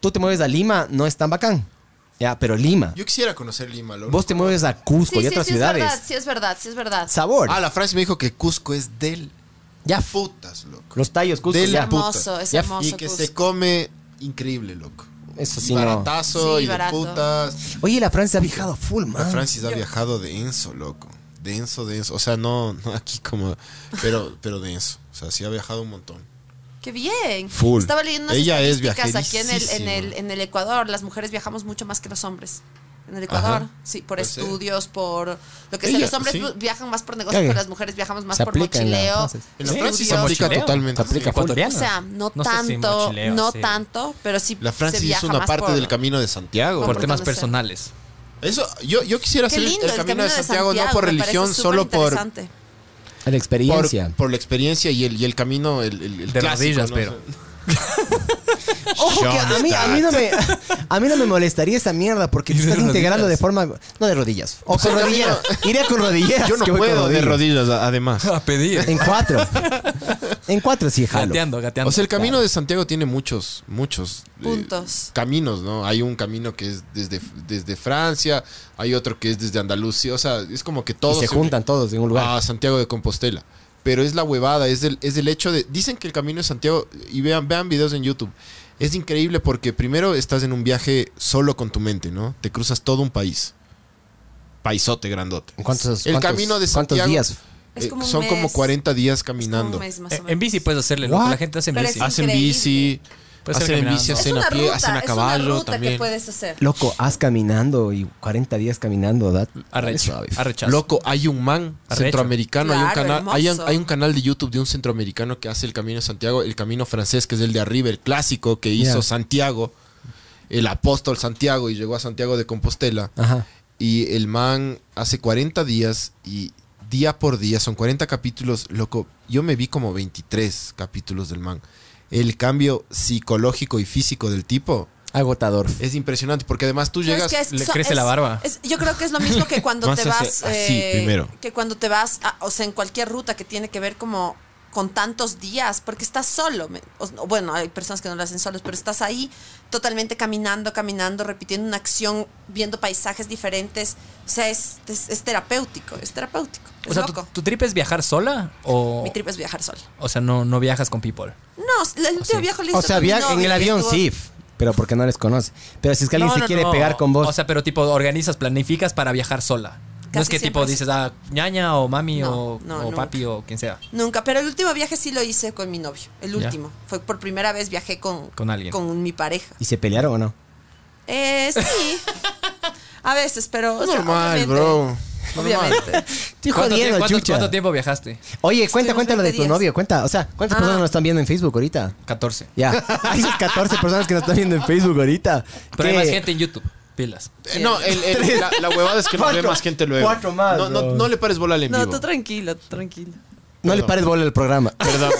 [SPEAKER 2] Tú te mueves a Lima, no es tan bacán. Ya, pero Lima.
[SPEAKER 4] Yo quisiera conocer Lima, loco.
[SPEAKER 2] Vos te mueves a Cusco
[SPEAKER 3] Sí,
[SPEAKER 2] y
[SPEAKER 3] sí,
[SPEAKER 2] otras
[SPEAKER 3] sí,
[SPEAKER 2] ciudades.
[SPEAKER 3] Es verdad, sí, es verdad, sí, es verdad.
[SPEAKER 2] Sabor.
[SPEAKER 4] Ah, la Francia me dijo que Cusco es del.
[SPEAKER 2] ya.
[SPEAKER 4] Putas, loco.
[SPEAKER 2] Los tallos, Cusco,
[SPEAKER 4] Del
[SPEAKER 2] ya.
[SPEAKER 4] puta.
[SPEAKER 3] hermoso, es
[SPEAKER 2] Ya,
[SPEAKER 3] hermoso.
[SPEAKER 4] Y que
[SPEAKER 3] Cusco.
[SPEAKER 4] se come increíble, loco.
[SPEAKER 2] Eso
[SPEAKER 4] Y
[SPEAKER 2] sí, no.
[SPEAKER 4] Baratazo
[SPEAKER 3] Sí,
[SPEAKER 4] y de
[SPEAKER 3] barato.
[SPEAKER 4] putas.
[SPEAKER 2] Oye, la Francia ha viajado full, man.
[SPEAKER 4] La Francis ha viajado denso, loco. Denso, denso. O sea, no, no aquí como. Pero, pero denso. O sea, sí ha viajado un montón.
[SPEAKER 3] Qué bien.
[SPEAKER 4] Full.
[SPEAKER 3] Estaba leyendo unas
[SPEAKER 4] Ella es
[SPEAKER 3] estadísticas aquí en el, en, el,
[SPEAKER 4] viajerísima.
[SPEAKER 3] en el Ecuador. Las mujeres viajamos mucho más que los hombres. En el Ecuador,
[SPEAKER 4] Ajá.
[SPEAKER 3] sí, por
[SPEAKER 4] Pues sí.
[SPEAKER 3] estudios, por lo que sea.
[SPEAKER 4] Ella,
[SPEAKER 3] Los hombres
[SPEAKER 4] sí.
[SPEAKER 3] viajan más por negocios,
[SPEAKER 2] Cague.
[SPEAKER 3] pero las mujeres viajamos más
[SPEAKER 2] Se
[SPEAKER 3] por
[SPEAKER 2] aplica en la
[SPEAKER 3] mochileo.
[SPEAKER 2] Francia.
[SPEAKER 4] En la
[SPEAKER 3] estudios.
[SPEAKER 4] Francia se aplica
[SPEAKER 5] Mochileo.
[SPEAKER 4] totalmente.
[SPEAKER 2] Se aplica full.
[SPEAKER 5] ecuatoriana.
[SPEAKER 3] O sea, no,
[SPEAKER 5] No sé si
[SPEAKER 3] tanto,
[SPEAKER 5] mochileo,
[SPEAKER 3] no
[SPEAKER 5] sí.
[SPEAKER 3] tanto, pero sí
[SPEAKER 4] La Francia
[SPEAKER 3] se
[SPEAKER 4] es
[SPEAKER 3] viaja
[SPEAKER 4] una
[SPEAKER 3] más
[SPEAKER 4] parte
[SPEAKER 3] por-
[SPEAKER 4] del camino de Santiago.
[SPEAKER 5] Por temas
[SPEAKER 3] Por-
[SPEAKER 5] personales.
[SPEAKER 4] Eso, yo, yo quisiera
[SPEAKER 3] Qué
[SPEAKER 4] hacer el-
[SPEAKER 3] lindo,
[SPEAKER 4] el, camino de Santiago, no por
[SPEAKER 3] me parece
[SPEAKER 4] religión,
[SPEAKER 3] súper
[SPEAKER 4] solo por,
[SPEAKER 3] interesante.
[SPEAKER 2] La experiencia.
[SPEAKER 4] por, por la experiencia y el, y el camino, el, el, el
[SPEAKER 5] De
[SPEAKER 4] clásico,
[SPEAKER 5] rodillas,
[SPEAKER 4] ¿no?
[SPEAKER 5] pero.
[SPEAKER 2] Ojo que a mí, a mí no me, a mí no me molestaría esa mierda porque te
[SPEAKER 5] de
[SPEAKER 2] estás integrando de
[SPEAKER 5] rodillas.
[SPEAKER 2] forma. No de rodillas. O con rodilleras. Iría con rodilleras.
[SPEAKER 4] Yo no
[SPEAKER 2] que voy con
[SPEAKER 4] puedo de rodillas, a- además.
[SPEAKER 5] A pedir.
[SPEAKER 2] En cuatro. En cuatro sí, jalo.
[SPEAKER 5] Gateando, gateando.
[SPEAKER 4] O sea, el camino de Santiago tiene muchos, muchos eh,
[SPEAKER 3] Puntos.
[SPEAKER 4] caminos, ¿no? Hay un camino que es desde, desde Francia, hay otro que es desde Andalucía, o sea, es como que
[SPEAKER 2] Y
[SPEAKER 4] todos Ah,
[SPEAKER 2] se juntan todos en un lugar.
[SPEAKER 4] a Santiago de Compostela. Pero es la huevada, es el, es el hecho de. Dicen que el camino de Santiago. Y vean, vean videos en YouTube. Es increíble porque primero estás en un viaje solo con tu mente, ¿no? Te cruzas todo un país. Paisote grandote.
[SPEAKER 2] ¿Cuántos,
[SPEAKER 4] el
[SPEAKER 2] cuántos-
[SPEAKER 4] camino de
[SPEAKER 2] ¿Cuántos
[SPEAKER 4] Santiago.
[SPEAKER 2] días?
[SPEAKER 3] Es
[SPEAKER 4] eh,
[SPEAKER 3] como un
[SPEAKER 4] son como
[SPEAKER 3] mes.
[SPEAKER 4] 40 días
[SPEAKER 3] Es como un
[SPEAKER 4] caminando.
[SPEAKER 3] mes más o
[SPEAKER 5] Eh,
[SPEAKER 3] menos.
[SPEAKER 5] En bici puedes hacerle, loco.
[SPEAKER 2] What?
[SPEAKER 5] La gente hace en
[SPEAKER 3] Pero
[SPEAKER 5] bici.
[SPEAKER 3] es
[SPEAKER 4] Hacen
[SPEAKER 3] Increíble.
[SPEAKER 4] bici,
[SPEAKER 5] Puedes ir
[SPEAKER 4] hacen en bici,
[SPEAKER 5] caminando.
[SPEAKER 3] es
[SPEAKER 4] hacen
[SPEAKER 3] una
[SPEAKER 4] a pie,
[SPEAKER 3] ruta,
[SPEAKER 4] hacen a
[SPEAKER 3] es
[SPEAKER 4] caballo
[SPEAKER 3] una ruta que
[SPEAKER 4] también.
[SPEAKER 3] puedes hacer.
[SPEAKER 2] Loco, haz caminando y 40 días caminando, ¿verdad?
[SPEAKER 5] Arrecho. Arrechazo.
[SPEAKER 4] Loco, hay un man
[SPEAKER 5] Arrecho.
[SPEAKER 4] centroamericano, hay, un
[SPEAKER 3] Claro,
[SPEAKER 4] canal, hay, un,
[SPEAKER 3] hermoso.
[SPEAKER 4] hay un canal de YouTube de un centroamericano que hace el Camino de Santiago, el Camino francés, que es el de arriba, el clásico que hizo
[SPEAKER 2] Ya.
[SPEAKER 4] Santiago, el apóstol Santiago, y llegó a Santiago de Compostela.
[SPEAKER 2] Ajá.
[SPEAKER 4] Y el man hace 40 días y día por día, son 40 capítulos, loco, yo me vi como 23 capítulos del man. El cambio psicológico y físico del tipo
[SPEAKER 2] Agotador.
[SPEAKER 4] es impresionante, porque además tú
[SPEAKER 3] Pero es
[SPEAKER 4] llegas...
[SPEAKER 3] que es-
[SPEAKER 5] Pues le
[SPEAKER 3] so-
[SPEAKER 5] crece
[SPEAKER 3] es-
[SPEAKER 5] la barba.
[SPEAKER 3] es- yo creo que es lo mismo que cuando
[SPEAKER 4] Más
[SPEAKER 3] te
[SPEAKER 4] hacia-
[SPEAKER 3] vas. eh,
[SPEAKER 4] así, primero.
[SPEAKER 3] Que cuando te vas, a- o sea, en cualquier ruta que tiene que ver como con tantos días, porque estás solo. me- o- bueno, hay personas que no lo hacen solos, pero estás ahí totalmente caminando, caminando, repitiendo una acción, viendo paisajes diferentes. O sea, es, es, es terapéutico, es terapéutico. Es
[SPEAKER 5] Ah, O sea, ¿tu,
[SPEAKER 3] loco.
[SPEAKER 5] tu trip es viajar sola o.?
[SPEAKER 3] Mi trip es viajar sola.
[SPEAKER 5] O sea, no, no viajas con people.
[SPEAKER 3] No,
[SPEAKER 5] Ah,
[SPEAKER 3] el último viaje lo hice
[SPEAKER 2] O sea,
[SPEAKER 3] con mi
[SPEAKER 2] via- en el
[SPEAKER 3] novio y
[SPEAKER 2] avión
[SPEAKER 3] estuvo-
[SPEAKER 2] sí, pero porque no les conoce. Pero si es que alguien
[SPEAKER 5] No,
[SPEAKER 2] se
[SPEAKER 5] no,
[SPEAKER 2] quiere
[SPEAKER 5] no.
[SPEAKER 2] pegar con vos,
[SPEAKER 5] O sea, pero tipo, organizas, planificas para viajar sola. no
[SPEAKER 3] Casi
[SPEAKER 5] es que
[SPEAKER 3] siempre
[SPEAKER 5] tipo
[SPEAKER 3] es-
[SPEAKER 5] dices, ah, ñaña o mami
[SPEAKER 3] No,
[SPEAKER 5] o,
[SPEAKER 3] no,
[SPEAKER 5] o
[SPEAKER 3] nunca.
[SPEAKER 5] papi o quien sea.
[SPEAKER 3] Nunca, pero el último viaje sí lo hice con mi novio, el
[SPEAKER 5] Ya.
[SPEAKER 3] último. Fue por primera vez viajé con,
[SPEAKER 5] Con alguien.
[SPEAKER 3] Con mi pareja.
[SPEAKER 2] ¿y se pelearon o no?
[SPEAKER 3] Eh, sí. A veces, pero. o sea,
[SPEAKER 4] Normal,
[SPEAKER 3] obviamente-
[SPEAKER 4] bro.
[SPEAKER 3] Obviamente.
[SPEAKER 2] Estoy
[SPEAKER 5] ¿Cuánto,
[SPEAKER 2] jodiendo,
[SPEAKER 5] tie- cuánto-
[SPEAKER 2] chucha.
[SPEAKER 5] cuánto tiempo viajaste?
[SPEAKER 2] Oye, cuenta,
[SPEAKER 3] Estuvimos
[SPEAKER 2] cuenta lo de
[SPEAKER 3] 20
[SPEAKER 2] tu
[SPEAKER 3] días.
[SPEAKER 2] novio, cuenta. O sea, ¿cuántas
[SPEAKER 3] Ah.
[SPEAKER 2] personas nos están viendo en Facebook ahorita?
[SPEAKER 5] 14.
[SPEAKER 2] Ya. Hay 14 personas que nos están viendo en Facebook ahorita.
[SPEAKER 5] Pero hay
[SPEAKER 2] ¿Qué?
[SPEAKER 5] más gente en YouTube. Pilas.
[SPEAKER 4] Eh, no, el- el- la, la huevada es que nos ve
[SPEAKER 2] Cuatro.
[SPEAKER 4] más gente luego.
[SPEAKER 2] Cuatro más,
[SPEAKER 4] No, no,
[SPEAKER 2] bro.
[SPEAKER 4] no le pares bola al en
[SPEAKER 3] No,
[SPEAKER 4] vivo.
[SPEAKER 3] tú tranquilo, tú tranquilo.
[SPEAKER 2] No le pares bola al programa.
[SPEAKER 4] Perdón.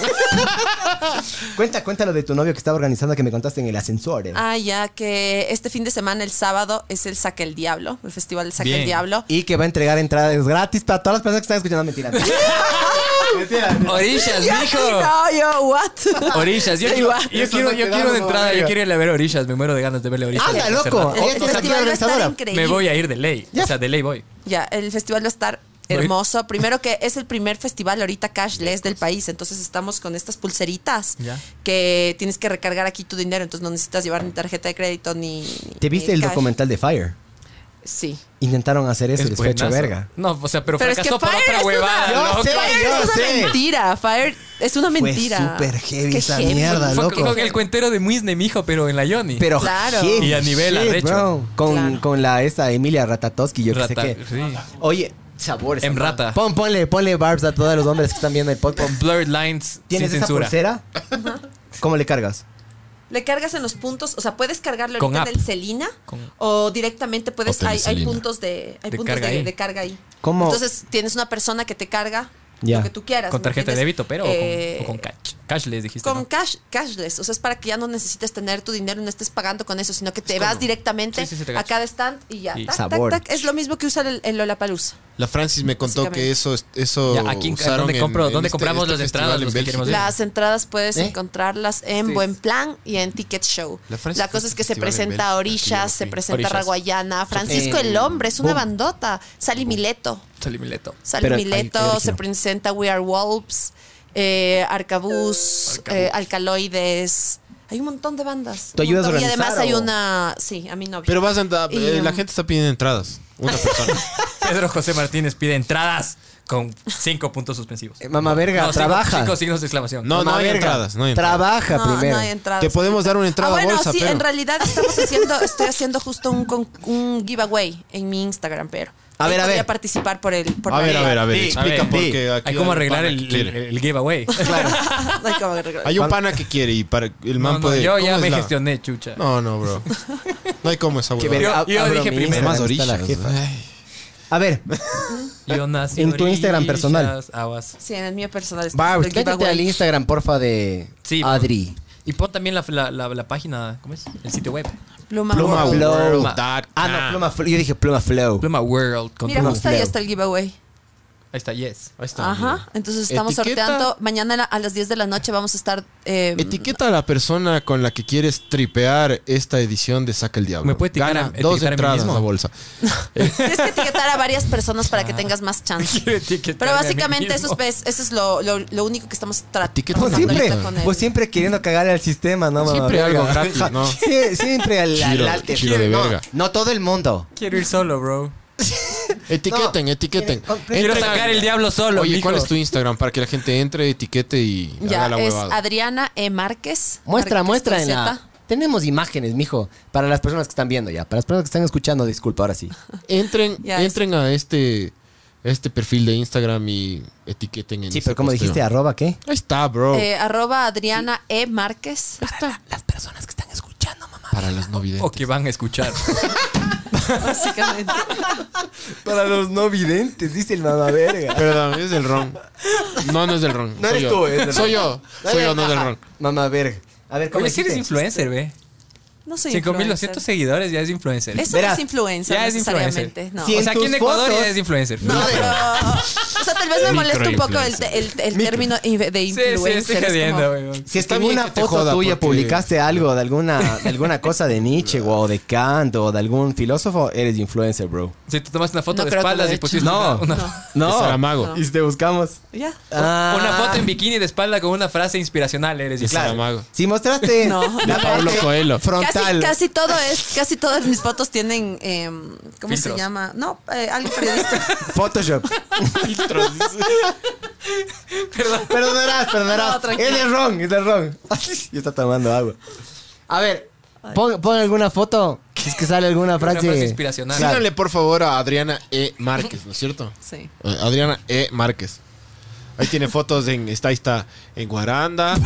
[SPEAKER 2] Cuenta, cuenta lo de tu novio que estaba organizando que me contaste en el ascensor. eh.
[SPEAKER 3] Ah, ya que este fin de semana, el sábado, es el Saque el Diablo, el festival del Saque
[SPEAKER 5] Bien.
[SPEAKER 3] el Diablo.
[SPEAKER 2] Y que va a entregar entradas gratis para todas las personas que están escuchando mentiras. Mentira.
[SPEAKER 5] Orillas,
[SPEAKER 3] Ya, sí,
[SPEAKER 5] mijo.
[SPEAKER 3] no, yo, what?
[SPEAKER 5] Orillas. Yo,
[SPEAKER 3] Da
[SPEAKER 5] quiero-
[SPEAKER 3] igual.
[SPEAKER 5] yo quiero, yo quiero una entrada. Yo quiero ir a ver Orillas. Me muero de ganas de verle Orillas.
[SPEAKER 2] ¡Hala,
[SPEAKER 5] Hace
[SPEAKER 2] loco!
[SPEAKER 5] rato.
[SPEAKER 2] Ella
[SPEAKER 3] El
[SPEAKER 4] pues
[SPEAKER 2] tiene la
[SPEAKER 3] festival va a
[SPEAKER 2] organizadora.
[SPEAKER 3] estar increíble.
[SPEAKER 5] Me voy a ir de ley. O sea, de ley voy.
[SPEAKER 3] Ya, el festival va a estar
[SPEAKER 5] Voy.
[SPEAKER 3] hermoso. Primero que es el primer festival ahorita cashless del país, entonces estamos con estas pulseritas
[SPEAKER 5] Ya.
[SPEAKER 3] que tienes que recargar aquí tu dinero, entonces no necesitas llevar ni tarjeta de crédito ni...
[SPEAKER 2] ¿Te
[SPEAKER 3] ni
[SPEAKER 2] viste el
[SPEAKER 3] Eh, cash.
[SPEAKER 2] documental de Fire?
[SPEAKER 3] Sí.
[SPEAKER 2] Intentaron hacer eso y les fue hecho
[SPEAKER 5] buenazo.
[SPEAKER 2] verga.
[SPEAKER 5] No, o sea, pero,
[SPEAKER 3] Pero es que
[SPEAKER 5] fracasó por
[SPEAKER 3] Fire
[SPEAKER 5] otra
[SPEAKER 3] es una-
[SPEAKER 5] huevada.
[SPEAKER 2] Yo
[SPEAKER 5] loco.
[SPEAKER 2] sé,
[SPEAKER 3] Fire
[SPEAKER 2] yo
[SPEAKER 3] es una
[SPEAKER 2] sé.
[SPEAKER 3] mentira, Fire es una mentira.
[SPEAKER 2] súper heavy
[SPEAKER 3] Qué
[SPEAKER 2] esa
[SPEAKER 3] heavy.
[SPEAKER 2] mierda,
[SPEAKER 5] Fue
[SPEAKER 2] loco.
[SPEAKER 5] con el cuentero de Muisne, mijo, pero en la Yoni.
[SPEAKER 2] Pero
[SPEAKER 3] Claro.
[SPEAKER 2] heavy
[SPEAKER 5] Y a nivel
[SPEAKER 2] shit,
[SPEAKER 5] arrecho.
[SPEAKER 2] bro. Con,
[SPEAKER 3] Claro.
[SPEAKER 2] con la esta Emilia Ratatowski, yo
[SPEAKER 5] Rata-
[SPEAKER 2] que sé qué.
[SPEAKER 5] sí.
[SPEAKER 2] Oye, sabores.
[SPEAKER 5] Em rata.
[SPEAKER 2] Pon, ponle, ponle barbs a todos los hombres que están viendo el podcast.
[SPEAKER 5] Con Blurred Lines
[SPEAKER 2] ¿Tienes
[SPEAKER 5] sin
[SPEAKER 2] esa
[SPEAKER 5] censura.
[SPEAKER 2] pulsera? ¿Cómo le cargas?
[SPEAKER 3] Le cargas en los puntos, o sea, puedes cargarlo
[SPEAKER 5] Con
[SPEAKER 3] ahorita
[SPEAKER 5] app.
[SPEAKER 3] del Celina
[SPEAKER 5] Con-
[SPEAKER 3] o directamente puedes,
[SPEAKER 1] O
[SPEAKER 3] hay, hay
[SPEAKER 1] Telecelina.
[SPEAKER 3] puntos de, hay
[SPEAKER 5] De
[SPEAKER 3] puntos
[SPEAKER 5] carga
[SPEAKER 3] de,
[SPEAKER 5] ahí.
[SPEAKER 3] de carga ahí.
[SPEAKER 2] ¿Cómo?
[SPEAKER 3] Entonces tienes una persona que te carga
[SPEAKER 2] Ya.
[SPEAKER 3] lo que tú quieras.
[SPEAKER 5] Con
[SPEAKER 3] ¿me
[SPEAKER 5] tarjeta de
[SPEAKER 3] entiendes?
[SPEAKER 5] débito, pero o con-
[SPEAKER 3] Eh,
[SPEAKER 5] o con cash. Cash les dijiste.
[SPEAKER 3] Con
[SPEAKER 5] ¿no?
[SPEAKER 3] cash, cashless, o sea, es para que ya no necesites tener tu dinero y no estés pagando con eso, sino que te
[SPEAKER 5] Es
[SPEAKER 3] vas
[SPEAKER 5] como-
[SPEAKER 3] directamente
[SPEAKER 5] Sí, sí, sí, te
[SPEAKER 3] a
[SPEAKER 5] cacho.
[SPEAKER 3] cada stand y ya.
[SPEAKER 5] Y
[SPEAKER 3] tac,
[SPEAKER 2] sabor.
[SPEAKER 3] tac, tac. Es lo mismo que usa el, el Lollapalooza.
[SPEAKER 4] La Francis me contó
[SPEAKER 3] Básicamente.
[SPEAKER 4] que eso, eso
[SPEAKER 5] Ya, aquí en-
[SPEAKER 4] usaron
[SPEAKER 5] ¿dónde
[SPEAKER 4] en-
[SPEAKER 5] compro-
[SPEAKER 4] en
[SPEAKER 5] dónde
[SPEAKER 4] este-
[SPEAKER 5] compramos
[SPEAKER 4] este
[SPEAKER 5] las
[SPEAKER 4] festival
[SPEAKER 5] entradas,
[SPEAKER 4] en
[SPEAKER 5] los que
[SPEAKER 4] Bélgica.
[SPEAKER 5] queremos ir?
[SPEAKER 3] Las entradas puedes
[SPEAKER 2] ¿Eh?
[SPEAKER 3] encontrarlas en Buen Plan y en Ticket Show.
[SPEAKER 4] La
[SPEAKER 3] La,
[SPEAKER 4] Francis
[SPEAKER 3] cosa es que se
[SPEAKER 4] Festival en
[SPEAKER 3] presenta a
[SPEAKER 4] Bélgica, que yo no
[SPEAKER 3] Orillas, se
[SPEAKER 4] fui.
[SPEAKER 3] presenta
[SPEAKER 5] Orillas.
[SPEAKER 3] Raguayana, Francisco
[SPEAKER 2] Eh,
[SPEAKER 3] el Hombre, es una
[SPEAKER 2] boom.
[SPEAKER 3] bandota, Sally Mileto.
[SPEAKER 5] Salí Mileto.
[SPEAKER 3] Sal
[SPEAKER 2] Pero hay-
[SPEAKER 3] Mileto,
[SPEAKER 2] hay original.
[SPEAKER 3] se presenta We Are Wolves, eh, Arcabuz, eh, Alcaloides. Hay un montón de bandas.
[SPEAKER 2] ¿Tú
[SPEAKER 3] un
[SPEAKER 2] ayudas a
[SPEAKER 3] montón. Y
[SPEAKER 2] organizar
[SPEAKER 3] además hay
[SPEAKER 2] o?
[SPEAKER 3] una. Sí, a mi novio.
[SPEAKER 4] Pero vas a andar-
[SPEAKER 3] Y,
[SPEAKER 4] eh, la
[SPEAKER 3] um,
[SPEAKER 4] gente está pidiendo entradas. Una persona.
[SPEAKER 5] Pedro José Martínez pide entradas con cinco puntos suspensivos.
[SPEAKER 2] Eh, mamá verga,
[SPEAKER 5] No, cinco-
[SPEAKER 2] trabaja.
[SPEAKER 5] Cinco signos de exclamación.
[SPEAKER 4] No,
[SPEAKER 2] Mamá
[SPEAKER 4] no hay
[SPEAKER 2] verga,
[SPEAKER 4] entradas, no hay entradas.
[SPEAKER 2] Trabaja
[SPEAKER 3] no,
[SPEAKER 2] primero.
[SPEAKER 3] no hay entradas.
[SPEAKER 4] Te podemos dar una entrada
[SPEAKER 3] Ah, bueno,
[SPEAKER 4] bolsa,
[SPEAKER 3] sí,
[SPEAKER 4] pero.
[SPEAKER 3] en realidad estamos haciendo, estoy haciendo justo un, con- un giveaway en mi Instagram, pero.
[SPEAKER 2] A
[SPEAKER 3] Ahí
[SPEAKER 2] ver, a
[SPEAKER 3] podría
[SPEAKER 2] ver.
[SPEAKER 3] participar por el. Por
[SPEAKER 4] A
[SPEAKER 3] la
[SPEAKER 4] ver, a
[SPEAKER 3] liga.
[SPEAKER 4] ver, a ver,
[SPEAKER 5] Sí,
[SPEAKER 4] explica
[SPEAKER 5] a ver,
[SPEAKER 4] porque
[SPEAKER 5] sí.
[SPEAKER 4] aquí
[SPEAKER 5] hay cómo
[SPEAKER 4] hay un
[SPEAKER 5] arreglar
[SPEAKER 4] pana
[SPEAKER 5] el,
[SPEAKER 4] que quiere.
[SPEAKER 5] el- el giveaway.
[SPEAKER 3] No hay cómo arreglar.
[SPEAKER 4] Hay un pana que quiere y para el man
[SPEAKER 5] No, no,
[SPEAKER 4] puede.
[SPEAKER 5] yo
[SPEAKER 4] ¿cómo
[SPEAKER 5] ya
[SPEAKER 4] es
[SPEAKER 5] me
[SPEAKER 4] la-
[SPEAKER 5] gestioné, chucha.
[SPEAKER 4] No, no, bro. No hay cómo esa
[SPEAKER 2] Qué
[SPEAKER 4] huevada.
[SPEAKER 2] verga.
[SPEAKER 5] ver- Yo- yo
[SPEAKER 2] Abro
[SPEAKER 5] dije
[SPEAKER 2] mi
[SPEAKER 5] primero.
[SPEAKER 2] Instagram,
[SPEAKER 4] Más
[SPEAKER 2] está la
[SPEAKER 4] orillas.
[SPEAKER 2] jefa.
[SPEAKER 4] ay.
[SPEAKER 2] A ver,
[SPEAKER 5] Yo nací
[SPEAKER 2] En tu Instagram
[SPEAKER 5] orillas,
[SPEAKER 2] personal.
[SPEAKER 5] aguas.
[SPEAKER 3] Sí, en el mío personal. estoy
[SPEAKER 2] Barbs,
[SPEAKER 3] haciendo el
[SPEAKER 2] métete al
[SPEAKER 3] giveaway.
[SPEAKER 2] Instagram, porfa, de
[SPEAKER 5] Sí, vamos.
[SPEAKER 2] Adri.
[SPEAKER 5] Y pon también la, la- la- la página, ¿cómo es? El sitio web.
[SPEAKER 3] Pluma,
[SPEAKER 4] Pluma
[SPEAKER 3] World.
[SPEAKER 2] Flow.
[SPEAKER 4] World dot
[SPEAKER 2] Ah,
[SPEAKER 4] com.
[SPEAKER 2] no, Pluma Flow. Yo dije Pluma Flow.
[SPEAKER 5] Pluma World. con
[SPEAKER 3] Mira,
[SPEAKER 2] Pluma
[SPEAKER 5] todo.
[SPEAKER 3] justo ahí
[SPEAKER 2] Flow.
[SPEAKER 3] está el giveaway.
[SPEAKER 5] Ahí está, yes.
[SPEAKER 4] Ahí está.
[SPEAKER 3] Ajá. Entonces estamos
[SPEAKER 4] Etiqueta.
[SPEAKER 3] sorteando. Mañana a la- a las 10 de la noche vamos a estar. eh,
[SPEAKER 4] Etiqueta a la persona con la que quieres tripear esta edición de Saca el Diablo.
[SPEAKER 5] ¿Me puede etiquetar
[SPEAKER 4] Gana
[SPEAKER 5] a-
[SPEAKER 4] dos
[SPEAKER 5] etiquetar a mí
[SPEAKER 4] entradas
[SPEAKER 5] mismo?
[SPEAKER 4] a bolsa.
[SPEAKER 3] Tienes que etiquetar a varias personas para que
[SPEAKER 4] Ah.
[SPEAKER 3] tengas más chance.
[SPEAKER 5] Quiero etiquetarme
[SPEAKER 3] Pero
[SPEAKER 5] a mí
[SPEAKER 3] básicamente eso
[SPEAKER 5] mismo.
[SPEAKER 3] es, pues, eso es lo, lo- lo único que estamos tra-
[SPEAKER 4] Etiqueta Pues
[SPEAKER 2] Vos
[SPEAKER 3] trabajando
[SPEAKER 2] Pues siempre,
[SPEAKER 3] ahorita con él.
[SPEAKER 2] vos siempre queriendo cagar al sistema, ¿no? mamá?
[SPEAKER 4] Siempre
[SPEAKER 2] Verga.
[SPEAKER 4] algo gratis, ¿no?
[SPEAKER 2] Sí, siempre al, al
[SPEAKER 4] Chiro,
[SPEAKER 2] arte.
[SPEAKER 4] chiro de
[SPEAKER 2] no,
[SPEAKER 4] verga.
[SPEAKER 2] No todo el mundo.
[SPEAKER 5] Quiero ir solo, bro.
[SPEAKER 4] Etiqueten,
[SPEAKER 2] No,
[SPEAKER 4] etiqueten.
[SPEAKER 2] quiere- compre-
[SPEAKER 5] Quiero
[SPEAKER 4] Entren a-
[SPEAKER 5] sacar el diablo solo,
[SPEAKER 4] Oye, ¿cuál
[SPEAKER 5] mijo.
[SPEAKER 4] es tu Instagram? Para que la gente entre, etiquete y
[SPEAKER 3] Ya,
[SPEAKER 4] haga la
[SPEAKER 3] es
[SPEAKER 4] huevada.
[SPEAKER 3] Adriana E. Márquez.
[SPEAKER 2] Muestra,
[SPEAKER 3] Márquez
[SPEAKER 2] muestra
[SPEAKER 3] con
[SPEAKER 2] en la.
[SPEAKER 3] Z.
[SPEAKER 2] Tenemos imágenes, mijo. Para las personas que están viendo ya. Para las personas que están escuchando, disculpa, ahora sí.
[SPEAKER 4] Entren,
[SPEAKER 3] Ya, es-
[SPEAKER 4] entren a este, este perfil de Instagram y etiqueten en
[SPEAKER 2] Sí,
[SPEAKER 4] ese
[SPEAKER 2] pero como
[SPEAKER 4] posteo.
[SPEAKER 2] dijiste, arroba qué?
[SPEAKER 4] Ahí está,
[SPEAKER 5] Oh.
[SPEAKER 4] bro.
[SPEAKER 3] Eh, arroba Adriana E. Márquez.
[SPEAKER 2] Las personas que están escuchando, mamá.
[SPEAKER 4] para los no videntes.
[SPEAKER 5] O que van a escuchar.
[SPEAKER 3] Básicamente.
[SPEAKER 2] Para los no videntes, dice el mamá verga.
[SPEAKER 4] Perdón, es del ron. No, no es del ron.
[SPEAKER 2] No
[SPEAKER 4] Soy
[SPEAKER 2] eres
[SPEAKER 4] yo.
[SPEAKER 2] tú, es del
[SPEAKER 4] Soy yo. Soy yo, no es del ron.
[SPEAKER 2] Mamá verga. A ver, ¿cómo
[SPEAKER 5] Oye, si eres
[SPEAKER 2] dijiste?
[SPEAKER 5] influencer, ve.
[SPEAKER 3] No soy
[SPEAKER 5] 5200
[SPEAKER 3] influencer.
[SPEAKER 5] seguidores ya es influencer.
[SPEAKER 3] Eso no
[SPEAKER 2] Verás,
[SPEAKER 3] es influencer
[SPEAKER 5] ya es
[SPEAKER 3] necesariamente.
[SPEAKER 5] influencer.
[SPEAKER 3] No.
[SPEAKER 2] Sí,
[SPEAKER 5] o sea, aquí en
[SPEAKER 2] tus
[SPEAKER 5] Ecuador
[SPEAKER 2] fotos-
[SPEAKER 5] ya es influencer.
[SPEAKER 3] No, pero. O sea, tal vez me molesta un poco el,
[SPEAKER 4] Microinfluencer.
[SPEAKER 3] el- el término de
[SPEAKER 5] Sí, sí,
[SPEAKER 3] influencer.
[SPEAKER 5] estoy
[SPEAKER 3] es como-
[SPEAKER 5] jodiendo, weón.
[SPEAKER 2] Si es que
[SPEAKER 4] Está
[SPEAKER 2] en
[SPEAKER 4] bien
[SPEAKER 2] una
[SPEAKER 4] que te
[SPEAKER 2] foto
[SPEAKER 4] joda
[SPEAKER 2] tuya
[SPEAKER 4] porque-
[SPEAKER 2] publicaste algo de alguna, de alguna cosa de Nietzsche o de Kant o de algún filósofo, eres influencer, bro.
[SPEAKER 5] Si tú tomaste una foto
[SPEAKER 3] No
[SPEAKER 5] de
[SPEAKER 3] creo que lo
[SPEAKER 5] espaldas
[SPEAKER 3] he
[SPEAKER 5] y
[SPEAKER 3] hecho.
[SPEAKER 5] pusiste
[SPEAKER 2] No.
[SPEAKER 5] una,
[SPEAKER 3] No.
[SPEAKER 4] De Saramago.
[SPEAKER 2] Y te buscamos.
[SPEAKER 3] Ya.
[SPEAKER 2] Ah.
[SPEAKER 5] una foto en bikini de espalda con una frase inspiracional eres.
[SPEAKER 4] De
[SPEAKER 5] influencer.
[SPEAKER 4] Saramago.
[SPEAKER 2] Si mostraste
[SPEAKER 3] No.
[SPEAKER 2] la
[SPEAKER 3] De
[SPEAKER 4] Pablo
[SPEAKER 2] parte
[SPEAKER 4] Coelho.
[SPEAKER 2] frontal.
[SPEAKER 3] Casi, casi todo es, casi todas mis fotos tienen, em, ¿cómo
[SPEAKER 5] Filtros.
[SPEAKER 3] se llama? No, eh, algo periodista.
[SPEAKER 2] Photoshop.
[SPEAKER 5] Perdón.
[SPEAKER 2] Perdonarás, perdonarás.
[SPEAKER 3] No, tranquilo.
[SPEAKER 2] es el ron, es el ron. y está tomando agua. A ver, pon, pon alguna foto Si es que sale alguna frase.
[SPEAKER 5] frase inspiracional.
[SPEAKER 2] Claro.
[SPEAKER 4] Síganle, por favor, a Adriana E. Márquez, ¿no es cierto?
[SPEAKER 3] Sí.
[SPEAKER 4] Eh, Adriana E. Márquez. Ahí tiene fotos en. Está, ahí está en Guaranda.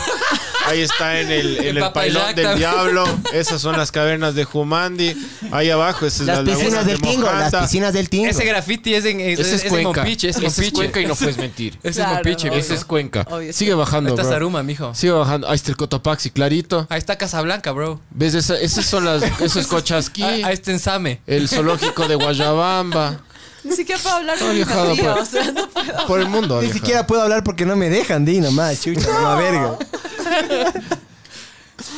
[SPEAKER 4] Ahí está en el, en
[SPEAKER 5] En
[SPEAKER 4] el
[SPEAKER 5] Papayacta.
[SPEAKER 4] pailón del diablo. Esas son las cavernas de Jumandi. Ahí abajo, esa es
[SPEAKER 2] Las
[SPEAKER 4] la laguna
[SPEAKER 2] piscinas del
[SPEAKER 4] de
[SPEAKER 2] tingo, las
[SPEAKER 4] Mojanda.
[SPEAKER 2] piscinas del tingo.
[SPEAKER 5] Ese graffiti es en es,
[SPEAKER 1] Ese es
[SPEAKER 5] es en
[SPEAKER 1] Cuenca.
[SPEAKER 5] Mompiche, es
[SPEAKER 1] Ese es
[SPEAKER 5] Mompiche.
[SPEAKER 1] Cuenca y no puedes mentir.
[SPEAKER 5] Ese es
[SPEAKER 3] Claro,
[SPEAKER 5] Mompiche,
[SPEAKER 3] obvio.
[SPEAKER 5] mijo.
[SPEAKER 1] Ese es Cuenca.
[SPEAKER 3] Obvio,
[SPEAKER 1] Sigue
[SPEAKER 3] sí.
[SPEAKER 1] bajando,
[SPEAKER 5] Ahí está
[SPEAKER 1] bro.
[SPEAKER 5] Zaruma, mijo.
[SPEAKER 1] Sigue bajando. Ahí está el Cotopaxi, clarito.
[SPEAKER 5] Ahí está Casablanca, bro.
[SPEAKER 1] ¿Ves? Esa- esas son las, esos
[SPEAKER 5] Ah,
[SPEAKER 1] cochasquí.
[SPEAKER 5] Ahí está Ensame.
[SPEAKER 1] El zoológico de Guayabamba.
[SPEAKER 3] Ni siquiera puedo hablar
[SPEAKER 1] No,
[SPEAKER 3] con mi
[SPEAKER 1] viajado,
[SPEAKER 3] tía,
[SPEAKER 1] pues.
[SPEAKER 3] o sea, no puedo.
[SPEAKER 4] Por el mundo. ha
[SPEAKER 2] Ni
[SPEAKER 4] viajado.
[SPEAKER 2] siquiera puedo hablar porque no me dejan, di nomás, chucha, una verga.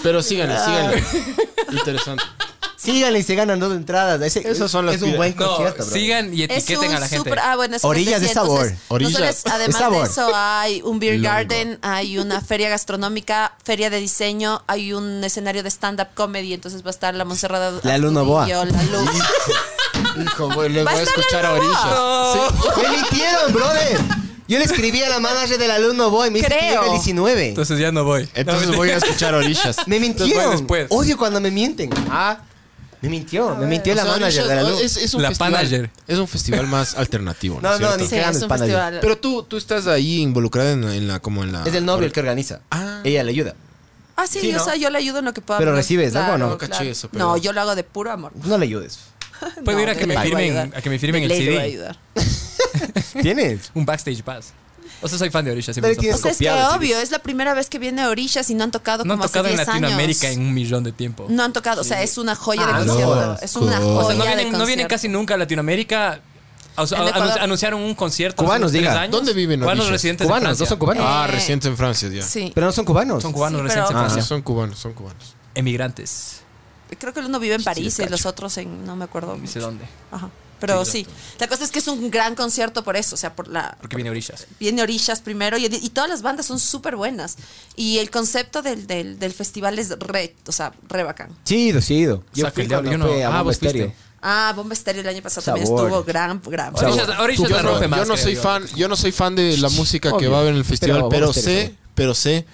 [SPEAKER 1] Pero síganle, síganle. Interesante.
[SPEAKER 2] Síganle y se ganan dos entradas. Ese,
[SPEAKER 4] Esas son las
[SPEAKER 2] es un
[SPEAKER 4] pira-
[SPEAKER 2] buen
[SPEAKER 5] No,
[SPEAKER 2] concierto, bro.
[SPEAKER 5] sigan y
[SPEAKER 3] Es
[SPEAKER 5] etiqueten
[SPEAKER 3] un
[SPEAKER 5] a la gente.
[SPEAKER 3] super- ah, bueno, eso
[SPEAKER 2] Orillas
[SPEAKER 3] les
[SPEAKER 2] de
[SPEAKER 3] decía,
[SPEAKER 2] sabor.
[SPEAKER 3] entonces,
[SPEAKER 1] Orillas-
[SPEAKER 3] no solo es- además
[SPEAKER 2] sabor.
[SPEAKER 3] de eso, hay un beer garden, hay una feria gastronómica, feria de diseño, hay un escenario de stand-up comedy, entonces va a estar la Monserrada.
[SPEAKER 2] La Lu
[SPEAKER 3] Astudillo,
[SPEAKER 2] Novoa.
[SPEAKER 3] La Lu.
[SPEAKER 1] Hijo, güey, les voy a
[SPEAKER 3] estar la
[SPEAKER 1] escuchar a
[SPEAKER 3] nueva.
[SPEAKER 1] orillas.
[SPEAKER 2] Me mintieron, brother. Yo le escribí a la manager del alumno boy, me dice que
[SPEAKER 3] Creo.
[SPEAKER 2] llega el 19.
[SPEAKER 5] Entonces ya no voy.
[SPEAKER 4] Entonces voy a escuchar orillas.
[SPEAKER 2] Me
[SPEAKER 5] Entonces
[SPEAKER 2] mintieron.
[SPEAKER 5] voy después.
[SPEAKER 2] Odio cuando me mienten. Ah, me mintió, me mintió la
[SPEAKER 1] O sea,
[SPEAKER 2] manager
[SPEAKER 1] Orillas,
[SPEAKER 2] de la
[SPEAKER 1] ¿no?
[SPEAKER 2] luz.
[SPEAKER 1] Es, es un
[SPEAKER 5] La
[SPEAKER 1] festival,
[SPEAKER 5] Panager.
[SPEAKER 1] Es un festival más alternativo, ¿no?
[SPEAKER 2] No,
[SPEAKER 1] es
[SPEAKER 2] no,
[SPEAKER 1] cierto?
[SPEAKER 2] ni
[SPEAKER 3] Sí,
[SPEAKER 2] cagando
[SPEAKER 3] es
[SPEAKER 2] el
[SPEAKER 3] un
[SPEAKER 2] pana,
[SPEAKER 3] festival.
[SPEAKER 4] Pero tú, tú estás ahí involucrada en la, en la- como en la.
[SPEAKER 2] Es el novio el que organiza.
[SPEAKER 1] Ah.
[SPEAKER 2] Ella le ayuda.
[SPEAKER 3] Ah, sí,
[SPEAKER 2] Sí,
[SPEAKER 3] o
[SPEAKER 2] ¿no?
[SPEAKER 3] sea, yo le ayudo en lo que pueda.
[SPEAKER 2] Pero recibes algo,
[SPEAKER 3] ¿no?
[SPEAKER 2] ¿no?
[SPEAKER 1] No caché eso, pero-
[SPEAKER 3] No, yo lo hago de puro amor.
[SPEAKER 2] No le ayudes.
[SPEAKER 5] Puedo
[SPEAKER 3] No,
[SPEAKER 5] ir a
[SPEAKER 3] de
[SPEAKER 5] que me
[SPEAKER 3] ley lo voy
[SPEAKER 5] firmen-
[SPEAKER 3] ayudar.
[SPEAKER 5] a que me firmen
[SPEAKER 3] De ley
[SPEAKER 5] el
[SPEAKER 3] lo
[SPEAKER 5] CD.
[SPEAKER 3] voy a ayudar.
[SPEAKER 2] ¿Tienes?
[SPEAKER 5] Un backstage pass. O sea, soy fan de Orisha.
[SPEAKER 2] Pero
[SPEAKER 5] Siempre me
[SPEAKER 2] tienes-
[SPEAKER 5] gusta.
[SPEAKER 3] Pues es que
[SPEAKER 2] copiado, sí.
[SPEAKER 3] obvio, es la primera vez que viene Orillas y no han tocado
[SPEAKER 5] No han
[SPEAKER 3] como
[SPEAKER 5] tocado
[SPEAKER 3] hace
[SPEAKER 5] en
[SPEAKER 3] 10
[SPEAKER 5] Latinoamérica
[SPEAKER 3] años.
[SPEAKER 5] en un millón de tiempo.
[SPEAKER 3] No han tocado, o sea, es una joya de
[SPEAKER 2] Ah, no.
[SPEAKER 3] concierto. Es una joya
[SPEAKER 5] O sea, no
[SPEAKER 3] de
[SPEAKER 5] vienen, no vienen
[SPEAKER 3] concierto.
[SPEAKER 5] casi nunca a Latinoamérica. O sea,
[SPEAKER 3] En
[SPEAKER 5] anun-
[SPEAKER 3] Ecuador.
[SPEAKER 5] anunciaron un concierto. hace
[SPEAKER 2] Cubanos,
[SPEAKER 5] unos tres
[SPEAKER 2] diga.
[SPEAKER 5] años.
[SPEAKER 1] ¿Dónde viven
[SPEAKER 5] Cubanos
[SPEAKER 1] Orishas?
[SPEAKER 5] residentes en
[SPEAKER 2] Cubanos,
[SPEAKER 5] Francia.
[SPEAKER 2] no son cubanos.
[SPEAKER 1] Ah,
[SPEAKER 3] Eh,
[SPEAKER 1] reciente en Francia, ya.
[SPEAKER 3] Sí.
[SPEAKER 2] Pero no son cubanos.
[SPEAKER 5] Son cubanos
[SPEAKER 3] Sí, pero-
[SPEAKER 5] residentes en
[SPEAKER 3] Ah.
[SPEAKER 5] Francia.
[SPEAKER 1] Son cubanos, son cubanos.
[SPEAKER 5] Emigrantes.
[SPEAKER 3] Creo que el uno vive en París y
[SPEAKER 5] cacho.
[SPEAKER 3] los otros en no me acuerdo.
[SPEAKER 5] No sé dónde.
[SPEAKER 3] Ajá. Pero sí, la cosa es que es un gran concierto por eso, o sea, por la
[SPEAKER 5] Porque viene Orillas.
[SPEAKER 3] viene Orillas primero y, y todas las bandas son súper buenas y el concepto del, del, del festival es re, o sea, re bacán.
[SPEAKER 2] Chido, chido. Yo
[SPEAKER 5] Saca
[SPEAKER 2] fui
[SPEAKER 5] el diablo,
[SPEAKER 2] cuando
[SPEAKER 5] yo no-
[SPEAKER 2] fue a
[SPEAKER 5] ah,
[SPEAKER 2] Bomba
[SPEAKER 5] vos fuiste.
[SPEAKER 2] Estéreo.
[SPEAKER 3] Ah, Bomba Estéreo el año pasado
[SPEAKER 2] Sabor.
[SPEAKER 3] también estuvo gran, gran.
[SPEAKER 2] Sabor.
[SPEAKER 5] Orillas, Orillas
[SPEAKER 1] Yo
[SPEAKER 5] la
[SPEAKER 1] no,
[SPEAKER 5] rompe más.
[SPEAKER 1] yo no
[SPEAKER 5] creo
[SPEAKER 1] soy fan, yo no soy fan de la música que
[SPEAKER 2] Obvio.
[SPEAKER 1] va a haber en el festival,
[SPEAKER 2] Pero
[SPEAKER 1] pero
[SPEAKER 2] vamos a hacer
[SPEAKER 1] sé,
[SPEAKER 2] eso.
[SPEAKER 1] pero sé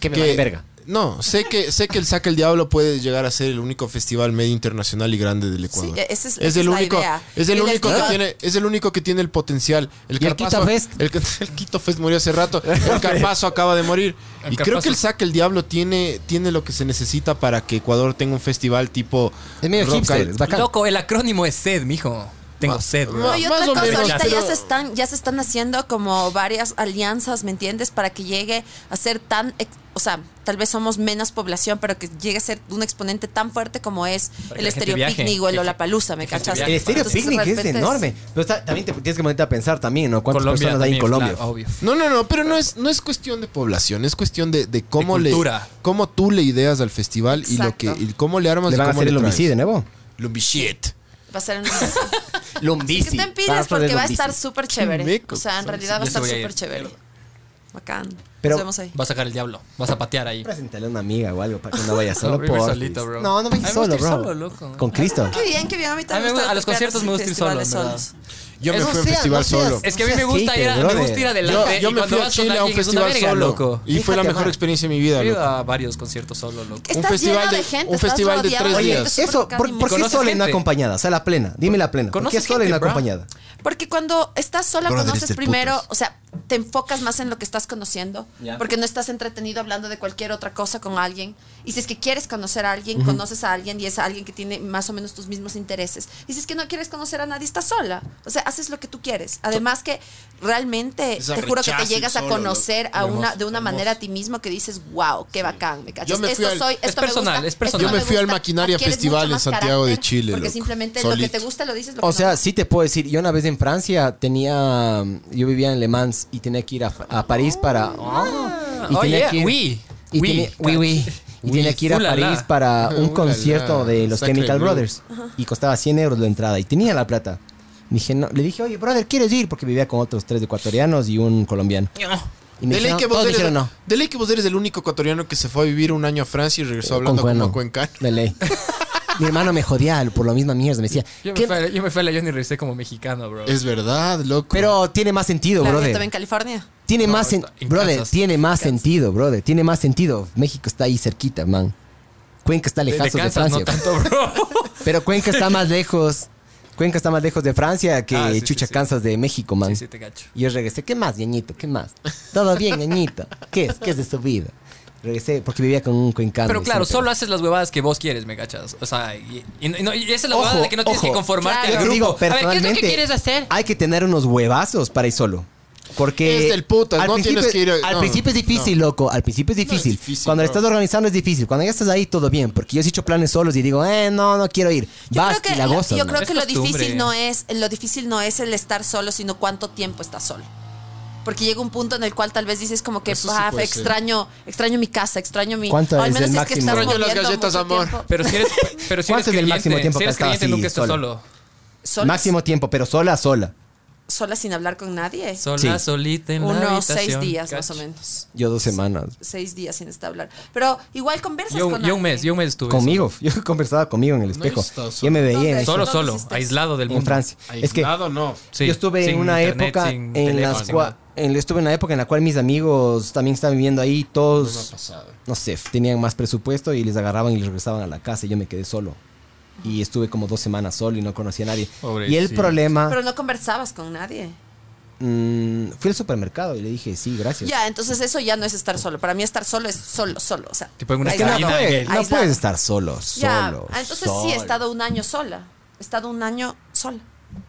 [SPEAKER 2] Que me
[SPEAKER 1] que-
[SPEAKER 2] valen verga.
[SPEAKER 1] No, sé que sé que el Saca el Diablo puede llegar a ser el único festival medio internacional y grande del Ecuador.
[SPEAKER 3] Sí, esa es-
[SPEAKER 1] es
[SPEAKER 3] esa
[SPEAKER 1] el
[SPEAKER 3] es la
[SPEAKER 1] único,
[SPEAKER 3] idea.
[SPEAKER 1] es el
[SPEAKER 3] Y la
[SPEAKER 1] único que
[SPEAKER 3] idea-
[SPEAKER 1] tiene, es el único que tiene el potencial. El,
[SPEAKER 2] Y el
[SPEAKER 1] Carpazo-
[SPEAKER 2] Quito Fest.
[SPEAKER 1] El, el Quito Fest murió hace rato. El Carpazo acaba de morir.
[SPEAKER 5] El
[SPEAKER 1] Y creo
[SPEAKER 5] Carpazo-
[SPEAKER 1] que el Saca el Diablo tiene tiene lo que se necesita para que Ecuador tenga un festival tipo
[SPEAKER 2] Es medio
[SPEAKER 1] rock
[SPEAKER 2] hipster,
[SPEAKER 1] al-
[SPEAKER 2] es bacán.
[SPEAKER 5] Loco, el acrónimo es sed, mijo.
[SPEAKER 2] Ah.
[SPEAKER 5] Tengo sed.
[SPEAKER 3] No, y otra
[SPEAKER 1] Más o
[SPEAKER 3] cosa,
[SPEAKER 1] menos,
[SPEAKER 3] ahorita
[SPEAKER 1] pero-
[SPEAKER 3] ya se están, ya se están haciendo como varias alianzas, ¿me entiendes? Para que llegue a ser tan, ex- o sea, tal vez somos menos población, pero que llegue a ser un exponente tan fuerte como es
[SPEAKER 5] Para que
[SPEAKER 3] el
[SPEAKER 5] la gente
[SPEAKER 3] Estéreo
[SPEAKER 5] viaje.
[SPEAKER 3] Picnic o el
[SPEAKER 5] Que-
[SPEAKER 3] Olapalooza, ¿me
[SPEAKER 5] que gente
[SPEAKER 3] cachas?
[SPEAKER 5] viaje.
[SPEAKER 2] El estéreo
[SPEAKER 3] Entonces, de
[SPEAKER 2] picnic es
[SPEAKER 3] repente
[SPEAKER 2] enorme. Pero está- también te, tienes que ponerte a pensar también, ¿no? ¿Cuántas
[SPEAKER 5] Colombia
[SPEAKER 2] personas hay en
[SPEAKER 5] también,
[SPEAKER 2] Colombia?
[SPEAKER 5] claro, obvio.
[SPEAKER 1] No, no, no, pero no es, no es cuestión de población, es cuestión de, de cómo
[SPEAKER 5] De
[SPEAKER 1] le
[SPEAKER 5] cultura.
[SPEAKER 1] cómo tú le ideas al festival y lo que
[SPEAKER 3] Exacto.
[SPEAKER 1] y cómo le armas
[SPEAKER 2] Le
[SPEAKER 1] y
[SPEAKER 2] van a
[SPEAKER 1] cómo
[SPEAKER 2] hacer el
[SPEAKER 1] traes.
[SPEAKER 2] homicidio, ¿no?
[SPEAKER 1] Lombichet.
[SPEAKER 3] Va a ser un-
[SPEAKER 2] Lombici.
[SPEAKER 3] Es que estén pilas porque va a estar súper chévere.
[SPEAKER 1] meco
[SPEAKER 3] O sea, en
[SPEAKER 1] son,
[SPEAKER 3] realidad va
[SPEAKER 5] Yo
[SPEAKER 3] a
[SPEAKER 5] sí
[SPEAKER 3] estar
[SPEAKER 5] voy a ir.
[SPEAKER 3] súper chévere. Bacán.
[SPEAKER 2] Pero-
[SPEAKER 3] Nos vemos ahí.
[SPEAKER 5] Va a sacar el diablo. Vas a patear ahí.
[SPEAKER 2] Preséntale a una amiga o algo para que no vaya solo.
[SPEAKER 5] No,
[SPEAKER 2] por
[SPEAKER 5] vive solito, bro.
[SPEAKER 2] No, no
[SPEAKER 5] A mí me
[SPEAKER 2] vayas
[SPEAKER 5] gusta
[SPEAKER 2] solo,
[SPEAKER 5] ir
[SPEAKER 2] bro.
[SPEAKER 5] solo, loco.
[SPEAKER 2] Con Cristo.
[SPEAKER 3] Qué bien, qué bien. A mí
[SPEAKER 5] A mí
[SPEAKER 3] también
[SPEAKER 5] me
[SPEAKER 3] gusta
[SPEAKER 5] gusta- a los
[SPEAKER 3] tocar
[SPEAKER 5] conciertos me gusta ir solo,
[SPEAKER 3] festivales
[SPEAKER 5] en verdad.
[SPEAKER 3] solos.
[SPEAKER 1] Yo me
[SPEAKER 2] Eso
[SPEAKER 1] fui a un
[SPEAKER 2] sea,
[SPEAKER 1] festival
[SPEAKER 2] no seas-
[SPEAKER 1] solo.
[SPEAKER 5] Es que a mí
[SPEAKER 2] No
[SPEAKER 5] me
[SPEAKER 2] seas
[SPEAKER 5] gusta ir, a,
[SPEAKER 2] hater,
[SPEAKER 5] me
[SPEAKER 2] brother.
[SPEAKER 5] gusta ir adelante.
[SPEAKER 1] Yo, yo
[SPEAKER 5] y
[SPEAKER 1] me
[SPEAKER 5] cuando
[SPEAKER 1] fui a
[SPEAKER 5] vas con
[SPEAKER 1] Chile a un
[SPEAKER 5] alguien es una
[SPEAKER 1] festival
[SPEAKER 5] verga,
[SPEAKER 1] solo
[SPEAKER 5] loco.
[SPEAKER 1] y fue la
[SPEAKER 2] Fíjate,
[SPEAKER 1] mejor
[SPEAKER 2] man.
[SPEAKER 1] experiencia de mi vida,
[SPEAKER 5] He ido
[SPEAKER 1] loco.
[SPEAKER 5] a varios conciertos solo, loco.
[SPEAKER 3] Estás
[SPEAKER 1] festival
[SPEAKER 3] lleno
[SPEAKER 1] de-
[SPEAKER 3] de gente.
[SPEAKER 1] un
[SPEAKER 3] estás
[SPEAKER 1] festival de
[SPEAKER 3] rodeado
[SPEAKER 1] tres
[SPEAKER 2] Oye,
[SPEAKER 1] días.
[SPEAKER 3] súper
[SPEAKER 2] eso, ¿por,
[SPEAKER 3] cariñosa.
[SPEAKER 2] ¿por qué
[SPEAKER 5] ¿Conoces
[SPEAKER 2] sola y no
[SPEAKER 5] gente?
[SPEAKER 2] acompañada? O sea, la plena. Dime la plena. ¿Por qué
[SPEAKER 5] ¿Conoces
[SPEAKER 2] sola y no
[SPEAKER 5] gente, bro?
[SPEAKER 2] acompañada?
[SPEAKER 3] Porque cuando estás sola
[SPEAKER 1] Brothers
[SPEAKER 3] conoces
[SPEAKER 1] del
[SPEAKER 3] primero,
[SPEAKER 1] putas.
[SPEAKER 3] o sea, te enfocas más en lo que estás conociendo, porque no estás entretenido hablando de cualquier otra cosa con alguien. Y si es que quieres conocer a alguien, conoces a alguien y es alguien que tiene más o menos tus mismos intereses. Y si es que no quieres conocer a nadie, estás sola. O sea, haces lo que tú quieres. Además que realmente,
[SPEAKER 1] Esa
[SPEAKER 3] te juro que te
[SPEAKER 1] rechazo
[SPEAKER 3] llegas a
[SPEAKER 1] solo, loco.
[SPEAKER 3] conocer a una, de una
[SPEAKER 1] hermoso.
[SPEAKER 3] manera a ti mismo que dices, wow, qué bacán, me cachas.
[SPEAKER 1] Yo me fui
[SPEAKER 3] esto
[SPEAKER 1] al-
[SPEAKER 3] soy,
[SPEAKER 5] es
[SPEAKER 3] esto
[SPEAKER 5] personal,
[SPEAKER 3] me gusta,
[SPEAKER 5] es
[SPEAKER 3] esto
[SPEAKER 5] personal.
[SPEAKER 3] no
[SPEAKER 5] Yo
[SPEAKER 1] me fui al
[SPEAKER 3] gusta.
[SPEAKER 1] Maquinaria
[SPEAKER 3] Adquieres
[SPEAKER 1] Festival
[SPEAKER 3] mucho
[SPEAKER 1] en
[SPEAKER 3] más
[SPEAKER 1] Santiago de
[SPEAKER 3] carácter,
[SPEAKER 1] Chile,
[SPEAKER 3] Porque
[SPEAKER 1] loco.
[SPEAKER 3] simplemente lo que
[SPEAKER 1] Solito.
[SPEAKER 3] te gusta lo dices.
[SPEAKER 2] O
[SPEAKER 3] Lo que no,
[SPEAKER 2] sea,
[SPEAKER 3] no.
[SPEAKER 2] sí te puedo decir, yo una vez en Francia tenía, mm, yo vivía en Le Mans y tenía que ir a, a París para...
[SPEAKER 3] Ah.
[SPEAKER 2] y
[SPEAKER 5] Oh,
[SPEAKER 2] tenía
[SPEAKER 5] yeah,
[SPEAKER 2] que ir,
[SPEAKER 5] oui,
[SPEAKER 2] y
[SPEAKER 5] oui,
[SPEAKER 2] tenía- oui,
[SPEAKER 5] ca-
[SPEAKER 2] oui. Y tenía que ir a
[SPEAKER 5] Ulala.
[SPEAKER 2] París para un
[SPEAKER 1] Ulala.
[SPEAKER 2] concierto de los
[SPEAKER 1] Sacre
[SPEAKER 2] Chemical
[SPEAKER 1] Blue.
[SPEAKER 2] Brothers y costaba 100 euros la entrada y tenía la plata. Dije, no, le dije, oye, brother, ¿quieres ir? Porque vivía con otros tres ecuatorianos y un colombiano. Y me
[SPEAKER 1] De ley
[SPEAKER 2] dijeron,
[SPEAKER 1] que vos
[SPEAKER 2] todos
[SPEAKER 1] eres-
[SPEAKER 2] dijeron no.
[SPEAKER 1] de ley que vos eres el único ecuatoriano que se fue a vivir un año a Francia y regresó hablando
[SPEAKER 2] Con
[SPEAKER 1] como
[SPEAKER 2] cueno.
[SPEAKER 1] cuencano.
[SPEAKER 2] De ley. Mi hermano me jodía por la misma mierda. Me decía,
[SPEAKER 5] Yo me,
[SPEAKER 2] "¿Qué-
[SPEAKER 5] fui a, yo me fui a la Johnny y regresé como mexicano, bro.
[SPEAKER 1] Es verdad, loco.
[SPEAKER 2] pero tiene más sentido,
[SPEAKER 3] Claro, yo
[SPEAKER 2] brother.
[SPEAKER 3] estaba en California.
[SPEAKER 2] Tiene
[SPEAKER 5] No,
[SPEAKER 2] más sen-
[SPEAKER 5] está en
[SPEAKER 2] brother,
[SPEAKER 5] Kansas.
[SPEAKER 2] tiene más sentido, brother. Tiene más sentido. México está ahí cerquita, man. Cuenca está
[SPEAKER 5] de, de
[SPEAKER 2] lejazo de,
[SPEAKER 5] Kansas,
[SPEAKER 2] Francia.
[SPEAKER 5] no tanto, bro.
[SPEAKER 2] Pero Cuenca está más lejos. Cuenca está más lejos de Francia que
[SPEAKER 5] Ah, sí, sí,
[SPEAKER 2] Chucha
[SPEAKER 5] sí.
[SPEAKER 2] Kansas de México, man.
[SPEAKER 5] Sí, sí, te cacho.
[SPEAKER 2] Y yo regresé, ¿qué más, ñañito? ¿Qué más? Todo bien, ñañito. ¿Qué es? ¿Qué es de su vida? Regresé porque vivía con un cuencano.
[SPEAKER 5] Pero
[SPEAKER 2] y
[SPEAKER 5] claro,
[SPEAKER 2] siempre-
[SPEAKER 5] solo haces las huevadas que vos quieres, me cachas. O sea, y, y- y no- y esa es la
[SPEAKER 2] Ojo,
[SPEAKER 5] huevada de que no tienes
[SPEAKER 2] ojo.
[SPEAKER 5] que conformarte
[SPEAKER 3] Claro.
[SPEAKER 5] al
[SPEAKER 2] Yo digo,
[SPEAKER 5] grupo. a ver, ¿qué es lo que
[SPEAKER 2] personalmente,
[SPEAKER 5] quieres hacer?
[SPEAKER 2] Hay que tener unos huevazos para ir solo. Porque
[SPEAKER 4] Es del putas,
[SPEAKER 2] al
[SPEAKER 4] no
[SPEAKER 2] principio-
[SPEAKER 4] tienes que ir a-
[SPEAKER 2] Al
[SPEAKER 4] no,
[SPEAKER 2] principio es difícil, loco. Al principio es difícil.
[SPEAKER 4] difícil,
[SPEAKER 2] Cuando lo
[SPEAKER 4] no.
[SPEAKER 2] estás organizando es difícil. Cuando ya estás ahí, todo bien. Porque yo he hecho planes solos y digo, eh, no, no quiero ir.
[SPEAKER 3] Yo
[SPEAKER 2] Vas
[SPEAKER 3] creo que,
[SPEAKER 2] y la
[SPEAKER 3] la-
[SPEAKER 2] gozas.
[SPEAKER 3] yo
[SPEAKER 2] man.
[SPEAKER 3] creo
[SPEAKER 5] Es
[SPEAKER 3] que lo
[SPEAKER 5] costumbre.
[SPEAKER 3] difícil no es lo difícil no es el estar solo, sino cuánto tiempo estás solo. Porque llega un punto en el cual tal vez dices como que
[SPEAKER 4] Eso sí
[SPEAKER 3] "Paf,
[SPEAKER 4] puede ser.
[SPEAKER 3] extraño, extraño mi casa, extraño mi
[SPEAKER 2] ¿Cuánto
[SPEAKER 3] o al
[SPEAKER 2] es
[SPEAKER 3] menos
[SPEAKER 2] el
[SPEAKER 3] es que
[SPEAKER 2] máximo?
[SPEAKER 3] estás
[SPEAKER 4] Extraño las
[SPEAKER 3] moviendo
[SPEAKER 4] galletas,
[SPEAKER 3] mucho
[SPEAKER 4] amor.
[SPEAKER 3] tiempo
[SPEAKER 5] Pero si eres, pero si eres
[SPEAKER 2] ¿Cuánto es el
[SPEAKER 5] creyente,
[SPEAKER 2] máximo tiempo
[SPEAKER 5] si
[SPEAKER 2] que
[SPEAKER 5] eres
[SPEAKER 2] has estado
[SPEAKER 5] creyente
[SPEAKER 2] así,
[SPEAKER 5] nunca estás
[SPEAKER 2] solo?
[SPEAKER 5] solo.
[SPEAKER 3] solas,
[SPEAKER 2] Máximo tiempo, pero sola, sola.
[SPEAKER 3] sola sin hablar con nadie.
[SPEAKER 5] Sola,
[SPEAKER 2] Sí.
[SPEAKER 5] solita en la
[SPEAKER 3] Unos
[SPEAKER 5] habitación.
[SPEAKER 3] seis días
[SPEAKER 5] Cacho.
[SPEAKER 3] más o menos.
[SPEAKER 2] Yo dos semanas.
[SPEAKER 3] Seis días sin estar hablar. Pero igual conversas
[SPEAKER 5] Yo,
[SPEAKER 3] con
[SPEAKER 5] yo un
[SPEAKER 3] alguien.
[SPEAKER 5] mes, yo un mes estuve.
[SPEAKER 2] Conmigo. Yo conversaba conmigo en el espejo.
[SPEAKER 4] estado
[SPEAKER 2] yo me veía en,
[SPEAKER 3] ¿Dónde?
[SPEAKER 5] Solo,
[SPEAKER 3] ¿Dónde
[SPEAKER 5] solo,
[SPEAKER 3] hiciste?
[SPEAKER 5] aislado del
[SPEAKER 2] en
[SPEAKER 5] mundo.
[SPEAKER 2] Francia. Es que
[SPEAKER 4] Aislado, no.
[SPEAKER 5] Sí,
[SPEAKER 2] yo estuve en
[SPEAKER 5] sin
[SPEAKER 2] una
[SPEAKER 5] internet,
[SPEAKER 2] época
[SPEAKER 5] sin
[SPEAKER 2] en
[SPEAKER 5] teléfono,
[SPEAKER 2] las
[SPEAKER 5] sin
[SPEAKER 2] cua-
[SPEAKER 5] nada.
[SPEAKER 2] en- yo estuve en una época en la cual mis amigos también estaban viviendo ahí todos no sé tenían más presupuesto y les agarraban y les regresaban a la casa y yo me quedé solo y estuve como dos semanas solo y no conocía a nadie y el
[SPEAKER 5] Pobrecito.
[SPEAKER 2] problema
[SPEAKER 3] Pero no conversabas con nadie.
[SPEAKER 2] mm, fui al supermercado y le dije sí gracias
[SPEAKER 3] Ya, entonces eso ya no es estar solo. Para mí estar solo es solo, solo. O sea,
[SPEAKER 5] Tipo en una
[SPEAKER 2] Es que no,
[SPEAKER 5] Aislado.
[SPEAKER 2] puede-
[SPEAKER 5] Aislado.
[SPEAKER 2] no puedes estar solo
[SPEAKER 3] Ya,
[SPEAKER 2] solo
[SPEAKER 3] ah, entonces sí he
[SPEAKER 2] solo.
[SPEAKER 3] estado un año sola. He estado un año sola.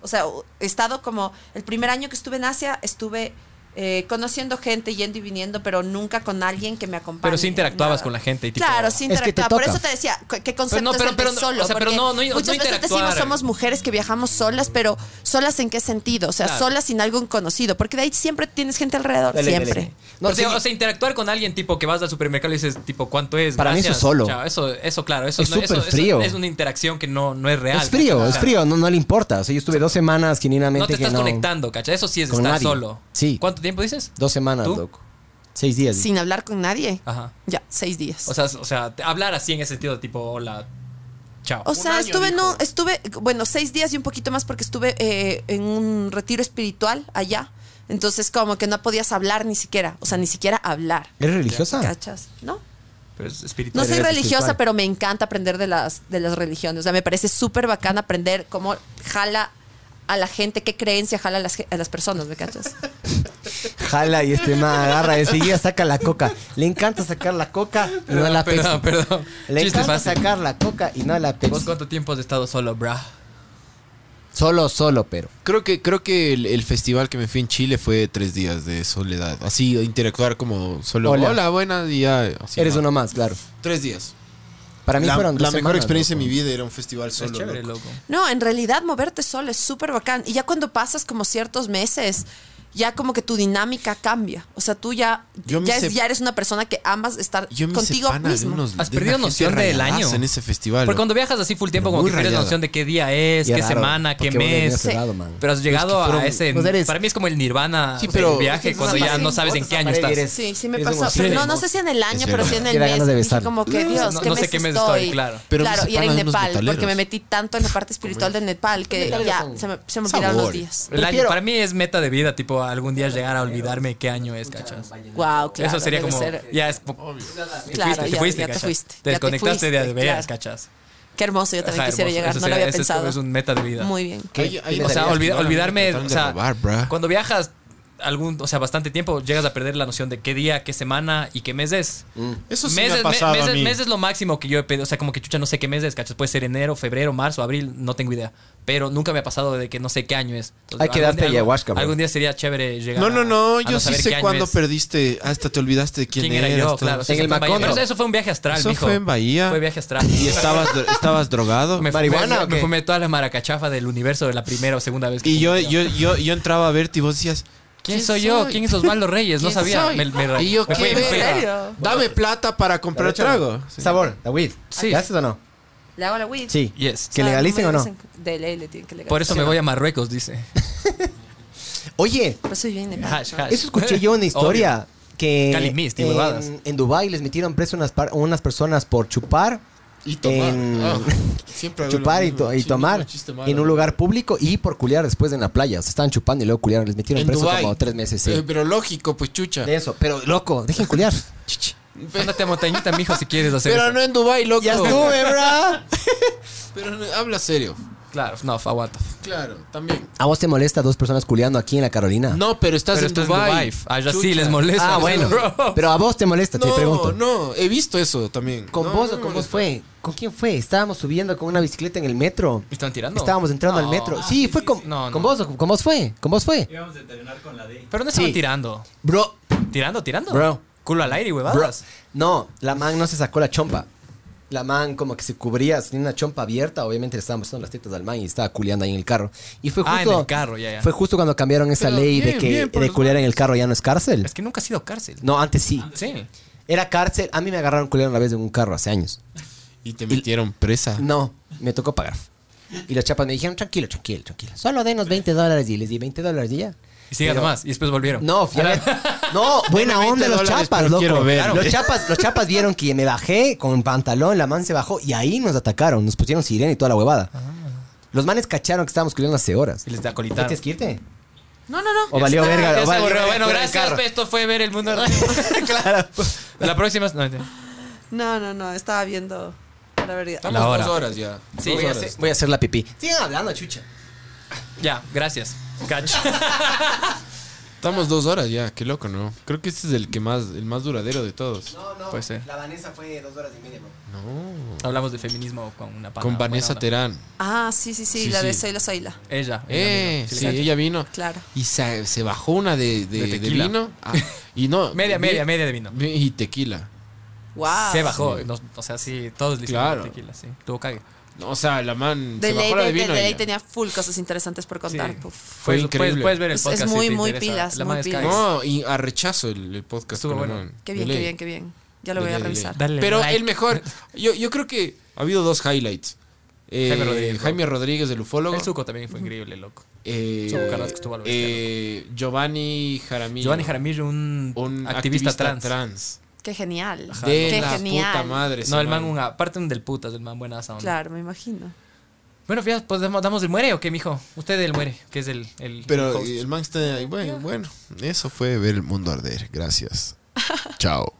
[SPEAKER 3] O sea, u- he estado como el primer año que estuve en Asia, estuve eh, conociendo gente, yendo y viniendo, pero nunca con alguien que me acompañara.
[SPEAKER 5] Pero sí interactuabas con la gente y tipo-
[SPEAKER 3] Claro, sí
[SPEAKER 2] Es que te
[SPEAKER 3] interactuaba. Por
[SPEAKER 2] toca.
[SPEAKER 3] eso te decía, cu- ¿qué concepto
[SPEAKER 5] no,
[SPEAKER 3] es
[SPEAKER 5] pero-
[SPEAKER 3] el
[SPEAKER 5] pero
[SPEAKER 3] de
[SPEAKER 5] no,
[SPEAKER 3] solo?
[SPEAKER 5] o sea, pero
[SPEAKER 3] Porque
[SPEAKER 5] no, no- no
[SPEAKER 3] muchas veces decimos
[SPEAKER 5] interactuar.
[SPEAKER 3] somos mujeres que viajamos solas, pero solas en qué sentido? O sea,
[SPEAKER 5] Claro.
[SPEAKER 3] solas sin algo conocido. Porque de ahí siempre tienes gente alrededor,
[SPEAKER 2] Dale, dale.
[SPEAKER 3] siempre.
[SPEAKER 2] No,
[SPEAKER 5] o, sea,
[SPEAKER 2] sí,
[SPEAKER 5] o sea, interactuar con alguien tipo que vas al supermercado y dices tipo cuánto es.
[SPEAKER 2] Para mí eso
[SPEAKER 5] Gracias,
[SPEAKER 2] es solo.
[SPEAKER 5] chao. Eso, eso claro, eso
[SPEAKER 2] Es
[SPEAKER 5] no- eso-
[SPEAKER 2] súper
[SPEAKER 5] eso
[SPEAKER 2] frío.
[SPEAKER 5] es una interacción que no, no es real.
[SPEAKER 2] es frío
[SPEAKER 5] ¿cachai? O
[SPEAKER 2] es
[SPEAKER 5] sea,
[SPEAKER 2] frío no, no le importa o sea yo estuve dos semanas genuinamente
[SPEAKER 5] No te
[SPEAKER 2] que
[SPEAKER 5] estás conectando, ¿cachai? Eso sí es
[SPEAKER 2] Con
[SPEAKER 5] estar
[SPEAKER 2] nadie.
[SPEAKER 5] solo.
[SPEAKER 2] Sí.
[SPEAKER 5] ¿Cuánto tiempo dices?
[SPEAKER 2] dos semanas
[SPEAKER 5] ¿Tú?
[SPEAKER 2] loco seis días
[SPEAKER 3] Sin hablar con nadie.
[SPEAKER 5] Ajá.
[SPEAKER 3] Ya, seis días.
[SPEAKER 5] O sea, o sea, te- hablar así en ese sentido tipo hola, chao.
[SPEAKER 3] O sea, estuve, no, estuve, bueno, seis días y un poquito más porque estuve eh, en un retiro espiritual allá. Entonces, como que no podías hablar ni siquiera. O sea, ni siquiera hablar.
[SPEAKER 2] eres religiosa
[SPEAKER 3] ¿Cachas? ¿No?
[SPEAKER 5] Pero es espiritual.
[SPEAKER 3] No soy
[SPEAKER 2] eres
[SPEAKER 3] religiosa,
[SPEAKER 2] espiritual.
[SPEAKER 3] pero me encanta aprender de las, de las religiones. O sea, me parece súper bacán aprender cómo jala a la gente, qué creencia jala a las, ge- a las personas, ¿me cachas?
[SPEAKER 2] Jala y este más agarra, enseguida saca la coca. Le encanta sacar la coca y no la Pepsi.
[SPEAKER 5] Perdón, perdón.
[SPEAKER 2] Le
[SPEAKER 5] Chiste
[SPEAKER 2] encanta
[SPEAKER 5] fácil.
[SPEAKER 2] sacar la coca y no la
[SPEAKER 5] ¿Vos
[SPEAKER 2] Pepsi.
[SPEAKER 5] cuánto tiempo has estado solo, bra?
[SPEAKER 2] Solo, solo, pero.
[SPEAKER 4] Creo que, creo que el, el festival que me fui en Chile fue tres días de soledad. Así, interactuar como solo.
[SPEAKER 2] Hola.
[SPEAKER 4] Hola, buenas, y ya. así,
[SPEAKER 2] Eres
[SPEAKER 4] ¿no?
[SPEAKER 2] uno más, claro.
[SPEAKER 4] Tres días.
[SPEAKER 2] Para mí
[SPEAKER 4] la
[SPEAKER 2] fueron dos
[SPEAKER 4] la mejor
[SPEAKER 2] semanas,
[SPEAKER 4] experiencia
[SPEAKER 2] loco.
[SPEAKER 4] de mi vida era un festival solo.
[SPEAKER 5] es chévere,
[SPEAKER 4] loco.
[SPEAKER 5] loco.
[SPEAKER 3] No, en realidad moverte solo es súper bacán. Y ya cuando pasas como ciertos meses, ya como que tu dinámica cambia. O sea, tú ya,
[SPEAKER 4] Yo me
[SPEAKER 3] ya,
[SPEAKER 4] hice-
[SPEAKER 3] es- ya eres una persona que amas estar
[SPEAKER 4] Yo me hice
[SPEAKER 3] contigo
[SPEAKER 4] pana de
[SPEAKER 3] mismo.
[SPEAKER 4] unos-
[SPEAKER 5] Has
[SPEAKER 4] de una
[SPEAKER 5] perdido
[SPEAKER 4] gente
[SPEAKER 5] noción del
[SPEAKER 4] rayadaza
[SPEAKER 5] año.
[SPEAKER 4] en ese festival.
[SPEAKER 5] Porque
[SPEAKER 4] loco.
[SPEAKER 5] cuando viajas así full tiempo,
[SPEAKER 4] Pero
[SPEAKER 5] como
[SPEAKER 4] muy
[SPEAKER 5] que pierdes
[SPEAKER 4] rayada.
[SPEAKER 5] noción de qué día es,
[SPEAKER 2] Y
[SPEAKER 5] qué
[SPEAKER 2] raro,
[SPEAKER 5] semana, qué
[SPEAKER 2] porque vos venías
[SPEAKER 5] mes.
[SPEAKER 2] cerrado, man.
[SPEAKER 5] Pero has llegado
[SPEAKER 4] fueron-
[SPEAKER 5] a ese.
[SPEAKER 2] Vos eres-
[SPEAKER 5] para mí es como el nirvana
[SPEAKER 4] Sí,
[SPEAKER 5] del
[SPEAKER 4] pero-
[SPEAKER 5] viaje,
[SPEAKER 3] Sí,
[SPEAKER 5] cuando
[SPEAKER 3] sí,
[SPEAKER 5] ya
[SPEAKER 3] sí,
[SPEAKER 5] no sabes en qué año
[SPEAKER 2] Eres-
[SPEAKER 5] estás.
[SPEAKER 3] Sí, sí me
[SPEAKER 2] eres un
[SPEAKER 3] pasó. Pero no,
[SPEAKER 2] océano.
[SPEAKER 3] no sé si en el año,
[SPEAKER 4] Es
[SPEAKER 3] pero sí en
[SPEAKER 4] verdad.
[SPEAKER 3] el
[SPEAKER 2] Te da
[SPEAKER 3] mes.
[SPEAKER 2] ganas de
[SPEAKER 3] dije
[SPEAKER 2] besar.
[SPEAKER 3] como que Dios,
[SPEAKER 5] no-
[SPEAKER 3] qué
[SPEAKER 5] no sé
[SPEAKER 3] mes
[SPEAKER 5] qué mes
[SPEAKER 3] estoy.
[SPEAKER 5] estoy, claro.
[SPEAKER 4] Pero me
[SPEAKER 3] claro, y era en
[SPEAKER 4] separan unos
[SPEAKER 3] Nepal,
[SPEAKER 4] metaleros.
[SPEAKER 3] porque me metí tanto en la parte espiritual de Nepal que
[SPEAKER 2] metaleros
[SPEAKER 3] ya
[SPEAKER 2] son
[SPEAKER 3] se me, se me olvidaron los
[SPEAKER 4] sabores.
[SPEAKER 3] días.
[SPEAKER 5] El año,
[SPEAKER 2] Prefiero-
[SPEAKER 5] para mí es meta de vida, tipo algún día llegar a olvidarme qué año es, ¿cachas?
[SPEAKER 3] Wow, claro.
[SPEAKER 5] Eso sería
[SPEAKER 3] debe
[SPEAKER 5] como.
[SPEAKER 3] ser-
[SPEAKER 5] Ya es. como- Te
[SPEAKER 3] Claro,
[SPEAKER 5] fuiste, te
[SPEAKER 3] ya-
[SPEAKER 5] fuiste,
[SPEAKER 3] ya te
[SPEAKER 5] ¿cachas?
[SPEAKER 3] fuiste, ya
[SPEAKER 5] Te
[SPEAKER 3] te
[SPEAKER 5] desconectaste de
[SPEAKER 3] fuiste,
[SPEAKER 5] de veras,
[SPEAKER 3] claro.
[SPEAKER 5] ¿cachas?
[SPEAKER 3] Qué hermoso, yo también
[SPEAKER 5] Ajá,
[SPEAKER 3] quisiera
[SPEAKER 5] hermoso.
[SPEAKER 3] llegar. No
[SPEAKER 5] Eso
[SPEAKER 3] lo
[SPEAKER 5] sería-
[SPEAKER 3] había
[SPEAKER 5] eso es-
[SPEAKER 3] pensado.
[SPEAKER 5] Es un meta de vida.
[SPEAKER 3] Muy bien.
[SPEAKER 2] ¿Qué?
[SPEAKER 4] Hay- hay-
[SPEAKER 2] ¿Qué
[SPEAKER 5] O
[SPEAKER 2] le
[SPEAKER 5] sea,
[SPEAKER 2] darías?
[SPEAKER 5] olvida-
[SPEAKER 4] no, no,
[SPEAKER 5] olvidarme,
[SPEAKER 4] no, no, no,
[SPEAKER 5] o sea,
[SPEAKER 4] no, no, no, no, no.
[SPEAKER 5] cuando viajas algún, o sea, bastante tiempo, llegas a perder la noción de qué día, qué semana y qué mes es.
[SPEAKER 2] Mm.
[SPEAKER 4] Eso sí me ha
[SPEAKER 5] meses,
[SPEAKER 4] pasado a
[SPEAKER 5] meses,
[SPEAKER 4] mí.
[SPEAKER 5] meses es lo máximo que yo he pedido, o sea, como que chucha no sé qué mes es, ¿cachas? Puede ser enero, febrero, marzo, abril, no tengo idea, pero nunca me ha pasado de que no sé qué año es. Entonces,
[SPEAKER 2] Hay que
[SPEAKER 5] algún
[SPEAKER 2] darte
[SPEAKER 5] día- algún-
[SPEAKER 2] ayahuasca, bro.
[SPEAKER 5] Algún día sería chévere llegar.
[SPEAKER 4] No, no, no,
[SPEAKER 5] a- a
[SPEAKER 4] yo sí
[SPEAKER 5] saber qué
[SPEAKER 4] sé
[SPEAKER 5] año
[SPEAKER 4] cuándo
[SPEAKER 5] es.
[SPEAKER 4] perdiste, hasta te olvidaste de quién,
[SPEAKER 5] quién, era yo,
[SPEAKER 4] eras,
[SPEAKER 5] claro.
[SPEAKER 4] todo.
[SPEAKER 5] sí,
[SPEAKER 2] En
[SPEAKER 5] eso
[SPEAKER 2] el
[SPEAKER 5] fue Bahía.
[SPEAKER 2] Macondo.
[SPEAKER 5] Pero eso- eso fue un viaje astral,
[SPEAKER 4] Eso
[SPEAKER 5] mijo.
[SPEAKER 4] fue en Bahía.
[SPEAKER 5] Fue viaje astral.
[SPEAKER 4] Y estabas, dro- estabas drogado.
[SPEAKER 5] me
[SPEAKER 2] ¿Marihuana
[SPEAKER 5] fumé-
[SPEAKER 2] o qué?
[SPEAKER 5] Me fumé toda la maracachafa del universo de la primera o segunda vez que
[SPEAKER 4] Y yo,
[SPEAKER 5] fumé.
[SPEAKER 4] yo, yo, yo entraba a verte y vos decías,
[SPEAKER 5] ¿Quién soy yo? ¿Quién es Osvaldo Reyes? No
[SPEAKER 4] ¿quién
[SPEAKER 5] sabía.
[SPEAKER 4] soy?
[SPEAKER 5] Me, me-
[SPEAKER 4] y yo, ¿qué
[SPEAKER 5] me fui- me fui-
[SPEAKER 4] verga?
[SPEAKER 3] serio?
[SPEAKER 4] Dame plata para comprar trago. Sí.
[SPEAKER 2] Sabor, David.
[SPEAKER 5] Sí.
[SPEAKER 2] ¿Te haces o no?
[SPEAKER 3] ¿Le hago la weed?
[SPEAKER 2] Sí.
[SPEAKER 5] Yes.
[SPEAKER 2] ¿Que legalicen o no?
[SPEAKER 3] De ley le tienen que legalizar.
[SPEAKER 5] Por eso me voy a Marruecos, dice.
[SPEAKER 2] Oye,
[SPEAKER 3] Por eso viví en Nepal.
[SPEAKER 5] Hash, hash.
[SPEAKER 2] eso escuché yo una historia. Que
[SPEAKER 5] Cali Mist y huevadas.
[SPEAKER 2] en, en Dubai les metieron preso unas, par- unas personas por chupar
[SPEAKER 4] Y tomar.
[SPEAKER 2] En-
[SPEAKER 4] Ah, siempre hago lo
[SPEAKER 2] chupar y,
[SPEAKER 4] mismo,
[SPEAKER 2] to- y
[SPEAKER 4] sí,
[SPEAKER 2] tomar
[SPEAKER 4] mismo chiste malo.
[SPEAKER 2] en un lugar público y por culiar después en la playa. Se estaban chupando y luego culiaron. Les metieron
[SPEAKER 4] En
[SPEAKER 2] preso
[SPEAKER 4] Dubái.
[SPEAKER 2] como tres meses. Sí.
[SPEAKER 4] Eh, Pero lógico, pues chucha.
[SPEAKER 2] De eso, pero loco, dejen culiar.
[SPEAKER 5] Ándate a montañita, mijo, si quieres hacer
[SPEAKER 4] Pero
[SPEAKER 5] eso.
[SPEAKER 4] no en Dubai, loco.
[SPEAKER 2] bra.
[SPEAKER 4] Pero no, habla serio.
[SPEAKER 5] Claro, no, aguanta.
[SPEAKER 4] Claro, también.
[SPEAKER 2] ¿A vos te molesta dos personas culeando aquí en la Carolina?
[SPEAKER 4] No, pero estás
[SPEAKER 5] Pero
[SPEAKER 4] en
[SPEAKER 5] esto es
[SPEAKER 4] Dubai.
[SPEAKER 5] Dubai. Allá sí les molesta.
[SPEAKER 2] Ah, bueno. Pero a vos te molesta, te
[SPEAKER 4] No,
[SPEAKER 2] pregunto.
[SPEAKER 4] no, he visto eso también.
[SPEAKER 2] ¿Con
[SPEAKER 4] No,
[SPEAKER 2] vos
[SPEAKER 4] no
[SPEAKER 2] o
[SPEAKER 4] me
[SPEAKER 2] con vos
[SPEAKER 4] molesta.
[SPEAKER 2] fue? ¿Con quién fue? Estábamos subiendo con una bicicleta en el metro.
[SPEAKER 5] ¿Están tirando?
[SPEAKER 2] Estábamos entrando
[SPEAKER 5] No.
[SPEAKER 2] al metro. Sí, fue con,
[SPEAKER 5] No,
[SPEAKER 2] con
[SPEAKER 5] no.
[SPEAKER 2] vos, o con vos fue, con vos fue.
[SPEAKER 7] Íbamos a entrenar con la D.
[SPEAKER 5] Pero no estaban
[SPEAKER 2] Sí.
[SPEAKER 5] tirando.
[SPEAKER 2] Bro,
[SPEAKER 5] ¿Tirando, tirando?
[SPEAKER 2] Bro.
[SPEAKER 5] Culo al aire,
[SPEAKER 2] bro.
[SPEAKER 5] huevadas.
[SPEAKER 2] No, la man no se sacó la chompa. La man como que se cubría, tenía una chompa abierta, obviamente le estaban mostrando las tetas al man y estaba culeando ahí en el carro. Y fue justo
[SPEAKER 5] Ah, en el carro, ya, ya.
[SPEAKER 2] Fue justo cuando cambiaron esa
[SPEAKER 4] Pero
[SPEAKER 2] ley de
[SPEAKER 4] bien,
[SPEAKER 2] que
[SPEAKER 4] bien por
[SPEAKER 2] de
[SPEAKER 4] los
[SPEAKER 2] culear en el carro ya no es cárcel.
[SPEAKER 5] Es que nunca ha sido cárcel.
[SPEAKER 2] No, antes sí.
[SPEAKER 5] Sí.
[SPEAKER 2] Era cárcel, a mí me agarraron culeando una vez en un carro hace años.
[SPEAKER 4] Y te metieron presa.
[SPEAKER 5] Ah.
[SPEAKER 2] No, me tocó pagar. Y los chapas me dijeron, tranquilo, tranquilo, tranquilo. Solo denos 20 dólares y les di 20 dólares y ya.
[SPEAKER 5] Y sigan
[SPEAKER 2] Pero-
[SPEAKER 5] nomás. Y después volvieron.
[SPEAKER 2] No, fui a ver- No, buena
[SPEAKER 4] 20
[SPEAKER 2] onda los
[SPEAKER 4] dólares,
[SPEAKER 2] chapas,
[SPEAKER 4] pero
[SPEAKER 2] loco.
[SPEAKER 4] quiero ver.
[SPEAKER 2] Los chapas, los chapas vieron que me bajé con pantalón, la man se bajó y ahí nos atacaron, nos pusieron sirena y toda la huevada. Los manes cacharon que estábamos culiando hace horas.
[SPEAKER 5] Y les da colita.
[SPEAKER 2] ¿Tienes que irte?
[SPEAKER 3] No, no, no.
[SPEAKER 2] O valió verga, o valió verga
[SPEAKER 5] Bueno,
[SPEAKER 2] el
[SPEAKER 5] gracias.
[SPEAKER 2] carro.
[SPEAKER 5] Esto fue ver el mundo. claro. La próxima. es- No, mentira.
[SPEAKER 3] No, no, no, estaba viendo la verga.
[SPEAKER 4] Estamos
[SPEAKER 5] La hora.
[SPEAKER 4] dos horas ya.
[SPEAKER 5] Sí,
[SPEAKER 4] Dos
[SPEAKER 5] ya
[SPEAKER 4] horas.
[SPEAKER 5] sé.
[SPEAKER 2] Voy a hacer la pipí. Sigan hablando, chucha.
[SPEAKER 5] Ya, gracias. Cacho.
[SPEAKER 4] Estamos dos horas ya, qué loco, ¿no? Creo que este es el que más, el más duradero de todos.
[SPEAKER 2] No, no.
[SPEAKER 5] Puede ser.
[SPEAKER 2] La Vanessa fue dos horas y media,
[SPEAKER 5] Hablamos de feminismo con una pana.
[SPEAKER 4] Con
[SPEAKER 5] buena
[SPEAKER 4] Vanessa
[SPEAKER 5] onda.
[SPEAKER 4] Terán.
[SPEAKER 3] Ah, sí, sí, sí,
[SPEAKER 4] Sí,
[SPEAKER 3] la de
[SPEAKER 4] sí.
[SPEAKER 3] Soyla Soyla.
[SPEAKER 5] Ella.
[SPEAKER 4] Eh,
[SPEAKER 5] ella misma.
[SPEAKER 4] sí, ella vino.
[SPEAKER 3] Claro.
[SPEAKER 4] Y se, se bajó una de, de-
[SPEAKER 5] De
[SPEAKER 4] de
[SPEAKER 5] tequila.
[SPEAKER 4] vino. Ah, y no.
[SPEAKER 5] Media,
[SPEAKER 4] vi-
[SPEAKER 5] media, media de vino.
[SPEAKER 4] vi- Y tequila.
[SPEAKER 3] Wow.
[SPEAKER 5] Se bajó. nos- o sea, sí, todos le hicieron
[SPEAKER 4] Claro.
[SPEAKER 5] tequila, sí. Tuvo cague. Pues,
[SPEAKER 4] O sea, la man.
[SPEAKER 3] De
[SPEAKER 4] se
[SPEAKER 3] ley,
[SPEAKER 4] bajó la
[SPEAKER 3] de,
[SPEAKER 4] de
[SPEAKER 3] de-
[SPEAKER 4] vino.
[SPEAKER 3] de
[SPEAKER 4] y
[SPEAKER 3] ley
[SPEAKER 4] ya.
[SPEAKER 3] tenía full cosas interesantes por
[SPEAKER 5] Sí.
[SPEAKER 3] contar. Puf.
[SPEAKER 4] Fue
[SPEAKER 5] Puedes-
[SPEAKER 4] increíble.
[SPEAKER 5] pues, Puedes, puedes ver el
[SPEAKER 3] Es- es
[SPEAKER 5] podcast. si
[SPEAKER 3] muy,
[SPEAKER 5] te
[SPEAKER 3] muy
[SPEAKER 5] interesa.
[SPEAKER 3] pilas,
[SPEAKER 5] La
[SPEAKER 3] muy
[SPEAKER 5] man es
[SPEAKER 3] pilas.
[SPEAKER 5] cague.
[SPEAKER 4] No, y a rechazo el, el podcast.
[SPEAKER 5] Estuvo
[SPEAKER 4] con la
[SPEAKER 5] bueno.
[SPEAKER 4] man.
[SPEAKER 3] Qué bien,
[SPEAKER 4] De
[SPEAKER 3] qué
[SPEAKER 4] ley.
[SPEAKER 3] bien, qué bien. Ya lo
[SPEAKER 4] De
[SPEAKER 3] voy a
[SPEAKER 4] ley, de ley.
[SPEAKER 3] revisar.
[SPEAKER 5] Dale
[SPEAKER 4] Pero
[SPEAKER 5] like.
[SPEAKER 4] el mejor. Yo, yo creo que ha habido dos highlights. Eh,
[SPEAKER 5] Jaime Rodríguez.
[SPEAKER 4] Jaime Rodríguez, el ufólogo.
[SPEAKER 5] El suco también fue increíble, loco.
[SPEAKER 4] Eh,
[SPEAKER 5] Suco Carrasco estuvo al
[SPEAKER 4] eh, Giovanni Jaramillo.
[SPEAKER 5] Giovanni Jaramillo, un,
[SPEAKER 4] Un
[SPEAKER 5] activista, trans.
[SPEAKER 3] Qué genial.
[SPEAKER 4] De
[SPEAKER 3] Qué
[SPEAKER 4] la
[SPEAKER 3] genial.
[SPEAKER 4] puta madre.
[SPEAKER 5] No,
[SPEAKER 4] ese
[SPEAKER 5] el man, un, aparte un del putas, el man buena esa onda.
[SPEAKER 3] Claro, me imagino.
[SPEAKER 5] Bueno, ya, pues damos, damos el muere o qué, mijo. Usted el muere, que es el. el
[SPEAKER 8] Pero
[SPEAKER 5] host.
[SPEAKER 8] el man está ahí. Bueno, bueno, eso fue ver el mundo arder. Gracias. Chao.